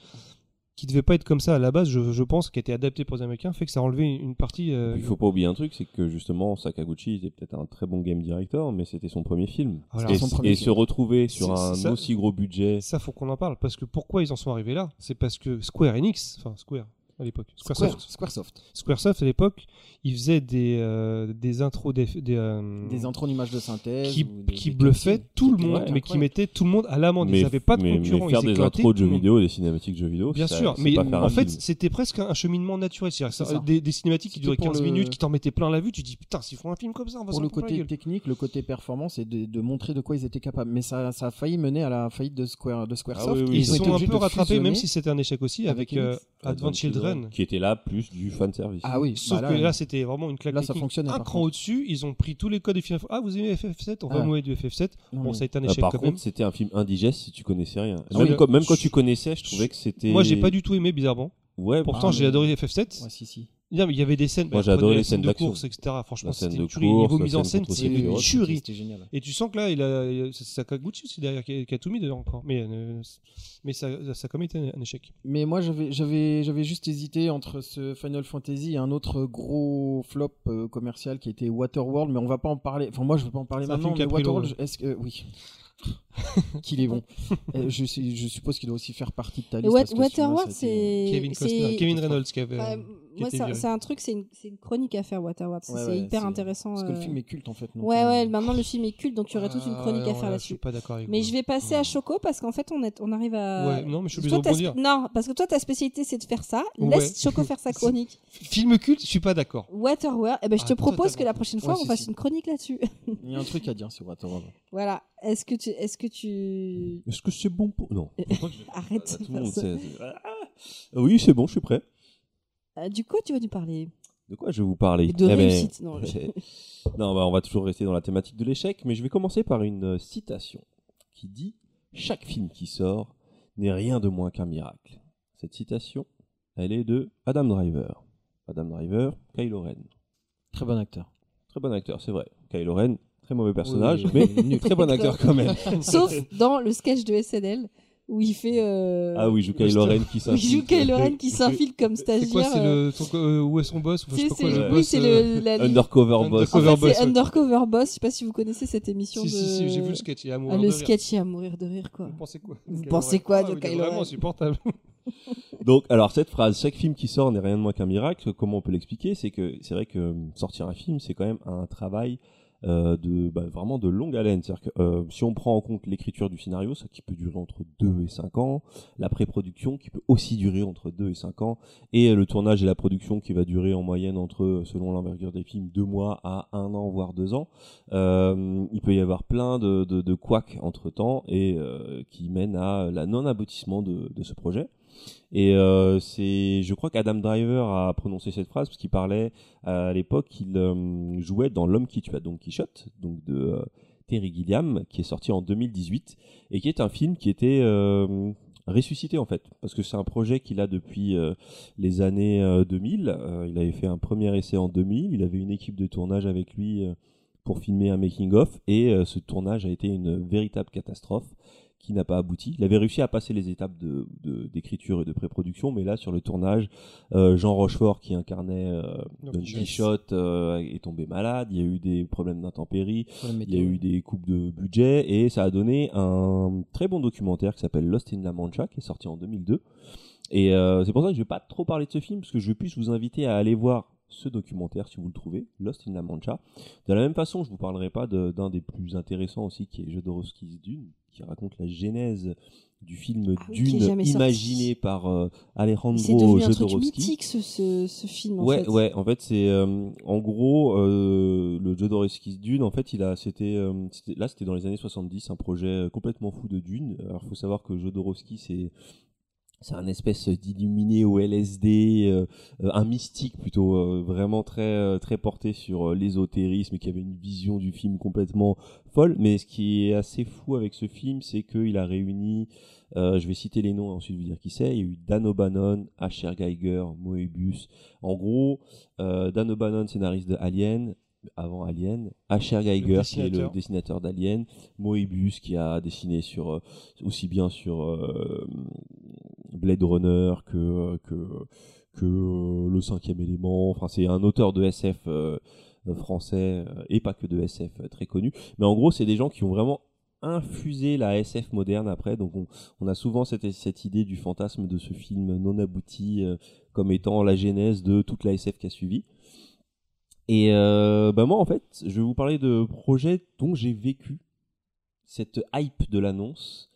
A: qui devait pas être comme ça à la base, je, je pense, qui a été adaptée pour les Américains, fait que ça a enlevé une partie. euh,
E: Il faut pas oublier un truc, c'est que justement Sakaguchi était peut-être un très bon game director, mais c'était son premier film.
A: Voilà.
E: et
C: Son
E: s-
C: premier
E: et
C: film.
E: se retrouver sur
A: C'est-
E: un
A: c'est ça.
E: aussi gros budget.
A: Ça, faut qu'on en parle. Parce que pourquoi ils en sont arrivés là C'est parce que Square Enix, enfin Square à l'époque,
C: Square-
A: Squaresoft,
C: Squaresoft.
A: Squaresoft à l'époque, ils faisaient des, euh, des intros, des, des,
E: Hmm.
A: euh,
C: Des intros d'images de synthèse.
A: qui,
C: ou des-
A: qui
C: des
A: bluffaient
C: captions.
A: tout le
C: Ouais,
A: monde, mais qui
C: incroyable.
A: mettaient tout le monde à l'amende. Ils n'avaient pas de
E: mais- mais
A: concurrent.
E: faire
A: ils
E: des
A: éclataient
E: intros de
A: tout le
E: jeux
A: monde.
E: vidéo, des cinématiques de jeux vidéo,
A: Bien
E: ça-
A: sûr,
E: c'est
A: mais
E: pas faire
A: en
E: un
A: fait,
E: film.
A: c'était presque un cheminement naturel. C'est-à-dire
C: C'est
A: ça-
C: ça.
A: Des, des cinématiques qui
C: C'était
A: duraient
C: pour
A: 15
C: le-
A: minutes, qui t'en mettaient plein la vue, tu dis putain, s'ils font un film comme ça, on va
C: Pour
A: s'en
C: le
A: prendre
C: côté
A: la gueule.
C: technique, le côté performance et de, de montrer de quoi ils étaient capables. Mais ça, ça a failli mener à la faillite de, Square, de Squaresoft.
E: Ah oui, oui,
A: Ils
E: Ils ont
A: sont
C: été
A: un
C: obligés
A: peu
C: de
A: rattrapés, même
C: fusionner.
A: si c'était un échec aussi, avec
C: avec
A: euh,
C: Enix.
A: Advent Children.
E: qui était là plus du fan service.
C: Ah oui,
A: Sauf
C: bah
A: que là, c'était vraiment une claque
C: là, ça
A: technique.
C: fonctionnait,
A: un
C: par
A: cran
C: contre.
A: au-dessus, ils ont pris tous les codes des films. Ah, vous aimez FF7 On va
C: Ah.
A: mouiller du FF7.
C: non,
A: Bon,
C: mais-
A: ça a été un
E: Ah,
A: échec
E: par
A: quand
E: contre,
A: même.
E: c'était un film indigeste si tu connaissais rien.
A: Ah
E: même,
A: oui.
E: quand, même quand
A: Je-
E: tu connaissais, je trouvais que c'était.
A: Moi, j'ai pas du tout aimé, bizarrement.
E: Ouais, bah,
A: Pourtant,
C: Ah,
A: j'ai
C: mais-
A: adoré FF7.
C: Ouais, si, si.
A: Non, mais Il y avait des scènes.
E: Moi,
A: bah,
E: j'ai adoré
A: prenez la
E: les
A: scène
E: scènes
A: de
E: d'action.
A: course, etc. Franchement,
E: La scène
A: c'était une
E: de
A: tuerie.
E: course,
A: Niveau
E: la
A: mise en
E: scène
A: scène,
E: contre
A: c'est
E: les
A: une
E: héros,
A: tuerie.
C: C'était génial.
A: Et tu sens que là, il a il a- c'est Sakaguchi aussi derrière qui a, qui a tout mis dedans encore. Mais, euh, mais ça, ça a quand même été un échec.
C: Mais moi, j'avais, j'avais, j'avais juste hésité entre ce Final Fantasy et un autre gros flop euh, commercial qui était Waterworld, mais on va pas en parler. Enfin, moi, je veux pas en parler
A: C'est un
C: maintenant.
A: film
C: Mais
A: Caprillo,
C: Waterworld, je- est-ce que euh, oui, (laughs) qu'il est bon. Euh, je, suis- je suppose qu'il doit aussi faire partie de ta
D: Et
C: liste.
D: Wa-
C: parce que celui-là,
D: Waterworld,
C: ça a été-
D: c'est.
A: Kevin,
D: c'est-
A: Costner, Kevin Reynolds qui avait.
D: Enfin, bah,
A: euh, qui
D: moi,
A: était
D: c'est un-
A: viré.
D: c'est un truc, c'est une, c'est une chronique à faire, Waterworld. Ça,
C: Ouais,
D: c'est
C: ouais,
D: hyper
C: c'est-
D: intéressant.
C: Parce que le
D: euh.
C: film est culte en fait. donc,
D: Ouais,
C: euh,
D: ouais, maintenant le film est culte, donc tu aurais toute une
A: Ah,
D: chronique
A: non,
D: à faire
A: là, Je
D: là-dessus.
A: suis pas d'accord avec
D: Mais
A: vous.
D: je vais euh, passer à Choco parce qu'en fait, on, est, on arrive à.
A: Ouais, non, mais je suis obligé de
D: Toi, ta
A: rebondir.
D: spé- Non, parce que toi, ta spécialité, c'est de faire ça. Laisse Choco faire
A: (laughs)
D: sa chronique.
A: Film culte, je suis pas d'accord.
D: Waterworld, eh ben, je
A: Ah,
D: te propose
A: totalement.
D: que la prochaine fois,
C: Ouais,
D: on
C: si,
D: fasse
C: si.
D: une chronique là-dessus. (laughs)
C: Il y a un truc à dire sur Waterworld.
D: voilà. Est-ce que tu. Est-ce que tu.
E: Est-ce que c'est bon pour. Non.
D: Arrête. (laughs) de
E: Tout le
D: faire
E: monde
D: ça.
E: sait. Ah, Oui, c'est bon, je suis prêt.
D: Euh, Du coup, tu vas nous parler
E: De quoi je vais vous parler
D: de
E: Eh ben,
D: réussite. Non, je-
E: (laughs) non, bah, on va toujours rester dans la thématique de l'échec, mais je vais commencer par une euh, citation qui dit Chaque film qui sort n'est rien de moins qu'un miracle. Cette citation, elle est de Adam Driver. Adam Driver, Kylo Ren.
C: Très bon acteur.
E: Très bon acteur, c'est vrai. Kylo Ren, très mauvais personnage, mais très bon
D: D'accord.
E: acteur
D: (laughs)
E: quand même.
A: (laughs)
D: Sauf dans le sketch de SNL où il fait. euh,
E: Ah oui, il joue Kylo
D: (laughs)
E: Ren qui euh,
D: où Il
E: s'infiltre.
D: joue Kylo Ren qui s'infile comme
A: C'est
D: stagiaire.
A: quoi, c'est
D: euh,
A: le, ton co- euh, où est son boss ou je sais
D: tu sais,
A: pas quoi,
D: c'est-
A: le
E: ouais.
D: oui,
A: boss,
D: c'est
A: euh,
D: le.
E: (laughs)
D: la-
E: Undercover boss.
D: En
A: Undercover
D: fait, c'est
A: Boss, ouais.
D: Undercover Boss. Je sais pas si vous connaissez cette émission
A: Si,
D: de.
A: si, si, j'ai vu le sketch, il est amoureux
D: Ah,
A: de
D: le
A: rire.
D: sketch est à mourir de rire, quoi.
A: Vous pensez quoi
D: Vous
A: Kylo
D: pensez
A: Ren
D: quoi
A: Ah
D: de
A: oui, il est
D: Kylo Ren
A: Vraiment
D: (laughs)
A: insupportable.
E: Donc, alors cette phrase, chaque film qui sort n'est rien de moins qu'un miracle. Comment on peut l'expliquer C'est que c'est vrai que euh, sortir un film, c'est quand même un travail euh, de bah, vraiment de longue haleine. C'est-à-dire que euh, si on prend en compte l'écriture du scénario, ça qui peut durer entre 2 et 5 ans, la pré-production qui peut aussi durer entre 2 et 5 ans, et euh, le tournage et la production qui va durer en moyenne entre, euh, selon l'envergure des films, 2 mois à 1 an, voire 2 ans. Euh, il peut y avoir plein de, de, de couacs entre-temps et euh, qui mènent à la non-aboutissement de, de ce projet. Et euh, c'est, je crois qu'Adam Driver a prononcé cette phrase parce qu'il parlait à l'époque, il euh, jouait dans L'homme qui tua Don Quichotte, donc de euh, Terry Gilliam, qui est sorti en 2018 et qui est un film qui était euh, ressuscité en fait, parce que c'est un projet qu'il a depuis euh, les années euh, 2000. Euh, il avait fait un premier essai en 2000, il avait une équipe de tournage avec lui. euh, pour filmer un making-of et euh, ce tournage a été une véritable catastrophe qui n'a pas abouti. Il avait réussi à passer les étapes de- de- d'écriture et de pré-production, mais là sur le tournage, euh, Jean Rochefort qui incarnait euh,
A: Don
E: Don
A: Quichotte.
E: Quichotte euh, est tombé malade, il y a eu des problèmes d'intempéries,
C: Sur le
E: il y a
C: météo.
E: eu des coupes de budget et ça a donné un très bon documentaire qui s'appelle Lost in La Mancha qui est sorti en 2002. Et euh, c'est pour ça que je vais pas trop parler de ce film parce que je vais plus vous inviter à aller voir ce documentaire si vous le trouvez, Lost in La Mancha. De la même façon, je vous parlerai pas de- d'un des plus intéressants aussi qui est Jodorowsky's Dune qui raconte la genèse du film
D: Ah oui, qui est
E: Dune
D: jamais sorti.
E: imaginé par euh,
D: C'est
E: Alejandro
D: devenu un truc
E: Jodorowsky.
D: mythique ce, ce, ce film en
E: Ouais,
D: fait.
E: ouais. En fait, c'est euh, en gros euh, le Jodorowsky Dune. En fait, il a, c'était, euh, c'était- là, c'était dans les années 70, un projet euh, complètement fou de Dune. Alors, faut savoir que Jodorowsky, c'est c'est un espèce d'illuminé au LSD, euh, euh, un mystique plutôt, euh, vraiment très, euh, très porté sur euh, l'ésotérisme, qui avait une vision du film complètement folle. Mais ce qui est assez fou avec ce film, c'est qu'il a réuni, euh, je vais citer les noms et ensuite vous dire qui c'est, il y a eu Dan O'Bannon, Asher Geiger, Moebius. En gros, euh, Dan O'Bannon, scénariste de Alien, avant Alien, Asher Geiger, qui est le
A: dessinateur.
E: dessinateur d'Alien, Moebius, qui a dessiné sur euh, aussi bien sur euh, Blade Runner que que que euh, le cinquième élément. Enfin, c'est un auteur de SF euh, français euh, et pas que de SF euh, très connu. Mais en gros, c'est des gens qui ont vraiment infusé la SF moderne après. Donc, on, on a souvent cette, cette idée du fantasme de ce film non abouti euh, comme étant la genèse de toute la SF qui a suivi. Et euh, bah moi, en fait, je vais vous parler de projets dont j'ai vécu cette hype de l'annonce,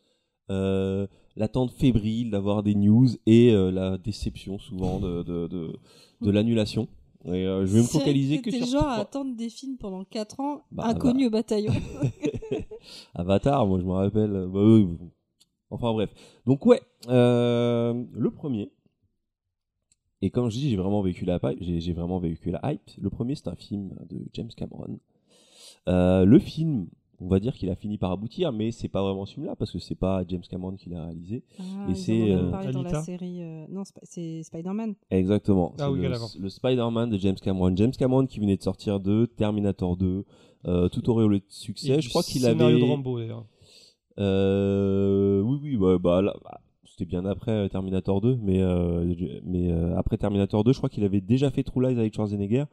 E: euh, l'attente fébrile d'avoir des news et euh, la déception souvent de, de, de, de l'annulation. Et euh, je vais me
D: C'est-
E: focaliser que
D: t'es
E: sur
D: genre à
E: trois.
D: attendre des films pendant 4 ans,
E: Bah,
D: inconnus au
E: (laughs)
D: bataillon.
E: Avatar, moi je me rappelle. Euh, bah oui, bon. Enfin bref. Donc ouais, euh, le premier. Et comme je dis, j'ai vraiment vécu la hype. J'ai j'ai vraiment vécu la hype. Le premier, c'est un film de James Cameron. Euh, le film, on va dire qu'il a fini par aboutir, mais c'est pas vraiment ce film-là parce que c'est pas James Cameron qui l'a réalisé.
D: Ah,
E: Et
D: ils
E: c'est,
D: en ont même
E: euh,
D: parlé dans
A: Alita
D: la série. euh, Non, c'est pas- c'est Spider-Man.
E: Exactement.
A: Ah
E: C'est
A: oui,
E: le,
A: quelle avance.
E: le Spider-Man de James Cameron. James Cameron qui venait de sortir de Terminator 2, euh, tout auréolé de succès.
A: Et du
E: je crois qu'il
A: Scénario
E: avait.
A: de Rambo, d'ailleurs.
E: Euh, oui, oui, bah, bah, là, bah, c'était bien après euh, Terminator 2, mais, euh, je- mais euh, après Terminator 2, je crois qu'il avait déjà fait True Lies avec Schwarzenegger.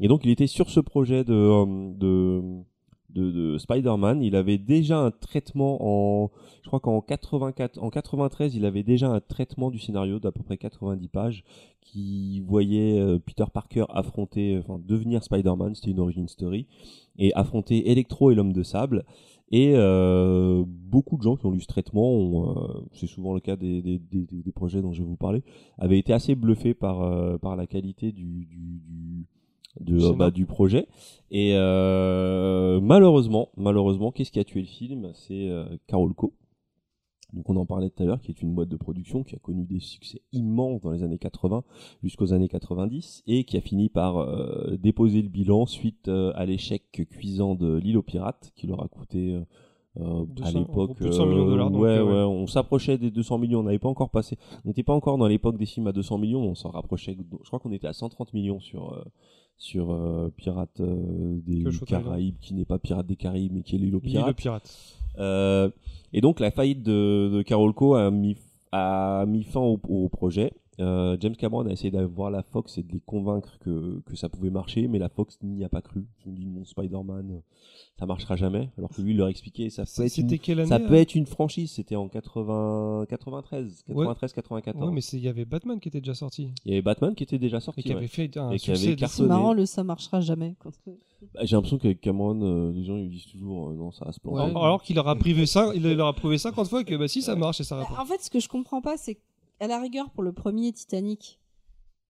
E: Et donc, il était sur ce projet de, euh, de, de, de Spider-Man. Il avait déjà un traitement en. Je crois qu'en 84, en 93, il avait déjà un traitement du scénario d'à peu près 90 pages qui voyait euh, Peter Parker affronter, euh, enfin, devenir Spider-Man. C'était une origin story. Et affronter Electro et l'homme de sable. Et euh, beaucoup de gens qui ont lu ce traitement, ont, euh, c'est souvent le cas des, des, des, des- des projets dont je vais vous parler, avaient été assez bluffés par, euh, par la qualité du, du, du, de,
A: Scénar.
E: bah, du projet. Et euh, malheureusement, malheureusement, qu'est-ce qui a tué le film C'est euh, Carolco. Donc on en parlait tout à l'heure, qui est une boîte de production qui a connu des succès immenses dans les années 80 jusqu'aux années 90 et qui a fini par euh, déposer le bilan suite euh, à l'échec cuisant de l'île aux pirates qui leur a coûté euh, euh,
A: 200,
E: à
A: en gros,
E: l'époque
A: plus de 100 millions de dollars, donc,
E: ouais,
A: euh, ouais.
E: ouais, on s'approchait des 200 millions, on n'avait pas encore passé, on n'était pas encore dans l'époque des films à 200 millions, on s'en rapprochait. Je crois qu'on était à 130 millions sur euh, sur euh, Pirates euh, des
A: Que je sois pas
E: Caraïbes qui n'est pas Pirates des Caraïbes mais qui est l'île aux
A: L'île de
E: pirates.
A: pirate.
E: Euh, et donc la faillite de, de Carolco a mis, a mis fin au, au projet. Euh, James Cameron a essayé d'avoir la Fox et de les convaincre que, que ça pouvait marcher, mais la Fox n'y a pas cru. Ils ont dit non, Spider-Man, ça marchera jamais. Alors que lui, il leur expliquait, ça peut être une,
A: C'était quelle année
E: ça
A: hein
E: peut être une franchise. C'était en 80, 93,
A: Ouais.
E: 93, 94.
A: Ouais, mais c'est- il y avait Batman qui était déjà sorti.
E: Il y avait Batman qui était déjà sorti.
A: Et qui
E: ouais.
A: avait fait un
E: Et qui avait
A: succès. de-
E: cartonné.
D: C'est marrant, le ça marchera jamais. quand-
E: Bah, J'ai l'impression qu'avec Cameron, euh, les gens ils disent toujours euh, non, ça va se planter.
C: Ouais.
A: hein. Alors qu'il leur a privé ça, il leur a prouvé 50 fois que bah si ça marche et ça rapporte.
D: Euh, En fait, ce que je comprends pas, c'est qu'à la rigueur, pour le premier Titanic,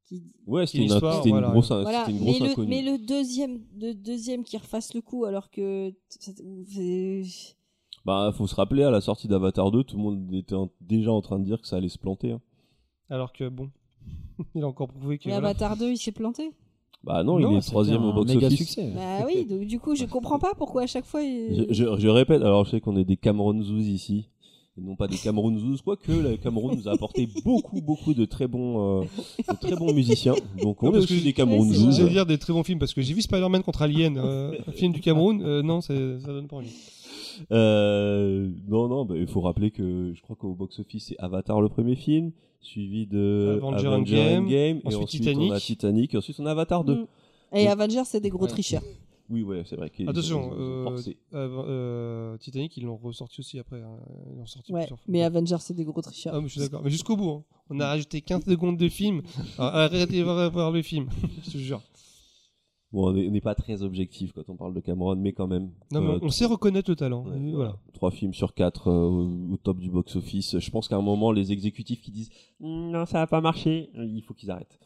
D: qui
E: Ouais, c'était une,
A: L'histoire,
E: c'était une
A: voilà.
E: grosse,
D: Voilà,
E: c'était une
D: mais
E: grosse
D: le,
E: inconnue.
D: mais le deuxième, le deuxième qui refasse le coup alors que c'est-
E: Bah, faut se rappeler, à la sortie d'Avatar 2, tout le monde était en- déjà en train de dire que ça allait se planter. hein.
A: Alors que bon, (laughs) il a encore prouvé que.
D: Mais
A: voilà.
D: Avatar 2 il
A: (laughs)
D: s'est planté.
E: Bah non,
A: Non,
E: il est
A: c'était
E: troisième au
C: un méga
E: box-office.
C: succès.
D: Bah oui, donc du coup je comprends pas pourquoi à chaque fois. il-
E: Je, je- je répète, alors je sais qu'on est des Cameroun Zouz ici, et non pas des Cameroun Zouz, quoique le Cameroun nous a
A: (laughs)
E: apporté beaucoup, beaucoup de très bons, euh, de très bons musiciens. Donc on
A: Non,
E: est
A: parce que
E: aussi des
D: Ouais,
E: Cameroun
D: c'est
A: Je vous
E: Zouz.
A: allez dire des très bons films parce que j'ai vu Spider-Man contre Alien, euh, un film du Cameroun. euh, non, c'est- ça donne pas envie.
E: Euh, non, non, bah, il faut rappeler que je crois qu'au box-office, c'est Avatar le premier film, suivi de
A: Avenger
E: Avenger
A: Endgame,
E: Endgame, et
A: ensuite
E: ensuite
A: Titanic.
E: on a Titanic, et ensuite on a Avatar 2.
D: Mm. Et Avengers c'est des gros
C: Ouais.
D: tricheurs.
E: Oui, ouais, c'est vrai. qu'ils-
A: Attention,
E: ils ont
A: euh,
E: forcé.
A: Euh, euh, Titanic, ils l'ont ressorti aussi après. hein. Ils l'ont sorti
D: Ouais,
A: plusieurs fois.
D: mais Avengers c'est des gros tricheurs.
A: Ah, mais je suis d'accord. Mais jusqu'au bout, hein. on a rajouté 15 secondes de film. Alors, Arrêtez de voir le film, (laughs) je te jure.
E: Bon, on est- on n'est pas très objectif quand on parle de Cameron, mais quand même.
A: Non, mais
E: Euh,
A: on sait reconnaître le talent.
E: Ouais.
A: Et Voilà. (laughs)
E: Trois films sur quatre euh, au, au top du box-office. Je pense qu'à un moment, les exécutifs qui disent Mm, non, ça va pas marché, il faut qu'ils arrêtent.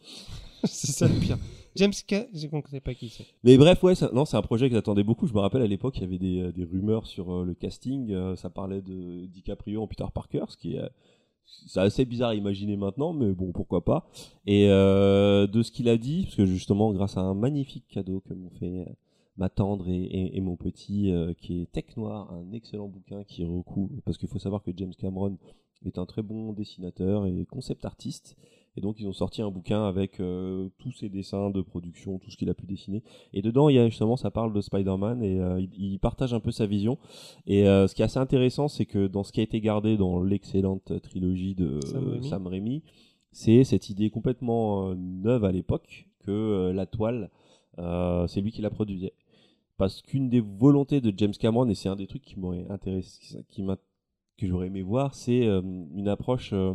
A: c'est ça le pire. James K, j'ai compris pas qui c'est.
E: Mais bref, ouais, ça- non, c'est un projet que j'attendais beaucoup. Je me rappelle à l'époque, il y avait des, euh, des rumeurs sur euh, le casting. Euh, ça parlait de DiCaprio en Peter Parker, ce qui est, euh, C'est assez bizarre à imaginer maintenant, mais bon, pourquoi pas. Et euh, de ce qu'il a dit, parce que justement, grâce à un magnifique cadeau que m'ont fait euh, ma tendre et, et- et mon petit, euh, qui est Tech Noir, un excellent bouquin qui recouvre, parce qu'il faut savoir que James Cameron est un très bon dessinateur et concept artiste. Et donc ils ont sorti un bouquin avec euh, tous ses dessins de production, tout ce qu'il a pu dessiner. Et dedans, il y a justement, ça parle de Spider-Man et euh, il, il partage un peu sa vision. Et euh, ce qui est assez intéressant, c'est que dans ce qui a été gardé dans l'excellente trilogie de
A: Sam Raimi.
E: Sam Raimi, c'est cette idée complètement euh, neuve à l'époque que euh, la toile, euh, c'est lui qui la produisait. Parce qu'une des volontés de James Cameron, et c'est un des trucs qui m'aurait intéressé, qui m'a- que j'aurais aimé voir, c'est euh, une approche. euh,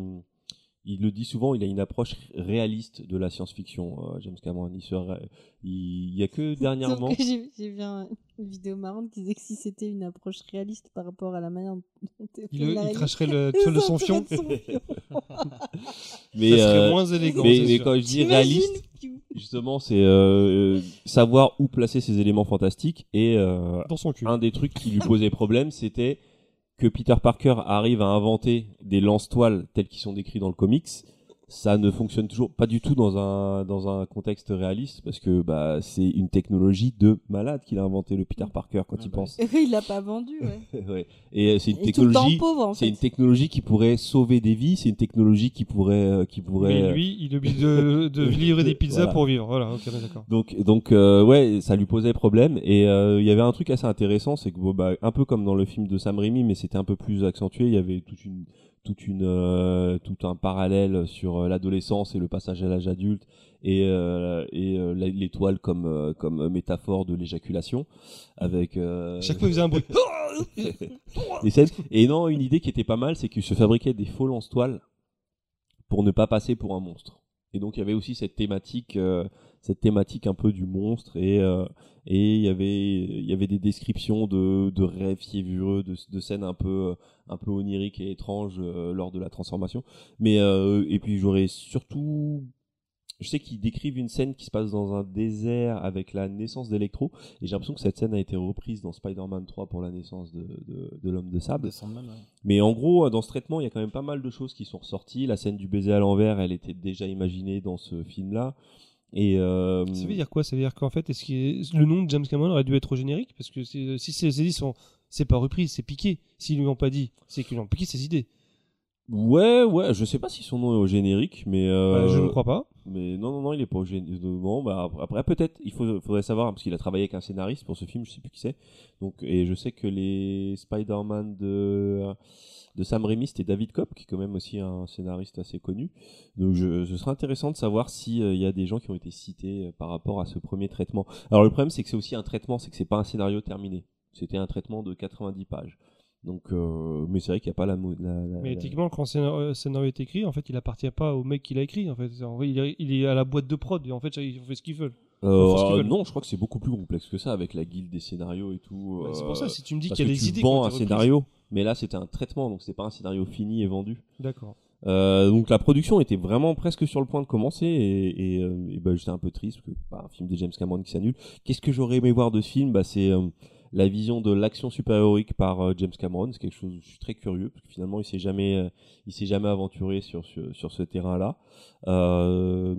E: il le dit souvent, il a une approche réaliste de la science-fiction, euh, James Cameron. Il, se ra- il, il y
A: (laughs)
E: a que dernièrement.
D: Sauf que J'ai j'ai vu un- une vidéo marrante qui disait que si c'était une approche réaliste par rapport à la manière dont on
A: Il, il cracherait le, sur le son fion. Ça (laughs)
E: Mais,
A: serait
E: euh,
A: moins élégant.
E: mais,
A: c'est
E: mais
A: sûr.
E: quand je dis réaliste, justement, c'est euh, euh, savoir où placer ses éléments fantastiques. Et euh,
A: Dans son cul.
E: un des trucs qui lui posait problème, c'était que Peter Parker arrive à inventer des lance-toiles tels qu'ils sont décrits dans le comics. Ça ne fonctionne toujours pas du tout dans un, dans un contexte réaliste parce que bah, c'est une technologie de malade qu'il a inventé le Peter Parker quand
C: Ah
E: il
C: bah
E: pense.
D: (laughs) Il l'a pas vendu, ouais.
E: (laughs) Ouais. Et euh, c'est une
D: Et tout le temps
E: technologie
D: pauvre, en
E: c'est
D: fait.
E: une technologie qui pourrait sauver des vies, c'est une technologie qui pourrait euh, qui pourrait
A: Mais lui, il est obligé
E: (laughs)
A: de, de livrer des pizzas
E: Voilà.
A: pour vivre. Voilà, ok, on est d'accord.
E: Donc, donc euh, ouais, ça lui posait problème. Et euh, il y avait un truc assez intéressant, c'est que bon, bah, un peu comme dans le film de Sam Raimi, mais c'était un peu plus accentué. Il y avait toute une, toute une, euh, tout un parallèle sur euh, l'adolescence et le passage à l'âge adulte et, euh, et euh, la- l'étoile comme, euh, comme métaphore de l'éjaculation avec. euh,
A: Chaque fois, il faisait un bruit. oh,
E: les scènes. (laughs) Et non, une idée qui était pas mal, c'est qu'ils se fabriquaient des faux lance-toiles pour ne pas passer pour un monstre. Et donc il y avait aussi cette thématique, euh, cette thématique un peu du monstre et euh, et il y avait il y avait des descriptions de de rêves fiévreux, de, de scènes un peu euh, un peu oniriques et étranges euh, lors de la transformation. Mais euh, et puis j'aurais surtout je sais qu'ils décrivent une scène qui se passe dans un désert avec la naissance d'Electro, et j'ai l'impression que cette scène a été reprise dans Spider-Man 3 pour la naissance de, de, de l'homme de sable. Mais en gros, euh, dans ce traitement, il y a quand même pas mal de choses qui sont ressorties. La scène du baiser à l'envers, elle était déjà imaginée dans ce film-là. Et euh,
A: Ça veut dire quoi Ça veut dire qu'en fait, est-ce que le nom de James Cameron aurait dû être au générique Parce que c'est- euh, si ces ces idées sont. C'est pas repris, c'est piqué. S'ils lui ont pas dit, c'est qu'ils lui ont piqué ses idées.
E: ouais, ouais, je sais pas si son nom est au générique, mais euh,
A: Euh, je ne crois pas.
E: Mais non, non, non, il est pas au générique. Bon, bah, après- après, peut-être, il faut, faudrait savoir, hein, parce qu'il a travaillé avec un scénariste pour ce film, je sais plus qui c'est. Donc, et je sais que les Spider-Man de, de Sam Raimi, c'était David Kopp, qui est quand même aussi un scénariste assez connu. Donc, je, ce serait intéressant de savoir s'il y a des gens qui ont été cités euh, par rapport à ce premier traitement. Alors, le problème, c'est que c'est aussi un traitement, c'est que c'est pas un scénario terminé. C'était un traitement de 90 pages. Donc, euh, mais c'est vrai qu'il n'y a pas la, mo- la, la-
A: Mais
E: la-
A: éthiquement, quand le scénario, scénario est écrit, en fait, il appartient pas au mec qui l'a écrit. En fait, En vrai, il est, il est à la boîte de prod et en fait, ils ont fait ce qu'ils veulent.
E: Euh,
A: Ils font ce qu'ils veulent.
E: non, je crois que c'est beaucoup plus complexe que ça avec la guilde des scénarios et tout.
A: Bah, c'est
E: euh,
A: pour ça, si tu me dis
E: parce
A: qu'il y a
E: que
A: des
E: tu
A: idées. qui ont
E: vends
A: été
E: un
A: reprises-
E: scénario, mais là c'était un traitement, donc c'est pas un scénario fini et vendu.
A: D'accord.
E: Euh, donc la production était vraiment presque sur le point de commencer et, et, euh, et bah, j'étais un peu triste parce que bah, un film de James Cameron qui s'annule. Qu'est-ce que j'aurais aimé voir de ce film bah, C'est euh, la vision de l'action super-héroïque par euh, James Cameron. C'est quelque chose où je suis très curieux parce que finalement il s'est jamais, euh, il s'est jamais aventuré sur, sur, sur ce terrain-là. Euh,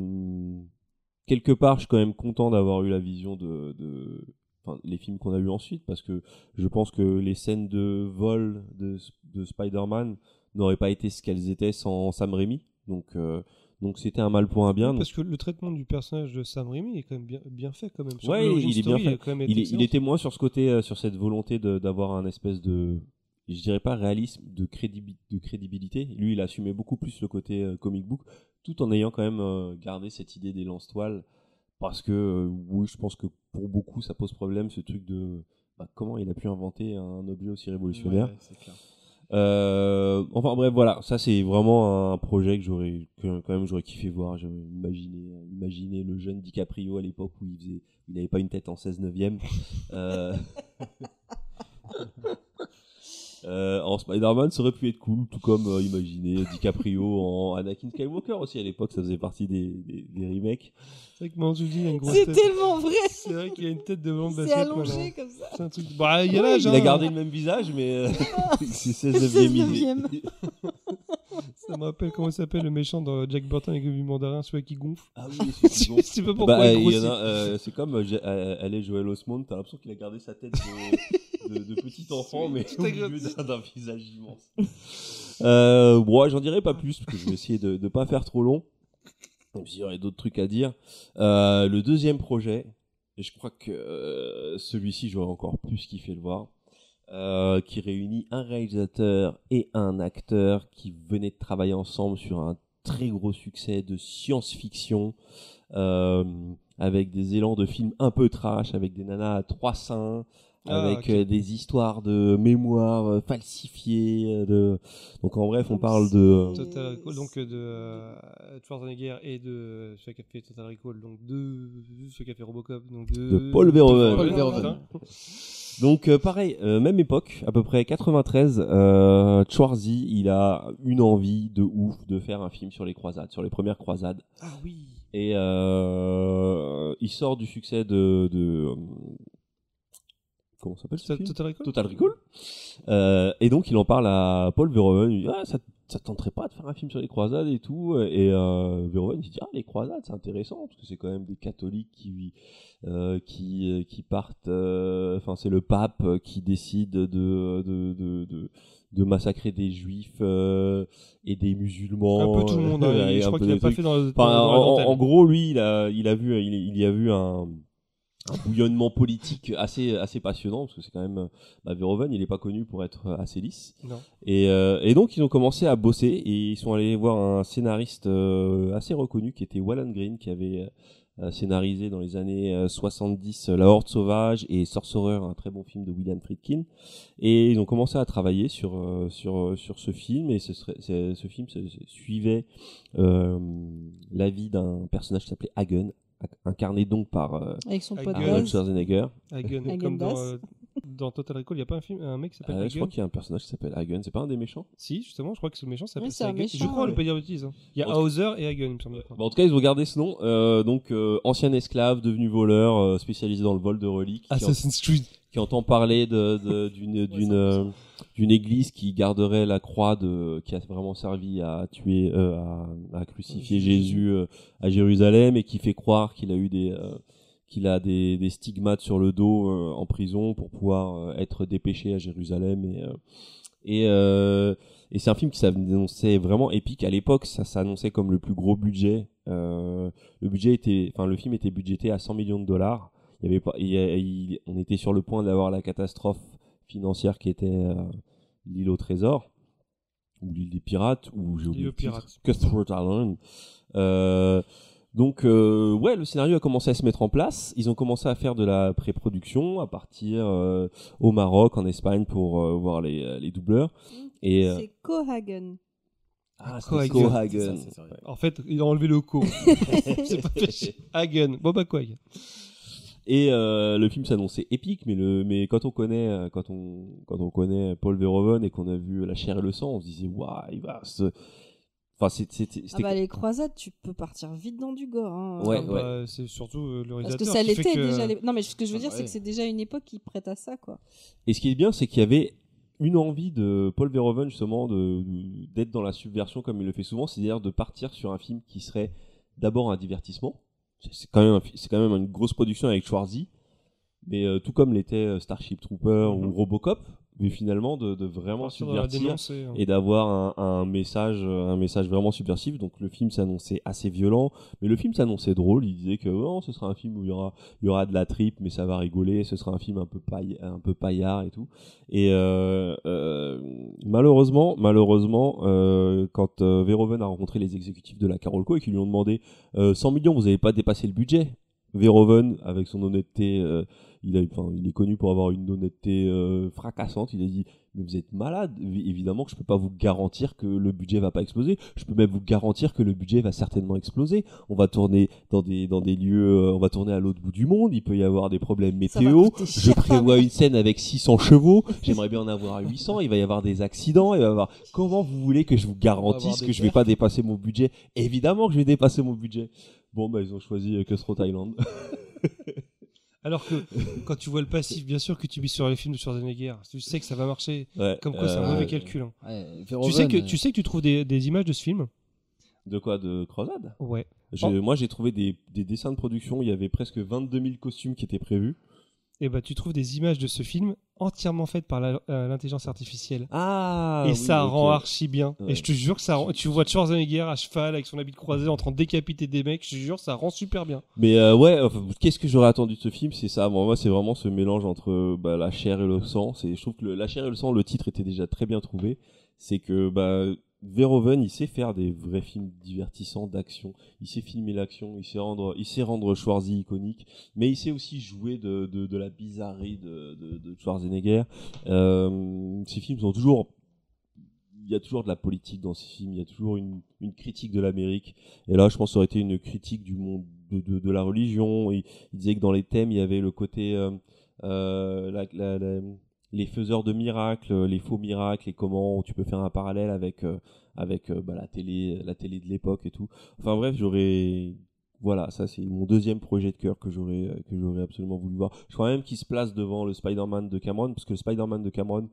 E: quelque part, je suis quand même content d'avoir eu la vision de, de enfin, les films qu'on a eu ensuite parce que je pense que les scènes de vol de, de Spider-Man n'auraient pas été ce qu'elles étaient sans Sam Raimi. Donc, euh, donc c'était un mal pour un bien. Donc,
A: Parce que le traitement du personnage de Sam Raimi est quand même bien, bien fait, quand même. Sur
E: Ouais,
A: l'origin
E: il est bien
A: story,
E: fait.
A: a quand même été
E: il, est- il
A: excellent.
E: était moins sur ce côté, euh, sur cette volonté de- d'avoir un espèce de, je dirais pas réalisme, de, crédibi- de crédibilité. Lui, il assumait beaucoup plus le côté euh, comic book, tout en ayant quand même euh, gardé cette idée des lance-toiles. Parce que, euh, oui, je pense que pour beaucoup, ça pose problème ce truc de bah, comment il a pu inventer un objet aussi révolutionnaire. Euh, enfin bref, voilà, ça c'est vraiment un projet que j'aurais, que, quand même j'aurais kiffé voir. J'aurais imaginé, euh, imaginé le jeune DiCaprio à l'époque où il faisait, il n'avait pas une tête en 16 neuvième. Euh... (laughs) euh, en Spider-Man, ça aurait pu être cool, tout comme euh, imaginer DiCaprio en Anakin Skywalker aussi à l'époque, ça faisait partie des, des, des remakes.
A: C'est vrai que Manzouzi a une grosse
D: C'est
A: tête.
D: tellement vrai.
A: C'est vrai qu'il a une tête de blanc
D: C'est allongé comme ça. (laughs)
A: C'est un truc. Bah, il y a
E: Ouais,
A: l'âge.
E: il
A: hein.
E: (laughs) a gardé le même visage, mais euh, c'est 16
D: 16
E: neuvième.
D: neuvième.
E: il est.
A: Ça me rappelle comment il s'appelle le méchant dans Jack Burton avec le vieux mandarin, celui qui gonfle.
E: Ah oui,
A: (laughs) Je sais pas pourquoi
E: Bah,
A: il
E: il y
A: grossit.
E: en a, euh, c'est comme euh, j'ai- euh, allez Joël Osmond, t'as l'impression qu'il a gardé sa tête de, de- de
A: (laughs)
E: petit enfant, mais
A: Tout
E: au
A: est
E: milieu
A: gratuit.
E: d'un d'un visage immense. Euh, bon, ouais, j'en dirai pas plus parce que je vais essayer de ne pas faire trop long. Même s'il y aurait d'autres trucs à dire. Euh, le deuxième projet, et je crois que euh, celui-ci, j'aurais encore plus kiffé le voir. euh, qui réunit un réalisateur et un acteur qui venaient de travailler ensemble sur un très gros succès de science-fiction euh, avec des élans de films un peu trash, avec des nanas à trois seins,
A: Ah,
E: avec
A: ok.
E: euh, des histoires de mémoire euh, falsifiées. euh, de... Donc en bref, on parle de...
D: C'est-
A: Total Recall, donc euh, de euh, Schwarzenegger et de euh, celui qui a fait Total Recall, donc de celui qui a fait Robocop, donc de,
E: De Paul Verhoeven.
C: Paul
A: Verhoeven.
E: Donc euh, pareil, euh, même époque, à peu près 93, euh, Schwarzy, il a une envie de ouf de faire un film sur les croisades, sur les premières croisades.
A: Ah oui.
E: Et euh, il sort du succès de. de euh, comment ça s'appelle ce
A: Ça,
E: film
A: Total Recall.
E: Total Recall. Euh, et donc il en parle à Paul Verhoeven. Il dit ah, ça, ça te tenterait pas de faire un film sur les croisades et tout. Et euh, Verhoeven il dit ah les croisades c'est intéressant parce que c'est quand même des catholiques qui euh, qui euh, qui partent. euh, Enfin c'est le pape qui décide de de de, de de massacrer des juifs euh, et des musulmans.
A: Un peu tout le monde. hein,
E: euh, (laughs) et
A: je
E: un
A: crois
E: peu
A: qu'il a
E: des
A: pas
E: trucs.
A: fait dans, le-
E: Enfin,
A: dans la
E: en,
A: dentelle.
E: en gros, lui, il a, il a vu, il, il y a vu un, un bouillonnement politique assez, assez passionnant parce que c'est quand même, bah, Verhoeven, il est pas connu pour être assez lisse.
A: Non.
E: Et, euh, et donc, ils ont commencé à bosser et ils sont allés voir un scénariste euh, assez reconnu qui était Wallen Green, qui avait euh, scénarisé dans les années euh, 70 euh, La Horde Sauvage et Sorcerer, un très bon film de William Friedkin. Et ils ont commencé à travailler sur, euh, sur, euh, sur ce film et ce, serait- c'est- ce film se- se- suivait euh, la vie d'un personnage qui s'appelait Hagen, ac- incarné donc par euh,
D: Avec son
A: Ah,
D: pote
A: gueule.
E: Arnold
D: Buzz.
E: Schwarzenegger.
A: Hagen,
D: Hagen
A: comme dans,
D: Dazs.
A: euh, dans Total Recall, il n'y a pas un, film, un mec qui s'appelle
E: Euh, je
A: Hagen
E: crois qu'il y a un personnage qui s'appelle Hagen, c'est pas un des méchants
A: Si, justement, je crois que c'est le méchant, ça s'appelle
D: Oui, c'est un
A: Hagen. je
D: méchant,
A: crois, ne
D: ouais.
A: peut dire de bêtises. hein. Il y a
E: En tout-
A: Hauser et Hagen, il me semble.
E: Bah, en tout cas, ils ont gardé ce nom. Euh, donc, euh, ancien esclave, devenu voleur, euh, spécialisé dans le vol de reliques,
A: Ah,
E: qui, en-
A: Creed.
E: qui entend parler de- de- d'une d'une euh, d'une église qui garderait la croix de, qui a vraiment servi à tuer, euh, à, à crucifier Jésus euh, à Jérusalem et qui fait croire qu'il a eu des euh, qu'il a des, des stigmates sur le dos euh, en prison pour pouvoir euh, être dépêché à Jérusalem et euh, et euh, et c'est un film qui s'annonçait vraiment épique à l'époque. Ça s'annonçait comme le plus gros budget. Euh, le budget était, enfin, le film était budgété à 100 millions de dollars. Il y avait pas, il y a- il- on était sur le point d'avoir la catastrophe financière qui était euh, l'île au trésor ou l'île des pirates ou j'ai oublié
A: L'île aux
E: le titre,
A: pirates.
E: Cutthroat Island. Euh, donc euh, ouais, le scénario a commencé à se mettre en place. Ils ont commencé à faire de la pré-production, à partir euh, au Maroc, en Espagne pour euh, voir les, euh, les doubleurs. Et euh,
D: Mmh. C'est Cohagen.
E: ah,
A: Cohagen.
E: c'est Cohagen.
C: C'est ça, c'est ça, ouais.
A: En fait, il a enlevé le
E: (laughs)
A: co. c'est pas fait chier. Hagen. Bon, bah quoi. Hagen.
E: Et euh, le film s'annonçait épique, mais le mais quand on connaît euh, quand on quand on connaît Paul Verhoeven et qu'on a vu La chair et le sang, on se disait waouh, il va se Enfin, c'est- c'était
D: Ah
E: c'était-
D: bah les croisades, tu peux partir vite dans du gore. hein.
E: Ouais,
A: Ah,
E: ouais.
A: bah, c'est surtout euh, le
D: Parce
A: réalisateur.
D: que ça
A: qui fait
D: l'était
A: que- euh,
D: déjà. les- Non mais ce que je veux
C: Ah
D: dire,
C: bah
D: c'est
C: ouais.
D: que c'est déjà une époque qui prête à ça quoi.
E: Et ce qui est bien, c'est qu'il y avait une envie de Paul Verhoeven justement de- de- d'être dans la subversion comme il le fait souvent, c'est-à-dire de partir sur un film qui serait d'abord un divertissement. C'est- C'est quand même un fi- c'est quand même une grosse production avec Schwarzy, mais euh, tout comme l'était euh, Starship Trooper
A: Mhm.
E: ou Robocop, mais finalement de, de vraiment
A: Partir dans la
E: subvertir
A: dénonce et, euh,
E: et d'avoir un, un message un message vraiment subversif donc le film s'annonçait assez violent mais le film s'annonçait drôle il disait que non ce sera un film où il y aura il y aura de la tripe mais ça va rigoler ce sera un film un peu paille, un peu paillard et tout et euh, euh, malheureusement malheureusement euh, quand euh, Verhoeven a rencontré les exécutifs de la Carolco et qu'ils lui ont demandé euh, 100 millions vous n'avez pas dépassé le budget Verhoeven avec son honnêteté euh, il, a, enfin, il est connu pour avoir une honnêteté euh, fracassante. Il a dit Mais vous êtes malade. Évi- Évidemment que je peux pas vous garantir que le budget va pas exploser. Je peux même vous garantir que le budget va certainement exploser. On va tourner dans des, dans des lieux, euh, on va tourner à l'autre bout du monde. Il peut y avoir des problèmes
D: Ça va
E: météo.
D: coûter
E: Je
D: cher, hein.
E: prévois
D: pardon.
E: une scène avec 600 chevaux. J'aimerais bien en avoir 800. Il va y avoir des accidents. Il va y avoir. Comment vous voulez que je vous
C: avoir
E: garantisse
C: des
E: que je vais pas dépasser mon budget
A: (laughs)
E: Évidemment que je vais dépasser mon budget. Bon, bah, ils ont choisi euh, Cutthroat Island.
A: Alors
E: (laughs)
A: que quand tu vois le passif, bien sûr que tu mises sur les films de Schwarzenegger. Tu sais que ça va marcher.
E: Ouais,
A: Comme quoi, c'est un
E: euh,
A: mauvais
C: ouais.
A: calcul. hein.
C: Ouais, euh,
A: Tu sais que tu sais que tu trouves des, des images de ce film.
E: De quoi De croisade
A: Ouais.
E: J'ai-
A: Oh.
E: Moi, j'ai trouvé des, des dessins de production. Il y avait presque 22 000 costumes qui étaient prévus.
A: Et bah tu trouves des images de ce film entièrement faites par la- euh, l'intelligence artificielle.
E: Ah
A: et
E: oui,
A: ça
E: ok.
A: rend archi bien.
E: Ouais.
A: Et je te jure que ça rend... Tu vois Schwarzenegger à cheval avec son habit de croisé en train de décapiter des mecs. Je te jure, ça rend super bien.
E: Mais euh, ouais, enfin, qu'est-ce que j'aurais attendu de ce film C'est ça, bon, moi c'est vraiment ce mélange entre euh, bah, la chair et le sang. C'est, je trouve que le- la chair et le sang, le titre était déjà très bien trouvé. C'est que bah, Verhoeven, il sait faire des vrais films divertissants d'action. Il sait filmer l'action, il sait rendre, il sait rendre Schwarzy iconique, mais il sait aussi jouer de, de, de la bizarrerie de, de, de Schwarzenegger. Euh, ces films sont toujours... Il y a toujours de la politique dans ces films, il y a toujours une, une critique de l'Amérique. Et là, je pense que ça aurait été une critique du monde de, de, de la religion. Il, il disait que dans les thèmes, il y avait le côté euh, euh, la- la- la- les faiseurs de miracles, les faux miracles, et comment tu peux faire un parallèle avec euh, avec euh, bah, la télé, la télé de l'époque et tout. Enfin bref, j'aurais voilà, ça c'est mon deuxième projet de cœur que j'aurais euh, que j'aurais absolument voulu voir. Je crois même qu'il se place devant le Spider-Man de Cameron, parce que le Spider-Man de Cameron,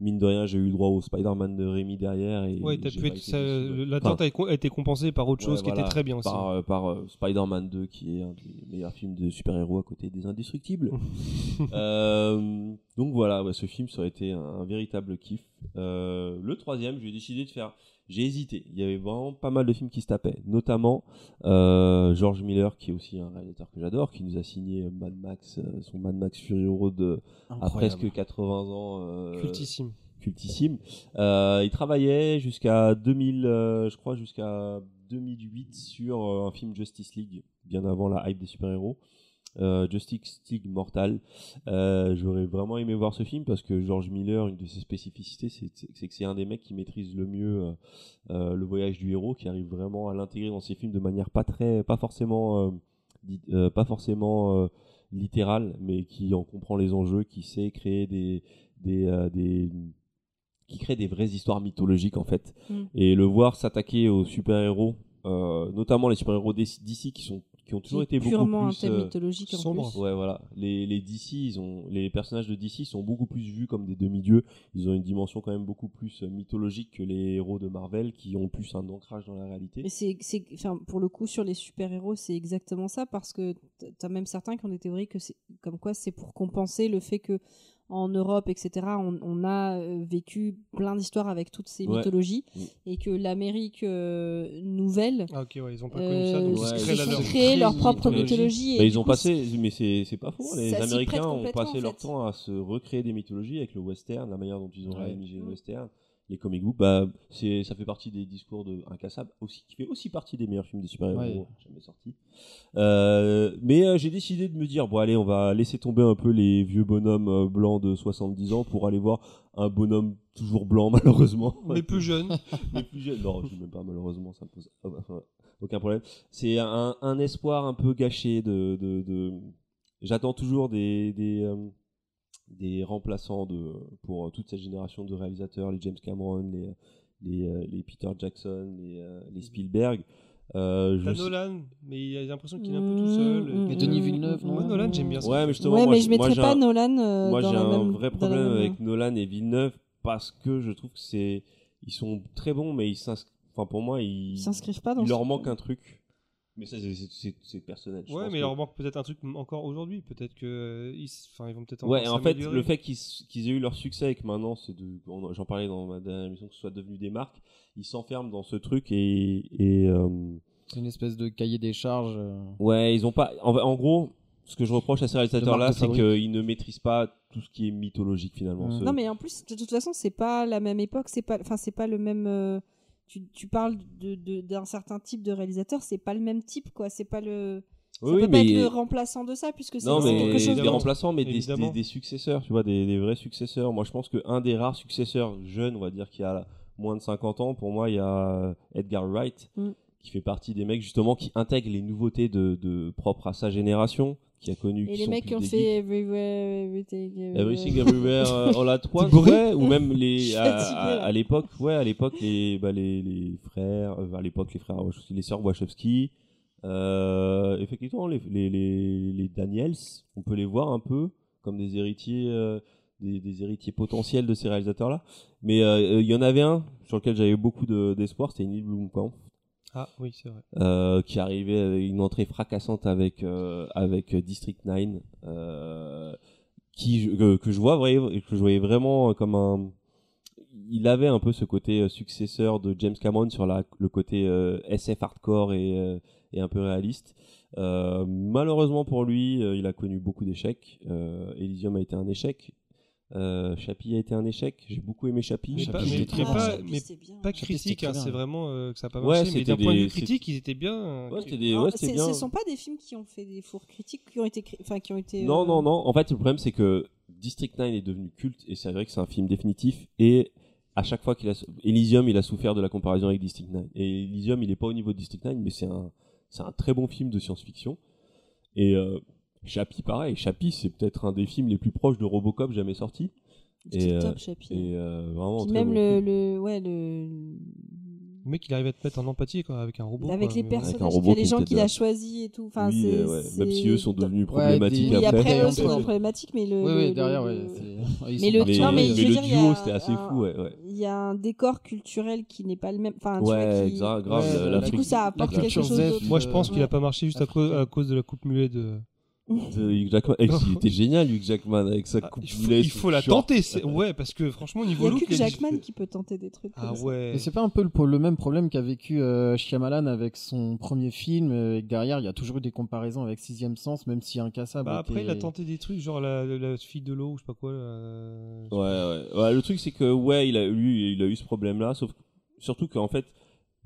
E: mine de rien, j'ai eu droit au Spider-Man de Rémi derrière. Et
A: Ouais, t'as
E: j'ai
A: pu
E: pas
A: être-
E: été
A: ça-
E: déçu de-
A: l'attente
E: Enfin,
A: a été- a été compensée par autre
E: Ouais,
A: chose qui
E: voilà,
A: était très bien aussi.
E: par, euh, par euh, Spider-Man 2 qui est un des meilleurs films de super-héros à côté des
A: (laughs)
E: Indestructibles. Euh, donc voilà, ouais, ce film ça aurait été un, un véritable kiff. Euh, le troisième, j'ai décidé de faire. J'ai hésité. Il y avait vraiment pas mal de films qui se tapaient, notamment euh, George Miller, qui est aussi un réalisateur que j'adore, qui nous a signé Mad Max, euh, son Mad Max Fury Road euh,
A: Ah,
E: à presque 80 ans. euh,
A: Cultissime.
E: cultissime. Euh, il travaillait jusqu'à 2000, euh, je crois jusqu'à 2008 sur euh, un film Justice League, bien avant la hype des super-héros. Euh, Justice League Mortal. Euh, J'aurais vraiment aimé voir ce film parce que George Miller, une de ses spécificités, c'est c'est- c'est que c'est un des mecs qui maîtrise le mieux euh, euh, le voyage du héros, qui arrive vraiment à l'intégrer dans ses films de manière pas très, pas forcément, euh, dit- euh, pas forcément euh, littérale, mais qui en comprend les enjeux, qui sait créer des, des, euh, des, qui crée des vraies histoires mythologiques en fait.
D: Mm.
E: Et le voir s'attaquer aux super-héros, euh, notamment les super-héros DC d'ici qui sont qui ont toujours
D: C'est
E: été beaucoup
D: purement un
E: plus
D: thème
E: euh,
D: mythologique en
A: sombre.
D: plus.
E: Ouais, voilà. Les, les DC, ils ont, les personnages de DC sont beaucoup plus vus comme des demi-dieux. Ils ont une dimension quand même beaucoup plus euh, mythologique que les héros de Marvel qui ont plus un ancrage dans la réalité.
D: Mais c'est, c'est, enfin, pour le coup, sur les super-héros, c'est exactement ça, parce que t- t'as même certains qui ont des théories que c'est, comme quoi c'est pour compenser le fait que en Europe, etc., on, on a euh, vécu plein d'histoires avec toutes ces
E: Ouais.
D: mythologies,
E: Mm.
D: et que l'Amérique euh, nouvelle
A: Ah ok, ouais, ils ont pas connu ça.
D: euh,
A: Donc
E: Ouais,
A: ils se
D: se
A: créent la
E: ils
A: leur.
D: sont
E: leur.
D: créés leur
C: Créer
D: propre
E: une mythologie.
D: mythologie. et
E: Bah,
D: du
E: ils ont
D: coup,
E: passé, mais c'est c'est pas faux. hein.
D: ça
E: Les
D: s'y prête
E: Américains ont
D: complètement,
E: passé
D: en
E: leur
D: fait.
E: temps à se recréer des mythologies avec le western, la manière dont ils ont
C: Ouais.
E: réalisé le
D: Mm.
E: western, les comic books. Bah, c'est ça fait partie des discours de Incassable, aussi qui fait aussi partie des meilleurs films de super-héros hein,
C: Ouais.
E: jamais sortis. Euh, mais euh, j'ai décidé de me dire bon allez, on va laisser tomber un peu les vieux bonhommes euh, blancs de 70 ans pour aller voir un bonhomme toujours blanc (laughs) malheureusement
A: Mais plus
E: (laughs)
A: jeune.
E: mais plus jeune. Non, je ne même pas, malheureusement, ça me pose ah, bah, enfin, aucun problème. C'est un, un espoir un peu gâché de. de, de... J'attends toujours des. des euh, des remplaçants de, pour euh, toute cette génération de réalisateurs, les James Cameron, les, euh, les, euh, les Peter Jackson, les, euh, les Spielberg. Euh, je
A: Mm. T'as
E: sais-
A: Nolan, mais il a l'impression qu'il est un peu tout seul. euh,
D: Mm,
C: Mais
D: mm,
C: Denis
D: mm,
C: Villeneuve,
D: mm,
C: non
A: Ouais,
D: mm,
A: Nolan,
D: mm.
A: j'aime bien ça.
E: Ouais, mais justement,
D: ouais,
E: moi,
D: mais
E: je-
D: je
E: moi,
D: mettrais
E: j'ai
D: pas
E: un-
D: Nolan euh,
E: Moi,
D: dans
E: j'ai
D: la
E: un
D: même-
E: vrai
D: dans la
E: problème
D: même-
E: avec Nolan et Villeneuve parce que je trouve que c'est. Ils sont très bons, mais ils s'inscrivent. Enfin, pour moi, ils.
D: Ils s'inscrivent pas dans
E: il
D: ce-
E: leur manque un truc. Mais ça, c'est- c'est c'est- c'est personnel. je
A: Ouais,
E: pense
A: mais il
E: que-
A: leur manque peut-être un truc m- encore aujourd'hui. Peut-être que euh, ils, s- enfin, ils vont peut-être.
E: Ouais,
A: encore
E: en fait,
A: s'améliorer.
E: le fait qu'ils s- qu'ils aient eu leur succès et que maintenant, c'est de- on- j'en parlais dans ma dernière émission, que ce soit devenu des marques, ils s'enferment dans ce truc et. et euh,
C: C'est une espèce de cahier des charges. euh,
E: Ouais, ils ont pas. En, en gros, ce que je reproche à ces réalisateurs-là,
C: marque de
E: c'est
C: fabrique.
E: qu'ils ne maîtrisent pas tout ce qui est mythologique finalement.
C: Mm.
E: ce-
D: Mmh. Non, mais en plus, de toute façon, c'est pas la même époque, c'est pas, enfin, c'est pas le même. euh, tu, tu parles de, de- d'un certain type de réalisateur, c'est pas le même type, quoi. C'est pas le. Ça
E: Oui,
D: peut
E: oui,
D: pas
E: mais-
D: être le remplaçant de ça, puisque c'est,
E: Non,
D: c'est
E: mais
D: quelque chose.
E: des
A: de-
E: remplaçants, mais des,
A: Évidemment.
E: des- des successeurs, tu vois, des, des vrais successeurs. Moi, je pense qu'un des rares successeurs jeunes, on va dire, qui a moins de 50 ans, pour moi, il y a Edgar Wright,
D: Mm.
E: qui fait partie des mecs, justement, qui intègrent les nouveautés de, de- propres à sa génération, qui a connu.
D: Et
E: qui
D: les
E: sont
D: mecs
E: plus
D: qui
E: Ah
D: ont
E: des
D: fait Everywhere, Everything.
E: geeks.
D: Everywhere.
E: Everything Everywhere euh, All at Once,
A: bourré
E: ouais, ou même
D: Je
E: les
D: suis
E: à,
D: fatiguée, là.
E: à- à l'époque, ouais, à l'époque les, bah, les les frères, euh, à l'époque les frères, Wachowski, les sœurs Wachowski, Euh, effectivement, les, les, les, les Daniels, on peut les voir un peu comme des héritiers, euh, des, des héritiers potentiels de ces réalisateurs-là. Mais euh, euh, il y en avait un sur lequel j'avais beaucoup de- d'espoir, c'était Neil Blomkamp,
A: Ah oui, c'est vrai.
E: euh, qui arrivait avec une entrée fracassante avec euh, avec District 9, euh, qui je- que, que je vois vrai- que je voyais vraiment comme un il avait un peu ce côté euh, successeur de James Cameron sur la, le côté euh, SF hardcore et, euh, et un peu réaliste. Euh, malheureusement pour lui, euh, il a connu beaucoup d'échecs. Euh, Elysium a été un échec. Euh, Chappie a été un échec. J'ai beaucoup aimé Chappie.
A: Mais
E: Chappie,
A: pas-
E: je l'ai
A: mais
E: trouvé-
A: pas-
D: Chappie,
A: mais
D: Ah, c'est bien.
A: Pas
C: c'était
A: critique, hein,
C: très bien.
A: c'est vraiment euh, que ça n'a pas
E: Ouais,
A: marché, mais
E: c'était
A: d'un point de
E: des-
A: vue critique, ils étaient bien. euh,
E: Ouais,
A: cri-
E: c'était des-
D: Alors,
E: ouais,
D: Ah, c'est-
E: c'était bien.
D: Ce sont pas des films qui ont fait des fours critiques, qui ont été, cri- enfin, qui ont été.
E: Non,
D: euh,
E: non, non. En fait, le problème, c'est que District 9 est devenu culte et c'est vrai que c'est un film définitif. Et à chaque fois qu'il a. Elysium, il a souffert de la comparaison avec District 9. Et Elysium, il n'est pas au niveau de District 9, mais c'est un, c'est un très bon film de science-fiction. Et euh, Chappie, pareil. Chappie, c'est peut-être un des films les plus proches de Robocop jamais sorti.
D: du
E: Et,
D: tip-top,
E: euh,
D: Chappie.
E: Et euh, vraiment, un
D: Puis
E: très
D: même
E: bon
D: le,
E: film.
D: le- ouais, le,
A: Le mec, il arrive à te mettre en empathie quoi, avec un robot.
D: Bah, avec
A: quoi,
D: les
A: mais-
E: Avec un
D: personnages,
E: robot
D: les
E: qui
D: gens
E: était
D: qu'il a
E: là.
D: choisis et tout. Enfin,
E: Oui,
D: c'est-
E: euh, ouais.
D: c'est-
E: Même si eux sont devenus problématiques
C: des-
D: Oui,
E: après.
D: après,
C: après,
D: eux
C: on
D: sont
C: peut-
D: dans problématique, mais le.
C: Oui,
D: le-
C: oui, derrière, (laughs) ouais.
D: le-
C: c'est- ils
D: mais
C: sont
D: le-
C: pas-
E: Mais,
D: non, mais
E: mais
D: je veux
E: le
D: dire, il y a
E: duo, c'était assez
D: un-
E: fou, ouais. ouais.
D: Il y a un décor culturel qui n'est pas le même. Enfin, tu vois,
E: Ouais,
D: qui-
E: exa- grave.
C: Ouais,
E: la-
C: du
E: l'Afrique-
D: euh, coup, ça apporte
E: la
D: quelque
E: culture
D: chose
E: zèbre,
D: d'autre. euh,
A: Moi, je pense qu'il a
D: Ouais.
A: pas marché juste à cause, à cause de la coupe mulet de.
E: de Hugh Jackman. Eh, il était génial, Hugh Jackman, avec sa coupe
A: Ah, il
E: de
A: faut,
E: lait,
A: il
E: son
A: faut la
E: short.
A: tenter. c'est- Ouais, parce que franchement,
D: Il y
A: niveau
D: a que
A: look.
D: que
A: il y a-
D: Jackman qui peut tenter des trucs.
A: Ah
D: comme ça.
A: ouais.
C: Et c'est pas un peu le, le même problème qu'a vécu euh, Shyamalan avec son premier film euh, et que derrière il y a toujours eu des comparaisons avec Sixième Sens même si Incassable
A: Bah, après,
C: était-
A: il a tenté des trucs, genre la, la fille de l'eau, ou je sais pas quoi. euh,
E: Ouais, ouais. Ouais, le truc, c'est que, ouais, il a eu, il a eu ce problème-là, sauf, surtout qu'en fait,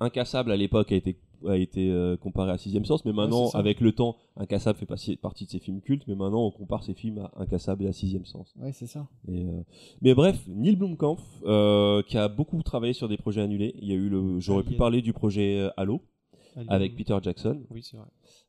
E: Incassable à l'époque a été, a été euh, comparé à Sixième Sens, mais maintenant,
C: c'est ça.
E: avec le temps, Incassable fait passi- partie de ses films cultes, mais maintenant, on compare ses films à Incassable et à Sixième Sens.
C: Ouais, c'est ça.
E: Et, euh, Mais bref, Neil Blomkamp, euh, qui a beaucoup travaillé sur des projets annulés. Il y a eu le, j'aurais pu
A: Alien.
E: parler du projet euh, Halo
A: Alien.
E: avec Peter Jackson.
A: Oui, c'est vrai.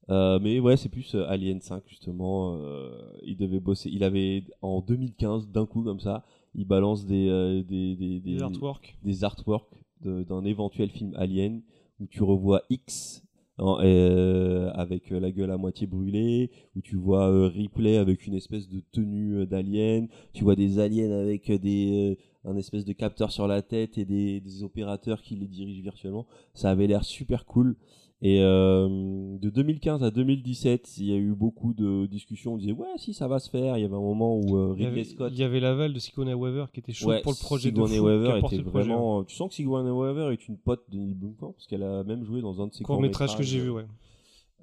E: Euh, mais ouais, c'est plus euh, Alien 5 justement. euh, il devait bosser. Il avait en 2015 d'un coup comme ça, il balance des euh, des des, des,
A: Des artworks.
E: des artworks de- d'un éventuel film Alien où tu revois X en- euh, avec euh, la gueule à moitié brûlée, où tu vois euh, Ripley avec une espèce de tenue euh, d'alien, tu vois des aliens avec euh, des euh, un espèce de capteur sur la tête et des, des opérateurs qui les dirigent virtuellement. Ça avait l'air super cool. Et euh, de 2015 à 2017, il y a eu beaucoup de discussions. On disait ouais, si ça va se faire. Il y avait un moment où euh,
A: Il y,
E: Ridley
A: avait,
E: Scott
A: il y avait l'aval de Sigourney Weaver qui était chaud
E: Ouais,
A: pour le projet
E: Sigourney
A: de fou, qui a
E: Weaver
A: porté
E: était
A: le projet. hein.
E: vraiment. euh, Tu sens que Sigourney Weaver est une pote de Neil Blomkamp parce qu'elle a même joué dans un de ses
A: Court métrage que j'ai vu, ouais.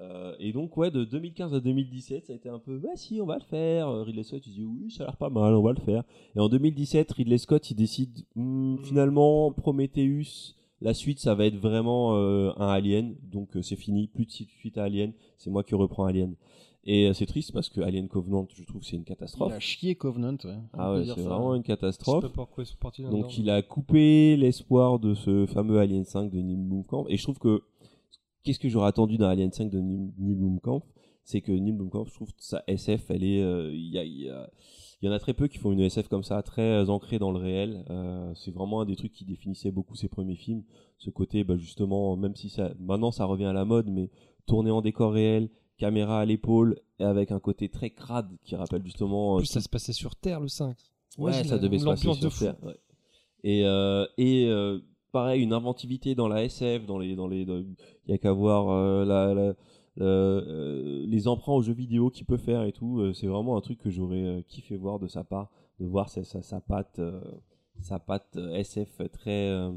E: Euh, et donc ouais, de 2015 à 2017, ça a été un peu bah si on va le faire. Euh, Ridley Scott il dit oui, ça a l'air pas mal, on va le faire. Et en 2017, Ridley Scott il décide Hmm, finalement Prometheus. La suite, ça va être vraiment euh, un Alien, donc euh, c'est fini, plus de suite à Alien, c'est moi qui reprends Alien. Et euh, c'est triste parce que Alien Covenant, je trouve, c'est une
C: Il
E: catastrophe.
C: a chié Covenant, ouais. On
E: Ah
C: peut
E: ouais,
C: dire
E: c'est
C: ça.
E: vraiment une
A: Je
E: catastrophe.
A: sais pas pourquoi ils sont partis là-dedans.
E: Donc il a coupé l'espoir de ce fameux Alien 5 de Neil Blomkamp. Et je trouve que qu'est-ce que j'aurais attendu d'un Alien 5 de Neil Neil Blomkamp, c'est que Neil Blomkamp, je trouve que sa SF, elle est, euh, il y, a- il y a- il y en a très peu qui font une SF comme ça, très euh, ancrée dans le réel. Euh, c'est vraiment un des trucs qui définissait beaucoup ses premiers films. Ce côté, bah, justement, même si ça, maintenant ça revient à la mode, mais tourner en décor réel, caméra à l'épaule, et avec un côté très crade qui rappelle
A: En
E: justement euh,
A: plus, ça se passait sur Terre, le 5.
E: Ouais,
A: Imagine
E: ça
A: la-
E: devait se passer
A: l'ambiance de
E: sur
A: fou.
E: Terre. ouais. Et, euh, et euh, pareil, une inventivité dans la SF, dans les, dans les, dans- il y a qu'à voir euh, la, la- la- euh, les emprunts aux jeux vidéo qu'il peut faire et tout. Euh, c'est vraiment un truc que j'aurais euh, kiffé voir de sa part, de voir sa, sa, sa patte, euh, sa patte euh, SF très, euh,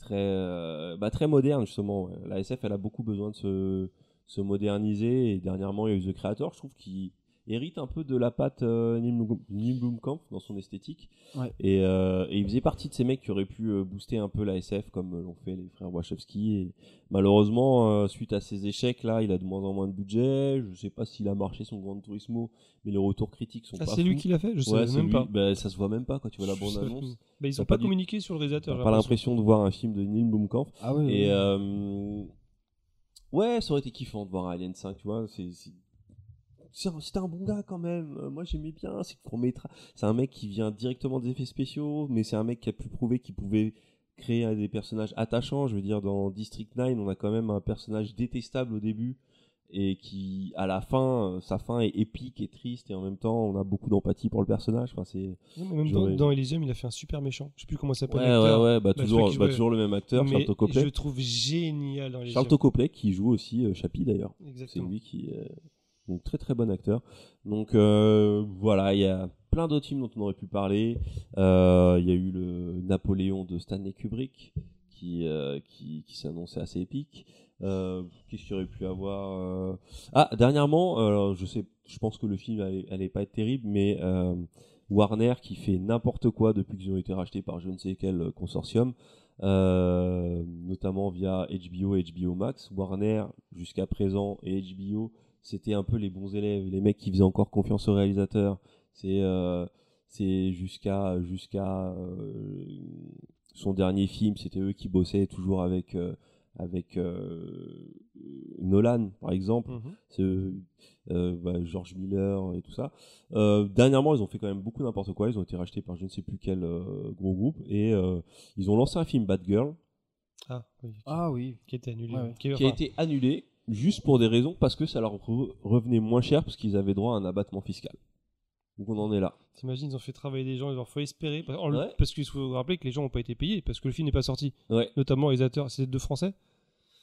E: très, euh, bah, très moderne justement. ouais. La SF, elle a beaucoup besoin de se, se moderniser et dernièrement, il y a eu The Creator, je trouve qu'il hérite un peu de la patte euh, Neil Blom- Neil Blomkamp dans son esthétique.
C: Ouais.
E: Et, euh, et il faisait partie de ces mecs qui auraient pu euh, booster un peu la SF comme euh, l'ont fait les frères Wachowski. Et malheureusement, euh, suite à ces échecs là, il a de moins en moins de budget. Je sais pas s'il a marché son Grand Turismo, mais les retours critiques sont
A: Ah,
E: pas.
A: c'est lui
E: fous.
A: qui l'a fait Je
E: Ouais,
A: sais
E: c'est
A: même
E: lui.
A: pas.
E: Bah, ça se voit même pas quand tu vois la
A: Je
E: bande
A: sais
E: annonce.
A: plus. Bah, ils
E: T'as
A: ont pas
E: pas du-
A: communiqué sur le réalisateur.
E: T'as
A: j'ai
E: pas l'impression de voir un film de Neil Blomkamp.
C: Ah ouais.
E: Et
C: ouais.
E: euh, ouais, ça aurait été kiffant de voir un Alien 5, tu vois. C'est c'est- c'est un, c'était un bon gars quand même. Euh, Moi j'aimais bien. C'est court métrage. C'est un mec qui vient directement des effets spéciaux, mais c'est un mec qui a pu prouver qu'il pouvait créer un des personnages attachants. Je veux dire, dans District 9, on a quand même un personnage détestable au début et qui, à la fin, euh, sa fin est épique et triste et en même temps, on a beaucoup d'empathie pour le personnage. Enfin, c'est
A: En même temps,
E: J'aurais-
A: dans Elysium, il a fait un super méchant. Je sais plus comment il s'appelle.
E: ouais, ouais,
A: l'acteur,
E: ouais, bah,
A: Bah,
E: toujours,
A: celui qui
E: bah,
A: jouait-
E: toujours le même acteur,
A: mais
E: Charles Tocoplet.
A: Je le trouve génial dans Elysium.
E: Charles Tocoplet qui joue aussi euh, Chappie d'ailleurs. C'est
A: Exactement.
E: lui qui est euh, un très très bon acteur. Donc euh, voilà, il y a plein d'autres films dont on aurait pu parler. Euh, Il y a eu le Napoléon de Stanley Kubrick qui, euh, qui, qui s'annonçait assez épique. Euh, Qu'est-ce qu'il y aurait pu avoir euh, Ah, dernièrement, euh, alors, je sais, je pense que le film allait, allait pas être terrible, mais euh, Warner qui fait n'importe quoi depuis qu'ils ont été rachetés par je ne sais quel euh, consortium, euh, notamment via HBO et HBO Max. Warner, jusqu'à présent, et HBO, c'était un peu les bons élèves, les mecs qui faisaient encore confiance aux réalisateurs. C'est euh, c'est jusqu'à jusqu'à euh, son dernier film, c'était eux qui bossaient toujours avec euh, avec euh, Nolan, par exemple
A: Mhm.
E: c'est, euh, bah, George Miller et tout ça. Euh, dernièrement, ils ont fait quand même beaucoup n'importe quoi. Ils ont été rachetés par je ne sais plus quel euh, gros groupe et euh, ils ont lancé un film Batgirl
A: Ah, oui.
C: Ah oui.
A: Qui a été annulé.
C: Ouais, ouais.
A: Qui,
E: qui a été annulé juste pour des raisons parce que ça leur re- revenait moins cher parce qu'ils avaient droit à un abattement fiscal. Donc on en est là.
A: T'imagines, ils ont fait travailler des gens, il leur faut espérer. Parce, en-
E: Ouais.
A: parce qu'il faut rappeler que les gens n'ont pas été payés, parce que le film n'est pas sorti.
E: Ouais.
A: Notamment les acteurs, c'est deux Français.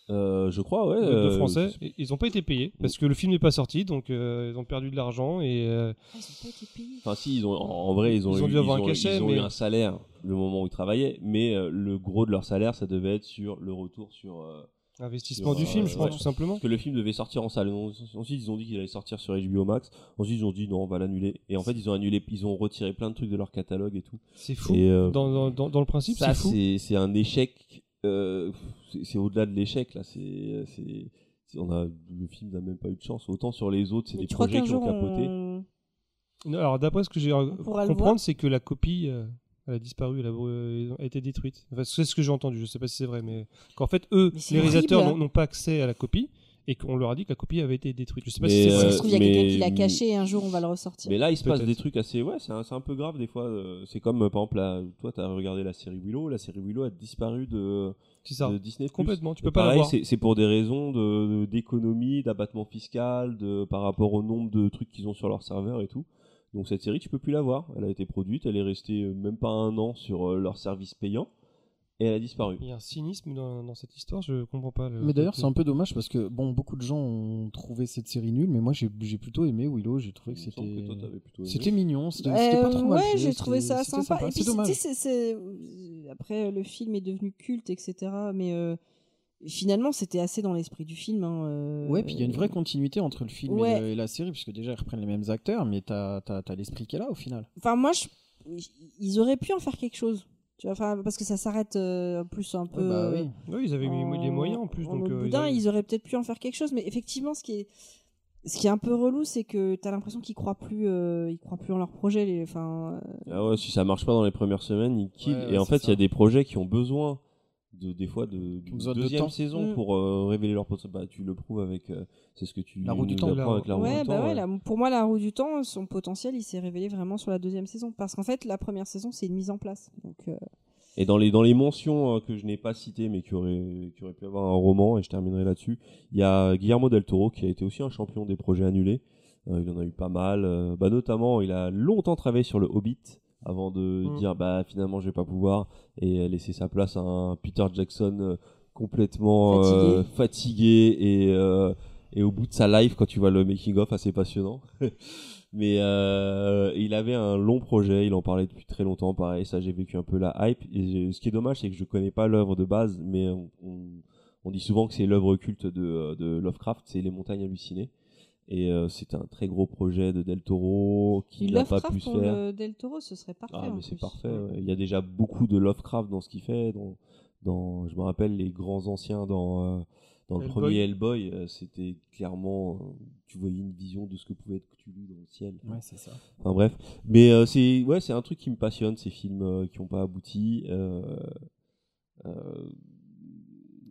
E: Euh, je crois, ouais.
A: deux
E: euh,
A: Français.
E: je sais-
A: et Ils n'ont pas été payés, parce que le film n'est pas sorti, donc euh, ils ont perdu de l'argent. Et euh,
D: Ah, ils ont pas été payés.
E: Enfin, si, ils ont, en- en vrai, ils ont,
A: Ils ont
E: eu,
A: dû avoir
E: ils
A: un
E: ont-
A: cachet,
E: ils ont
A: mais-
E: eu un salaire le moment où ils travaillaient, mais euh, le gros de leur salaire, ça devait être sur le retour sur. euh,
A: investissement
E: Sur,
A: du
E: euh,
A: film, je crois,
E: ouais.
A: tout simplement.
E: Parce que le film devait sortir en salle. Ensuite, ils ont dit qu'il allait sortir sur HBO Max. Ensuite, ils ont dit non, on va l'annuler. Et en fait, ils ont annulé, ils ont retiré plein de trucs de leur catalogue et tout.
A: C'est fou.
E: Et, euh,
A: dans, dans, dans, dans le principe,
E: ça,
A: c'est fou.
E: c'est c'est un échec. euh, c'est- c'est au-delà de l'échec là. C'est c'est- c'est- on a le film n'a même pas eu de chance. Autant sur les autres, c'est
D: Mais
E: des
D: tu crois
E: projets
D: qu'un
E: qui ont
D: jour,
E: capoté.
D: euh,
A: Non, Alors, d'après ce que j'ai euh,
D: pourra le voir.
A: comprendre, c'est que la copie, euh, elle a disparu, elle a, euh, a été détruite. Enfin, c'est ce que j'ai entendu, je sais pas si c'est vrai, mais qu'en fait, eux,
D: Mais c'est
A: les réalisateurs
D: horrible.
A: n'ont- n'ont pas accès à la copie et qu'on leur a dit que la copie avait été détruite. Je sais pas
E: Mais,
A: si c'est
E: euh,
D: Ça
A: vrai.
D: se trouve, il y a
E: mais-
D: quelqu'un qui l'a caché et un jour on va le ressortir.
E: Mais là, il se passe
A: Peut-être.
E: des trucs assez. Ouais, c'est un, c'est un peu grave des fois. euh, C'est comme, euh, par exemple, la- toi, t'as regardé la série Willow. La série Willow a disparu de,
A: C'est ça.
E: de Disney.
A: Complètement, tu peux
E: Et
A: pas la
E: pareil,
A: voir.
E: c'est- C'est pour des raisons de- de- d'économie, d'abattement fiscal, de, par rapport au nombre de trucs qu'ils ont sur leur serveur et tout. Donc cette série, tu peux plus la voir. Elle a été produite, elle est restée euh, même pas un an sur euh, leur service payant et elle a disparu.
A: Il y a un cynisme dans, dans cette histoire, je comprends pas.
E: euh,
A: le-
C: Mais d'ailleurs,
A: le-
C: c'est un peu dommage parce que bon, beaucoup de gens ont trouvé cette série nulle, mais moi j'ai j'ai plutôt aimé Willow. J'ai trouvé que
E: Il me semble
C: c'était
E: que toi, t'avais plutôt aimé.
C: c'était mignon, c'était
D: Euh,
C: c'était pas trop mal.
D: ouais,
C: fait,
D: j'ai trouvé
C: c'était-
D: ça
C: c'était
D: sympa. Et puis,
C: C'est
D: tu sais,
C: dommage.
D: c'est- c'est- après, le film est devenu culte, etc. Mais euh, finalement, c'était assez dans l'esprit du film. hein, euh,
C: Ouais, puis il y a une vraie continuité entre le film et
D: Ouais.
C: le- et, la série, puisque déjà ils reprennent les mêmes acteurs, mais t'as t'as- t'as l'esprit qui est là au final.
D: Enfin, moi, je... ils auraient pu en faire quelque chose. Tu vois, enfin, parce que ça s'arrête euh, plus un peu.
C: Ouais, bah
D: euh,
C: oui.
A: Oui, ils avaient mis les moyens en plus. donc,
D: mode
A: euh, ils
D: oh, boudin,
A: avaient-
D: ils, auraient peut-être pu en faire quelque chose, mais effectivement, ce qui est, ce qui est un peu relou, c'est que t'as l'impression qu'ils croient plus, euh, ils croient plus en leur projet. Les, enfin, euh,
E: Ah ouais, si ça marche pas dans les premières semaines, ils kill.
C: Ouais,
E: et
C: ouais,
E: en
C: c'est
E: fait, il y a
C: ça.
E: des projets qui ont besoin de des fois de
C: ont besoin de
E: deuxième
C: temps.
E: saison
D: Mm.
E: pour euh, révéler leur potentiel. Bah, tu le prouves avec. euh, c'est ce que tu
C: La roue du
E: nous
C: temps.
E: apprends avec la roue
D: ouais,
E: du
D: bah
E: temps.
D: ouais,
E: ouais.
D: la- pour moi, la roue du temps, son potentiel, il s'est révélé vraiment sur la deuxième saison, parce qu'en fait, la première saison, c'est une mise en place. Donc, euh,
E: Et dans les, dans les mentions euh, que je n'ai pas citées, mais qui auraient, qui auraient pu avoir un roman, et je terminerai là-dessus, il y a Guillermo del Toro, qui a été aussi un champion des projets annulés. Euh, il en a eu pas mal. euh, bah, notamment, il a longtemps travaillé sur le Hobbit, avant de
A: Mm.
E: dire, bah, finalement, je vais pas pouvoir, et euh, laisser sa place à un Peter Jackson euh, complètement euh, fatigué et, euh, et au bout de sa life, quand tu vois le making-of, assez passionnant. Mais euh, il avait un long projet, il en parlait depuis très longtemps, pareil, ça j'ai vécu un peu la hype. Et j'ai- ce qui est dommage, c'est que je connais pas l'œuvre de base, mais on, on- on dit souvent que c'est l'œuvre culte de, euh, de Lovecraft, c'est Les Montagnes Hallucinées. Et euh, c'est un très gros projet de Del Toro qui n'a pas pu
D: Lovecraft
E: se
D: pour
E: faire.
D: le Del Toro, ce serait parfait.
E: Ah,
D: en
E: mais c'est
D: plus.
E: parfait. ouais. Il y a déjà beaucoup de Lovecraft dans ce qu'il fait. Dans, dans, je me rappelle les grands anciens dans, euh, dans le
A: Hellboy.
E: premier Hellboy, euh, c'était clairement, euh, tu voyais une vision de ce que pouvait être Cthulhu dans le ciel.
C: Ouais, c'est ça.
E: Enfin bref, mais euh, c'est ouais, c'est un truc qui me passionne ces films euh, qui n'ont pas abouti. Euh, euh,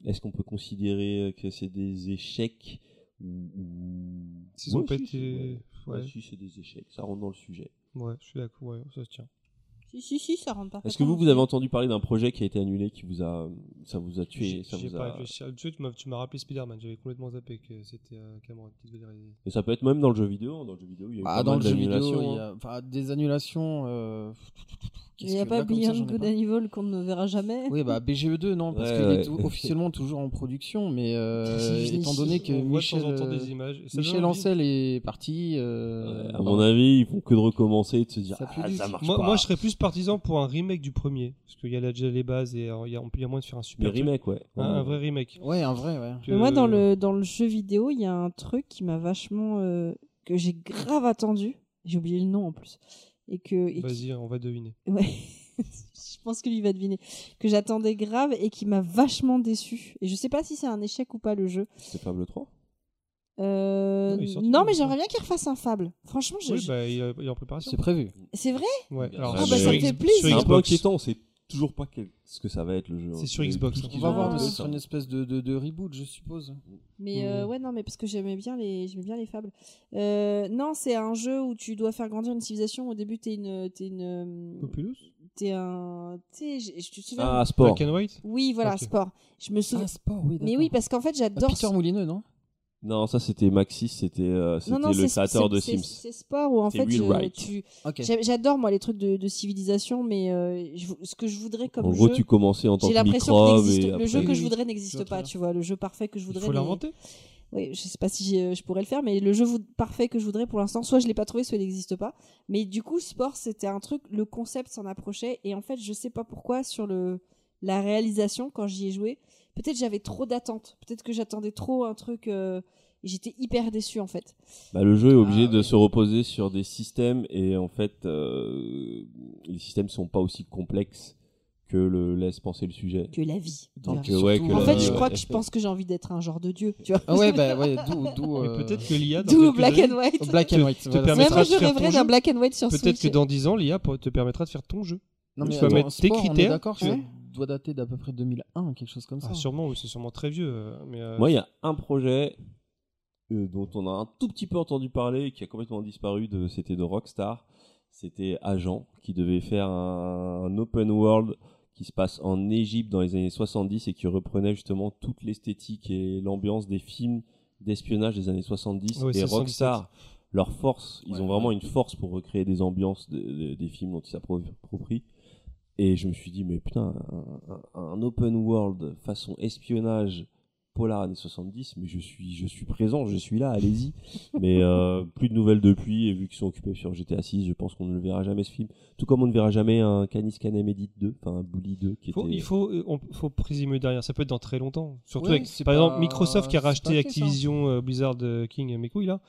E: Est-ce qu'on peut considérer que c'est des échecs ou- ou-
A: S'ils ont
E: Ouais,
A: pas
E: si,
A: été-
E: c'est- ouais.
A: ouais.
E: Ouais, si, c'est des échecs. Ça rentre dans le sujet.
A: Ouais, je suis d'accord, ouais, ça se tient.
D: Si, si, si, ça
C: Ah,
D: rentre hein. parfaitement.
E: Est-ce que vous, vous avez entendu parler d'un projet qui a été annulé, qui vous a, ça vous a tué,
A: J'ai
E: ça
A: j'ai
E: vous
A: pas
E: a...
A: réfléchi. Tout de suite, tu m'as- tu m'as rappelé Spider-Man. J'avais complètement zappé que c'était euh, Cameron qui devait le réaliser.
E: Et ça peut être même dans le jeu vidéo. hein. Dans le jeu vidéo, il y a eu
C: Ah,
E: pas
C: dans
E: mal
C: le jeu
E: d'annulations,
C: vidéo, il y
E: hein.
C: a enfin, des annulations. euh,
D: Il
C: qu'est-ce
D: n'y a
C: que-
D: pas
C: là, comme ça,
D: Beyond
C: j'en ai
D: Good
C: pas.
D: and Evil qu'on ne verra jamais.
C: Oui, bah BGE2, non, parce
E: Ouais,
C: qu'il
E: ouais.
C: est tou- officiellement toujours en production, mais euh,
D: (laughs) C'est fini.
C: étant donné que
A: On voit de
C: Michel,
A: temps en temps
C: euh,
A: des images. et ça donne
C: Michel
A: envie.
C: Ancel est parti. euh,
E: Ouais, à
C: bah,
E: mon avis, ils font que de recommencer et de se dire
C: Ça pue
E: ah
C: du
E: ça
C: cul.
E: marche
A: Moi,
E: pas.
A: moi, je serais plus partisan pour un remake du premier. Parce qu'il y a là déjà les bases et euh, il y a, on peut- il y a moyen de faire un
E: Mais
A: super. truc.
E: remake, ouais.
A: Un, un Ah, vrai remake.
C: Ouais, un vrai, ouais.
A: Que- euh,
D: Mais Moi, dans le, dans le jeu vidéo, il y a un truc qui m'a vachement. euh, que j'ai grave attendu. J'ai oublié le nom en plus. Et que. et qui-
A: Vas-y, on va deviner.
D: (laughs) Ouais. je pense que lui va deviner. Que j'attendais grave et qui m'a vachement déçu. Et je sais pas si c'est un échec ou pas le jeu.
E: C'est Fable 3.
D: Euh,
A: Non, il est sorti
D: non,
A: dans
D: mais
A: le
D: j'aimerais bien qu'il refasse un fable. Franchement, je-
A: Oui,
D: je-
A: bah, il est il est en préparation.
C: C'est prévu.
D: c'est vrai
A: Ouais.
E: Ah,
A: Alors,
E: bah,
A: sur
E: ça me
A: X-
D: fait plaisir.
A: sur
E: C'est un peu
A: Xbox.
E: inquiétant. On sait toujours pas quel- ce que ça va être le jeu.
A: C'est
E: hein.
A: sur
E: Et
A: Xbox,
E: tout ce
A: hein.
E: qu'ils
C: On va
E: ont
C: voir, mais
E: annoncé,
C: ce
D: Ah.
E: ça.
C: sera une espèce de, de, de reboot, je suppose.
D: Mais euh,
A: Mhm.
D: ouais, non, mais parce que j'aimais bien les, j'aimais bien les fables. Euh, non, c'est un jeu où tu dois faire grandir une civilisation. Au début, t'es une, t'es une, euh,
A: Populous
D: t'es un, t'es, je, je te souviens.
E: Ah, sport.
A: Black and White
D: Oui, voilà,
A: Ok.
D: sport. Je me
E: Ah,
D: souviens.
C: Ah, sport, oui. Bah,
D: mais oui, parce qu'en
E: Bah,
D: fait, j'adore.
C: Peter
D: ce-
C: Moulineux, non
E: Non, ça c'était Maxis, c'était euh, c'était
D: Non, non,
E: le
D: c'est-
E: créateur
D: c'est-
E: de
D: c'est-
E: Sims.
D: C'est sport où en
E: C'est
D: fait,
E: Will
D: je-
E: Wright.
D: tu-
C: Ok.
D: j'a- j'adore moi les trucs de, de civilisation, mais euh, je vou- ce que je voudrais comme
E: En gros,
D: jeu.
E: tu commençais en tant
D: J'ai
E: que
D: l'impression que
E: microbe
D: n'existe-
E: et bah,
D: le jeu
E: après-
D: que je
C: Oui,
D: voudrais
C: je
D: n'existe
C: vois très
D: pas,
C: bien.
D: tu vois, le jeu parfait que je
A: Il
D: voudrais.
A: faut
D: mais-
A: l'inventer.
D: Oui, je sais pas si j'ai- euh, je pourrais le faire, mais le jeu vou- parfait que je voudrais pour l'instant, soit je l'ai pas trouvé, soit il n'existe pas. Mais du coup, sport, c'était un truc, le concept s'en approchait, et en fait, je sais pas pourquoi sur le la réalisation quand j'y ai joué, peut-être j'avais trop d'attentes, peut-être que j'attendais trop un truc, euh, et j'étais hyper déçue en fait.
E: Bah, le jeu est obligé
C: Ah,
E: de
C: ouais.
E: se reposer sur des systèmes et en fait, euh, les systèmes sont pas aussi complexes que le laisse penser le sujet.
D: Que la vie.
E: Donc,
C: Surtout-
E: ouais, que
D: en
E: la-
D: fait, je
A: euh,
C: euh,
E: ouais.
D: crois que je pense que j'ai envie d'être un genre de dieu, tu vois.
C: Ah ouais,
D: (laughs)
C: bah ouais, d'où. d'où,
A: Mais
C: euh,
A: peut-être que l'IA. dans
D: D'où
A: quelques
D: Black
A: années-
D: and White.
C: Black and White.
A: te
C: voilà.
A: euh, permettra-
D: Vraiment, je
A: de faire ton
D: rêverais
A: jeu.
D: d'un Black and White sur Switch.
A: Peut-être que
D: (laughs)
A: dans 10 ans, l'IA pour- te permettra de faire ton jeu.
C: Non, mais
A: tu vas
C: attends,
A: mettre tes
C: sport, On est
A: critères.
C: d'accord, tu
D: Ouais.
C: dois dater d'à peu près 2001, quelque chose comme ça. hein.
A: Ah, sûrement, oui, c'est sûrement très vieux. euh, Mais euh,
E: Moi, il y a un projet euh, dont on a un tout petit peu entendu parler et qui a complètement disparu, de, c'était de Rockstar. C'était Agent qui devait faire un, un open world qui se passe en Égypte dans les années 70 et qui reprenait justement toute l'esthétique et l'ambiance des films d'espionnage des années 70.
A: Ouais,
E: et
A: c'est 77.
E: Rockstar, leur force, ils
C: Ouais.
E: ont vraiment une force pour recréer des ambiances de- de- des films dont ils s'approprient. Et je me suis dit, mais putain, un, un- un open world façon espionnage polar années 70, mais je suis, je suis présent, je suis là, allez-y. mais euh, plus de nouvelles depuis, et vu qu'ils sont occupés sur GTA 6, je pense qu'on ne le verra jamais ce film. Tout comme on ne verra jamais un Canis Canem Edit 2, enfin un Bully 2 qui
A: faut-
E: était.
A: il faut, euh, on, faut présumer derrière. Ça peut être dans très longtemps. Surtout
C: Ouais,
A: avec,
C: c'est
A: par
C: pas-
A: exemple, Microsoft qui a
C: c'est pas
A: racheté
C: fait, ça.
A: Activision, euh, Blizzard, euh, King, euh, mes couilles là.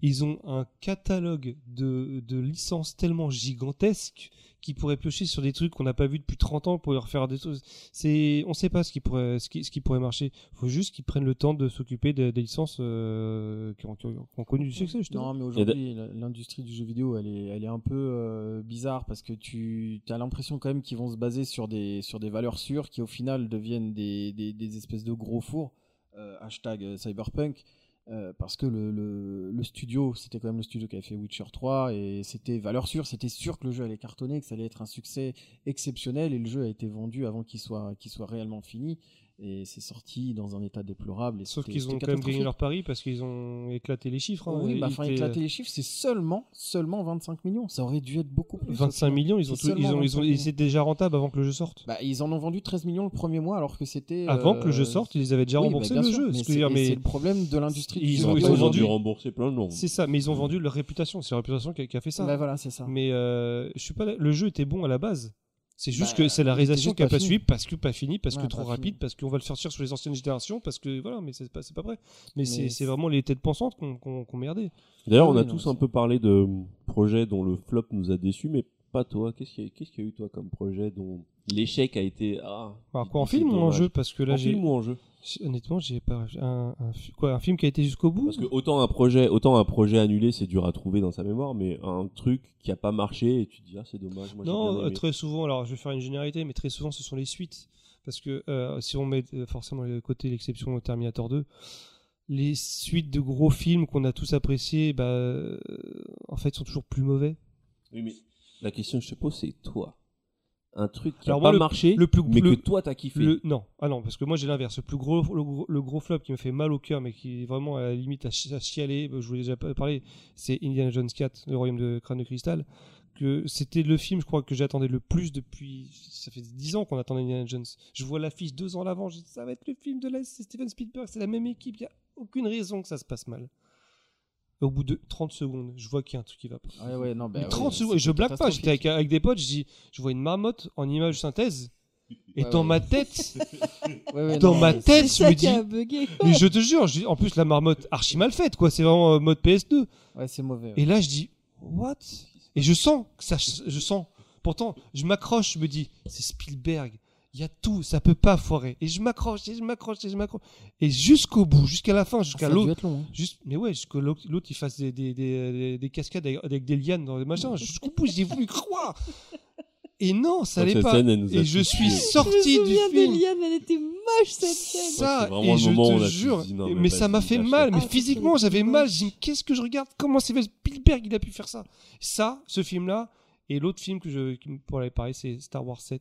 A: Ils ont un catalogue de, de licences tellement gigantesque qu'ils pourraient piocher sur des trucs qu'on n'a pas vu depuis 30 ans pour leur faire des trucs. C'est, on sait pas ce qui pourrait, ce qui, ce qui pourrait marcher. Faut juste qu'ils prennent le temps de s'occuper des, des licences euh, qui, ont, qui ont- qui ont connu du succès justement.
C: Non, mais aujourd'hui, la- l'industrie du jeu vidéo, elle est, elle est un peu euh, bizarre parce que tu as l'impression quand même qu'ils vont se baser sur des, sur des valeurs sûres qui au final deviennent des, des, des espèces de gros fours, euh, hashtag euh, cyberpunk, euh, parce que le, le, le studio, c'était quand même le studio qui avait fait Witcher 3 et c'était valeur sûre, c'était sûr que le jeu allait cartonner, que ça allait être un succès exceptionnel et le jeu a été vendu avant qu'il soit, qu'il soit réellement fini. Et c'est sorti dans un état déplorable. Et
A: Sauf
C: c'était-
A: qu'ils ont
C: c'était
A: quand même gagné
C: catastrophique.
A: leur pari parce qu'ils ont éclaté les chiffres. hein.
C: Oui,
A: Ils
C: bah, enfin,
A: étaient-
C: éclater les chiffres, c'est seulement, seulement 25 millions. Ça aurait dû être beaucoup plus.
A: 25
C: au final.
A: millions, ils ont,
C: C'est
A: tout- ils
C: seulement
A: ont, ils ont,
C: 25
A: ils étaient déjà rentables avant que le jeu sorte.
C: Bah, ils en ont vendu 13 millions le premier mois, alors que c'était.
A: avant
C: euh,
A: que le jeu sorte, ils les avaient déjà
C: oui,
A: remboursés
C: bah, bien
A: le
C: sûr,
A: jeu.
C: Mais
A: ce que je
C: c'est
A: veux dire,
C: et
A: mais
C: c'est le problème de l'industrie du
A: ils
C: jeu
A: ont- ils
C: vidéo
A: ont vendu-
C: aujourd'hui.
E: dû rembourser plein de noms.
A: c'est ça. Mais ils ont vendu leur réputation. C'est la réputation qui a, qui a fait ça.
C: Bah, voilà, c'est ça.
A: Mais euh, je suis pas. Le jeu était bon à la base. C'est juste
C: Bah,
A: que c'est la
C: il était
A: réalisation
C: juste
A: qui a
C: pas
A: pas
C: fini.
A: suivi parce que pas fini, parce que
C: Ouais,
A: trop
C: pas
A: rapide,
C: fini.
A: parce qu'on va le sortir sur les anciennes générations, parce que voilà. Mais c'est pas, c'est pas vrai. Mais,
C: Mais
A: c'est- c'est
C: c'est-
A: vraiment les têtes pensantes qu'on qu'on qu'on merdait.
E: D'ailleurs,
C: Ah
E: on a
C: oui, non,
E: tous
C: mais
E: un
C: c'est-
E: peu parlé de projets dont le flop nous a déçus, mais pas toi. Qu'est-ce qu'il y, a- qu'est-ce qu'il y a eu, toi, comme projet dont l'échec a été. Ah,
A: Alors, Bah, quoi, en
E: c'est
A: film ou en
E: dommage.
A: jeu Parce que là,
E: En
A: j'ai
E: film ou en jeu
A: honnêtement, j'ai pas un, un fi- quoi, un film qui a été jusqu'au bout.
E: Parce que autant un projet, autant un projet annulé, c'est dur à trouver dans sa mémoire, mais un truc qui a pas marché et tu te dis ah c'est dommage. Moi, j'ai
A: Non,
E: bien
A: euh,
E: aimé.
A: très souvent, alors je vais faire une généralité, mais très souvent ce sont les suites. Parce que euh, si on met euh, forcément le côté l'exception au Terminator 2, les suites de gros films qu'on a tous appréciés, bah, euh, en fait, sont toujours plus mauvais.
E: Oui, mais la question que je te pose c'est toi. un truc qui
A: Alors
E: n'a
A: moi,
E: pas marché,
A: le plus-
E: mais
A: le-
E: que toi t'as kiffé.
A: Le, non, ah non, parce que moi j'ai l'inverse. Le plus gros, le, gros- le gros flop qui me fait mal au cœur, mais qui est vraiment à la limite à, chi- à chialer, euh, je vous l'ai déjà pa- parlé, c'est Indiana Jones 4, le royaume de crâne de cristal. Que c'était le film, je crois, que j'attendais le plus depuis. Ça fait 10 ans qu'on attendait Indiana Jones. Je vois l'affiche deux ans à l'avant, je dis, ça va être le film de la c'est Steven Spielberg, c'est la même équipe, il n'y a aucune raison que ça se passe mal. Au bout de 30 secondes, je vois qu'il y a un truc qui va pas.
C: Ouais, ouais, non, bah,
A: Mais
C: ouais,
A: 30
C: c'est
A: secondes, je blague pas, j'étais avec,
C: catastrophique.
A: avec des potes, je dis, je vois une marmotte en image
C: (laughs)
A: synthèse, et
C: Ouais,
A: dans
C: ouais.
A: ma tête,
C: Ouais, ouais,
A: dans
C: non,
A: ma
C: mais-
A: tête, je
D: ça
A: me
D: qui
A: dis.
D: a bugué.
A: Mais je te jure, je dis- en plus la marmotte archi mal faite, quoi. C'est vraiment euh, mode PS2.
C: Ouais, c'est mauvais. ouais.
A: Et là, je dis what Et je sens que ça, je sens. Pourtant, je m'accroche, je me dis c'est Spielberg. Il y a tout, ça peut pas foirer. Et je m'accroche, et je m'accroche, et je m'accroche. Et jusqu'au bout, jusqu'à la fin,
C: Ça
A: jusqu'à
C: a dû
A: l'autre.
C: être long, hein.
A: Juste, mais ouais, jusqu'à l'autre, l'autre, il fasse des, des, des, des- des cascades avec, avec des lianes dans les machins. Jusqu'au bout, j'ai voulu croire. Et non, ça
E: Cette
A: allait pas.
E: scène, elle nous a
A: Et je
E: tous
A: suis
E: tués.
A: sorti
D: je me
A: du
D: souviens
A: film.
D: de Liane, elle était moche cette
A: (laughs)
D: scène.
E: Ouais,
A: Ça,
E: c'est vraiment
A: et
E: le
A: je
E: moment où on
A: te
E: a tous
A: jure,
E: dit, non,
A: mais,
E: mais
A: ça
E: vas-y,
A: m'a fait
E: lâche
A: mal,
E: la
A: mais
D: patte.
A: physiquement j'avais mal, j'ai dit qu'est-ce que je regarde, comment c'est fait Spielberg, il a pu faire ça. Ça, ce film-là, et l'autre film que je qui me- pour aller parler, c'est Star Wars 7.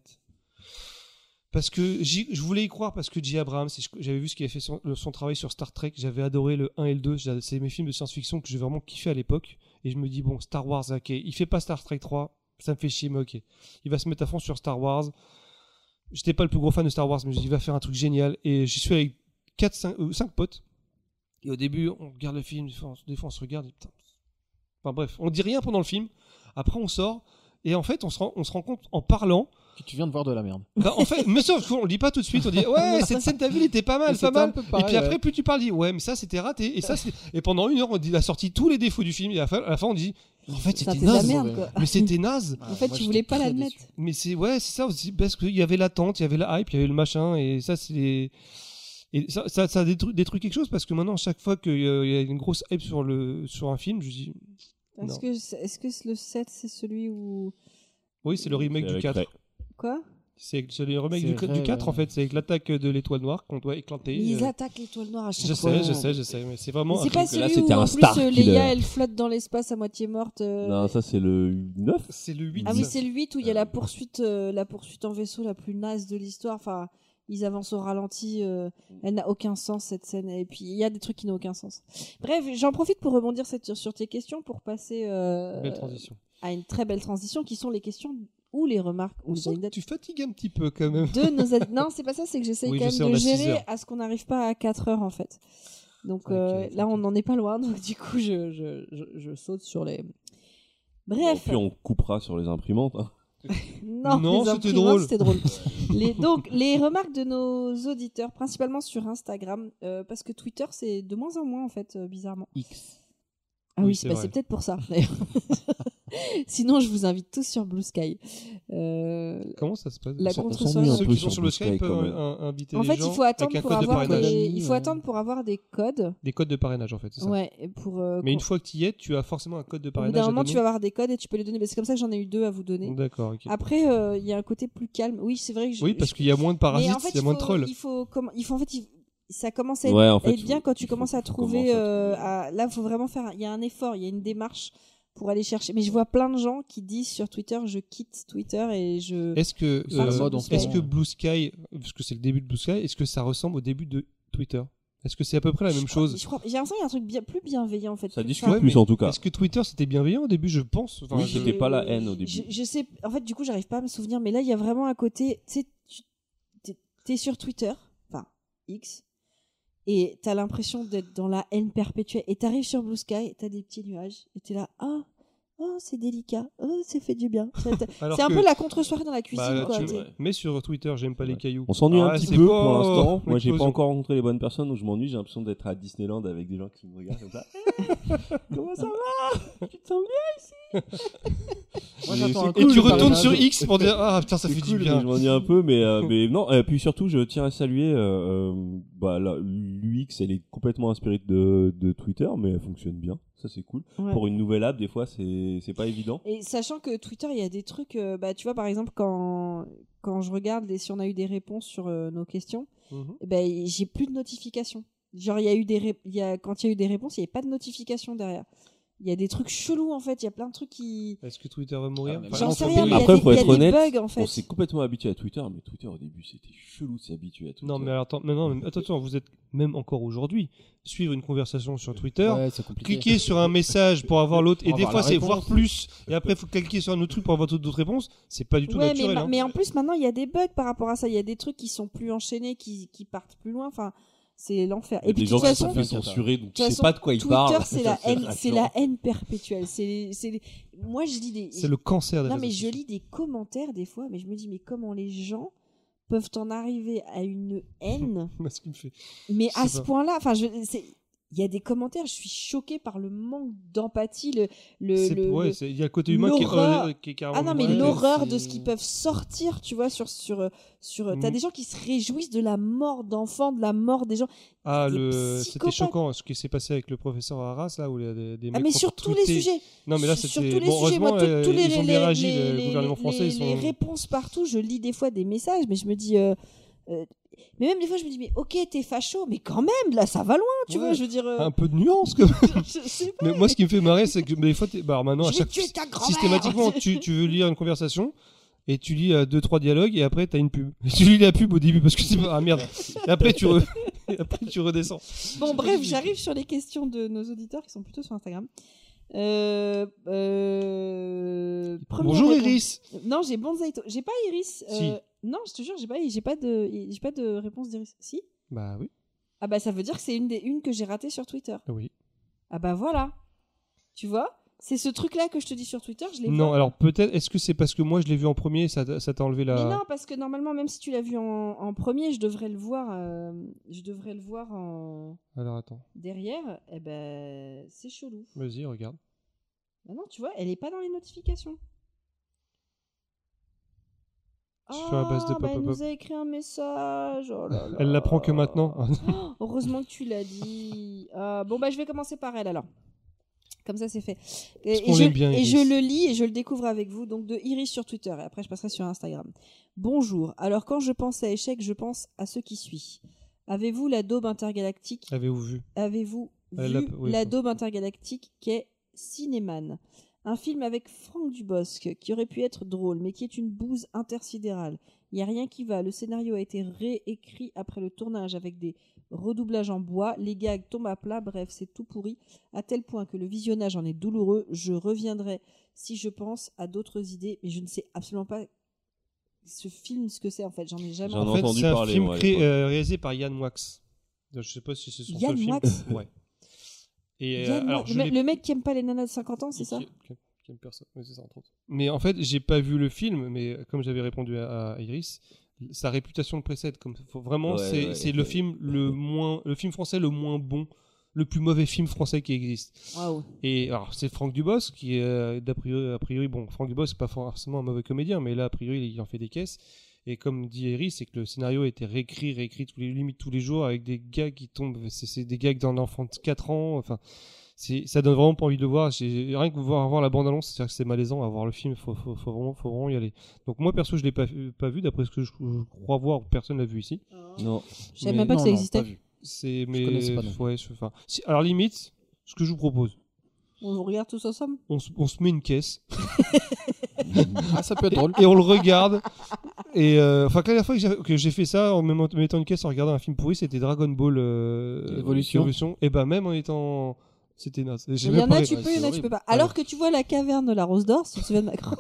A: Parce que j'y- je voulais y croire, parce que J. Abrams, et je- j'avais vu ce qu'il avait fait son, le- son travail sur Star Trek, j'avais adoré le 1 et le 2, j'a- c'est mes films de science-fiction que j'ai vraiment kiffé à l'époque, et je me dis bon, Star Wars, ok, il fait pas Star Trek 3, ça me fait chier, mais ok. Il va se mettre à fond sur Star Wars, j'étais pas le plus gros fan de Star Wars, mais je dis, il va faire un truc génial. Et j'y suis avec 4, 5, potes. Et au début, on regarde le film, des fois on, des fois, on se regarde, et putain. Enfin bref, on dit rien pendant le film. Après, on sort. Et en fait, on se rend, on se rend compte en parlant.
C: Que Tu viens de voir de la merde.
A: Bah, en fait, mais sauf qu'on le dit pas tout de suite. On dit,
D: (laughs)
A: ouais, cette scène, t'as vu, elle était pas mal,
C: Et
A: pas
C: c'était
A: mal.
C: un peu
A: Et
C: pareil,
A: puis après,
C: ouais.
A: plus tu parles, dis, ouais, mais ça, c'était raté. Et ça, c'est- et pendant une heure, on dit, il a sorti tous les défauts du film. Et à la fin, à la fin, on dit, en fait, c'était
D: Ça, c'est de la
A: naze.
D: merde, quoi.
A: Mais c'était naze.
C: Ah,
D: En fait,
C: moi,
D: tu
C: j'étais
D: voulais pas
C: très
D: l'admettre.
C: déçu.
A: Mais c'est ouais, c'est ça aussi parce qu'il y avait l'attente, il y avait la hype, il y avait le machin et ça c'est et ça ça, ça détruit, détruit quelque chose parce que maintenant chaque fois qu'il y a une grosse hype sur le sur un film, je dis Non.
D: Est-ce que, c'est- est-ce que le 7, c'est celui où.
A: oui, c'est le remake
E: C'est
A: du
E: avec
A: 4.
E: Ray-
D: Quoi
A: C'est c'est le remake
C: C'est
A: du,
C: vrai,
A: du 4 en
C: ouais.
A: fait, c'est avec l'attaque de l'étoile noire qu'on doit éclater.
D: Ils
A: euh,
D: attaquent l'étoile noire à chaque
A: je
D: fois.
A: sais, je sais, je sais, mais c'est
D: Mais
A: vraiment un-
D: C'est pas
E: que là,
D: celui où
E: c'était un
D: en
E: star
D: plus euh,
E: killer.
D: Leia elle flotte dans l'espace à moitié morte. euh,
E: Non, ça c'est le 9.
A: c'est le 8.
D: Ah oui, c'est le 8 où il y a
E: Euh,
D: la poursuite, euh, la poursuite en vaisseau la plus naze de l'histoire. Enfin, ils avancent au ralenti. euh, elle n'a aucun sens cette scène. Et puis il y a des trucs qui n'ont aucun sens. Bref, j'en profite pour rebondir cette- sur, sur tes questions pour passer euh,
A: Belle transition.
D: à une très belle transition qui sont les questions ou les remarques ou
A: On
D: les
A: sent que
D: anecdotes
A: tu fatigues un petit peu quand même. (laughs)
D: de nos ad- Non, c'est pas ça, c'est que j'essaye
A: Oui,
D: quand
A: je sais,
D: même
A: on
D: de
A: a six
D: gérer
A: heures.
D: à ce qu'on n'arrive pas à 4 heures en fait. Donc
A: Ok,
D: euh, là,
A: ok.
D: on n'en est pas loin, (laughs) donc du coup, je, je, je, je saute sur les.
E: Et
D: Bref,
E: puis on coupera sur les imprimantes. hein.
D: non,
A: Non,
D: les
A: c'était
D: imprimantes,
A: drôle. (laughs)
D: C'était drôle. les, donc, les remarques de nos auditeurs, principalement sur Instagram, euh, parce que Twitter, c'est de moins en moins en fait, euh, bizarrement.
C: X.
D: Ah
A: Oui,
D: oui,
A: c'est
D: bah,
A: vrai.
D: c'est peut-être pour ça. d'ailleurs. (laughs) Sinon, je vous invite tous sur Blue Sky. Euh,
A: Comment ça se passe
D: La
E: On s'en- on
D: contre-soirée.
E: s'ennuie un
A: Ceux
E: peu
A: qui sont sur le Skype
E: quand
A: peuvent
E: même.
A: euh, inviter
D: en
A: les
D: fait,
A: gens
D: il faut
A: avec
D: attendre
A: un
D: pour
A: code de
D: avoir
A: parrainage.
D: des... il faut
C: Ouais.
D: attendre pour avoir des codes.
A: Des codes de parrainage en fait, c'est ça.
D: Ouais, et pour. euh,
A: Mais
D: qu'on-
A: une fois que tu y es, tu as forcément un code de
D: Au bout
A: parrainage.
D: d'un
A: à
D: moment,
A: donner.
D: tu vas avoir des codes et tu peux les donner. Mais c'est comme ça que j'en ai eu deux à vous donner.
A: D'accord, ok.
D: Après, euh, il y a un côté plus calme. Oui, c'est vrai que je.
A: Oui, parce
D: je-
A: qu'il y a moins de
D: Mais
A: parasites,
D: en fait,
A: il y a moins de
D: faut-
A: trolls.
D: Il faut, comment- il faut en fait, il- ça commence à être,
E: Ouais, en fait,
D: à être bien
E: faut-
D: quand tu
E: il faut-
D: commences à
E: faut
D: trouver.
E: commencer à
D: euh,
E: trouver.
D: à- là, faut vraiment faire. un- Il y a un effort, il y a une démarche pour aller chercher. Mais je vois plein de gens qui disent sur Twitter, je quitte Twitter et je.
A: Est-ce que,
C: C'est la mode en ce
A: est
C: moment,
A: que
C: ouais.
A: Blue Sky, parce que c'est le début de Blue Sky, est-ce que ça ressemble au début de Twitter Est-ce que c'est à peu près la
D: je
A: même
D: crois-
A: chose
D: je crois- J'ai l'impression qu'il y a un truc bien plus bienveillant en fait.
E: Ça
D: Enfin,
E: discute
A: Ouais,
E: plus
A: mais
E: en tout cas.
A: Est-ce que Twitter c'était bienveillant au début Je pense. Enfin,
E: Oui,
A: je-
E: c'était pas la haine au début.
D: Je, je sais, en fait, du coup, j'arrive pas à me souvenir, mais là, il y a vraiment un côté, tu sais, tu- t'es- t'es sur Twitter, enfin, X, et t'as l'impression d'être dans la haine perpétuelle, et t'arrives sur Blue Sky, t'as des petits nuages, et t'es là, ah, oh, c'est délicat, oh, c'est fait du bien. Ça, t'as-
A: Alors
D: C'est un
A: que-
D: peu la contre-soirée dans la
A: bah,
D: cuisine, quoi.
A: tu-
D: tu sais.
E: ouais.
A: Mais sur Twitter, j'aime pas les
E: Ouais.
A: cailloux.
E: On s'ennuie
A: Ah,
E: un petit
A: c'est
E: peu
A: pas- (laughs)
E: pour l'instant. Moi, j'ai pas
A: l'explosion.
E: encore rencontré les bonnes personnes, donc je m'ennuie. J'ai l'impression d'être à Disneyland avec des gens qui me regardent comme
A: (laughs)
E: ça. Comment ça va Tu te sens bien
A: (laughs)
C: Moi,
E: Mais
C: j'attends
E: c'est
C: un
A: Et
C: coup
A: tu
C: de
A: retournes
C: parrainage.
A: sur X pour dire Ah putain, ça fait
E: C'est
A: du
E: cool, mais
A: bien.
E: Je m'ennuie un peu,
A: (laughs)
E: mais, euh, mais non. Et puis surtout, je tiens à saluer euh, euh, bah, la- l'UX. Elle est complètement inspirée de, de Twitter, mais elle fonctionne bien. Ça, c'est cool.
D: Ouais.
E: Pour une nouvelle app, des fois, c'est c'est pas évident.
D: Et sachant que Twitter, il y a des trucs, euh, bah, tu vois, par exemple, quand, quand je regarde les- si on a eu des réponses sur euh, nos questions,
A: Mhm.
D: eh ben, j'ai plus de notification. Genre, il y a eu des ré- il y a... quand il y a eu des réponses, il n'y avait pas de notification derrière. Il y a des trucs chelous en fait, il y a plein de trucs qui.
A: Est-ce que Twitter va mourir
C: Ah, mais
D: J'en
C: non,
D: sais
C: faut
D: rien,
C: pas-
D: mais il y a
E: Après,
D: des-
E: faut
D: il y a
E: être honnête,
D: des bugs en
E: On
D: fait.
E: s'est complètement habitué à Twitter, mais Twitter au début c'était chelou de s'habituer à Twitter.
A: Non, mais alors, attends, mais non, mais attention, vous êtes même encore aujourd'hui suivre une conversation sur Twitter.
C: Euh, Ouais, c'est compliqué.
A: Cliquer (laughs) sur un message pour avoir l'autre, et
C: Pour
A: des
C: avoir
A: fois
C: la
A: c'est
C: réponse.
A: voir plus, et après faut cliquer sur un autre truc pour avoir d'autres réponses, c'est pas du tout
D: Ouais, mais,
A: naturel.
D: ma-
A: hein.
D: mais en plus maintenant il y a des bugs par rapport à ça. Il y a des trucs qui sont plus enchaînés, qui, qui partent plus loin. Enfin, c'est l'enfer.
E: Il y a
D: Et puis
E: des
D: de
E: gens
D: toute
E: qui se sont
D: façon,
E: fait
C: façon,
E: censurer, donc
D: toute
E: je sais
D: façon,
E: pas de quoi ils
D: Twitter
E: parlent.
D: c'est
E: (laughs)
D: la haine, c'est la
E: rassurant.
D: haine perpétuelle. C'est les- c'est les- moi je dis des.
A: C'est le cancer des
D: Non
A: réseaux
D: mais je
A: sociaux.
D: lis des commentaires des fois, mais je me dis mais comment les gens peuvent en arriver à une haine,
A: Moi, (laughs) ce qui me fait-
D: mais
A: Je
D: à
A: sais
D: ce
A: pas.
D: point-là. Enfin, je c'est- il y a des commentaires, je suis choquée par le manque d'empathie, le le,
A: c'est-
D: le-
A: ouais,
D: le-
A: c'est- il y a le côté humain qui est,
D: l'horreur.
A: euh, qui est carrément
D: ah non mais
A: humain.
D: l'horreur
A: C'est-
D: de ce qu'ils peuvent sortir, tu vois, sur sur sur. T'as
A: Mm.
D: des gens qui se réjouissent de la mort d'enfants, de la mort des gens.
A: Ah,
D: des
A: le... c'était
D: psychopathes.
A: choquant hein, ce qui s'est passé avec le professeur Arras, là, où il y a des, des
D: Ah
A: mecs
D: mais
A: qui ont
D: sur tous les
A: tweeté.
D: sujets.
A: Non, mais là,
D: Sur- sur
A: c'était.
D: tous les
A: Bon,
D: sujets, moi,
A: heureusement,
D: tous- tous
A: euh,
D: les,
A: ils ont
D: les-
A: bien réagi,
D: les-
A: le
D: les-
A: gouvernement
D: les-
A: français. ils sont-
D: les réponses partout, je lis des fois des messages, mais je me dis. euh, euh, mais même des fois, je me dis, mais ok, t'es facho, mais quand même, là, ça va loin, tu
A: Ouais.
D: vois, je veux dire. euh, (laughs)
A: Un peu de nuance, quand même.
D: je sais pas.
A: Mais moi, ce qui me fait marrer, c'est que des fois, t'es- bah, alors maintenant, à
D: je vais
A: chaque
D: tuer ta grand-mère.
A: systématiquement, tu, tu veux lire une conversation et tu lis euh, deux trois dialogues et après t'as une pub. (laughs) Et tu lis la pub au début parce que c'est pas ah merde. Et après tu re- (laughs) et après tu redescends.
D: Bon, bref, j'arrive sur les questions de nos auditeurs qui sont plutôt sur Instagram. Euh, euh, première
A: Bonjour
D: réponse.
A: Iris.
D: Non, j'ai Bonsaito. J'ai pas Iris. euh,
A: Si.
D: Non, je te jure, j'ai pas, j'ai pas de, j'ai pas de réponse d'Iris. Si.
A: Bah oui,
D: Ah bah ça veut dire que c'est une des une que j'ai ratée sur Twitter.
A: oui.
D: Ah bah voilà. Tu vois C'est ce truc-là que je te dis sur Twitter, je l'ai
A: Non,
D: vu.
A: alors peut-être est-ce que c'est parce que moi je l'ai vu en premier et ça t'a- ça t'a enlevé la
D: Mais non, parce que normalement, même si tu l'as vu en, en premier, je devrais le voir, euh, je devrais le voir en
A: Alors attends.
D: derrière. Eh ben, c'est chelou.
A: Vas-y, regarde.
D: Bah non, tu vois, elle est pas dans les notifications.
A: Sur la base de
D: Ah, bah, elle
A: pop-up.
D: nous a écrit un message. Oh là là.
A: Elle l'apprend que maintenant. (laughs)
D: (laughs) Heureusement que tu l'as dit. Euh, bon, bah, je vais commencer par elle alors. Comme ça, c'est fait. Et,
A: qu'on
D: et je,
A: l'aime bien,
D: et
A: Iris.
D: je le lis et je le découvre avec vous, donc de Iris sur Twitter, et après je passerai sur Instagram. Bonjour. Alors, quand je pense à échec, je pense à ce qui suit. Avez-vous la daube intergalactique
A: Avez-vous vu
D: Avez-vous
A: Elle
D: vu
A: Euh, l'a- oui,
D: la
A: pardon.
D: daube intergalactique qu'est Cinéman Un film avec Franck Dubosc qui aurait pu être drôle, mais qui est une bouse intersidérale. Il n'y a rien qui va. Le scénario a été réécrit après le tournage avec des redoublages en bois. Les gags tombent à plat. Bref, c'est tout pourri. À tel point que le visionnage en est douloureux. Je reviendrai si je pense à d'autres idées, mais je ne sais absolument pas ce film, ce que c'est en fait. J'en ai jamais
E: J'en ai
A: En
D: entendu.
A: fait,
E: entendu
A: c'est un
E: parler,
A: film
E: moi, à
A: créé-
E: l'époque.
A: euh, réalisé par Yann Wax. Je sais pas si c'est son
D: Yann
A: seul film.
D: Wax
A: Ouais. Et euh,
D: Yann-
A: alors, je
D: le,
A: l'ai-
D: mec- le mec qui aime pas les nanas de 50 ans, c'est
A: Qui-
D: ça
A: qui- qui aime personne. Oui, c'est ça, entre autres. Mais en fait, j'ai pas vu le film, mais comme j'avais répondu à, à Iris, sa réputation le précède. Comme, faut- vraiment,
E: Ouais,
A: c'est
E: ouais,
A: c'est le
E: ouais.
A: film le moins, le film français le moins bon, le plus mauvais film français qui existe.
D: Waouh.
A: Et alors, c'est Franck Dubos qui, euh, d'a priori, a priori, bon, Franck Dubos c'est pas forcément un mauvais comédien, mais là, a priori, il en fait des caisses. Et comme dit Iris, c'est que le scénario a été réécrit, réécrit tous les limites tous les jours avec des gags qui tombent. C'est c'est des gags d'un enfant de 4 ans. Enfin, c'est ça donne vraiment pas envie de le voir. J'ai rien que voir voir la bande annonce, c'est-à-dire que c'est malaisant à voir le film. Faut, faut, faut vraiment, faut vraiment y aller. Donc moi perso, je l'ai pas, pas vu. D'après ce que je, je crois voir, personne l'a vu ici.
D: (laughs)
E: Non,
D: Je savais
A: Mais
D: même pas que
C: Non,
D: ça
C: non,
D: existait.
C: pas vu.
A: C'est
C: connaissais
A: mais
C: pas non plus.
A: ouais, je- enfin, si- alors limite, ce que je vous propose,
D: On le regarde tous ensemble
A: on, se- on se met une caisse
C: Ah, ça
D: (laughs)
C: peut être drôle.
A: et on le regarde. Et euh, enfin, que la dernière fois que j'ai- que j'ai fait ça en même- en mettant une caisse en regardant un film pourri, c'était Dragon Ball euh,
C: Évolution.
A: Et bah même en étant, c'était naze. J'ai
D: Il y
A: même
D: en
A: pas
D: a,
A: ré-
D: tu
C: ouais,
D: peux, il y en a,
C: c'est
D: tu peux pas.
A: horrible.
D: Alors que tu vois la caverne de la Rose d'Or, si tu te souviens de ma chronique,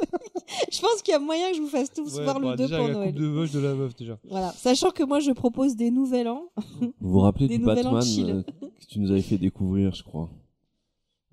D: je pense qu'il y a moyen que je vous fasse tous
A: Ouais,
D: voir
A: bah,
D: le 2
A: déjà,
D: pour
A: la
D: Noël.
A: coupe de vache de la meuf déjà.
D: Voilà. Sachant que moi, je propose des nouvel an.
E: Vous vous rappelez
D: Des
E: du
D: nouvelles
E: Batman
D: Antilles.
E: euh, que tu nous avais fait découvrir, je crois.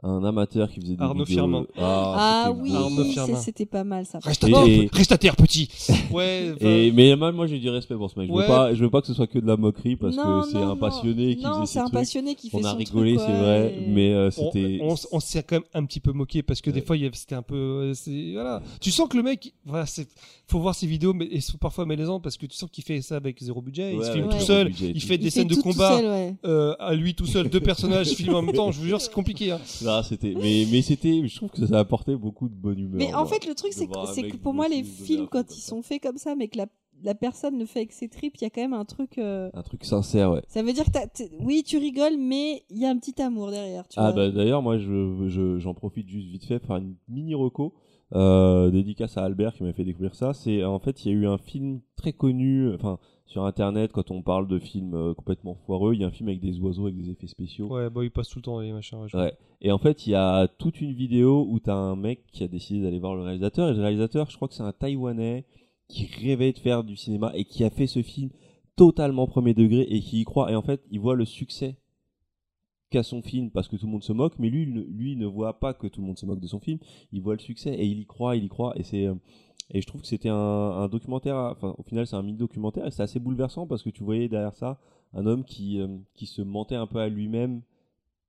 E: Un amateur qui faisait des
A: Arnaud
E: vidéos.
A: Firmin.
E: Ah,
D: Ah,
E: c'était
D: oui,
E: beau.
A: Arnaud
D: ça,
A: Firmin.
D: c'était pas mal ça.
A: Reste à,
E: Et-
A: terre, reste à terre,
E: (laughs)
A: petit. Ouais. enfin,
E: Et, mais moi, moi j'ai du respect pour ce mec. Je,
A: Ouais.
E: veux pas, je veux pas que ce soit que de la moquerie parce
D: Non,
E: que c'est
D: non,
E: un
D: non.
E: passionné qui
D: Non,
E: faisait
D: c'est
E: ses
D: un
E: trucs.
D: passionné qui fait
E: On a
D: son
E: rigolé,
D: truc,
E: c'est
D: ouais,
E: vrai,
D: et-
E: mais euh,
A: on,
E: c'était.
A: on s- on s'est quand même un petit peu moqué parce que des
E: Ouais.
A: fois il y avait- c'était un peu euh, c'est- voilà tu sens que le mec voilà c'est faut voir ses vidéos mais elles sont parfois malaisantes parce que tu sens qu'il fait ça avec zéro budget il
E: Ouais,
A: se filme
D: avec
A: tout
D: zéro
A: seul
E: budget et
A: il
E: tout.
A: fait
D: Il
A: des
D: fait
A: scènes de
D: tout tout
A: combat
D: seul, ouais.
A: euh, à lui tout seul deux personnages filment en même temps je vous jure c'est compliqué hein.
E: Là, Ah, c'était. Mais, mais c'était. Je trouve que ça a apporté beaucoup de bonne humeur.
D: Mais en
E: moi.
D: fait, le truc,
E: de
D: c'est que,
E: voir un
D: c'est
E: mec
D: que pour moi, les
E: bosser, de
D: films,
E: la- comme
D: quand ils
E: ça.
D: sont faits comme ça, mais que la, la personne le fait avec ses tripes, il y a quand même un truc. euh,
E: Un truc sincère, ouais.
D: Ça veut dire que t'as- t'es- oui, tu rigoles, mais il y a un petit amour derrière. Tu vois.
E: Ah bah d'ailleurs moi je je- j'en profite juste vite fait pour faire une mini reco euh, dédicace à Albert qui m'a fait découvrir ça. C'est en fait il y a eu un film très connu enfin sur internet quand on parle de films euh, complètement foireux il y a un film avec des oiseaux avec des effets spéciaux.
A: Ouais, bah, il passe tout le temps dans les machins. ouais, je-
E: Ouais. Et en fait, il y a toute une vidéo où t'as un mec qui a décidé d'aller voir le réalisateur. Et le réalisateur, je crois que c'est un Taïwanais qui rêvait de faire du cinéma et qui a fait ce film totalement premier degré et qui y croit. Et en fait, il voit le succès qu'a son film parce que tout le monde se moque. Mais lui, il ne- lui il ne voit pas que tout le monde se moque de son film. Il voit le succès et il y croit, il y croit. Et c'est euh, et je trouve que c'était un, un documentaire, à- enfin au final c'est un mini-documentaire et c'est assez bouleversant parce que tu voyais derrière ça un homme qui, euh, qui se mentait un peu à lui-même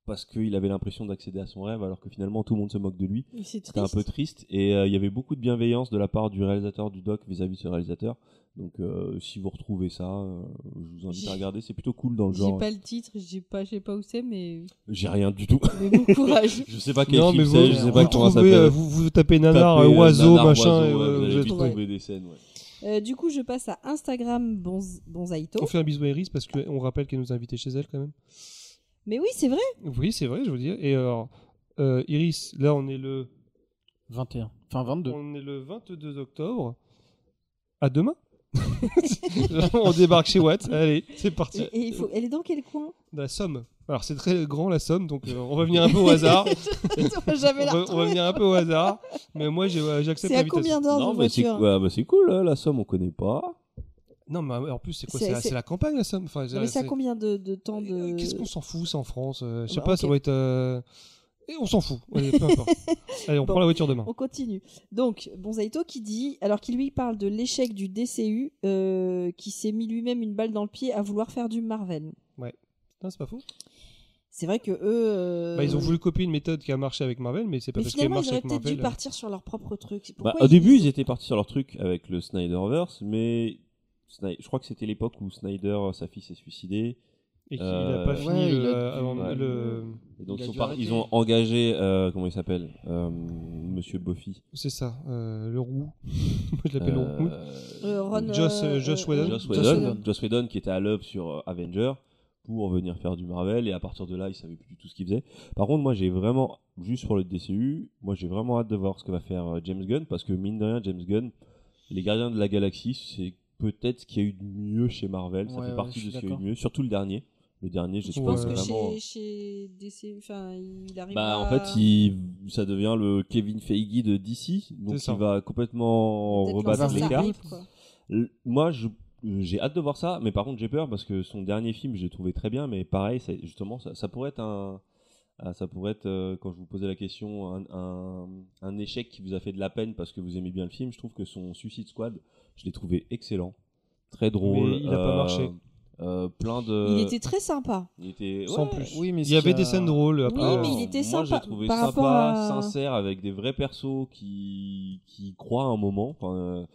E: parce qu'il avait l'impression d'accéder à son rêve alors que finalement tout le monde se moque de lui.
D: Et C'est
E: C'était un
D: triste.
E: peu triste et euh, il y avait beaucoup de bienveillance de la part du réalisateur du doc vis-à-vis de ce réalisateur. Donc euh, si vous retrouvez ça, euh, je vous invite
D: J'ai-
E: à regarder, c'est plutôt cool dans le
D: J'ai
E: genre.
D: pas le titre, j'ai pas, je sais pas où c'est, mais,
E: J'ai rien du tout. (laughs)
D: mais bon (laughs) courage.
E: je sais pas quel
A: Non, mais
E: film
A: vous,
E: c'est, je sais pas
A: vous
E: comment ça
A: trouvez,
E: s'appelle.
A: euh, vous, vous tapez nanar,
E: Tapez,
A: euh,
E: euh,
A: oiseau,
E: nanar,
A: machin,
E: oiseau,
A: et,
E: ouais,
A: euh,
E: vous
A: vous
E: allez
A: allez
E: vite
A: trouver.
E: trouver des scènes. ouais.
D: Euh, du coup, je passe à Instagram Bonz- Bonzaito.
A: On fait un bisou à Iris parce qu'on rappelle qu'elle nous a invités chez elle quand même.
D: Mais oui, c'est vrai.
A: Oui, c'est vrai, je veux dire. Et alors, euh, Iris, là on est le
C: 21. Enfin, 22.
A: On est le 22 octobre. À demain. (laughs) on débarque chez Watt. Allez, c'est
D: Et,
A: parti.
D: et il faut... Elle est dans quel coin
A: (laughs) Dans la Somme. Alors c'est très grand la Somme, donc euh, on va venir un peu au hasard.
D: On va jamais
A: on, va,
D: la
A: on va
D: retrouver.
A: venir un peu au hasard. Mais moi j'ai- euh, j'accepte
D: C'est à
A: l'invitation.
D: combien d'heures
E: Non,
D: de
E: mais c'est
D: voiture
E: ouais, bah, c'est cool, hein, la somme on connaît pas.
A: Non mais en plus c'est quoi
D: C'est-
A: C'est la-
D: c'est-
A: c'est la campagne la Somme. Enfin,
D: Non, mais c'est à
A: c'est- Euh,
D: combien de, de temps de.
A: Qu'est-ce qu'on s'en fout ça en France Euh, Je sais
D: Bah,
A: pas,
D: ok.
A: ça doit être... euh, Et on s'en fout. Allez, peu
D: (laughs)
A: importe. Allez, on
D: Bon.
A: prend la voiture demain.
D: On continue. Donc, Bonzaito qui dit, alors qu'il lui parle de l'échec du DCU, euh, qui s'est mis lui-même une balle dans le pied à vouloir faire du Marvel.
A: Non, c'est pas faux.
D: C'est vrai que eux. euh,
A: Bah, ils ont voulu copier une méthode qui a marché avec Marvel, mais c'est pas
D: Mais
A: parce qu'elle
D: finalement,
A: marche
D: ils auraient
A: avec
D: peut-être
A: Marvel. hein.
D: dû partir sur leur propre truc. C'est
E: Bah,
D: pourquoi
E: au
D: ils-
E: début, ils étaient partis sur leur truc avec le Snyderverse, mais Sny- je crois que c'était l'époque où Snyder, euh, sa fille, s'est suicidée.
A: et qu'il
E: Euh,
A: a pas fini
C: Ouais, il a
A: le-
C: dû-
A: avant
E: ouais.
A: le
E: Et donc,
C: Il a
E: ils, sont
C: dû
E: par-
C: arrêter.
E: ils ont engagé, euh, comment il s'appelle Euh, Monsieur Buffy.
A: c'est ça euh, le roux (laughs) moi je l'appelle le roux
D: Euh, Ron,
A: Joss-
D: euh,
A: Joss
D: euh,
A: Whedon.
E: Joss
D: Joss
E: Whedon, Joss Whedon qui était à l'œuvre sur euh, Avenger pour venir faire du Marvel et à partir de là il savait plus du tout ce qu'il faisait. Par contre moi j'ai vraiment juste pour le DCU, moi j'ai vraiment hâte de voir ce que va faire euh, James Gunn parce que mine de rien James Gunn, les Gardiens de la Galaxie c'est peut-être ce qu'il y a eu de mieux chez Marvel, ça
C: Ouais,
E: fait
C: ouais,
E: partie
C: je
E: de
C: suis
E: ce qu'il y a eu
C: d'accord.
E: de mieux, surtout le dernier. Le dernier j'ai
A: Je
D: Je
A: Ouais.
D: pense
A: Ouais.
D: que
E: vraiment
D: chez, chez DCU, enfin, il arrive
E: bah, en
D: à-
E: fait, il, ça devient le Kevin Feige de DC, donc
A: C'est ça.
E: il va complètement
D: peut-être
E: rebattre
D: lancer
E: les
D: sa
E: cartes.
D: hype, quoi.
E: L- Moi, je- j'ai hâte de voir ça, mais par contre, j'ai peur parce que son dernier film, je l'ai trouvé très bien, mais pareil, c'est- justement, ça, ça pourrait être un. ah, Ça pourrait être, euh, quand je vous posais la question, un, un- un échec qui vous a fait de la peine parce que vous aimez bien le film. Je trouve que son Suicide Squad, je l'ai trouvé excellent, très drôle.
A: Mais il a pas marché.
E: euh, plein de.
D: Il était très sympa.
E: il était-
A: sans
E: ouais,
A: plus
C: Oui, mais
A: il
C: ce
A: y avait
C: qui
A: des
C: a-
A: scènes drôles après
D: Oui,
E: ah,
D: mais
A: euh,
D: il était
E: moi,
D: sympa
E: j'ai trouvé
D: par
E: sympa,
D: rapport à-
E: sincère, avec des vrais persos qui, qui y croient un moment. enfin, euh,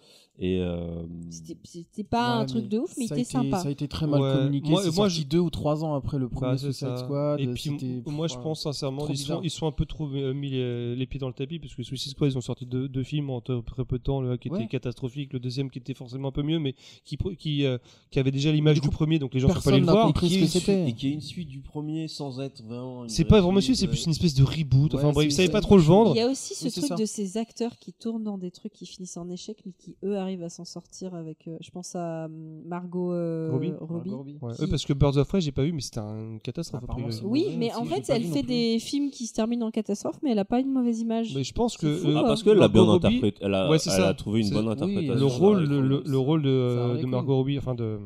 E: et euh,
D: C'était c'était pas un
C: Ouais,
D: truc de ouf, mais il
C: ça a
D: était
C: été-
D: sympa.
C: Ça a été très mal
A: Ouais.
C: communiqué.
A: Moi-
C: Moi, c'est
A: moi,
C: sorti
A: je-
C: deux ou trois ans après le premier
A: bah, c'est
C: Suicide
A: ça.
C: Squad. euh,
A: et puis
C: c'était-
A: moi je
C: voilà.
A: pense sincèrement
C: Trop
A: ils sont,
C: bizarre.
A: ils sont un peu trop euh, mis les, les pieds dans le tapis parce que Suicide Squad ils ont sorti deux, deux films en très très peu de temps le un qui était
C: Ouais.
A: catastrophique le deuxième qui était forcément un peu mieux mais qui pro- qui, euh, qui avait déjà l'image
C: Du
A: du,
C: coup,
A: premier donc les gens ne sont pas allés
C: personne
A: le
C: n'a
A: voir
C: compris. Après,
E: qui
C: ce
E: est
C: que
E: une suite-
C: c'était.
E: et qui est une suite du premier sans être vraiment. une
A: c'est
E: vraie
A: pas vraiment
E: suite,
A: sûr c'est
E: ouais.
A: plus une espèce de reboot enfin
C: Ouais,
A: bref ils
C: c'est-
A: savaient pas trop le vendre
D: Il y a aussi ce
C: Oui, c'est
D: truc
C: ça.
D: de ces acteurs qui tournent dans des trucs qui finissent en échec, mais qui eux arrivent à s'en sortir avec. euh, je pense à hum, Margot euh,
A: Robbie.
D: Robbie.
C: Margot Robbie.
A: Ouais,
D: Qui-
A: euh, parce que Birds of Prey, j'ai pas eu, mais c'était une catastrophe. a
C: Bah, Apparemment,
A: priori.
C: c'est
D: Oui,
C: Ouais,
D: mais
C: si,
D: en
C: j'ai
D: fait,
C: pas
D: elle
C: vu non
D: fait
C: plus.
D: des films qui se terminent en catastrophe, mais elle a pas une mauvaise image.
A: Mais je pense que
D: C'est fou,
A: euh,
E: Ah,
D: quoi.
E: parce que elle a bien
A: Margot Robbie,
E: interprété. Elle a,
A: Ouais, c'est
E: elle
A: ça.
E: a trouvé une
A: C'est-
E: bonne
A: oui,
E: interprétation.
A: le
C: Harley
A: rôle,
E: de la
A: le, le- le rôle de,
C: C'est Harley
A: euh, de
C: Quinn.
A: Margot Robbie, enfin de,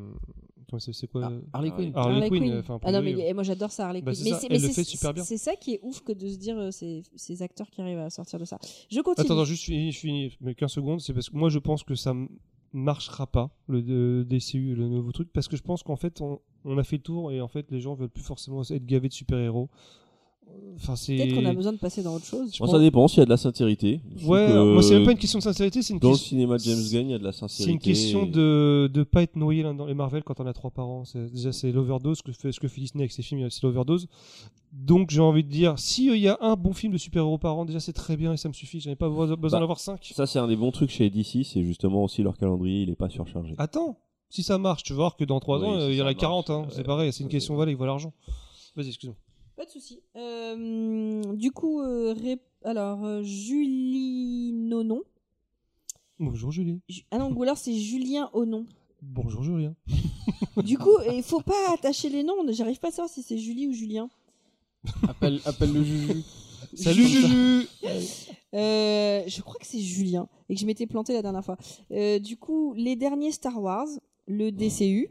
A: comment c'est c'est quoi
C: Ah,
A: euh,
C: Harley
E: Ah,
C: Quinn.
E: ouais.
A: Harley,
D: Harley
A: Quinn.
D: Quinn.
A: enfin, a
D: Ah non, mais
A: priori,
D: et moi j'adore ça, Harley
A: Bah,
D: Quinn.
A: c'est
D: Mais
A: ça,
D: c'est-
A: elle
D: mais
A: le
D: c'est
A: fait super bien.
D: c'est ça qui est ouf que de se dire euh, ces, ces acteurs qui arrivent à sortir de ça. Je continue.
A: Attends, attends, juste, je finis, je finis, mais 15 secondes, c'est parce que moi je pense que ça m- marchera pas, le de- DCU, le nouveau truc, parce que je pense qu'en fait on, on a fait le tour et en fait les gens veulent plus forcément être gavés de super-héros. Euh, Enfin, c'est.
D: Peut-être qu'on a besoin de passer dans autre chose.
A: Je
E: Bon,
A: pense-
E: ça dépend s'il y a de la sincérité. Je
A: Ouais,
E: trouve que
A: moi, c'est même pas une question de sincérité, c'est une
E: Dans le
A: question.
E: cinéma de James Gunn, il y a de la
A: C'est
E: sincérité.
A: une question de de pas être noyé l'un dans les Marvel quand on a trois par an. C'est- Déjà, c'est l'overdose. Ce que fait, ce que fait Disney avec ses films, euh, c'est l'overdose. Donc, j'ai envie de dire, si euh, il y a un bon film de super-héros par an, déjà, c'est très bien et ça me suffit. J'avais pas besoin besoin
E: Bah.
A: d'en avoir cinq.
E: Ça, c'est un des bons trucs chez DC, c'est justement aussi leur calendrier, il est pas surchargé.
A: Attends, si ça marche, tu vas voir que dans trois
E: Oui,
A: ans,
E: si
A: euh, il y en
E: ça
A: a
E: marche,
A: 40. hein.
E: ouais.
A: C'est pareil, c'est une question voilà, il voit l'argent. Vas-y, excuse-moi.
D: Pas de souci. Euh, du coup, euh, ré- alors euh, Julie Nonon.
A: Bonjour Julie.
D: Ju- Ah non, ou alors c'est Julien Onon.
A: Bonjour Julien.
D: Du coup, il faut pas attacher les noms. J'arrive pas à savoir si c'est Julie ou Julien.
C: Appelle, appelle le Juju.
A: Salut Juju.
D: Euh, je crois que c'est Julien et que je m'étais planté la dernière fois. Euh, du coup, les derniers Star Wars, le DCU,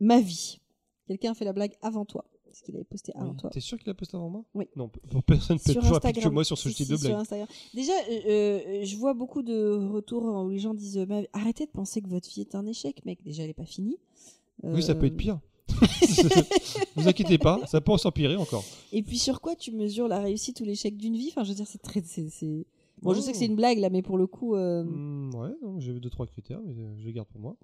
D: ma vie. Quelqu'un a fait la blague avant toi, parce qu'il avait posté avant toi.
A: T'es sûr qu'il a posté avant moi
D: Oui.
A: Non, p- bon, personne ne fait
D: Sur
A: toujours rapide
D: Instagram.
A: que moi sur ce
D: Si,
A: type
D: si,
A: de
D: sur
A: blague.
D: Instagram. Déjà, euh, euh, je vois beaucoup de retours où les gens disent euh, Ma- arrêtez de penser que votre fille est un échec, mec. Déjà, elle est pas finie.
A: Oui, ça
D: Euh,
A: peut être
D: (laughs)
A: pire. vous inquiétez pas, ça peut en s'empirer encore.
D: Et puis sur quoi tu mesures la réussite ou l'échec d'une vie Enfin, je veux dire, c'est très. c'est- c'est- Bon, je sais que c'est une blague là, mais pour le coup. euh,
A: Oh. Hmm, ouais, non, j'ai deux trois critères, mais euh, je les garde pour moi.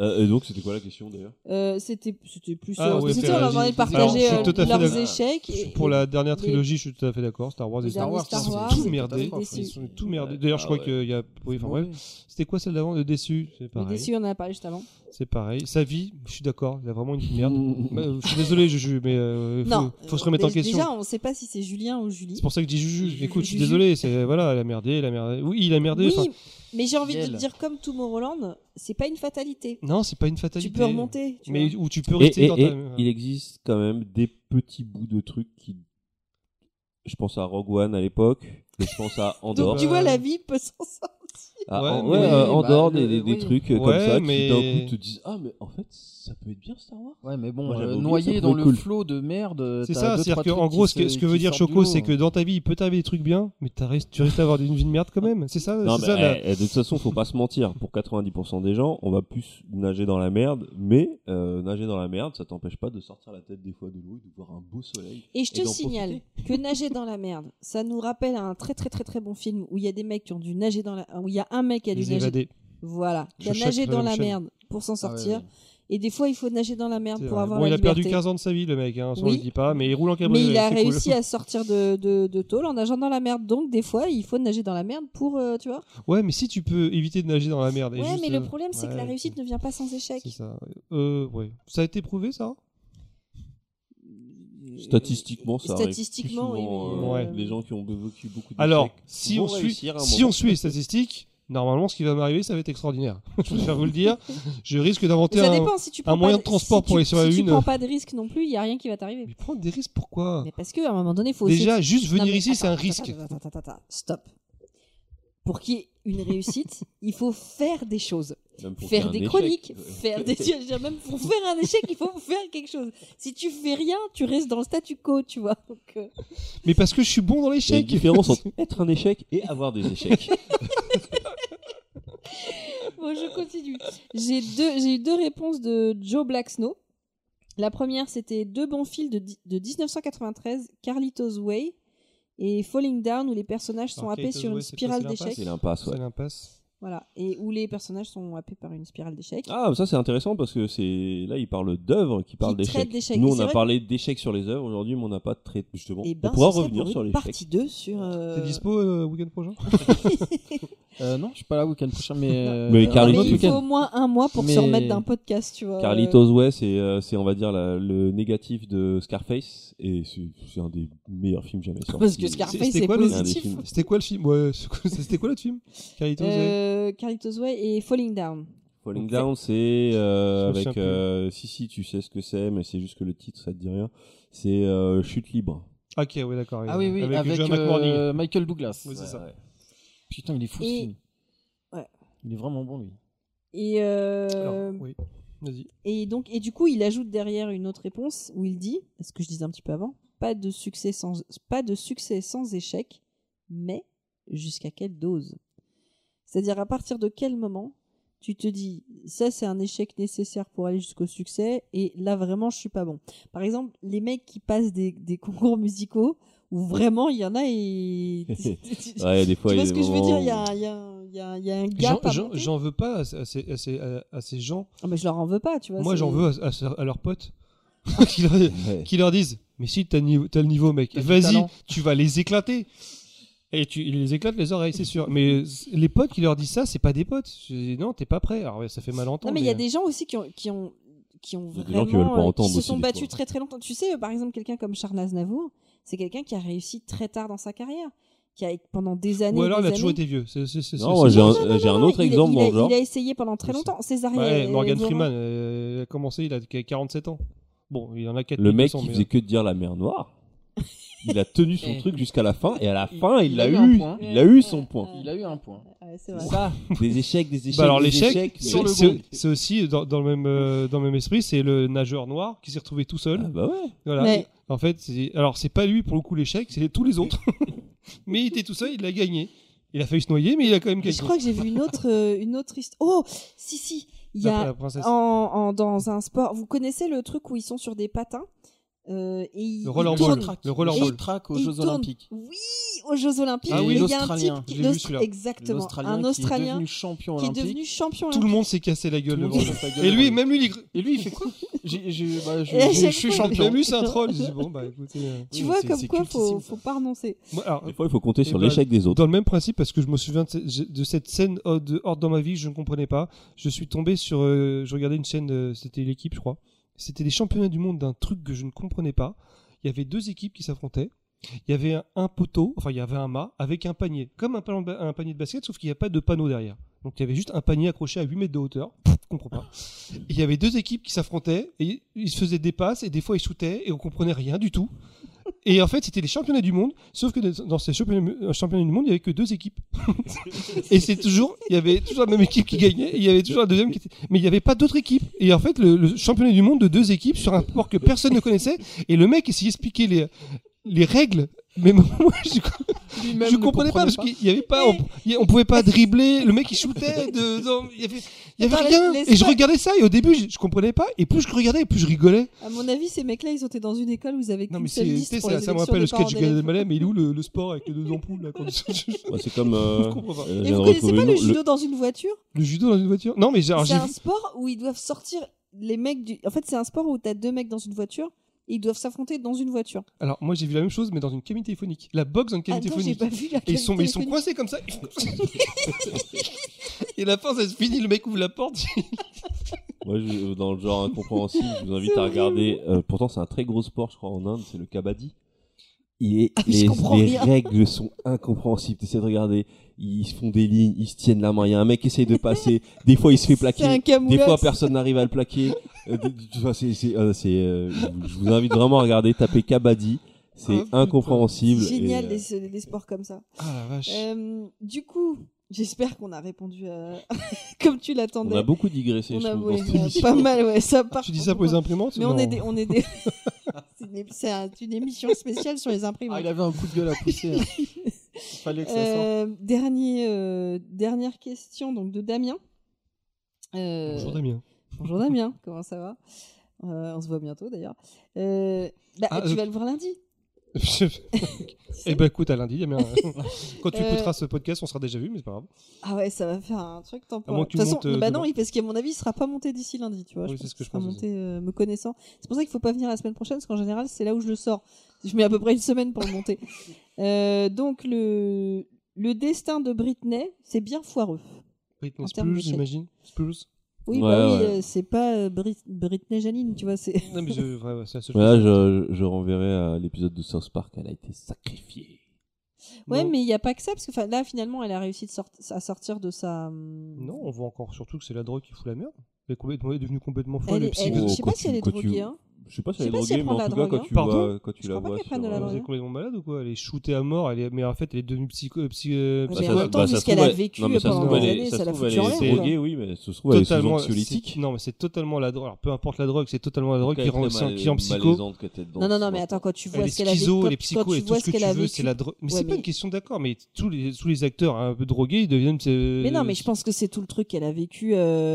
E: Euh, et donc, c'était quoi la question d'ailleurs
D: Euh, c'était c'était plus
A: Ah
D: euh,
A: ouais,
D: c'était
A: faire
D: on
A: la
D: leur demandait de
A: liste.
D: partager
A: Alors, je suis
D: euh,
A: tout à fait
D: leurs
A: d'accord.
D: échecs et-
A: Pour la dernière
D: les-
A: trilogie, je suis tout à fait d'accord. Star Wars et
D: Les
A: Star Wars,
D: derniers Star
A: ils sont
D: Wars,
A: tous
D: c'est
A: merdés.
D: catastrophe,
A: Ils
D: oui.
A: sont tous merdés. D'ailleurs, je
E: Ah
A: crois
E: ouais.
A: qu'il y a. Oui, enfin bref. C'était quoi celle d'avant Le déçu, c'est
D: le
A: pareil.
D: déçu on en a parlé juste avant
A: C'est pareil. Sa vie, je suis d'accord, il a vraiment une
C: Mmh.
A: merde. Bah,
E: Merde.
A: euh, je suis désolé, Juju, mais euh, faut,
D: non
A: faut se remettre en
D: Dé-
A: question.
D: déjà on sait pas si c'est Julien ou Julie
A: C'est pour ça que je dis Juju.
D: Juju,
A: Écoute, je suis
D: Juju.
A: désolé, c'est voilà, elle a merdé, elle a merdé. Oui, il a merdé.
D: oui
A: enfin,
D: mais j'ai envie de te
C: Yel.
D: dire comme Tomorrowland c'est pas une fatalité
A: Non, c'est pas une fatalité.
D: tu peux remonter tu
A: Mais
D: vois.
A: où tu peux
E: Et,
A: rester
E: et-
A: dans
E: et
A: ta. euh,
E: il existe quand même des petits bouts de trucs qui. Je pense à Rogue One à l'époque, et je
A: (laughs)
E: pense à Andorre.
D: donc tu vois la vie peut s'en sortir
E: Ah,
A: Bah, Ouais,
E: en,
A: mais-
E: ouais, euh, en
C: bah,
E: dehors
C: le-
E: des, des- des
C: oui.
E: trucs euh,
A: Ouais,
E: comme ça
A: mais-
E: qui d'un coup te disent ah mais en fait ça peut être bien Star Wars.
C: Ouais, mais bon,
E: Moi,
C: euh,
E: j'avais oublié, ça
C: noyé dans
E: pouvait
C: le
E: cool.
C: flot de merde. euh,
A: C'est
C: t'as
A: ça,
C: deux,
A: c'est-à-dire
C: trois
A: que,
C: trucs
A: en gros,
C: qui
A: ce que,
C: se-
A: ce que
C: qui
A: veut dire
C: sortent du
A: Choco,
C: lot. hein.
A: c'est que dans ta vie, il peut t'arriver des trucs bien, mais t'as restes- tu risques d'avoir une vie de merde quand même. C'est ça,
E: Non
A: c'est
E: mais
A: ça. la-
E: eh, eh, de toute façon faut pas se mentir. Pour 90% des gens on va plus nager dans la merde, mais euh, nager dans la merde ça t'empêche pas de sortir la tête des fois de l'eau et de voir un beau soleil.
D: et je te
E: Et d'en
D: signale que nager dans la merde ça nous rappelle un très très très très bon film où il y a des mecs qui ont dû nager dans la où il y a un mec qui a dû
A: les
D: nager
A: évader.
D: voilà qui a
A: Shawshank
D: nagé dans la
A: Redemption.
D: merde pour s'en
C: Ah ouais,
D: sortir
C: ouais.
D: et des fois il faut nager dans la
A: C'est
D: merde pour
A: vrai.
D: avoir
A: bon,
D: la
A: il a perdu
D: liberté.
A: 15 ans de sa vie, le mec, hein, ça, on
D: Oui.
A: le dit pas, mais il roule en
D: Mais
A: cabriolet.
D: il
A: bah,
D: a
A: c'est cool.
D: réussi à sortir de, de, de tôle en nageant dans la merde. Donc, des fois, il faut nager dans la merde pour, euh, tu vois.
A: Ouais, mais si tu peux éviter de nager dans la merde. et
D: Ouais,
A: juste,
D: mais le
A: euh,
D: problème, c'est que la
A: ouais,
D: réussite ne vient pas sans échec.
A: C'est ça. Euh, ouais. Ça a été prouvé, ça hein
E: Statistiquement ça arrive plus
D: Statistiquement, oui,
E: souvent,
A: mais,
E: euh,
A: euh,
E: les gens qui ont vécu beaucoup de
A: Alors, si
E: vont
A: on, suit,
E: réussir à un
A: si
E: moment.
A: on suit les statistiques, normalement, ce qui va m'arriver, ça va être extraordinaire. (laughs) je préfère vous le dire. Je risque d'inventer
D: Ça
A: un.
D: dépend si tu prends
A: un
D: pas
A: moyen de
D: si
A: transport
D: tu-
A: pour aller sur la
D: Si tu
A: Lune.
D: prends pas de risque non plus, il y a rien qui va t'arriver.
A: Mais prendre des risques, pourquoi
D: Mais parce que à un moment donné, il faut aussi-
A: Déjà, juste
D: Non,
A: venir
D: mais
A: ici, c'est un
D: attends,
A: risque.
D: attends, attends, attends, attends, stop. Pour qu'il y ait
A: (laughs)
D: une réussite, il faut faire des choses.
E: Même pour
D: faire
E: un
D: des
E: échec. euh,
D: chroniques,
A: Euh, (laughs)
D: faire des je veux dire, même pour faire un échec, il faut faire quelque chose. Si tu fais rien, tu restes dans le statu quo, tu vois. Donc, euh,
A: Mais parce que je suis bon dans
E: Il y a une
A: l'échec.
E: différence entre (laughs) être un échec et avoir des
D: (laughs)
E: échecs.
D: bon, je continue. J'ai deux, j'ai eu deux réponses de Joe Blacksnow. La première, c'était deux bons fils de, di- de 1993, Carlitos Way et Falling Down, où les personnages sont
A: Alors,
D: happés
A: Carlitos
D: sur une
A: Way, c'est quoi,
D: spirale
A: c'est l'impasse
D: d'échecs.
E: C'est l'impasse
A: (laughs)
E: ouais.
A: C'est l'impasse.
D: Voilà, et où les personnages sont happés par une spirale d'échecs.
E: Ah, ça c'est intéressant parce que c'est là il parle d'œuvres qui parlent
D: traite
E: d'échecs.
D: d'échecs.
E: Nous
D: Et
E: on
D: c'est
E: a
D: vrai
E: parlé d'échecs sur les œuvres aujourd'hui, mais on n'a pas traité justement.
D: Et ben,
E: on
D: ce
E: pourra
D: serait
E: revenir
D: pour
E: sur
D: une
E: l'échec.
D: partie 2 sur. euh,
A: T'es dispo euh, week-end prochain
C: Euh, non, je suis pas là le week-end prochain, mais. euh,
E: Mais
C: un
D: mais
E: Carlitos-
C: autre
D: il faut
C: week-end.
D: au moins un mois pour se
C: Mais-
D: remettre d'un podcast, tu vois.
E: Carlitos Way, c'est euh, c'est on va dire la- le négatif de Scarface et c'est c'est un des meilleurs films jamais sortis.
D: Parce que Scarface,
A: C'était
D: c'est
A: quoi le-
D: positif.
E: Un des films.
A: C'était quoi le film Ouais, (laughs) c'est quoi- c'était quoi l'autre film Carlitos Way
D: Euh, Carlitos Way et Falling Down.
E: Falling Down, c'est euh,
A: Je me souviens plus.
E: avec euh, si si tu sais ce que c'est, mais c'est juste que le titre ça te dit rien. C'est euh, Chute libre.
A: Ok, ouais, d'accord.
C: Ah oui, oui, avec,
A: John
C: euh,
A: McMorning.
C: Michael Douglas.
A: Oui, c'est ça.
C: Putain, il est fou
D: Et-
C: ce film.
D: Ouais.
C: Il est vraiment bon, lui.
D: Et, euh,
A: Alors, oui. Vas-y.
D: et donc et du coup, il ajoute derrière une autre réponse où il dit, ce que je disais un petit peu avant, pas de succès sans pas de succès sans échec, mais jusqu'à quelle dose C'est-à-dire à partir de quel moment tu te dis, ça c'est un échec nécessaire pour aller jusqu'au succès, et là vraiment je suis pas bon. Par exemple, les mecs qui passent des, des concours musicaux, où vraiment il y en a et...
E: Ouais, des fois,
D: tu vois
E: il y a
D: ce
E: des
D: que je veux
E: moments
D: dire
E: où- (laughs)
D: Il y a, un- il y a un- il y a un- il y a un
A: J'en-
D: gap à
A: j'en-
D: monter.
A: J'en veux pas à, ces- à ces, à ces- à- à ces gens.
D: Ah, mais je leur en veux pas, tu vois.
A: Moi,
D: c'est-
A: j'en veux à, à- à leurs potes. qui, leur,
E: Ouais.
A: qui leur disent Mais si, t'as le niveau- t'as le niveau, mec.
C: T'as du
A: Vas-y,
C: talent.
A: tu vas les éclater. Et tu, ils les éclatent les oreilles, c'est sûr. Mais c- les potes qui leur disent ça, c'est pas des potes. Je dis, non, t'es pas prêt. Alors, ouais, ça fait mal
D: Non,
A: entendre.
D: mais il y a des gens aussi qui ont, qui ont, qui ont
E: Il y a
D: vraiment,
E: des gens qui veulent pas
D: euh,
E: entendre
D: se
E: aussi,
D: sont
E: des
D: battus
E: fois.
D: très très longtemps. Tu sais, euh, par exemple, quelqu'un comme Charles Aznavour, c'est quelqu'un qui a réussi très tard dans sa carrière, qui a pendant des années.
A: euh, Ou alors,
D: des
A: il a toujours
D: années-
A: été vieux. C'est- c'est- c'est-
E: Non,
A: c'est-
E: moi,
A: c'est-
E: j'ai un,
D: Non, non, non,
E: j'ai un
D: non,
E: autre
D: il a-
E: exemple
D: il
E: dans
D: a,
E: le genre.
D: Il a essayé pendant très longtemps. Césarien.
A: Ouais,
D: euh,
A: Morgan
D: Zorin.
A: Freeman, euh, il a commencé, il a 47 ans. Bon, il en a 4
E: Le mec qui
A: euh,
E: faisait que de dire la mer noire, il a tenu son
C: Eh.
E: truc jusqu'à la fin, et à la
C: Il-
E: fin, il
C: il
E: l'a
C: a eu un
E: eu.
C: point.
E: Il a eu son point.
C: Il a eu un point.
D: Ouais, c'est vrai.
C: Ça,
E: (laughs) Des échecs, des échecs.
A: Bah alors
E: des
A: l'échec,
E: échecs, mais-
A: c'est-
C: le
A: c'est
C: gong.
A: c'est aussi dans, dans le même euh, dans le même esprit, c'est le nageur noir qui s'est retrouvé tout seul.
E: Ah bah ouais.
A: Voilà.
D: Ouais.
A: En fait, c'est- alors c'est pas lui pour le coup l'échec, c'est tous les autres. (laughs) mais il était tout seul, il l'a gagné. Il a failli se noyer, mais il a quand même
D: Mais
A: gagné.
D: Je crois que j'ai vu une autre, euh, une autre histoire. Oh, si, si. Il y
A: La-
D: a
A: la princesse.
D: en, en- dans un sport. Vous connaissez le truc où ils sont sur des patins euh, et ils,
A: Le roller
D: ils tournent.
A: ball. Le rollerball.
C: track aux
D: Il
C: Jeux
D: tourne.
C: Olympiques.
D: Oui, aux Jeux Olympiques.
A: Ah oui,
D: Et il y a un type
C: l'Australien.
D: qui-
A: Je l'ai vu,
D: l'Aust-
A: celui-là.
D: Exactement.
C: L'Australien
D: un
C: qui est
D: Australien
C: devenu champion
D: qui est
C: olympique.
D: devenu champion
A: Tout le
D: olympique.
A: monde s'est cassé la
C: Tout
A: gueule
C: le
A: devant
C: monde
A: lui.
C: se fait gueuler.
A: Et lui, même lui, il est-
C: Ah Et lui, il
A: (laughs)
C: fait quoi J'ai- j'ai- bah, je,
D: Et à
C: je-
D: chaque
C: je suis
D: fois, il
C: champion.
A: même lui, c'est un troll.
D: (laughs)
A: Je dis, bon, bah, écoutez, euh,
D: Tu
C: Oui,
D: vois
C: c'est-
D: comme
C: c'est
D: quoi faut,
C: cultissime, ça.
D: faut pas renoncer.
A: moi, alors,
E: Des fois, il faut compter sur
A: bah,
E: l'échec des autres.
A: Dans le même principe, parce que je me souviens de, ce- de cette scène hors de- hors dans ma vie, je ne comprenais pas. Je suis tombé sur. euh, je regardais une chaîne, euh, c'était l'équipe, je crois. C'était les championnats du monde d'un truc que je ne comprenais pas. Il y avait deux équipes qui s'affrontaient. Il y avait un, un poteau, enfin, il y avait un mât avec un panier. Comme un, pan- un panier de basket, sauf qu'il n'y a pas de panneau derrière. Donc il y avait juste un panier accroché à 8 mètres de hauteur. Pff, Je comprends pas. Et Il y avait deux équipes qui s'affrontaient et ils se faisaient des passes et des fois ils shootaient et on comprenait rien du tout. Et en fait, c'était les championnats du monde, sauf que dans ces championnats, euh, championnats du monde, il y avait que deux équipes. (laughs) et c'est toujours, il y avait toujours la même équipe qui gagnait, et il y avait toujours la deuxième qui était. Mais il n'y avait pas d'autre équipe. Et en fait, le, le championnat du monde de deux équipes sur un sport que personne ne connaissait, et le mec essayait d'expliquer les, les règles. Mais (laughs) moi, je,
C: Lui-même
A: je
C: ne
A: comprenais pas,
C: comprenait
A: parce qu'il n'y avait pas, on, il y- on pouvait pas dribbler, le mec il shootait, de, non, il y avait, il y avait
D: Attends,
A: rien.
D: laisse-
A: Et je
D: laisse-moi-
A: regardais ça, et au début, je, je comprenais pas, et plus je regardais, et plus je rigolais.
D: À mon avis, ces mecs-là, ils étaient dans une école où ils avaient
A: Non,
D: qu'une
A: mais
D: seule
A: c'est, tu sais,
D: liste pour
A: ça,
D: les
A: ça me
D: élections
A: rappelle le
D: des parents
A: sketch du
D: d'élèves.
A: Gallagher, mais il est où le, le sport avec les deux ampoules là, quand-
E: Ouais, c'est comme. euh,
A: (laughs) Je comprends pas.
D: Et
E: euh, je viens
D: vous
E: de
D: connaissez
E: retrouver
D: pas
E: nom.
D: le judo dans une voiture
A: Le judo dans une voiture Non, mais j'ai, alors,
D: C'est
A: j'ai
D: un
A: vu-
D: sport où ils doivent sortir les mecs du. En fait, c'est un sport où t'as deux mecs dans une voiture. et Ils doivent s'affronter dans une voiture.
A: alors, moi j'ai vu la même chose, mais dans une cabine téléphonique. La boxe dans une cabine
D: Attends, j'ai
A: téléphonique.
D: pas vu la
A: Et ils sont, mais ils sont coincés
D: téléphonique.
A: comme ça. (laughs) Et à la fin, ça se finit, le mec ouvre la porte.
E: Moi, je- euh, dans le genre incompréhensible, je vous invite
D: C'est
E: à regarder. euh, pourtant, c'est un très gros sport, je crois, en Inde, c'est le kabaddi. Il est,
D: Ah, je
E: les,
D: comprends
E: les
D: rien.
E: règles sont incompréhensibles. T'essaies de regarder, ils se font des lignes, ils se tiennent la main. Il y a un mec qui essaye de passer. Des fois, il se fait plaquer.
D: C'est un
E: Des
D: camoulox.
E: fois, personne n'arrive à le plaquer. Euh, de- de- tu vois, c'est, c'est, euh, c'est, euh, je vous invite vraiment à regarder, taper Kabaddi. C'est
A: Ah, putain.
E: incompréhensible.
D: Oh, C'est génial,
E: Et, euh,
D: des, des sports comme ça.
A: Ah la vache.
D: Euh, du coup, j'espère qu'on a répondu à- (laughs) comme tu
E: on
D: l'attendais.
E: a beaucoup digressé,
D: On
E: je
D: a-
E: trouve,
D: ouais,
E: dans cette
D: on a
E: émission.
D: (laughs) pas mal, ouais, ça part.
A: tu dis ça pour les imprimantes
D: Mais on est
A: Non.
D: des, on est des. (laughs) c'est une, ép- c'est un- une émission spéciale sur les
C: Ah,
D: imprimantes.
C: il avait un coup de gueule à pousser. (laughs) hein. Il fallait que ça sorte.
D: Euh, dernier, euh, dernière question donc de Damien. Euh,
A: Bonjour Damien.
D: bonjour Damien, comment ça va Euh, On se voit bientôt d'ailleurs. Euh, bah,
A: Ah,
D: tu
A: euh,
D: vas le voir lundi. Euh,
A: (laughs)
D: tu sais.
A: eh ben écoute, à lundi,
D: (laughs)
A: Damien. Quand tu
D: Euh,
A: écouteras ce podcast, on sera déjà vu, mais c'est pas grave.
D: Ah ouais, ça va faire un truc
A: À moins que
D: temporaire. De
A: tu
D: toute façon,
A: montes, euh,
D: bah
A: demain.
D: non, il- parce qu'à mon avis, il sera pas monté d'ici lundi, tu vois.
A: Oui,
D: je
A: c'est
D: pense
A: ce que
D: qu'il
A: je
D: sera
A: pense aussi.
D: monté, euh, me connaissant. C'est pour ça qu'il faut pas venir la semaine prochaine, parce qu'en général, c'est là où je le sors. Je mets à peu près une semaine pour
A: (laughs)
D: le monter. Euh, donc le le destin de Britney, c'est bien foireux.
A: Britney
D: en termes
A: Spears,
D: d'échec.
A: j'imagine. Spears.
D: Oui,
E: Ouais,
D: bah oui,
E: ouais.
D: euh, c'est pas euh, Brit- Britney Janine, tu vois, c'est.
A: Non, mais je, ouais, ouais, c'est la seule
E: Voilà,
A: chose.
E: je, je renverrai à l'épisode de South Park, elle a été sacrifiée.
D: Ouais,
A: Non.
D: mais il n'y a pas que ça, parce que enfin, là, finalement, elle a réussi de sort- à sortir de sa. hum,
A: Non, on voit encore surtout que c'est la drogue qui fout la merde. Elle est, complètement- elle est devenue complètement folle.
D: elle
A: et
D: est, elle-
A: psy-
E: Oh,
D: je sais
E: quand
D: pas si
E: tu-
D: elle est
E: quand tu-
D: droguée, hein.
E: Je sais pas si
D: Je
E: elle est
D: sais pas si elle
E: droguée, mais
D: prend de
E: en
D: la
E: tout cas, quand
D: drogue,
E: tu,
A: hein. Pardon
E: vois, quand tu
D: Je
E: la
D: crois pas
E: vois.
D: qu'elle prenne de la
E: euh,
A: Elle
D: drogue.
A: est complètement malade ou quoi Elle est shootée à mort, elle est... mais en fait elle est devenue psycho... psy- euh,
D: Mais
E: bah,
D: en
E: ça-
D: même temps,
E: bah,
D: vu
E: ça
D: ce
E: se
D: qu'elle
E: trouve,
D: a vécu
E: non, mais ça se
D: pendant
E: trouve,
D: des
E: elle est-
D: années,
E: ça
D: ça
E: se
D: la
E: trouve,
D: fout
E: elle
D: en
E: est
D: l'air, quoi.
E: droguée, oui, mais ça se trouve, elle est sous
A: c'est-
E: anxiolytique.
A: Non, mais c'est totalement la drogue. Alors, peu importe la drogue, c'est totalement la drogue
E: Donc,
A: qui rend,
E: elle
A: qui,
E: est
A: qui rend psycho.
E: malaisante quand elle danse,
D: Non, non, non, mais
E: ouais.
D: attends, quand tu vois
A: Elle est
D: ce qu'elle a vécu,
A: schizo, elle est
D: quand-
A: psycho,
D: quand
A: elle
D: tu
A: est tout
D: vois
A: ce que
D: qu'elle
A: tu
D: a
A: veux, c'est
D: vécu.
A: la drogue. Mais
D: Ouais,
A: c'est pas
D: mais-
A: une question d'accord, mais tous les, tous les acteurs un peu drogués, ils deviennent. euh,
D: Mais non, mais je pense que c'est tout le truc qu'elle a vécu.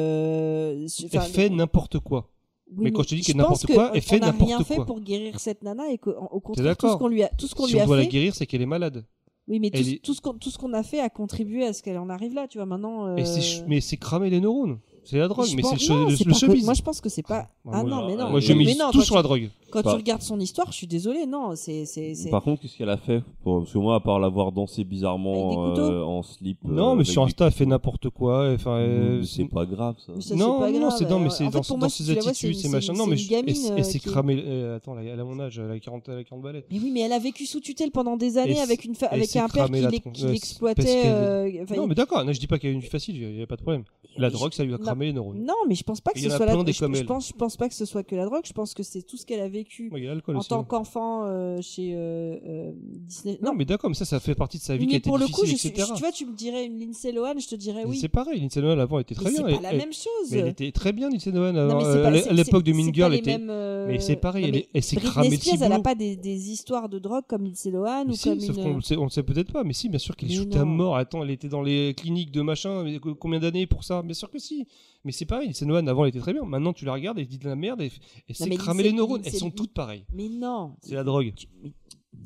D: euh, su-
A: Elle
D: enfin,
A: fait n'importe quoi.
D: Oui,
A: mais quand je te dis
D: je
A: qu'elle est n'importe
D: pense que
A: quoi, elle fait
D: on n'a rien
A: n'importe
D: fait
A: quoi.
D: pour guérir cette nana et qu'au contraire, tout
A: d'accord
D: ce qu'on lui a, tout ce qu'on
A: si
D: lui
A: on
D: a
A: doit la
D: fait,
A: guérir, c'est qu'elle est malade.
D: oui, mais tout,
A: elle est-
D: tout ce qu'on tout ce qu'on a fait a contribué à ce qu'elle en arrive là, tu vois. Maintenant, euh,
A: Et c'est ch- mais c'est cramer les neurones. C'est la drogue,
D: je
A: mais
D: pense-
A: c'est le, che-
D: non,
A: le-
D: c'est
A: le
D: par contre-
A: showbiz.
D: Moi, je pense que c'est pas.
A: Bah,
D: Ah
A: moi,
D: non, mais non.
A: Moi, je
E: euh,
D: mais
A: mise
D: non,
A: tout
D: quand
A: sur la
D: tu-
A: drogue. Bah.
D: Quand
E: Par-
D: tu regardes son histoire, je suis désolée, non, c'est c'est c'est-
E: Par contre, qu'est-ce qu'elle a fait pour- Parce que moi, à part l'avoir dansé bizarrement
D: Avec des couteaux
E: euh, en slip.
A: Non,
E: euh,
A: mais
E: avec
A: sur
E: des-
A: Insta, elle fait n'importe quoi. Enfin, euh,
E: Mais C'est pas grave ça.
D: mais Mm. ça, c'est
A: non,
D: pas
A: non,
D: grave. Euh,
A: c'est non, mais
D: En
A: c'est
D: fait,
A: dans,
D: pour
A: dans
D: moi, si
A: ses
D: tu la vois, c'est
A: attitudes,
D: une-
A: ses
D: c'est
A: machins.
D: une-
A: Non, mais
D: c'est
A: je-
D: une gamine,
A: elle,
D: euh,
A: s'est
D: qui-
A: cramée. euh, attends, elle a- elle a mon âge, elle a 40, elle a 40 balais.
D: Mais oui, mais elle a vécu sous tutelle pendant des
A: Et
D: années
A: c'est-
D: avec une fa-
A: et
D: avec
A: c'est
D: un père
A: cramé
D: qui
A: la
D: l'ex-
A: tronche,
D: qui
A: ouais, parce
D: l'exploitait.
A: qu'elle-
D: euh, enfin,
A: Non, mais d'accord, non, je dis pas qu'il y a eu une vie facile, il n'y a pas de problème. La
D: je-
A: drogue, ça lui a
D: non.
A: cramé les neurones.
D: Non, mais je pense pas que
A: Il y
D: ce
A: en a
D: soit la
A: plein des
D: je,
A: comme
D: je
A: elle.
D: pense je pense pas que ce soit que la drogue. Je pense que c'est tout ce qu'elle a
A: Ouais,
D: vécu
A: Oh, Il y a l'alcool
D: en
A: aussi.
D: tant
A: ouais.
D: qu'enfant euh, chez euh, euh, Disney.
A: Non, mais d'accord, mais ça, ça fait partie de sa vie qui a
D: mais
A: été
D: pour le coup,
A: difficile,
D: je suis,
A: etc.
D: je- tu vois, tu me dirais une Lindsay Lohan, je te dirais
A: Mais
D: oui.
A: C'est pareil, Lindsay Lohan avant était
D: Mais
A: très
D: c'est
A: bien.
D: pas
A: elle-
D: la
A: elle-
D: même chose.
A: mais Elle était très bien, Lindsay Lohan.
D: Non, mais c'est
A: euh,
D: pas-
A: à l'é-
D: c'est-
A: À l'époque de
D: c'est- c'est
A: Mean
D: pas
A: Girl,
D: les
A: elle était.
D: mêmes, euh,
A: mais c'est pareil,
D: non,
A: elle
D: mais
A: est- elle s'est
D: Britney
A: cramée le
D: Spears, elle n'a
A: ciboulot.
D: pas des, des histoires de drogue comme Lindsay Lohan
A: Mais
D: ou
A: si,
D: comme
A: sauf
D: une- euh,
A: qu'on le sait- on le sait peut-être pas, mais si, bien sûr qu'elle est
D: Mais
A: shootée à
D: non.
A: mort. Attends, elle était dans les cliniques de machin, mais co- combien d'années pour ça Bien sûr que si. Mais c'est pareil, Lindsay Lohan avant elle était très bien. Maintenant tu la regardes et tu dis de la merde et, et c'est
D: mais
A: cramer
D: Lindsay-
A: les neurones.
D: Lindsay-
A: Elles sont toutes pareilles.
D: Mais non.
A: C'est la drogue.
D: Tu- mais-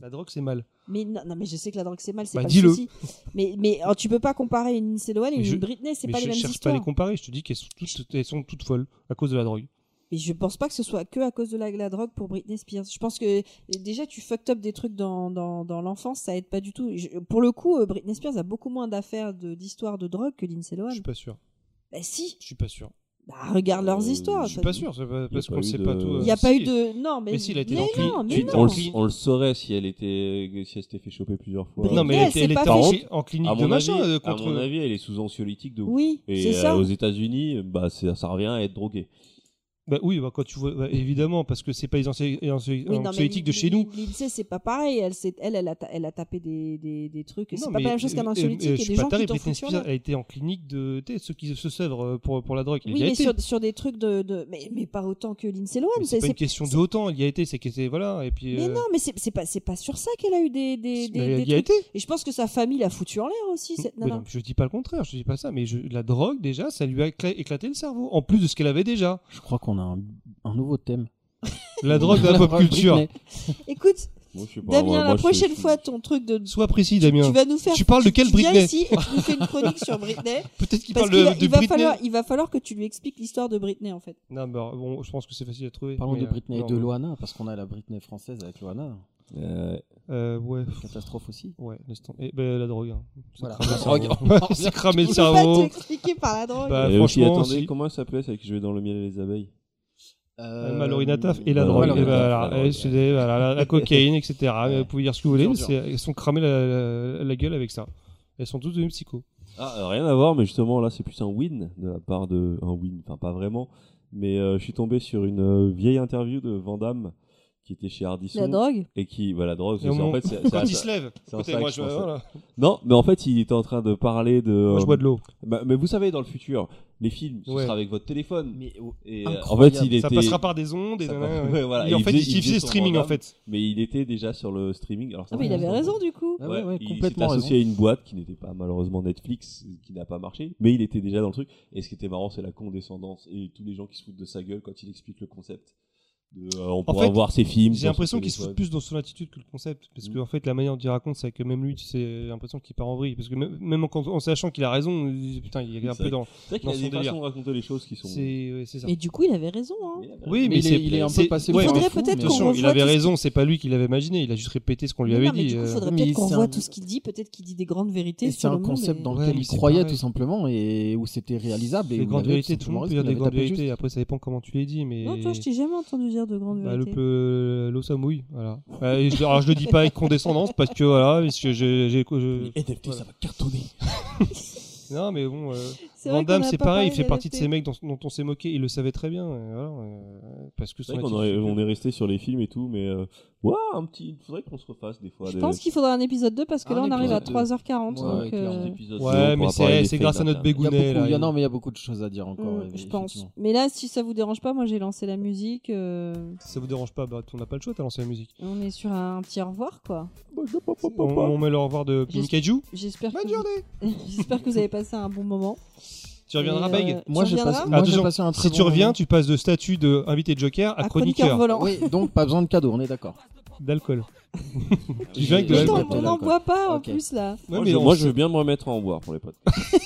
A: La drogue c'est mal.
D: Mais non, non, mais je sais que la drogue c'est mal, c'est
A: Bah,
D: pas
A: dis-le.
D: le souci. Mais mais oh, tu peux pas comparer une Lindsay Lohan et
A: Mais
D: une
A: je-
D: Britney, c'est
A: Mais
D: pas
A: je
D: les mêmes
A: cherche
D: histoires.
A: pas à les comparer, je te dis qu'elles sont toutes, elles sont toutes folles à cause de la drogue.
D: Mais je pense pas que ce soit que à cause de la, la drogue pour Britney Spears. Je pense que déjà tu fucked up des trucs dans, dans, dans l'enfance, ça aide pas du tout. Je- pour le coup, euh, Britney Spears a beaucoup moins d'affaires de- d'histoires de, drogue que Lindsay
A: Je
D: Lohan.
A: suis pas sûr.
D: Bah si,
A: Je suis pas sûr.
D: bah, regarde leurs
E: Euh,
D: histoires.
A: Je suis
D: ça-
A: pas sûr, c'est pas-
E: a
A: parce
E: pas
A: qu'on
E: eu
A: sait
E: de-
A: pas tout.
D: Il
A: euh,
D: n'y a pas
A: si.
D: eu de... Non, mais...
A: Mais si, elle a été
D: mais
A: dans
D: non,
A: Cli-
D: mais
A: tu-
D: non.
E: On le,
A: Clean.
E: on le saurait si elle était si elle s'était fait choper plusieurs fois.
A: Non, mais
D: Britney,
A: elle,
D: elle
A: était-
D: s'est
A: elle
D: pas
A: était en,
E: fait-
A: cli- en clinique
E: à
A: de
E: mon, avis,
A: machin euh,
E: à
A: contre.
E: mon avis, elle est sous anxiolytique de ouf.
D: Oui, c'est
E: Et euh,
D: ça.
E: aux États-Unis, bah c'est ça revient à être drogué.
A: Bah oui, bah, quand tu vois, bah, évidemment, parce que c'est pas les anxi- les anxi-
D: Oui, non, mais
A: anxiolytiques de
D: Lin-
A: chez nous.
D: Lin- Lindsay, c'est pas pareil. Elle, c'est- elle, elle, a, ta- elle a tapé des, des, des trucs. C'est
A: Non,
D: pas
A: mais,
D: la même chose qu'un
A: euh,
D: anxiolytique.
A: euh,
D: Il
A: je
D: y a
A: suis
D: des
A: pas
D: gens qui
A: taré,
D: t'en
A: Britney
D: foutent sur la-
A: Spears a été en clinique de. tu sais, Ceux qui se sevrent euh, pour, pour la drogue. il
D: Oui,
A: y a
D: mais
A: été.
D: sur, sur des trucs de... de- Mais, mais pas autant que Lindsay Lohan.
A: Mais c'est
D: c'est-
A: pas
D: c'est-
A: une question de autant, il y a été, c'est que c'est. Voilà, et puis.
D: Mais
A: euh,
D: non, mais c'est c'est pas, c'est pas sur ça qu'elle a eu des, des, des,
A: mais
D: des
A: il y a
D: trucs.
A: été.
D: Et je pense que sa famille l'a foutu en l'air aussi, cette
A: Mais
D: nana.
A: non, je dis pas le contraire, je dis pas ça, mais je- la drogue, déjà, ça lui a écla- éclaté le cerveau, en plus de ce qu'elle avait déjà.
C: Euh, Je crois qu'on a un, un nouveau thème.
A: La drogue de la pop
C: drogue
A: culture.
C: Britney.
D: Écoute,
E: Moi, je sais pas,
D: Damien,
E: moi- moi,
D: la
E: je-
D: prochaine
E: je-
D: fois, ton truc de.
A: Sois précis, Damien.
D: Tu vas nous faire.
A: Tu parles de quelle
D: viens
A: Britney
D: ici et tu nous fais une chronique
A: (laughs)
D: sur Britney.
A: Peut-être qu'il
D: Parce
A: parle
D: qu'il
A: de,
D: va-
A: de
D: il va,
A: Britney.
D: falloir- il va falloir que tu lui expliques l'histoire de Britney, en fait.
A: Non, mais alors, bon, je pense que c'est facile à trouver.
C: Parlons
A: mais,
C: de
A: euh,
C: Britney et
A: non,
C: de
A: ouais.
C: Loana, parce qu'on a la Britney française avec Loana.
E: Euh,
A: Euh, ouais. pff,
C: Catastrophe aussi.
A: Ouais, laisse tomber. Eh ben, la drogue. Hein. Ça crame
C: Voilà.
A: le
C: La
A: cerveau.
C: drogue.
A: C'est cramer
D: Il
A: le
D: peut pas te
A: cerveau.
D: l'expliquer par la drogue.
A: Bah,
E: et aussi,
A: franchement,
E: attendez,
A: si-
E: comment elle s'appelait celle qui jouait dans le miel et les abeilles
C: Euh,
A: Mallory Nataf et la
E: Mallory
A: drogue,
E: Nataf,
A: et bah,
E: la
A: alors,
E: drogue,
A: eh,
E: ouais.
A: c'est des- voilà, la, la cocaïne, etc.
C: Ouais.
A: Vous pouvez dire ce que vous voulez,
C: Dur,
A: mais
C: dur.
A: c'est- elles sont cramées la, la- la gueule avec ça. Elles sont toutes devenues psycho.
E: Ah, euh, rien à voir, mais justement, là, c'est plus un win de la part de. Un win, enfin, pas vraiment. Mais euh, je suis tombé sur une euh, vieille interview de Van Damme qui était chez Hardisson.
D: La drogue
E: Et qui. Voilà, drogue.
A: Et au
E: c'est- En
A: moment-
E: fait, c'est- c'est
A: Quand
E: un-
A: ils se lèvent,
E: c'est un
A: écoutez,
E: sac,
A: moi
E: je
A: je,
E: pense.
A: voilà.
E: Non, mais en fait, il était en train de parler de.
A: Moi, je
E: euh,
A: bois de l'eau.
E: bah, mais vous savez, dans le futur, les films, ce
A: Ouais.
E: sera avec votre téléphone.
C: Mais oh,
E: Et, euh, en fait,
C: Incroyable.
E: il était.
A: Ça passera par des ondes. Et
E: Ça
A: nan,
E: passe-
A: nan,
E: ouais, voilà.
A: Et en
E: Il
A: fait,
E: faisait-
A: il
E: il
A: kiffait
E: faisait son
A: streaming en
E: programme.
A: fait.
E: Mais il était déjà sur le streaming. Alors, ça hein.
D: Ah, mais il
E: reste
D: avait
E: dans-
D: raison, du coup.
C: Ah ouais, ouais,
E: il s'est
C: complètement
E: associé à une boîte qui n'était pas malheureusement Netflix, euh, qui n'a pas marché, mais il était déjà dans le truc. Et ce qui était marrant, c'est la condescendance et tous les gens qui se foutent de sa gueule quand il explique le concept. De, euh, on pourra
A: fait,
E: voir ses films.
A: J'ai
E: sur
A: l'impression
E: son
A: qu'il se fout
E: téléphone.
A: plus dans son attitude que le concept. Parce que,
E: Mm.
A: en fait, la manière dont il raconte, c'est que même lui, tu sais, j'ai l'impression qu'il part en vrille. Parce que même même en, en sachant qu'il a raison, il dit, putain, il est un
E: C'est
A: peu dans.
E: C'est vrai qu'il
A: dans
E: a
A: son
E: des
A: délire.
E: façons de raconter les choses qui sont.
A: C'est ouais, c'est ça.
D: Mais du coup, il avait raison. Hein.
E: Mais, euh,
A: Oui, mais,
C: Mais il
A: c'est-
C: est- il est un peu
A: c'est-
C: passé
A: ouais,
D: il
A: mais
D: faudrait
C: on s'en fout,
D: peut-être
C: mais-
D: qu'on
A: Attention,
D: revoie
A: il avait
D: tout ce-
A: raison, c'est pas lui qui l'avait imaginé, il a juste répété ce qu'on lui
D: Mais
A: avait
D: non, mais
A: dit.
D: du coup,
A: euh.
D: faudrait
C: Oui,
D: peut-être qu'on
C: c'est
D: voit
C: un-
D: tout ce qu'il dit, peut-être qu'il dit des grandes vérités
C: Et c'est
D: sur
C: un
D: le monde,
C: concept
D: et-
C: dans
A: Ouais,
C: lequel
A: mais
C: il
A: c'est
C: croyait
A: pareil.
C: tout simplement et où c'était réalisable. Et
A: Les
C: où
A: grandes
C: il avait
A: vérités,
C: tout
A: tout le monde peut dire
C: simplement
A: des
C: raison,
A: grandes
C: il avait tapé
A: vérités,
C: juste.
A: après ça dépend comment tu les dis, mais.
D: Non, toi, je t'ai jamais entendu dire de grandes
A: Bah, le
D: vérités.
A: peu, l'eau ça mouille,
C: (laughs)
A: voilà. Euh, et je- alors je le dis pas avec condescendance parce que euh, voilà, parce que j'ai. j'ai- je-
E: NFT, ça va cartonner.
A: Non, mais bon, euh,
D: c'est
A: Van
D: vrai qu'on
A: Damme,
D: a
A: c'est
D: pas
A: pareil, il
D: parlé
A: fait partie de
D: d'adapter.
A: ces mecs dont, dont on s'est moqué, il le savait très bien. euh, voilà, euh, parce que
E: C'est
A: son
E: vrai qu'on
A: attitude-
E: aurait- on est resté sur les films et tout, mais euh, ouah, un petit. Il faudrait qu'on se refasse des fois.
D: Je
E: des-
D: pense qu'il faudra un épisode 2 parce que
A: Ah
C: Un
D: là on arrive à
C: épisode 2.
D: 3h40.
C: Ouais,
D: donc,
C: avec
D: euh,
C: leur
E: des épisodes,
A: Ouais,
E: sinon, on
A: mais
E: pourra
A: c'est-
E: parler des
A: c'est grâce
E: faits
A: à notre
C: Il
E: d'interne.
C: y a
A: Gounet,
C: beaucoup,
A: là,
C: il y a-
A: il-
C: non, mais il y a beaucoup de choses à dire encore. euh,
D: mm, je
C: effectivement.
D: pense. Mais là, si ça vous dérange pas, moi j'ai lancé la musique. euh,
A: Si ça vous dérange pas, bah, on n'a pas le choix, t'as lancé la musique.
D: on est sur un petit au revoir quoi.
A: On, on met le au revoir de Pinkaju.
D: J'espère que,
A: Bonne
D: vous...
A: journée
D: (laughs) j'espère que vous avez passé un bon moment.
A: Tu reviendras,
D: Et,
A: Beg
D: euh,
C: Moi,
D: tu
C: j'ai
D: reviendras
C: passé, moi, j'ai
A: Attention,
C: passé un très
A: Ah, Si tu
C: bon
A: reviens,
C: moment.
A: tu passes de statut de invité de Joker à,
D: à
A: chroniqueur,
D: volant.
C: Oui, donc pas besoin de cadeau, on est d'accord.
H: (laughs)
A: d'alcool. Tu
C: Oui,
A: viens avec de
C: j'ai-
D: Mais
C: j'ai
A: l'alcool.
D: attends,
C: capté
D: on n'en
C: l'alcool.
D: boit pas en
C: Ok.
D: plus là.
A: Ouais,
E: moi,
A: mais
E: je,
A: on
E: moi,
A: s-
E: je veux bien me remettre à en boire pour les podcasts.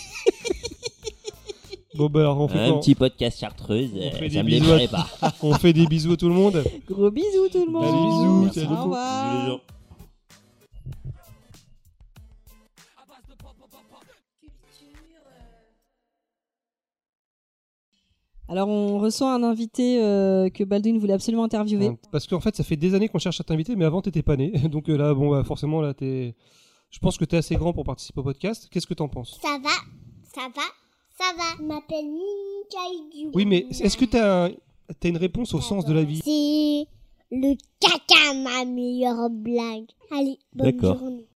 A: Bon, bah, alors, on fait quoi
H: Un petit podcast chartreuse,
A: On
H: euh,
A: fait
H: ça
A: des
H: me
A: bisous à-
H: déplairait pas.
A: On fait des bisous à tout
H: (laughs)
A: le monde.
D: Gros bisous tout le
A: Allez,
D: monde.
A: bisous, salut
D: Au
A: beaucoup.
D: revoir.
E: Bisous, les gens.
B: Culture.
D: Alors on reçoit un invité euh, que Baldwin voulait absolument interviewer.
A: Parce qu'en fait, ça fait des années qu'on cherche à t'inviter, mais avant, t'étais pas né. (laughs) Donc euh, là, bon, bah, forcément, là, t'es. Je pense que t'es assez grand pour participer au podcast. Qu'est-ce que t'en penses
I: Ça va, ça va, ça va. Je m'appelle Ninkaïdu.
A: Oui, mais est-ce que t'as as une réponse au sens de la vie
I: C'est le caca, ma meilleure blague. Allez, bonne
E: D'accord.
I: journée.